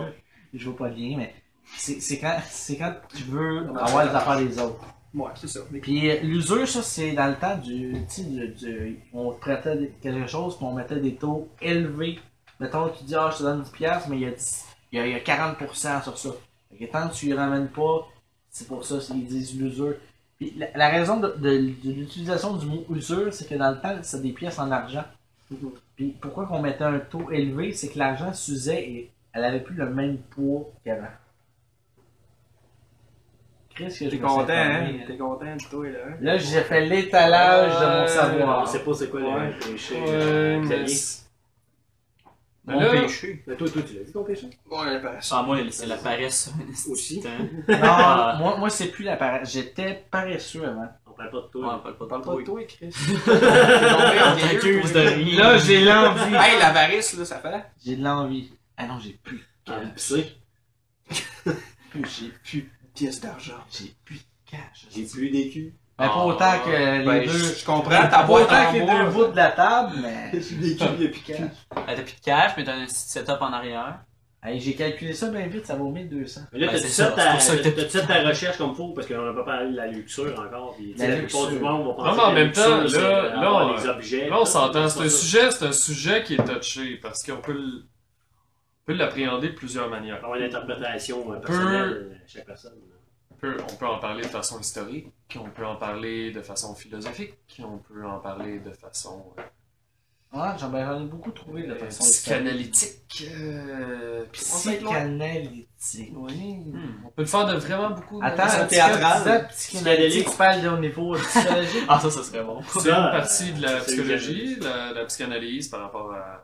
Speaker 2: Je vois pas bien, mais c'est c'est quand, c'est quand tu veux avoir les affaires des autres.
Speaker 6: Ouais, c'est ça. Les-
Speaker 2: Puis euh, l'usure, ça, c'est dans le temps du. Tu sais, du- du- on te prêtait des- quelque chose, puis on mettait des taux élevés. Mettons, tu dis, ah, je te donne 10$, piastres, mais il y a, 10 il y a, il y a 40% sur ça. Fait que tant que tu y ramènes pas, c'est pour ça qu'ils disent l'usure. Puis la, la raison de, de- de l'utilisation du mot usure, c'est que dans le temps, c'est des pièces en argent.
Speaker 6: Mhm.
Speaker 2: Puis pourquoi qu'on mettait un taux élevé, c'est que l'argent s'usait et elle avait plus le même poids qu'avant. Chris, que je
Speaker 6: T'es
Speaker 2: me
Speaker 6: content,
Speaker 2: suis informé,
Speaker 6: hein? T'es content du tout, là. hein?
Speaker 2: Là, j'ai fait l'étalage de mon
Speaker 13: On
Speaker 2: savoir.
Speaker 13: sait pas c'est quoi le-
Speaker 6: Ouais.
Speaker 13: le péché.
Speaker 15: Ouais,
Speaker 13: euh,
Speaker 15: mais...
Speaker 13: Xavier.
Speaker 15: c'est-
Speaker 2: Mon
Speaker 15: Là-
Speaker 2: péché.
Speaker 13: Mais toi, toi, tu l'as dit ton péché?
Speaker 6: Bon, la passe.
Speaker 5: Sans moi, c'est la paresse.
Speaker 13: Aussi.
Speaker 6: Euh.
Speaker 2: Non, moi, moi c'est plus la paresse. J'étais paresseux avant.
Speaker 13: On parle pas de
Speaker 5: Ouais, on
Speaker 13: toi.
Speaker 5: parle pas de
Speaker 6: Parle pas de
Speaker 5: toi.
Speaker 6: toi, Chris.
Speaker 5: On t'accuse de rien.
Speaker 2: Là, j'ai l'envie.
Speaker 6: Hey, l'avarice, là, ça fait.
Speaker 2: J'ai de l'envie. Ah non, j'ai plus.
Speaker 13: Ah, vous pissez.
Speaker 2: plus j'ai plus.
Speaker 6: Pièce d'argent.
Speaker 2: J'ai plus de cash.
Speaker 13: J'ai plus des culs.
Speaker 2: Mais pas autant que les
Speaker 6: Ben,
Speaker 2: deux.
Speaker 6: je je comprends ta
Speaker 2: pas
Speaker 6: boîte
Speaker 2: autant
Speaker 6: en
Speaker 2: que les
Speaker 6: bois.
Speaker 2: deux bouts de la table, mais.
Speaker 6: Des culs, y'a plus de cash.
Speaker 5: Ah, T'as plus de cash, mais t'as un petit setup en arrière.
Speaker 2: Hey, j'ai calculé ça bien vite, ça vaut 1200.
Speaker 13: Mais là,
Speaker 5: Ben,
Speaker 13: t'as-tu
Speaker 5: c'est ça,
Speaker 13: fait
Speaker 5: c'est
Speaker 13: ta-
Speaker 5: pour ça que t'as-
Speaker 13: t'as-tu fait ta recherche comme faut? Parce qu'on n'a pas parlé de la luxure encore. Puis, tu sais,
Speaker 2: La
Speaker 13: la plupart du
Speaker 2: luxure.
Speaker 13: monde va penser
Speaker 15: Non, mais en
Speaker 13: que la
Speaker 15: même temps,
Speaker 13: luxure,
Speaker 15: là,
Speaker 13: c'est, euh,
Speaker 15: là,
Speaker 13: avoir
Speaker 15: on-
Speaker 13: les objets.
Speaker 15: Là, on
Speaker 13: tout,
Speaker 15: s'entend.
Speaker 13: c'est
Speaker 15: C'est
Speaker 13: pas
Speaker 15: un
Speaker 13: ça.
Speaker 15: sujet, c'est un sujet qui est touché parce qu'on peut le- on peut l'appréhender de plusieurs manières.
Speaker 13: avoir une interprétation euh,
Speaker 15: Peu-
Speaker 13: personnelle à chaque personne.
Speaker 15: On peut, on peut en parler de façon historique, on peut en parler de façon philosophique, on peut en parler de façon euh,
Speaker 2: Ouais, j'en ben, j'en ai beaucoup trouvé de façon
Speaker 15: psychanalytique. euh, Hmm.
Speaker 2: Psychanalytique.
Speaker 15: On peut le faire de vraiment beaucoup de
Speaker 2: Attends,
Speaker 15: façons.
Speaker 2: un
Speaker 6: théâtral.
Speaker 2: théâtral. Psychanalytique, tu parles au niveau psychologique.
Speaker 5: Ah, ça, ça serait bon.
Speaker 15: C'est une
Speaker 13: Ah,
Speaker 15: partie de la
Speaker 13: c'est celui que
Speaker 15: psychologie, la, la psychanalyse par rapport à. euh,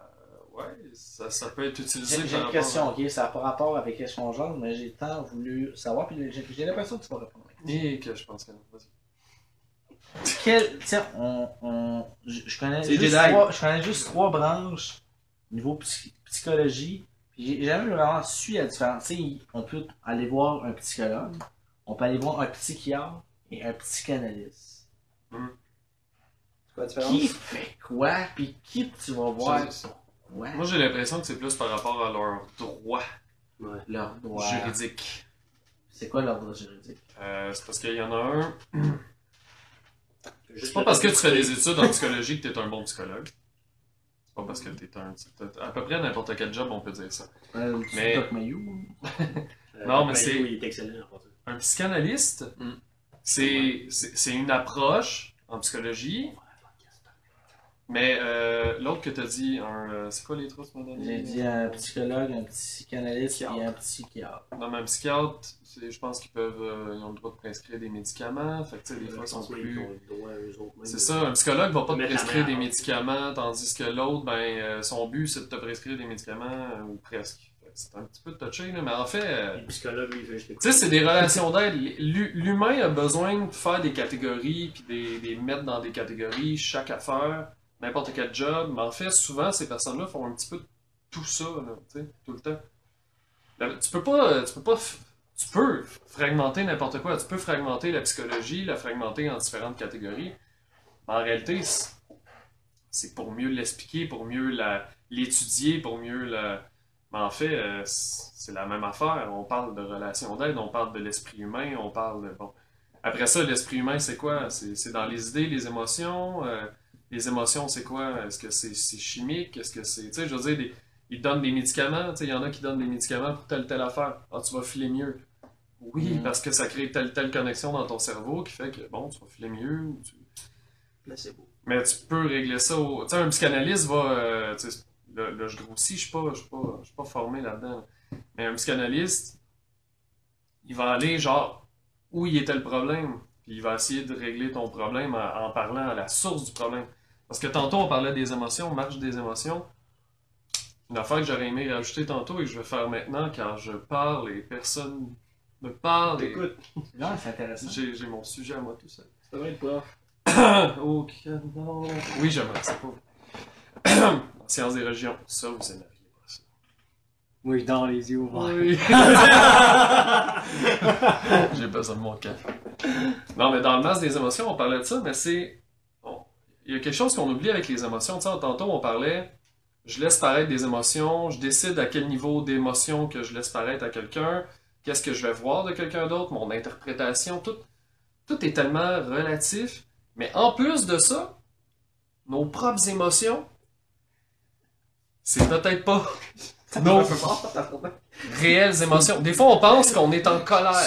Speaker 15: Ouais, ça, ça peut être utilisé
Speaker 2: J'ai
Speaker 15: par
Speaker 2: j'ai une
Speaker 15: rapport
Speaker 2: question, ok, ça n'a pas rapport avec son genre, mais j'ai tant voulu savoir, puis j'ai j'ai l'impression que tu vas répondre.
Speaker 15: à. Et que je pense que. vas-y.
Speaker 2: Quel, tiens, on, on, je je connais
Speaker 6: C'est
Speaker 2: juste
Speaker 6: Jedi.
Speaker 2: trois, je connais juste trois branches niveau psy- psychologie. Puis J'ai jamais vraiment su la différence. Tu sais, on peut aller voir un psychologue, on peut aller voir un psychiatre et un psychanalyste.
Speaker 6: C'est quoi la différence?
Speaker 2: Qui fait quoi, puis qui tu vas voir
Speaker 15: Ça, ça.
Speaker 2: quoi,
Speaker 15: Moi, j'ai l'impression que c'est plus par rapport à leurs droits
Speaker 2: leur droit.
Speaker 15: juridiques.
Speaker 2: C'est quoi leur droit juridique?
Speaker 15: Euh, c'est parce qu'il y en a un.
Speaker 13: Juste
Speaker 15: C'est pas parce que tu fais des études en psychologie que t'es un bon psychologue. C'est pas parce que t'es un. t'as- À peu près n'importe quel job, on peut dire ça.
Speaker 2: Euh,
Speaker 15: Mais-
Speaker 2: mais... Doc Mayou?
Speaker 13: Euh,
Speaker 15: Non, mais
Speaker 13: Mario,
Speaker 15: c'est-
Speaker 13: Il est excellent en fait.
Speaker 15: un psychanalyste, c'est c'est- c'est une approche en psychologie. Mais euh, l'autre que tu as dit, un, euh, c'est quoi les trois ce
Speaker 2: J'ai dit un psychologue, un psychanalyste et un psychiatre.
Speaker 15: Non, mais un psychiatre, c'est- je pense qu'ils peuvent, euh, ils ont le droit de prescrire des médicaments. Fait que tu sais, des fois, ils sont plus. C'est ça, un psychologue va pas te
Speaker 13: Mettre la
Speaker 15: prescrire des
Speaker 13: main en-
Speaker 15: médicaments, tandis que l'autre, ben, euh, son but, c'est de te prescrire des médicaments, euh, ou presque. Fait c'est un petit peu touché, là, mais en fait, euh,
Speaker 13: Le psychologue, lui, il fait juste
Speaker 15: tu sais, c'est des relations d'aide. L'hu- L'humain a besoin de faire des catégories, puis des, des mettre dans des catégories, chaque affaire, n'importe quel job. Mais en fait, souvent, ces personnes-là font un petit peu tout ça, là, tu sais, tout le temps. Là, tu peux pas, tu peux pas, f- tu peux fragmenter n'importe quoi. Tu peux fragmenter la psychologie, la fragmenter en différentes catégories. Mais en réalité, c'est- c'est pour mieux l'expliquer, pour mieux la- l'étudier, pour mieux la, mais en fait, euh, c- c'est la même affaire. On parle de relations d'aide, on parle de l'esprit humain, on parle de... Bon. Après ça, l'esprit humain, c'est quoi? C'est c'est dans les idées, les émotions. euh, les émotions, c'est quoi? Est-ce que c'est c'est chimique? Est-ce que c'est... Tu sais, je veux dire, des- ils donnent des médicaments. Tu sais, il y en a qui donnent des médicaments pour telle telle affaire. Ah, tu vas filer mieux. Oui,
Speaker 27: Mm.
Speaker 15: parce que ça crée telle telle connexion dans ton cerveau qui fait que, bon, tu vas filer mieux. ou tu- Mais tu peux régler ça au... Tu sais, un psychanalyste va... euh, tu sais, Là, là, je grossis, je ne suis, pas- je suis pas formé là-dedans. Mais un psychanalyste, il va aller genre où il était le problème, puis il va essayer de régler ton problème en, en parlant à la source du problème. Parce que tantôt, on parlait des émotions, marche des émotions. Une affaire que j'aurais aimé rajouter tantôt et que je vais faire maintenant quand je parle et personne me parle. et-
Speaker 27: Non, c'est intéressant.
Speaker 15: J'ai j'ai mon sujet à moi tout seul.
Speaker 13: C'est vrai, le prof.
Speaker 15: Oh, que non. Oui, j'aimerais, c'est pas Sciences des régions, ça, vous aimeriez pas ça.
Speaker 13: Oui, dans les yeux ouverts.
Speaker 15: J'ai besoin de mon café. Non, mais dans le masque des émotions, on parlait de ça, mais c'est. bon, Il y a quelque chose qu'on oublie avec les émotions. Tu sais, tantôt, on parlait. Je laisse paraître des émotions, je décide à quel niveau d'émotion que je laisse paraître à quelqu'un, qu'est-ce que je vais voir de quelqu'un d'autre, mon interprétation, tout, tout est tellement relatif. Mais en plus de ça, nos propres émotions, c'est peut-être pas nos réelles émotions. Des fois, on pense qu'on est en colère.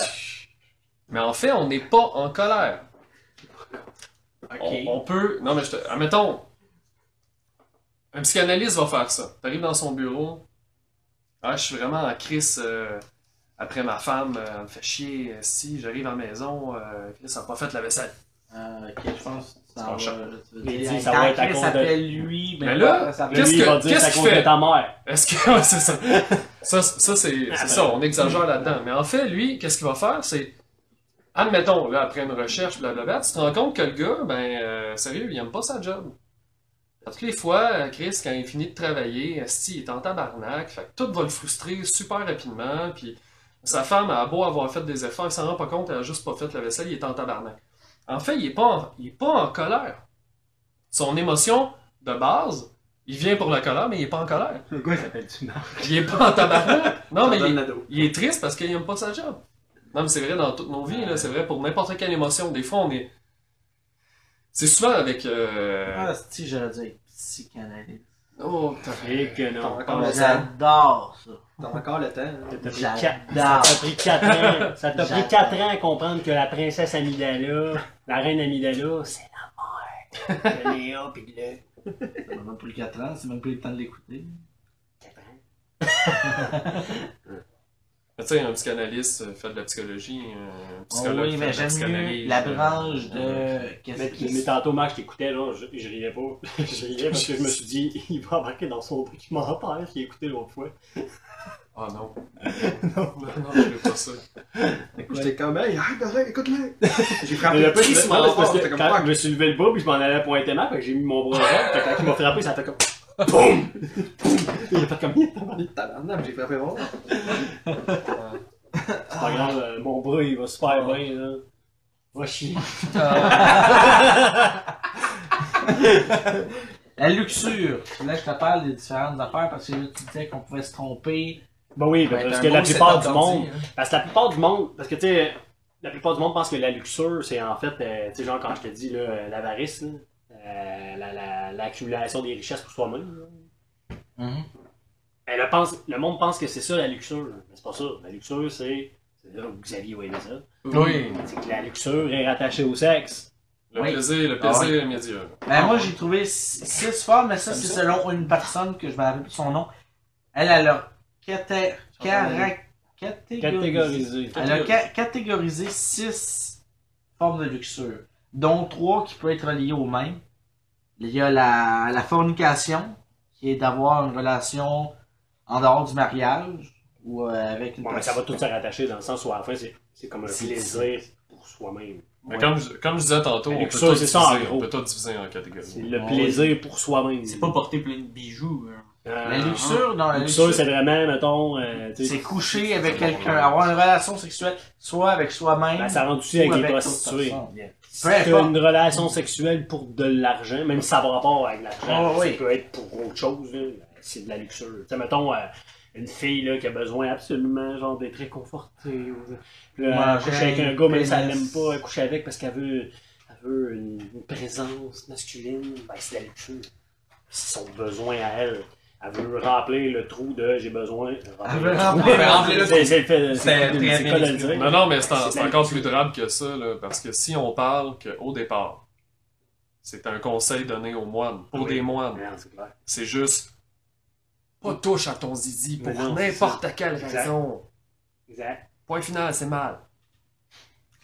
Speaker 15: Mais en fait, on n'est pas en colère. On, on peut. Non, mais je te. Admettons. Un psychanalyste va faire ça. T'arrives dans son bureau. Ah, je suis vraiment en crise euh, après ma femme. euh, elle me fait chier. Si j'arrive à la maison, euh, Chris n'a pas fait la vaisselle.
Speaker 27: Euh, ok, je pense que ça
Speaker 15: pas cher.
Speaker 27: va. tu veux
Speaker 13: Mais
Speaker 27: dire,
Speaker 13: dis,
Speaker 27: hey,
Speaker 13: ça va
Speaker 27: tant
Speaker 13: être à
Speaker 27: Chris
Speaker 13: cause de-
Speaker 27: appelle lui,
Speaker 15: Mais
Speaker 27: mais
Speaker 15: là,
Speaker 27: pas, ça va-
Speaker 15: Qu'est-ce
Speaker 13: Lui, il
Speaker 15: que-
Speaker 13: va dire
Speaker 15: qu'est-ce
Speaker 13: c'est à
Speaker 15: qu'il
Speaker 13: cause
Speaker 15: fait?
Speaker 13: de ta mère.
Speaker 15: Est-ce que. ouais, c'est ça. Ça, c'est- ça, c'est c'est ça, on exagère là-dedans. Mais en fait, lui, qu'est-ce qu'il va faire? C'est. Admettons, là, après une recherche, blablabla, tu te rends compte que le gars, ben, euh, sérieux, il aime pas sa job. Toutes les fois, euh, Chris, quand il finit de travailler, esti, il est en tabarnak, fait que tout va le frustrer super rapidement, puis sa femme a beau avoir fait des efforts, il s'en rend pas compte, elle a juste pas fait la vaisselle, il est en tabarnak. En fait, il est pas en- il est pas en colère. Son émotion de base, il vient pour la colère, mais il est pas en colère.
Speaker 13: Le gars, il s'appelle-tu Marc?
Speaker 15: Il est pas en tabarnak. Non, mais il,
Speaker 6: Donne l'ado.
Speaker 15: il est triste parce qu'il aime pas sa job. Non, mais c'est vrai dans toutes nos vies, là. C'est vrai pour n'importe quelle émotion. Des fois, on est. C'est souvent avec. euh,
Speaker 27: Ah, si j'aurais dit psychanalyste.
Speaker 15: Oh, putain.
Speaker 13: Et que non.
Speaker 15: Encore le sang.
Speaker 27: J'adore ça.
Speaker 6: T'as encore le temps. hein.
Speaker 13: Ça t'a pris quatre- ça
Speaker 27: J'adore.
Speaker 13: t'a pris 4 ans. Ça t'a pris
Speaker 27: J'adore.
Speaker 13: 4 ans à comprendre que la princesse Amidala, la reine Amidala, c'est la mère de Léa pis de Luc.
Speaker 27: Ça m'a même pris 4 ans, c'est même plus le temps de l'écouter.
Speaker 13: Quatre ans.
Speaker 15: Tu sais, un psychanalyste euh, fait de la psychologie. euh, Un
Speaker 27: Oh
Speaker 15: psychologue
Speaker 27: oui,
Speaker 15: fait
Speaker 27: mais
Speaker 15: de la
Speaker 27: j'aime mieux
Speaker 15: psychanalyse,
Speaker 27: la
Speaker 15: euh,
Speaker 27: branche de. Qu'est-ce
Speaker 13: Mais,
Speaker 27: qui
Speaker 13: mais tantôt, Marc, je t'écoutais, là, je, je riais pas. je riais parce que je me suis dit, il va embarquer dans son documentaire qu'il a écouté l'autre fois.
Speaker 15: Ah non. non. Non, je veux pas ça.
Speaker 6: J'étais comme, hey, arrête, arrête, écoute-le. J'ai
Speaker 13: Mais
Speaker 6: frappé
Speaker 13: le pire, c'est
Speaker 6: crissement
Speaker 13: que- non,
Speaker 6: fort,
Speaker 13: c'est parce
Speaker 6: j'étais
Speaker 13: que
Speaker 6: comme,
Speaker 13: quand
Speaker 6: fuck.
Speaker 13: je me suis levé le bas, puis je m'en allais à pointer mal, fait que j'ai mis mon bras droit, fait que quand il m'a frappé, ça a fait comme. Boum! Il a fait comme.
Speaker 6: Tabarnak, j'ai frappé fort.
Speaker 13: C'est pas grave, euh, mon bras, il va super bien, là. Va chier.
Speaker 27: La luxure. Là, je te parle des différentes affaires parce que là, tu disais qu'on pouvait se tromper.
Speaker 13: Ben oui, ben,
Speaker 27: Ouais,
Speaker 13: parce
Speaker 27: t'as
Speaker 13: que
Speaker 27: un
Speaker 13: la
Speaker 27: beau
Speaker 13: plupart du
Speaker 27: setup
Speaker 13: monde.
Speaker 27: d'ordi, hein.
Speaker 13: Parce que la plupart du monde. Parce que tu sais, la plupart du monde pense que la luxure, c'est en fait, euh, tu sais, genre quand je te dis là, euh, l'avarice, là, euh, la- la- l'accumulation des richesses pour soi-même. là.
Speaker 5: Mm-hmm.
Speaker 27: Mhm.
Speaker 13: Ben, le, pense, le monde pense que c'est ça la luxure. Mais c'est pas ça. La luxure, c'est. C'est là où Xavier va aimer ça.
Speaker 15: Oui.
Speaker 13: C'est que la luxure est rattachée au sexe.
Speaker 15: Le
Speaker 27: Oui.
Speaker 15: plaisir, le
Speaker 27: Ah,
Speaker 15: plaisir immédiat.
Speaker 13: Ah
Speaker 27: Ben, moi, j'ai trouvé 6 formes, mais ça, c'est selon une personne que je me rappelle plus son nom. Elle, elle a caté- cara- catégorisé.
Speaker 13: Catégorisée.
Speaker 27: Elle a ca- catégorisé 6 formes de luxure, dont 3 qui peuvent être reliées au même. Il y a la, la fornication, qui est d'avoir une relation en dehors du mariage.
Speaker 2: ou euh, avec une
Speaker 13: Bon, mais ça va tout se rattacher dans le sens où à la fin, c'est c'est comme un
Speaker 2: C'est-
Speaker 13: plaisir pour soi-même.
Speaker 15: Mais comme, je, comme je disais tantôt,
Speaker 13: Mais
Speaker 15: on
Speaker 13: donc
Speaker 15: peut,
Speaker 13: ça,
Speaker 15: tout
Speaker 13: c'est
Speaker 15: diviser,
Speaker 13: ça, en
Speaker 15: on
Speaker 13: gros.
Speaker 15: peut tout diviser en
Speaker 13: C'est
Speaker 15: catégories.
Speaker 13: le plaisir pour soi-même.
Speaker 5: C'est pas porter plein de bijoux. hein.
Speaker 13: Euh,
Speaker 2: La luxure, non, la
Speaker 13: donc ça,
Speaker 2: luxure,
Speaker 13: c'est vraiment, mettons, euh, tu sais,
Speaker 2: c'est coucher avec quelqu'un, avoir une relation sexuelle, soit avec soi-même.
Speaker 13: ben, ça rentre aussi
Speaker 2: ou
Speaker 13: avec les
Speaker 2: avec d'autres
Speaker 13: prostituées.
Speaker 2: personnes.
Speaker 13: Si
Speaker 2: Peu
Speaker 13: t'as
Speaker 2: importe.
Speaker 13: une relation sexuelle pour de l'argent, même si ça a pas rapport avec l'argent,
Speaker 2: Ah, oui.
Speaker 13: ça peut être pour autre chose, là, c'est de la luxure. Tu sais, mettons, euh, une fille là, qui a besoin absolument genre d'être réconfortée. ou- euh, Puis là, elle
Speaker 2: Manger,
Speaker 13: couche avec un gars, même si elle
Speaker 2: pénis.
Speaker 13: l'aime pas, elle couche avec parce qu'elle veut, elle veut une, une présence masculine, ben, c'est de la luxure. C'est son besoin à elle. Elle veut remplir le trou de j'ai besoin.
Speaker 2: Elle veut
Speaker 13: le trou.
Speaker 2: remplir-
Speaker 13: C'est-
Speaker 28: remplir le
Speaker 13: c'est- c'est-
Speaker 28: C'était
Speaker 13: c'est- c'est-
Speaker 28: très
Speaker 13: c'est
Speaker 28: bien
Speaker 13: quoi de le
Speaker 28: expliqué.
Speaker 13: dire?
Speaker 15: Non, non, mais c'est en-
Speaker 13: C'est
Speaker 15: c'est
Speaker 13: la
Speaker 15: encore
Speaker 13: luxure.
Speaker 15: plus drable que ça, là, parce que si on parle qu'au départ, c'est un conseil donné aux moines, pour
Speaker 13: Oui.
Speaker 15: des moines,
Speaker 13: Merde, c'est clair.
Speaker 15: c'est juste pas touche à ton zizi pour
Speaker 13: Mais non, c'est
Speaker 15: n'importe quelle
Speaker 13: Exact.
Speaker 15: raison.
Speaker 13: Exact.
Speaker 15: Point final, c'est mal.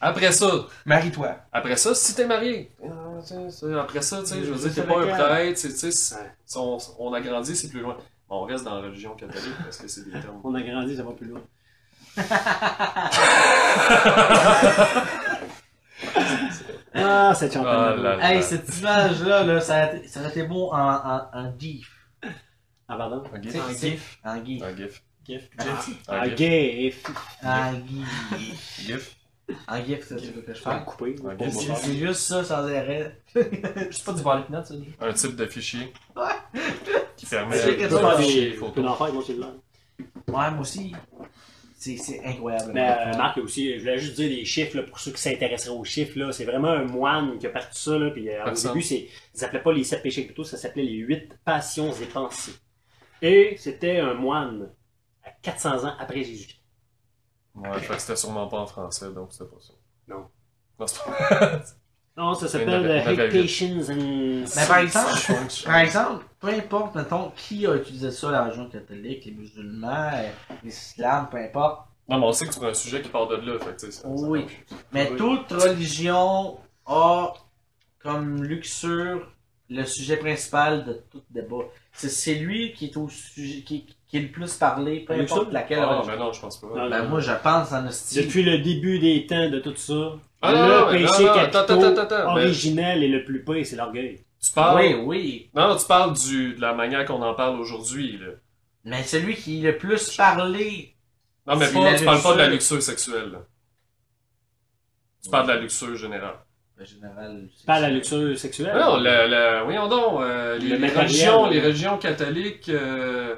Speaker 15: Après ça,
Speaker 28: Marie-toi.
Speaker 15: après ça, si t'es marié,
Speaker 2: Ah,
Speaker 15: euh, tu sais, après ça, tu sais, je veux dire,
Speaker 13: Juste
Speaker 15: t'es pas un
Speaker 13: avec elle.
Speaker 15: prêtre, c'est- tu sais, c'est-
Speaker 13: Ouais.
Speaker 15: on, on a grandi, c'est plus loin. Bon, on reste dans la religion catholique parce que c'est des termes.
Speaker 13: On a grandi, ça va plus loin. ah, cette chanson.
Speaker 15: Ah là là.
Speaker 2: Hey, cette image-là, là, ça, aurait été- ça aurait été beau en, en, en gif.
Speaker 13: Ah, pardon.
Speaker 15: Un
Speaker 2: Tu sais,
Speaker 15: gif.
Speaker 2: tu sais, En gif.
Speaker 15: Un gif.
Speaker 13: Gif.
Speaker 15: Un
Speaker 13: Ah,
Speaker 15: gif.
Speaker 13: gif.
Speaker 2: En Ah, gif.
Speaker 15: Gif.
Speaker 2: En gif, c'est ce que je fais.
Speaker 13: Coupé.
Speaker 15: Un gif.
Speaker 2: Ah, C'est c'est juste ça, sans arrêt.
Speaker 29: C'est pas du ballet net, ça.
Speaker 15: Un type de fichier.
Speaker 2: Tu
Speaker 15: qui
Speaker 2: sais que
Speaker 15: permet
Speaker 13: Tu peux faire
Speaker 15: de
Speaker 13: des-
Speaker 15: fichier
Speaker 13: tu
Speaker 15: photo.
Speaker 13: peux en faire, moi, c'est le
Speaker 2: Ouais, moi aussi. C'est c'est incroyable.
Speaker 13: Mais euh, Marc aussi, je voulais juste dire les chiffres là, pour ceux qui s'intéresseraient aux chiffres. là, C'est vraiment un moine qui a parti ça. Là, puis, euh, au
Speaker 15: Personne.
Speaker 13: début, c'est- ils s'appelaient pas les sept péchés capitaux, ça s'appelait les huit passions et pensées. Et c'était un moine à 400 ans après Jésus-Christ.
Speaker 15: Ouais, fait que c'était sûrement pas en français, donc c'était pas ça.
Speaker 13: Non.
Speaker 15: Non, c'est
Speaker 13: Non, ça s'appelle
Speaker 15: Il y en avait-
Speaker 13: euh,
Speaker 15: il y en avait
Speaker 13: Hate Patience and...
Speaker 2: Mais par exemple,
Speaker 15: pas
Speaker 2: Par exemple, peu importe, mettons, qui a utilisé ça, la religion catholique, les musulmans, euh, les islams, peu importe.
Speaker 15: Non, mais on sait que c'est un sujet qui part de là, fait que tu sais. ça- ça
Speaker 2: Oui.
Speaker 15: marche.
Speaker 2: Mais
Speaker 13: Oui.
Speaker 2: toute religion a comme luxure le sujet principal de tout débat. C'est celui qui est au sujet, qui, qui est le plus parlé, peu
Speaker 13: La
Speaker 2: importe
Speaker 13: luxure?
Speaker 2: laquelle
Speaker 15: Ah,
Speaker 2: religion.
Speaker 15: mais non, je pense pas.
Speaker 13: Non,
Speaker 2: Ben, moi, je pense en hostie.
Speaker 13: Depuis le début des temps de tout ça,
Speaker 15: Ah, non, non,
Speaker 13: le
Speaker 15: mais non,
Speaker 13: péché
Speaker 15: non, attends,
Speaker 13: capitaux
Speaker 15: attends, attends, attends, mais-
Speaker 13: originel et le plus pire, c'est l'orgueil.
Speaker 15: Tu parles.
Speaker 2: Oui, oui.
Speaker 15: Non, tu parles du, de la manière qu'on en parle aujourd'hui, là.
Speaker 2: Mais celui qui est le plus parlé.
Speaker 15: Non, mais
Speaker 2: C'est
Speaker 15: pas,
Speaker 2: la
Speaker 15: tu parles pas de la
Speaker 2: luxure.
Speaker 15: luxure sexuelle, là. Tu parles de la luxure générale.
Speaker 2: En général. c'est-
Speaker 13: Pas la luxure sexuelle.
Speaker 15: Non, la, la, voyons donc, euh, les,
Speaker 13: Le
Speaker 15: les
Speaker 13: matériel,
Speaker 15: religions,
Speaker 13: là.
Speaker 15: les religions catholiques, euh,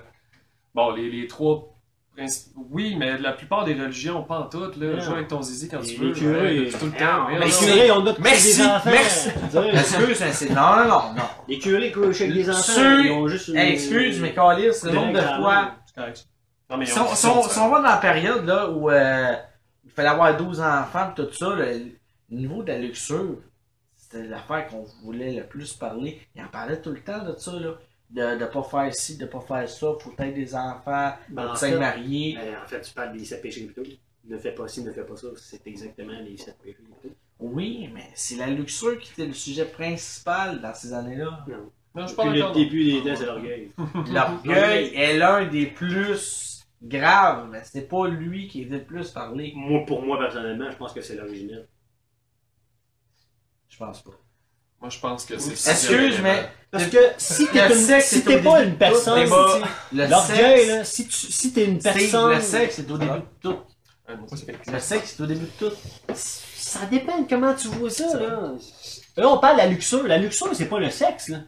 Speaker 15: bon, les, les trois principes, oui, mais la plupart des religions, pas en toutes, là,
Speaker 13: Non.
Speaker 15: joue avec ton zizi quand
Speaker 13: Et
Speaker 15: tu
Speaker 13: les
Speaker 15: veux,
Speaker 13: curés.
Speaker 15: ouais, tout le temps, voyons
Speaker 13: Les
Speaker 15: donc.
Speaker 13: curés, on a tous
Speaker 2: Merci,
Speaker 13: des enfants.
Speaker 2: merci.
Speaker 13: je veux dire.
Speaker 2: Excuse, mais Ben, c'est. Non, non, non, non.
Speaker 13: Les curés couchent avec des enfants.
Speaker 2: Ceux-
Speaker 13: Ils ont juste une...
Speaker 2: Hey, excuse, mais Calis, le
Speaker 13: Direct
Speaker 2: nombre de
Speaker 13: dans la
Speaker 2: fois.
Speaker 13: main.
Speaker 29: C'est correct.
Speaker 15: Non, mais ils
Speaker 2: Si
Speaker 15: ont
Speaker 2: on,
Speaker 15: dit
Speaker 2: si on-
Speaker 15: ça,
Speaker 2: si on va dans la période là, où euh, il fallait avoir 12 enfants pis tout ça, le, le niveau de la luxure, c'était l'affaire qu'on voulait le plus parler. Il en parlait tout le temps de ça, là. De ne pas faire ci, de pas faire ça, faut être des enfants,
Speaker 13: Ben, en
Speaker 2: faut
Speaker 13: fait,
Speaker 2: être marié.
Speaker 13: Ben, en fait, tu parles des sept péchés capitaux. Ne fais pas ci, ne fais pas ça. C'est exactement les sept péchés capitaux.
Speaker 2: Oui, mais c'est la luxure qui était le sujet principal dans ces années-là.
Speaker 15: Non, je suis pas
Speaker 13: Depuis le
Speaker 15: d'accord,
Speaker 13: début des temps, c'est l'orgueil.
Speaker 2: L'orgueil est l'un des plus graves, mais c'est pas lui qui était le plus parlé.
Speaker 13: Moi, pour moi, personnellement, je pense que c'est l'original.
Speaker 2: Je pense pas.
Speaker 15: Moi, je pense que c'est...
Speaker 2: Excuse, mais
Speaker 13: Parce que si t'es
Speaker 2: Le
Speaker 13: une-
Speaker 2: sexe
Speaker 13: si
Speaker 2: est
Speaker 13: t'es
Speaker 2: au
Speaker 13: pas
Speaker 2: début
Speaker 13: une
Speaker 2: de tout
Speaker 13: personne,
Speaker 2: débat. le
Speaker 13: l'orgueil,
Speaker 2: sexe-
Speaker 13: là, si tu, si t'es une
Speaker 2: Steve,
Speaker 13: personne,
Speaker 2: Le sexe, c'est au début de tout.
Speaker 15: Ah, non, c'est-
Speaker 2: Le sexe, c'est au début de tout.
Speaker 13: ça dépend de comment tu vois ça, là. Là, on parle de la luxure. La luxure, c'est pas le sexe, là.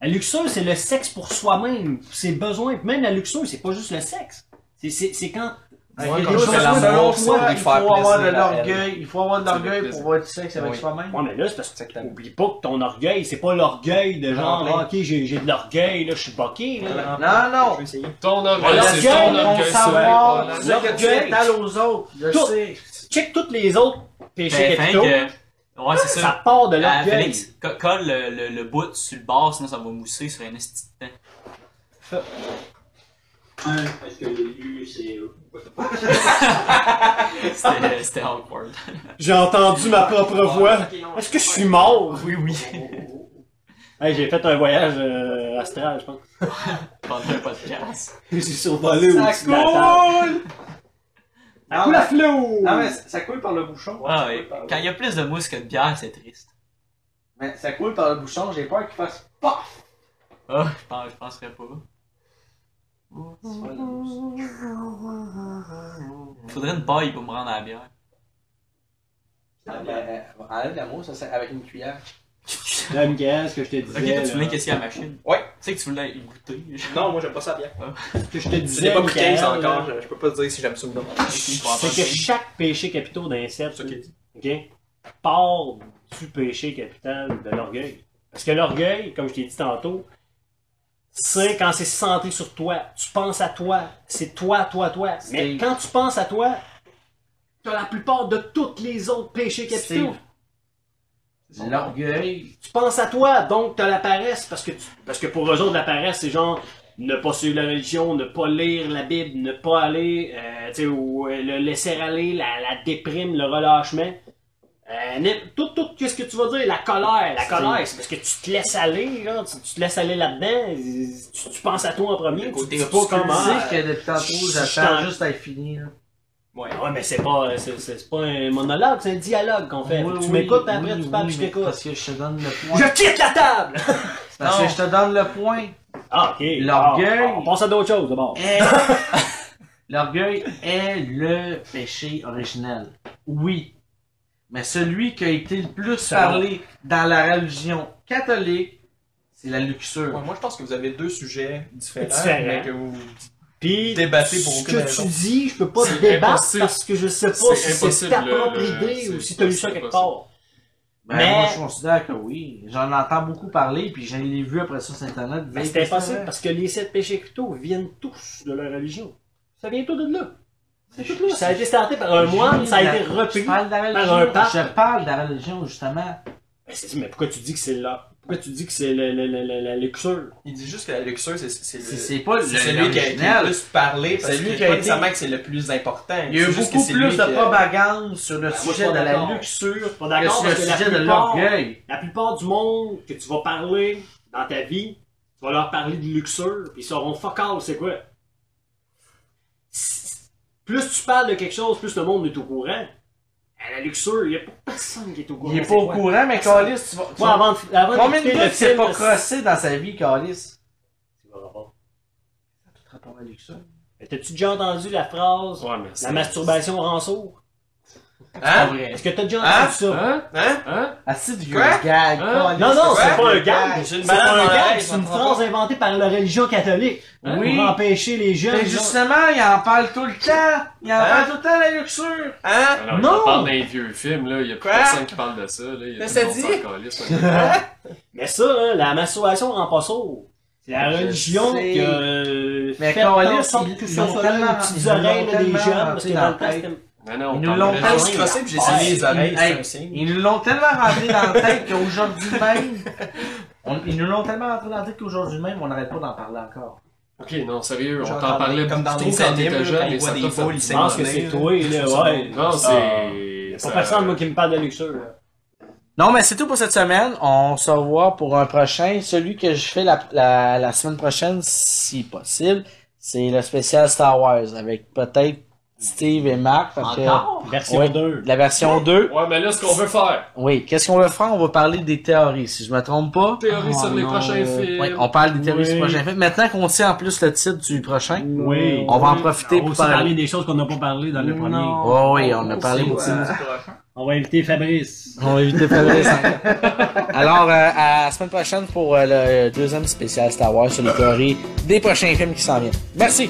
Speaker 13: La luxure, c'est le sexe pour soi-même, ses besoins. Même la luxure, c'est pas juste le sexe. C'est- C'est c'est quand
Speaker 2: Ouais,
Speaker 13: quand c'est l'amour, c'est pour
Speaker 2: il faut avoir de l'orgueil. Il faut avoir de
Speaker 15: C'est le
Speaker 2: l'orgueil pour
Speaker 15: plaisir.
Speaker 2: avoir du sexe avec soi-même.
Speaker 13: Ouais, mais là, c'est parce que t'oublies pas que ton orgueil, c'est pas l'orgueil de genre,
Speaker 2: Remplir.
Speaker 13: ah, ok, j'ai j'ai de l'orgueil, là, je suis boqué, là.
Speaker 2: Non, non.
Speaker 15: Ton orgueil,
Speaker 13: L'orgueil,
Speaker 15: c'est ton
Speaker 2: Ton
Speaker 15: orgueil
Speaker 2: savoir,
Speaker 15: seul.
Speaker 2: tu sais que tu
Speaker 13: L'orgueil.
Speaker 2: étales aux autres. Je
Speaker 13: Tout.
Speaker 2: sais.
Speaker 13: Check toutes les autres péchés
Speaker 5: Fait- fait
Speaker 13: capitaux.
Speaker 5: Eh, que- Ouais, Ben, euh, c'est ça.
Speaker 13: Ça part de
Speaker 5: Ah,
Speaker 13: l'orgueil.
Speaker 5: Félix, co- colle le, le, le bout sur le bord, sinon ça va mousser sur un esti de temps.
Speaker 13: Parce que lui, c'est
Speaker 5: C'était- C'était awkward.
Speaker 13: J'ai entendu ma propre voix. Est-ce que je suis mort?
Speaker 5: Oui, oui.
Speaker 13: Hey, j'ai fait un voyage euh, astral, je pense.
Speaker 30: Pendant un podcast.
Speaker 13: J'ai survolé au-dessus de la table.
Speaker 31: cool!
Speaker 13: Ah, coule à flot!
Speaker 31: Non, mais ça coule par le bouchon.
Speaker 30: Ah ouais. Quand il y a plus de mousse que de bière, c'est triste.
Speaker 31: Mais ça coule par le bouchon, j'ai peur qu'il fasse paf!
Speaker 30: Ah, je pense, je penserais pas. Faudrait une paille pour me rendre à la bière.
Speaker 31: Ah, ben, euh, enlève la mousse, ça, c'est avec une cuillère.
Speaker 13: Dame Gaz, ce que je te disais.
Speaker 30: Ok, toi, tu
Speaker 13: là.
Speaker 30: voulais qu'est-ce qu'il y a à la machine?
Speaker 31: Ouais.
Speaker 30: Tu sais que tu voulais y goûter.
Speaker 5: Non, moi j'aime pas ça bien.
Speaker 13: que je te
Speaker 5: Je
Speaker 13: disais.
Speaker 5: n'ai pas pris
Speaker 13: Michael,
Speaker 5: 15
Speaker 13: là.
Speaker 5: encore, je, je peux pas te dire si j'aime ça ou non.
Speaker 13: C'est que chaque péché capitaux d'insectes,
Speaker 5: Ok.
Speaker 13: ok, part du péché capital de l'orgueil. Parce que l'orgueil, comme je t'ai dit tantôt, c'est quand c'est centré sur toi. Tu penses à toi. C'est toi, toi, toi. Mais
Speaker 2: Steve.
Speaker 13: quand tu penses à toi, tu as la plupart de tous les autres péchés capitaux.
Speaker 2: Steve. L'orgueil.
Speaker 13: Tu penses à toi, donc tu as la paresse. Parce que, tu- parce que pour eux autres, la paresse, c'est genre ne pas suivre la religion, ne pas lire la Bible, ne pas aller, euh, tu sais, ou euh, le laisser aller, la, la déprime, le relâchement. Euh, n'im- tout, tout, qu'est-ce que tu vas dire? La colère, la colère, c'est parce que tu te laisses aller, là, tu, tu te laisses aller là-dedans, tu, tu penses à toi en premier, tu
Speaker 30: côté
Speaker 13: dis pas
Speaker 30: obscur.
Speaker 13: comment. euh,
Speaker 2: Tu sais que depuis tantôt, j'attends juste à finir.
Speaker 13: Ouais, ouais, mais c'est pas, euh, c'est, c'est- c'est pas un monologue, c'est un dialogue qu'on fait. tu m'écoutes, après tu parles, puis je t'écoute.
Speaker 2: Parce que je te donne le point.
Speaker 13: Je quitte la table!
Speaker 2: Parce que je te donne le point.
Speaker 13: Ah, ok.
Speaker 2: L'orgueil.
Speaker 13: Ah, On pense à d'autres choses d'abord.
Speaker 2: est- L'orgueil est le péché originel. Oui. Mais celui qui a été le plus parlé dans la religion catholique, c'est la luxure.
Speaker 5: Ouais, moi je pense que vous avez deux sujets différents,
Speaker 13: Différents.
Speaker 5: mais que vous vous
Speaker 13: Puis,
Speaker 5: débattez pour
Speaker 13: ce
Speaker 5: aucune
Speaker 13: que
Speaker 5: raison.
Speaker 13: tu dis, je peux pas
Speaker 15: C'est
Speaker 13: débattre
Speaker 15: impossible.
Speaker 13: parce que je sais pas
Speaker 15: C'est
Speaker 13: si c'est
Speaker 15: impossible,
Speaker 13: ta
Speaker 15: le-
Speaker 13: propre
Speaker 15: le-
Speaker 13: idée ou
Speaker 15: c'est-
Speaker 13: si t'as lu
Speaker 15: c'est
Speaker 13: ça quelque
Speaker 15: impossible.
Speaker 13: part.
Speaker 2: Ben,
Speaker 13: Mais-
Speaker 2: Moi, je considère que oui. J'en entends beaucoup parler, puis je l'ai vu après ça sur Internet.
Speaker 13: Mais
Speaker 2: dire
Speaker 13: c'est
Speaker 2: que ça
Speaker 13: Ben, impossible
Speaker 2: va.
Speaker 13: parce que les sept péchés capitaux viennent tous de leur religion. Ça vient tout de là. C'est
Speaker 2: Je-
Speaker 13: tout là. Ça a été starté par un moine, ça a été repris.
Speaker 2: Je parle de la
Speaker 13: par
Speaker 2: religion,
Speaker 13: un pape.
Speaker 2: je parle de la religion justement.
Speaker 13: Mais, c'est- mais pourquoi tu dis que c'est là? Pourquoi tu dis que c'est le- le- le- le- la luxure?
Speaker 5: Il dit juste que la luxure, c'est c'est
Speaker 2: C'est
Speaker 5: le-
Speaker 2: c'est pas
Speaker 5: c'est celui
Speaker 2: le
Speaker 5: qui a qui a le
Speaker 2: original.
Speaker 5: plus parlé, parce
Speaker 2: C'est lui
Speaker 5: que
Speaker 2: qui a
Speaker 5: pas
Speaker 2: été-
Speaker 5: nécessairement que c'est le plus important.
Speaker 2: Il y a eu
Speaker 5: C'est juste que
Speaker 2: beaucoup
Speaker 5: c'est
Speaker 2: plus
Speaker 5: lui
Speaker 2: de
Speaker 5: qui a-
Speaker 2: propagande sur le
Speaker 13: moi, je
Speaker 2: sujet
Speaker 13: suis
Speaker 2: de
Speaker 13: pas
Speaker 2: la
Speaker 13: d'accord.
Speaker 2: luxure
Speaker 13: Je suis pas
Speaker 2: que
Speaker 13: d'accord
Speaker 2: sur le
Speaker 13: parce que la
Speaker 2: sujet de
Speaker 13: plupart,
Speaker 2: l'orgueil.
Speaker 13: la plupart du monde que tu vas parler dans ta vie, tu vas leur parler de luxure, puis ils sauront fuck all, c'est quoi. S- Plus tu parles de quelque chose, plus le monde est au courant. À la luxure, il n'y a pas personne qui est au courant.
Speaker 2: Il est
Speaker 13: c'est
Speaker 2: pas au
Speaker 13: quoi.
Speaker 2: courant, mais Calis, tu vas. tu
Speaker 13: Toi,
Speaker 2: vas-
Speaker 13: avant de, avant
Speaker 2: Combien de
Speaker 13: d'écouter le
Speaker 2: gars qui s'est
Speaker 13: film,
Speaker 2: pas
Speaker 13: c'est-
Speaker 2: crossé dans sa vie, Calis
Speaker 13: C'est pas rapport.
Speaker 2: Tout rapport avec ça.
Speaker 13: Mais T'as-tu déjà entendu la phrase
Speaker 15: Ouais, Hein? mais c'est-
Speaker 13: La masturbation rend sourd
Speaker 5: Hein?
Speaker 13: Est-ce que t'as déjà entendu
Speaker 5: Hein?
Speaker 13: ça
Speaker 15: Hein?
Speaker 5: Hein?
Speaker 15: Hein?
Speaker 2: Assez vieux
Speaker 5: Quoi?
Speaker 2: gag,
Speaker 15: Hein?
Speaker 2: Calis.
Speaker 13: Non, non,
Speaker 5: c'est
Speaker 13: c'est pas un gag.
Speaker 5: J'ai une
Speaker 13: C'est
Speaker 5: banane
Speaker 13: pas Hein? un
Speaker 5: dans
Speaker 13: gag,
Speaker 5: l'oreille,
Speaker 13: c'est
Speaker 5: ça me
Speaker 13: une
Speaker 5: prend
Speaker 13: phrase inventée par la religion catholique.
Speaker 2: Oui.
Speaker 13: Pour empêcher les jeunes.
Speaker 2: Mais justement, il en parle tout le temps. Il en
Speaker 5: Hein?
Speaker 2: parle tout le temps, la luxure.
Speaker 5: Hein?
Speaker 15: Alors,
Speaker 13: Non!
Speaker 15: On parle d'un vieux film, là. Il y a plus
Speaker 5: Quoi?
Speaker 15: personne qui parle de ça, là. Il y a
Speaker 5: Mais
Speaker 15: tout
Speaker 5: ça
Speaker 15: le monde
Speaker 5: dit-
Speaker 15: s'en calisse, maintenant.
Speaker 13: Mais ça, là, la masturbation rend pas sourd. C'est la
Speaker 2: Je
Speaker 13: religion
Speaker 2: sais.
Speaker 13: qui a
Speaker 2: Mais
Speaker 13: fait
Speaker 2: Calis,
Speaker 13: en sorte
Speaker 2: ils-
Speaker 13: que tout
Speaker 2: ils
Speaker 13: ça
Speaker 2: l'ont
Speaker 13: soit dans
Speaker 2: tellement-
Speaker 13: les petites
Speaker 2: ils
Speaker 13: oreilles
Speaker 2: l'ont
Speaker 13: là, des
Speaker 2: tellement
Speaker 13: jeunes, parce
Speaker 2: rentré
Speaker 13: que dans
Speaker 2: dans la
Speaker 13: le temps,
Speaker 2: tête.
Speaker 13: c'était-
Speaker 15: Non, non,
Speaker 2: Ils
Speaker 15: on
Speaker 2: nous
Speaker 15: parle
Speaker 2: l'ont Ah,
Speaker 15: de
Speaker 5: Ah,
Speaker 15: la-
Speaker 5: je suis crossé puis j'ai
Speaker 13: Ouais.
Speaker 5: saigné les oreilles, c'est
Speaker 2: Hey.
Speaker 5: un signe.
Speaker 2: Ils nous l'ont tellement rentré dans la tête qu'aujourd'hui même. on- ils nous l'ont tellement rentré dans la tête qu'aujourd'hui même, on n'arrête pas d'en parler encore.
Speaker 15: Ok, non, sérieux, on t'en
Speaker 5: J'entendais
Speaker 15: parlait
Speaker 5: comme
Speaker 15: beaucoup
Speaker 5: dans
Speaker 15: trop
Speaker 5: les
Speaker 15: quand
Speaker 5: animes,
Speaker 15: t'étais
Speaker 5: là, quand
Speaker 15: jeune et
Speaker 5: ils voient
Speaker 15: ça
Speaker 5: des
Speaker 15: t'a fait-
Speaker 5: foules, ils
Speaker 13: Je
Speaker 5: saignent
Speaker 13: pense
Speaker 5: dans
Speaker 13: que
Speaker 5: le
Speaker 13: c'est
Speaker 5: nez,
Speaker 13: toi, là, ouais.
Speaker 5: Ah.
Speaker 15: Non, c'est.
Speaker 13: Y'a pas personne, moi, qui me parle de luxure, là.
Speaker 2: Non, mais c'est tout pour cette semaine. On se revoit pour un prochain. Celui que je fais la, la, la semaine prochaine, si possible, c'est le spécial Star Wars avec peut-être Steve et Marc. parce que-
Speaker 13: Version
Speaker 2: Ouais.
Speaker 13: 2.
Speaker 2: la version 2.
Speaker 15: Ouais, mais là, ce qu'on veut faire,
Speaker 2: Oui, qu'est-ce qu'on va faire? On va parler des théories, si je me trompe pas.
Speaker 15: théorie
Speaker 5: Ah,
Speaker 15: sur les prochains
Speaker 5: euh,
Speaker 2: Oui,
Speaker 15: films.
Speaker 2: on parle des théories
Speaker 13: Oui.
Speaker 2: du prochain film. Maintenant qu'on sait en plus le titre du prochain,
Speaker 13: Oui.
Speaker 2: on va en profiter
Speaker 13: On va
Speaker 2: pour
Speaker 13: aussi Ah, parler
Speaker 2: parler.
Speaker 13: des choses qu'on n'a pas parlé dans le premier.
Speaker 2: Oh, oui, on a parlé beaucoup.
Speaker 13: On va inviter Fabrice.
Speaker 2: On va éviter Fabrice. Alors, euh, à la semaine prochaine pour euh, le deuxième spécial Star Wars sur les théories des prochains films qui s'en viennent. Merci!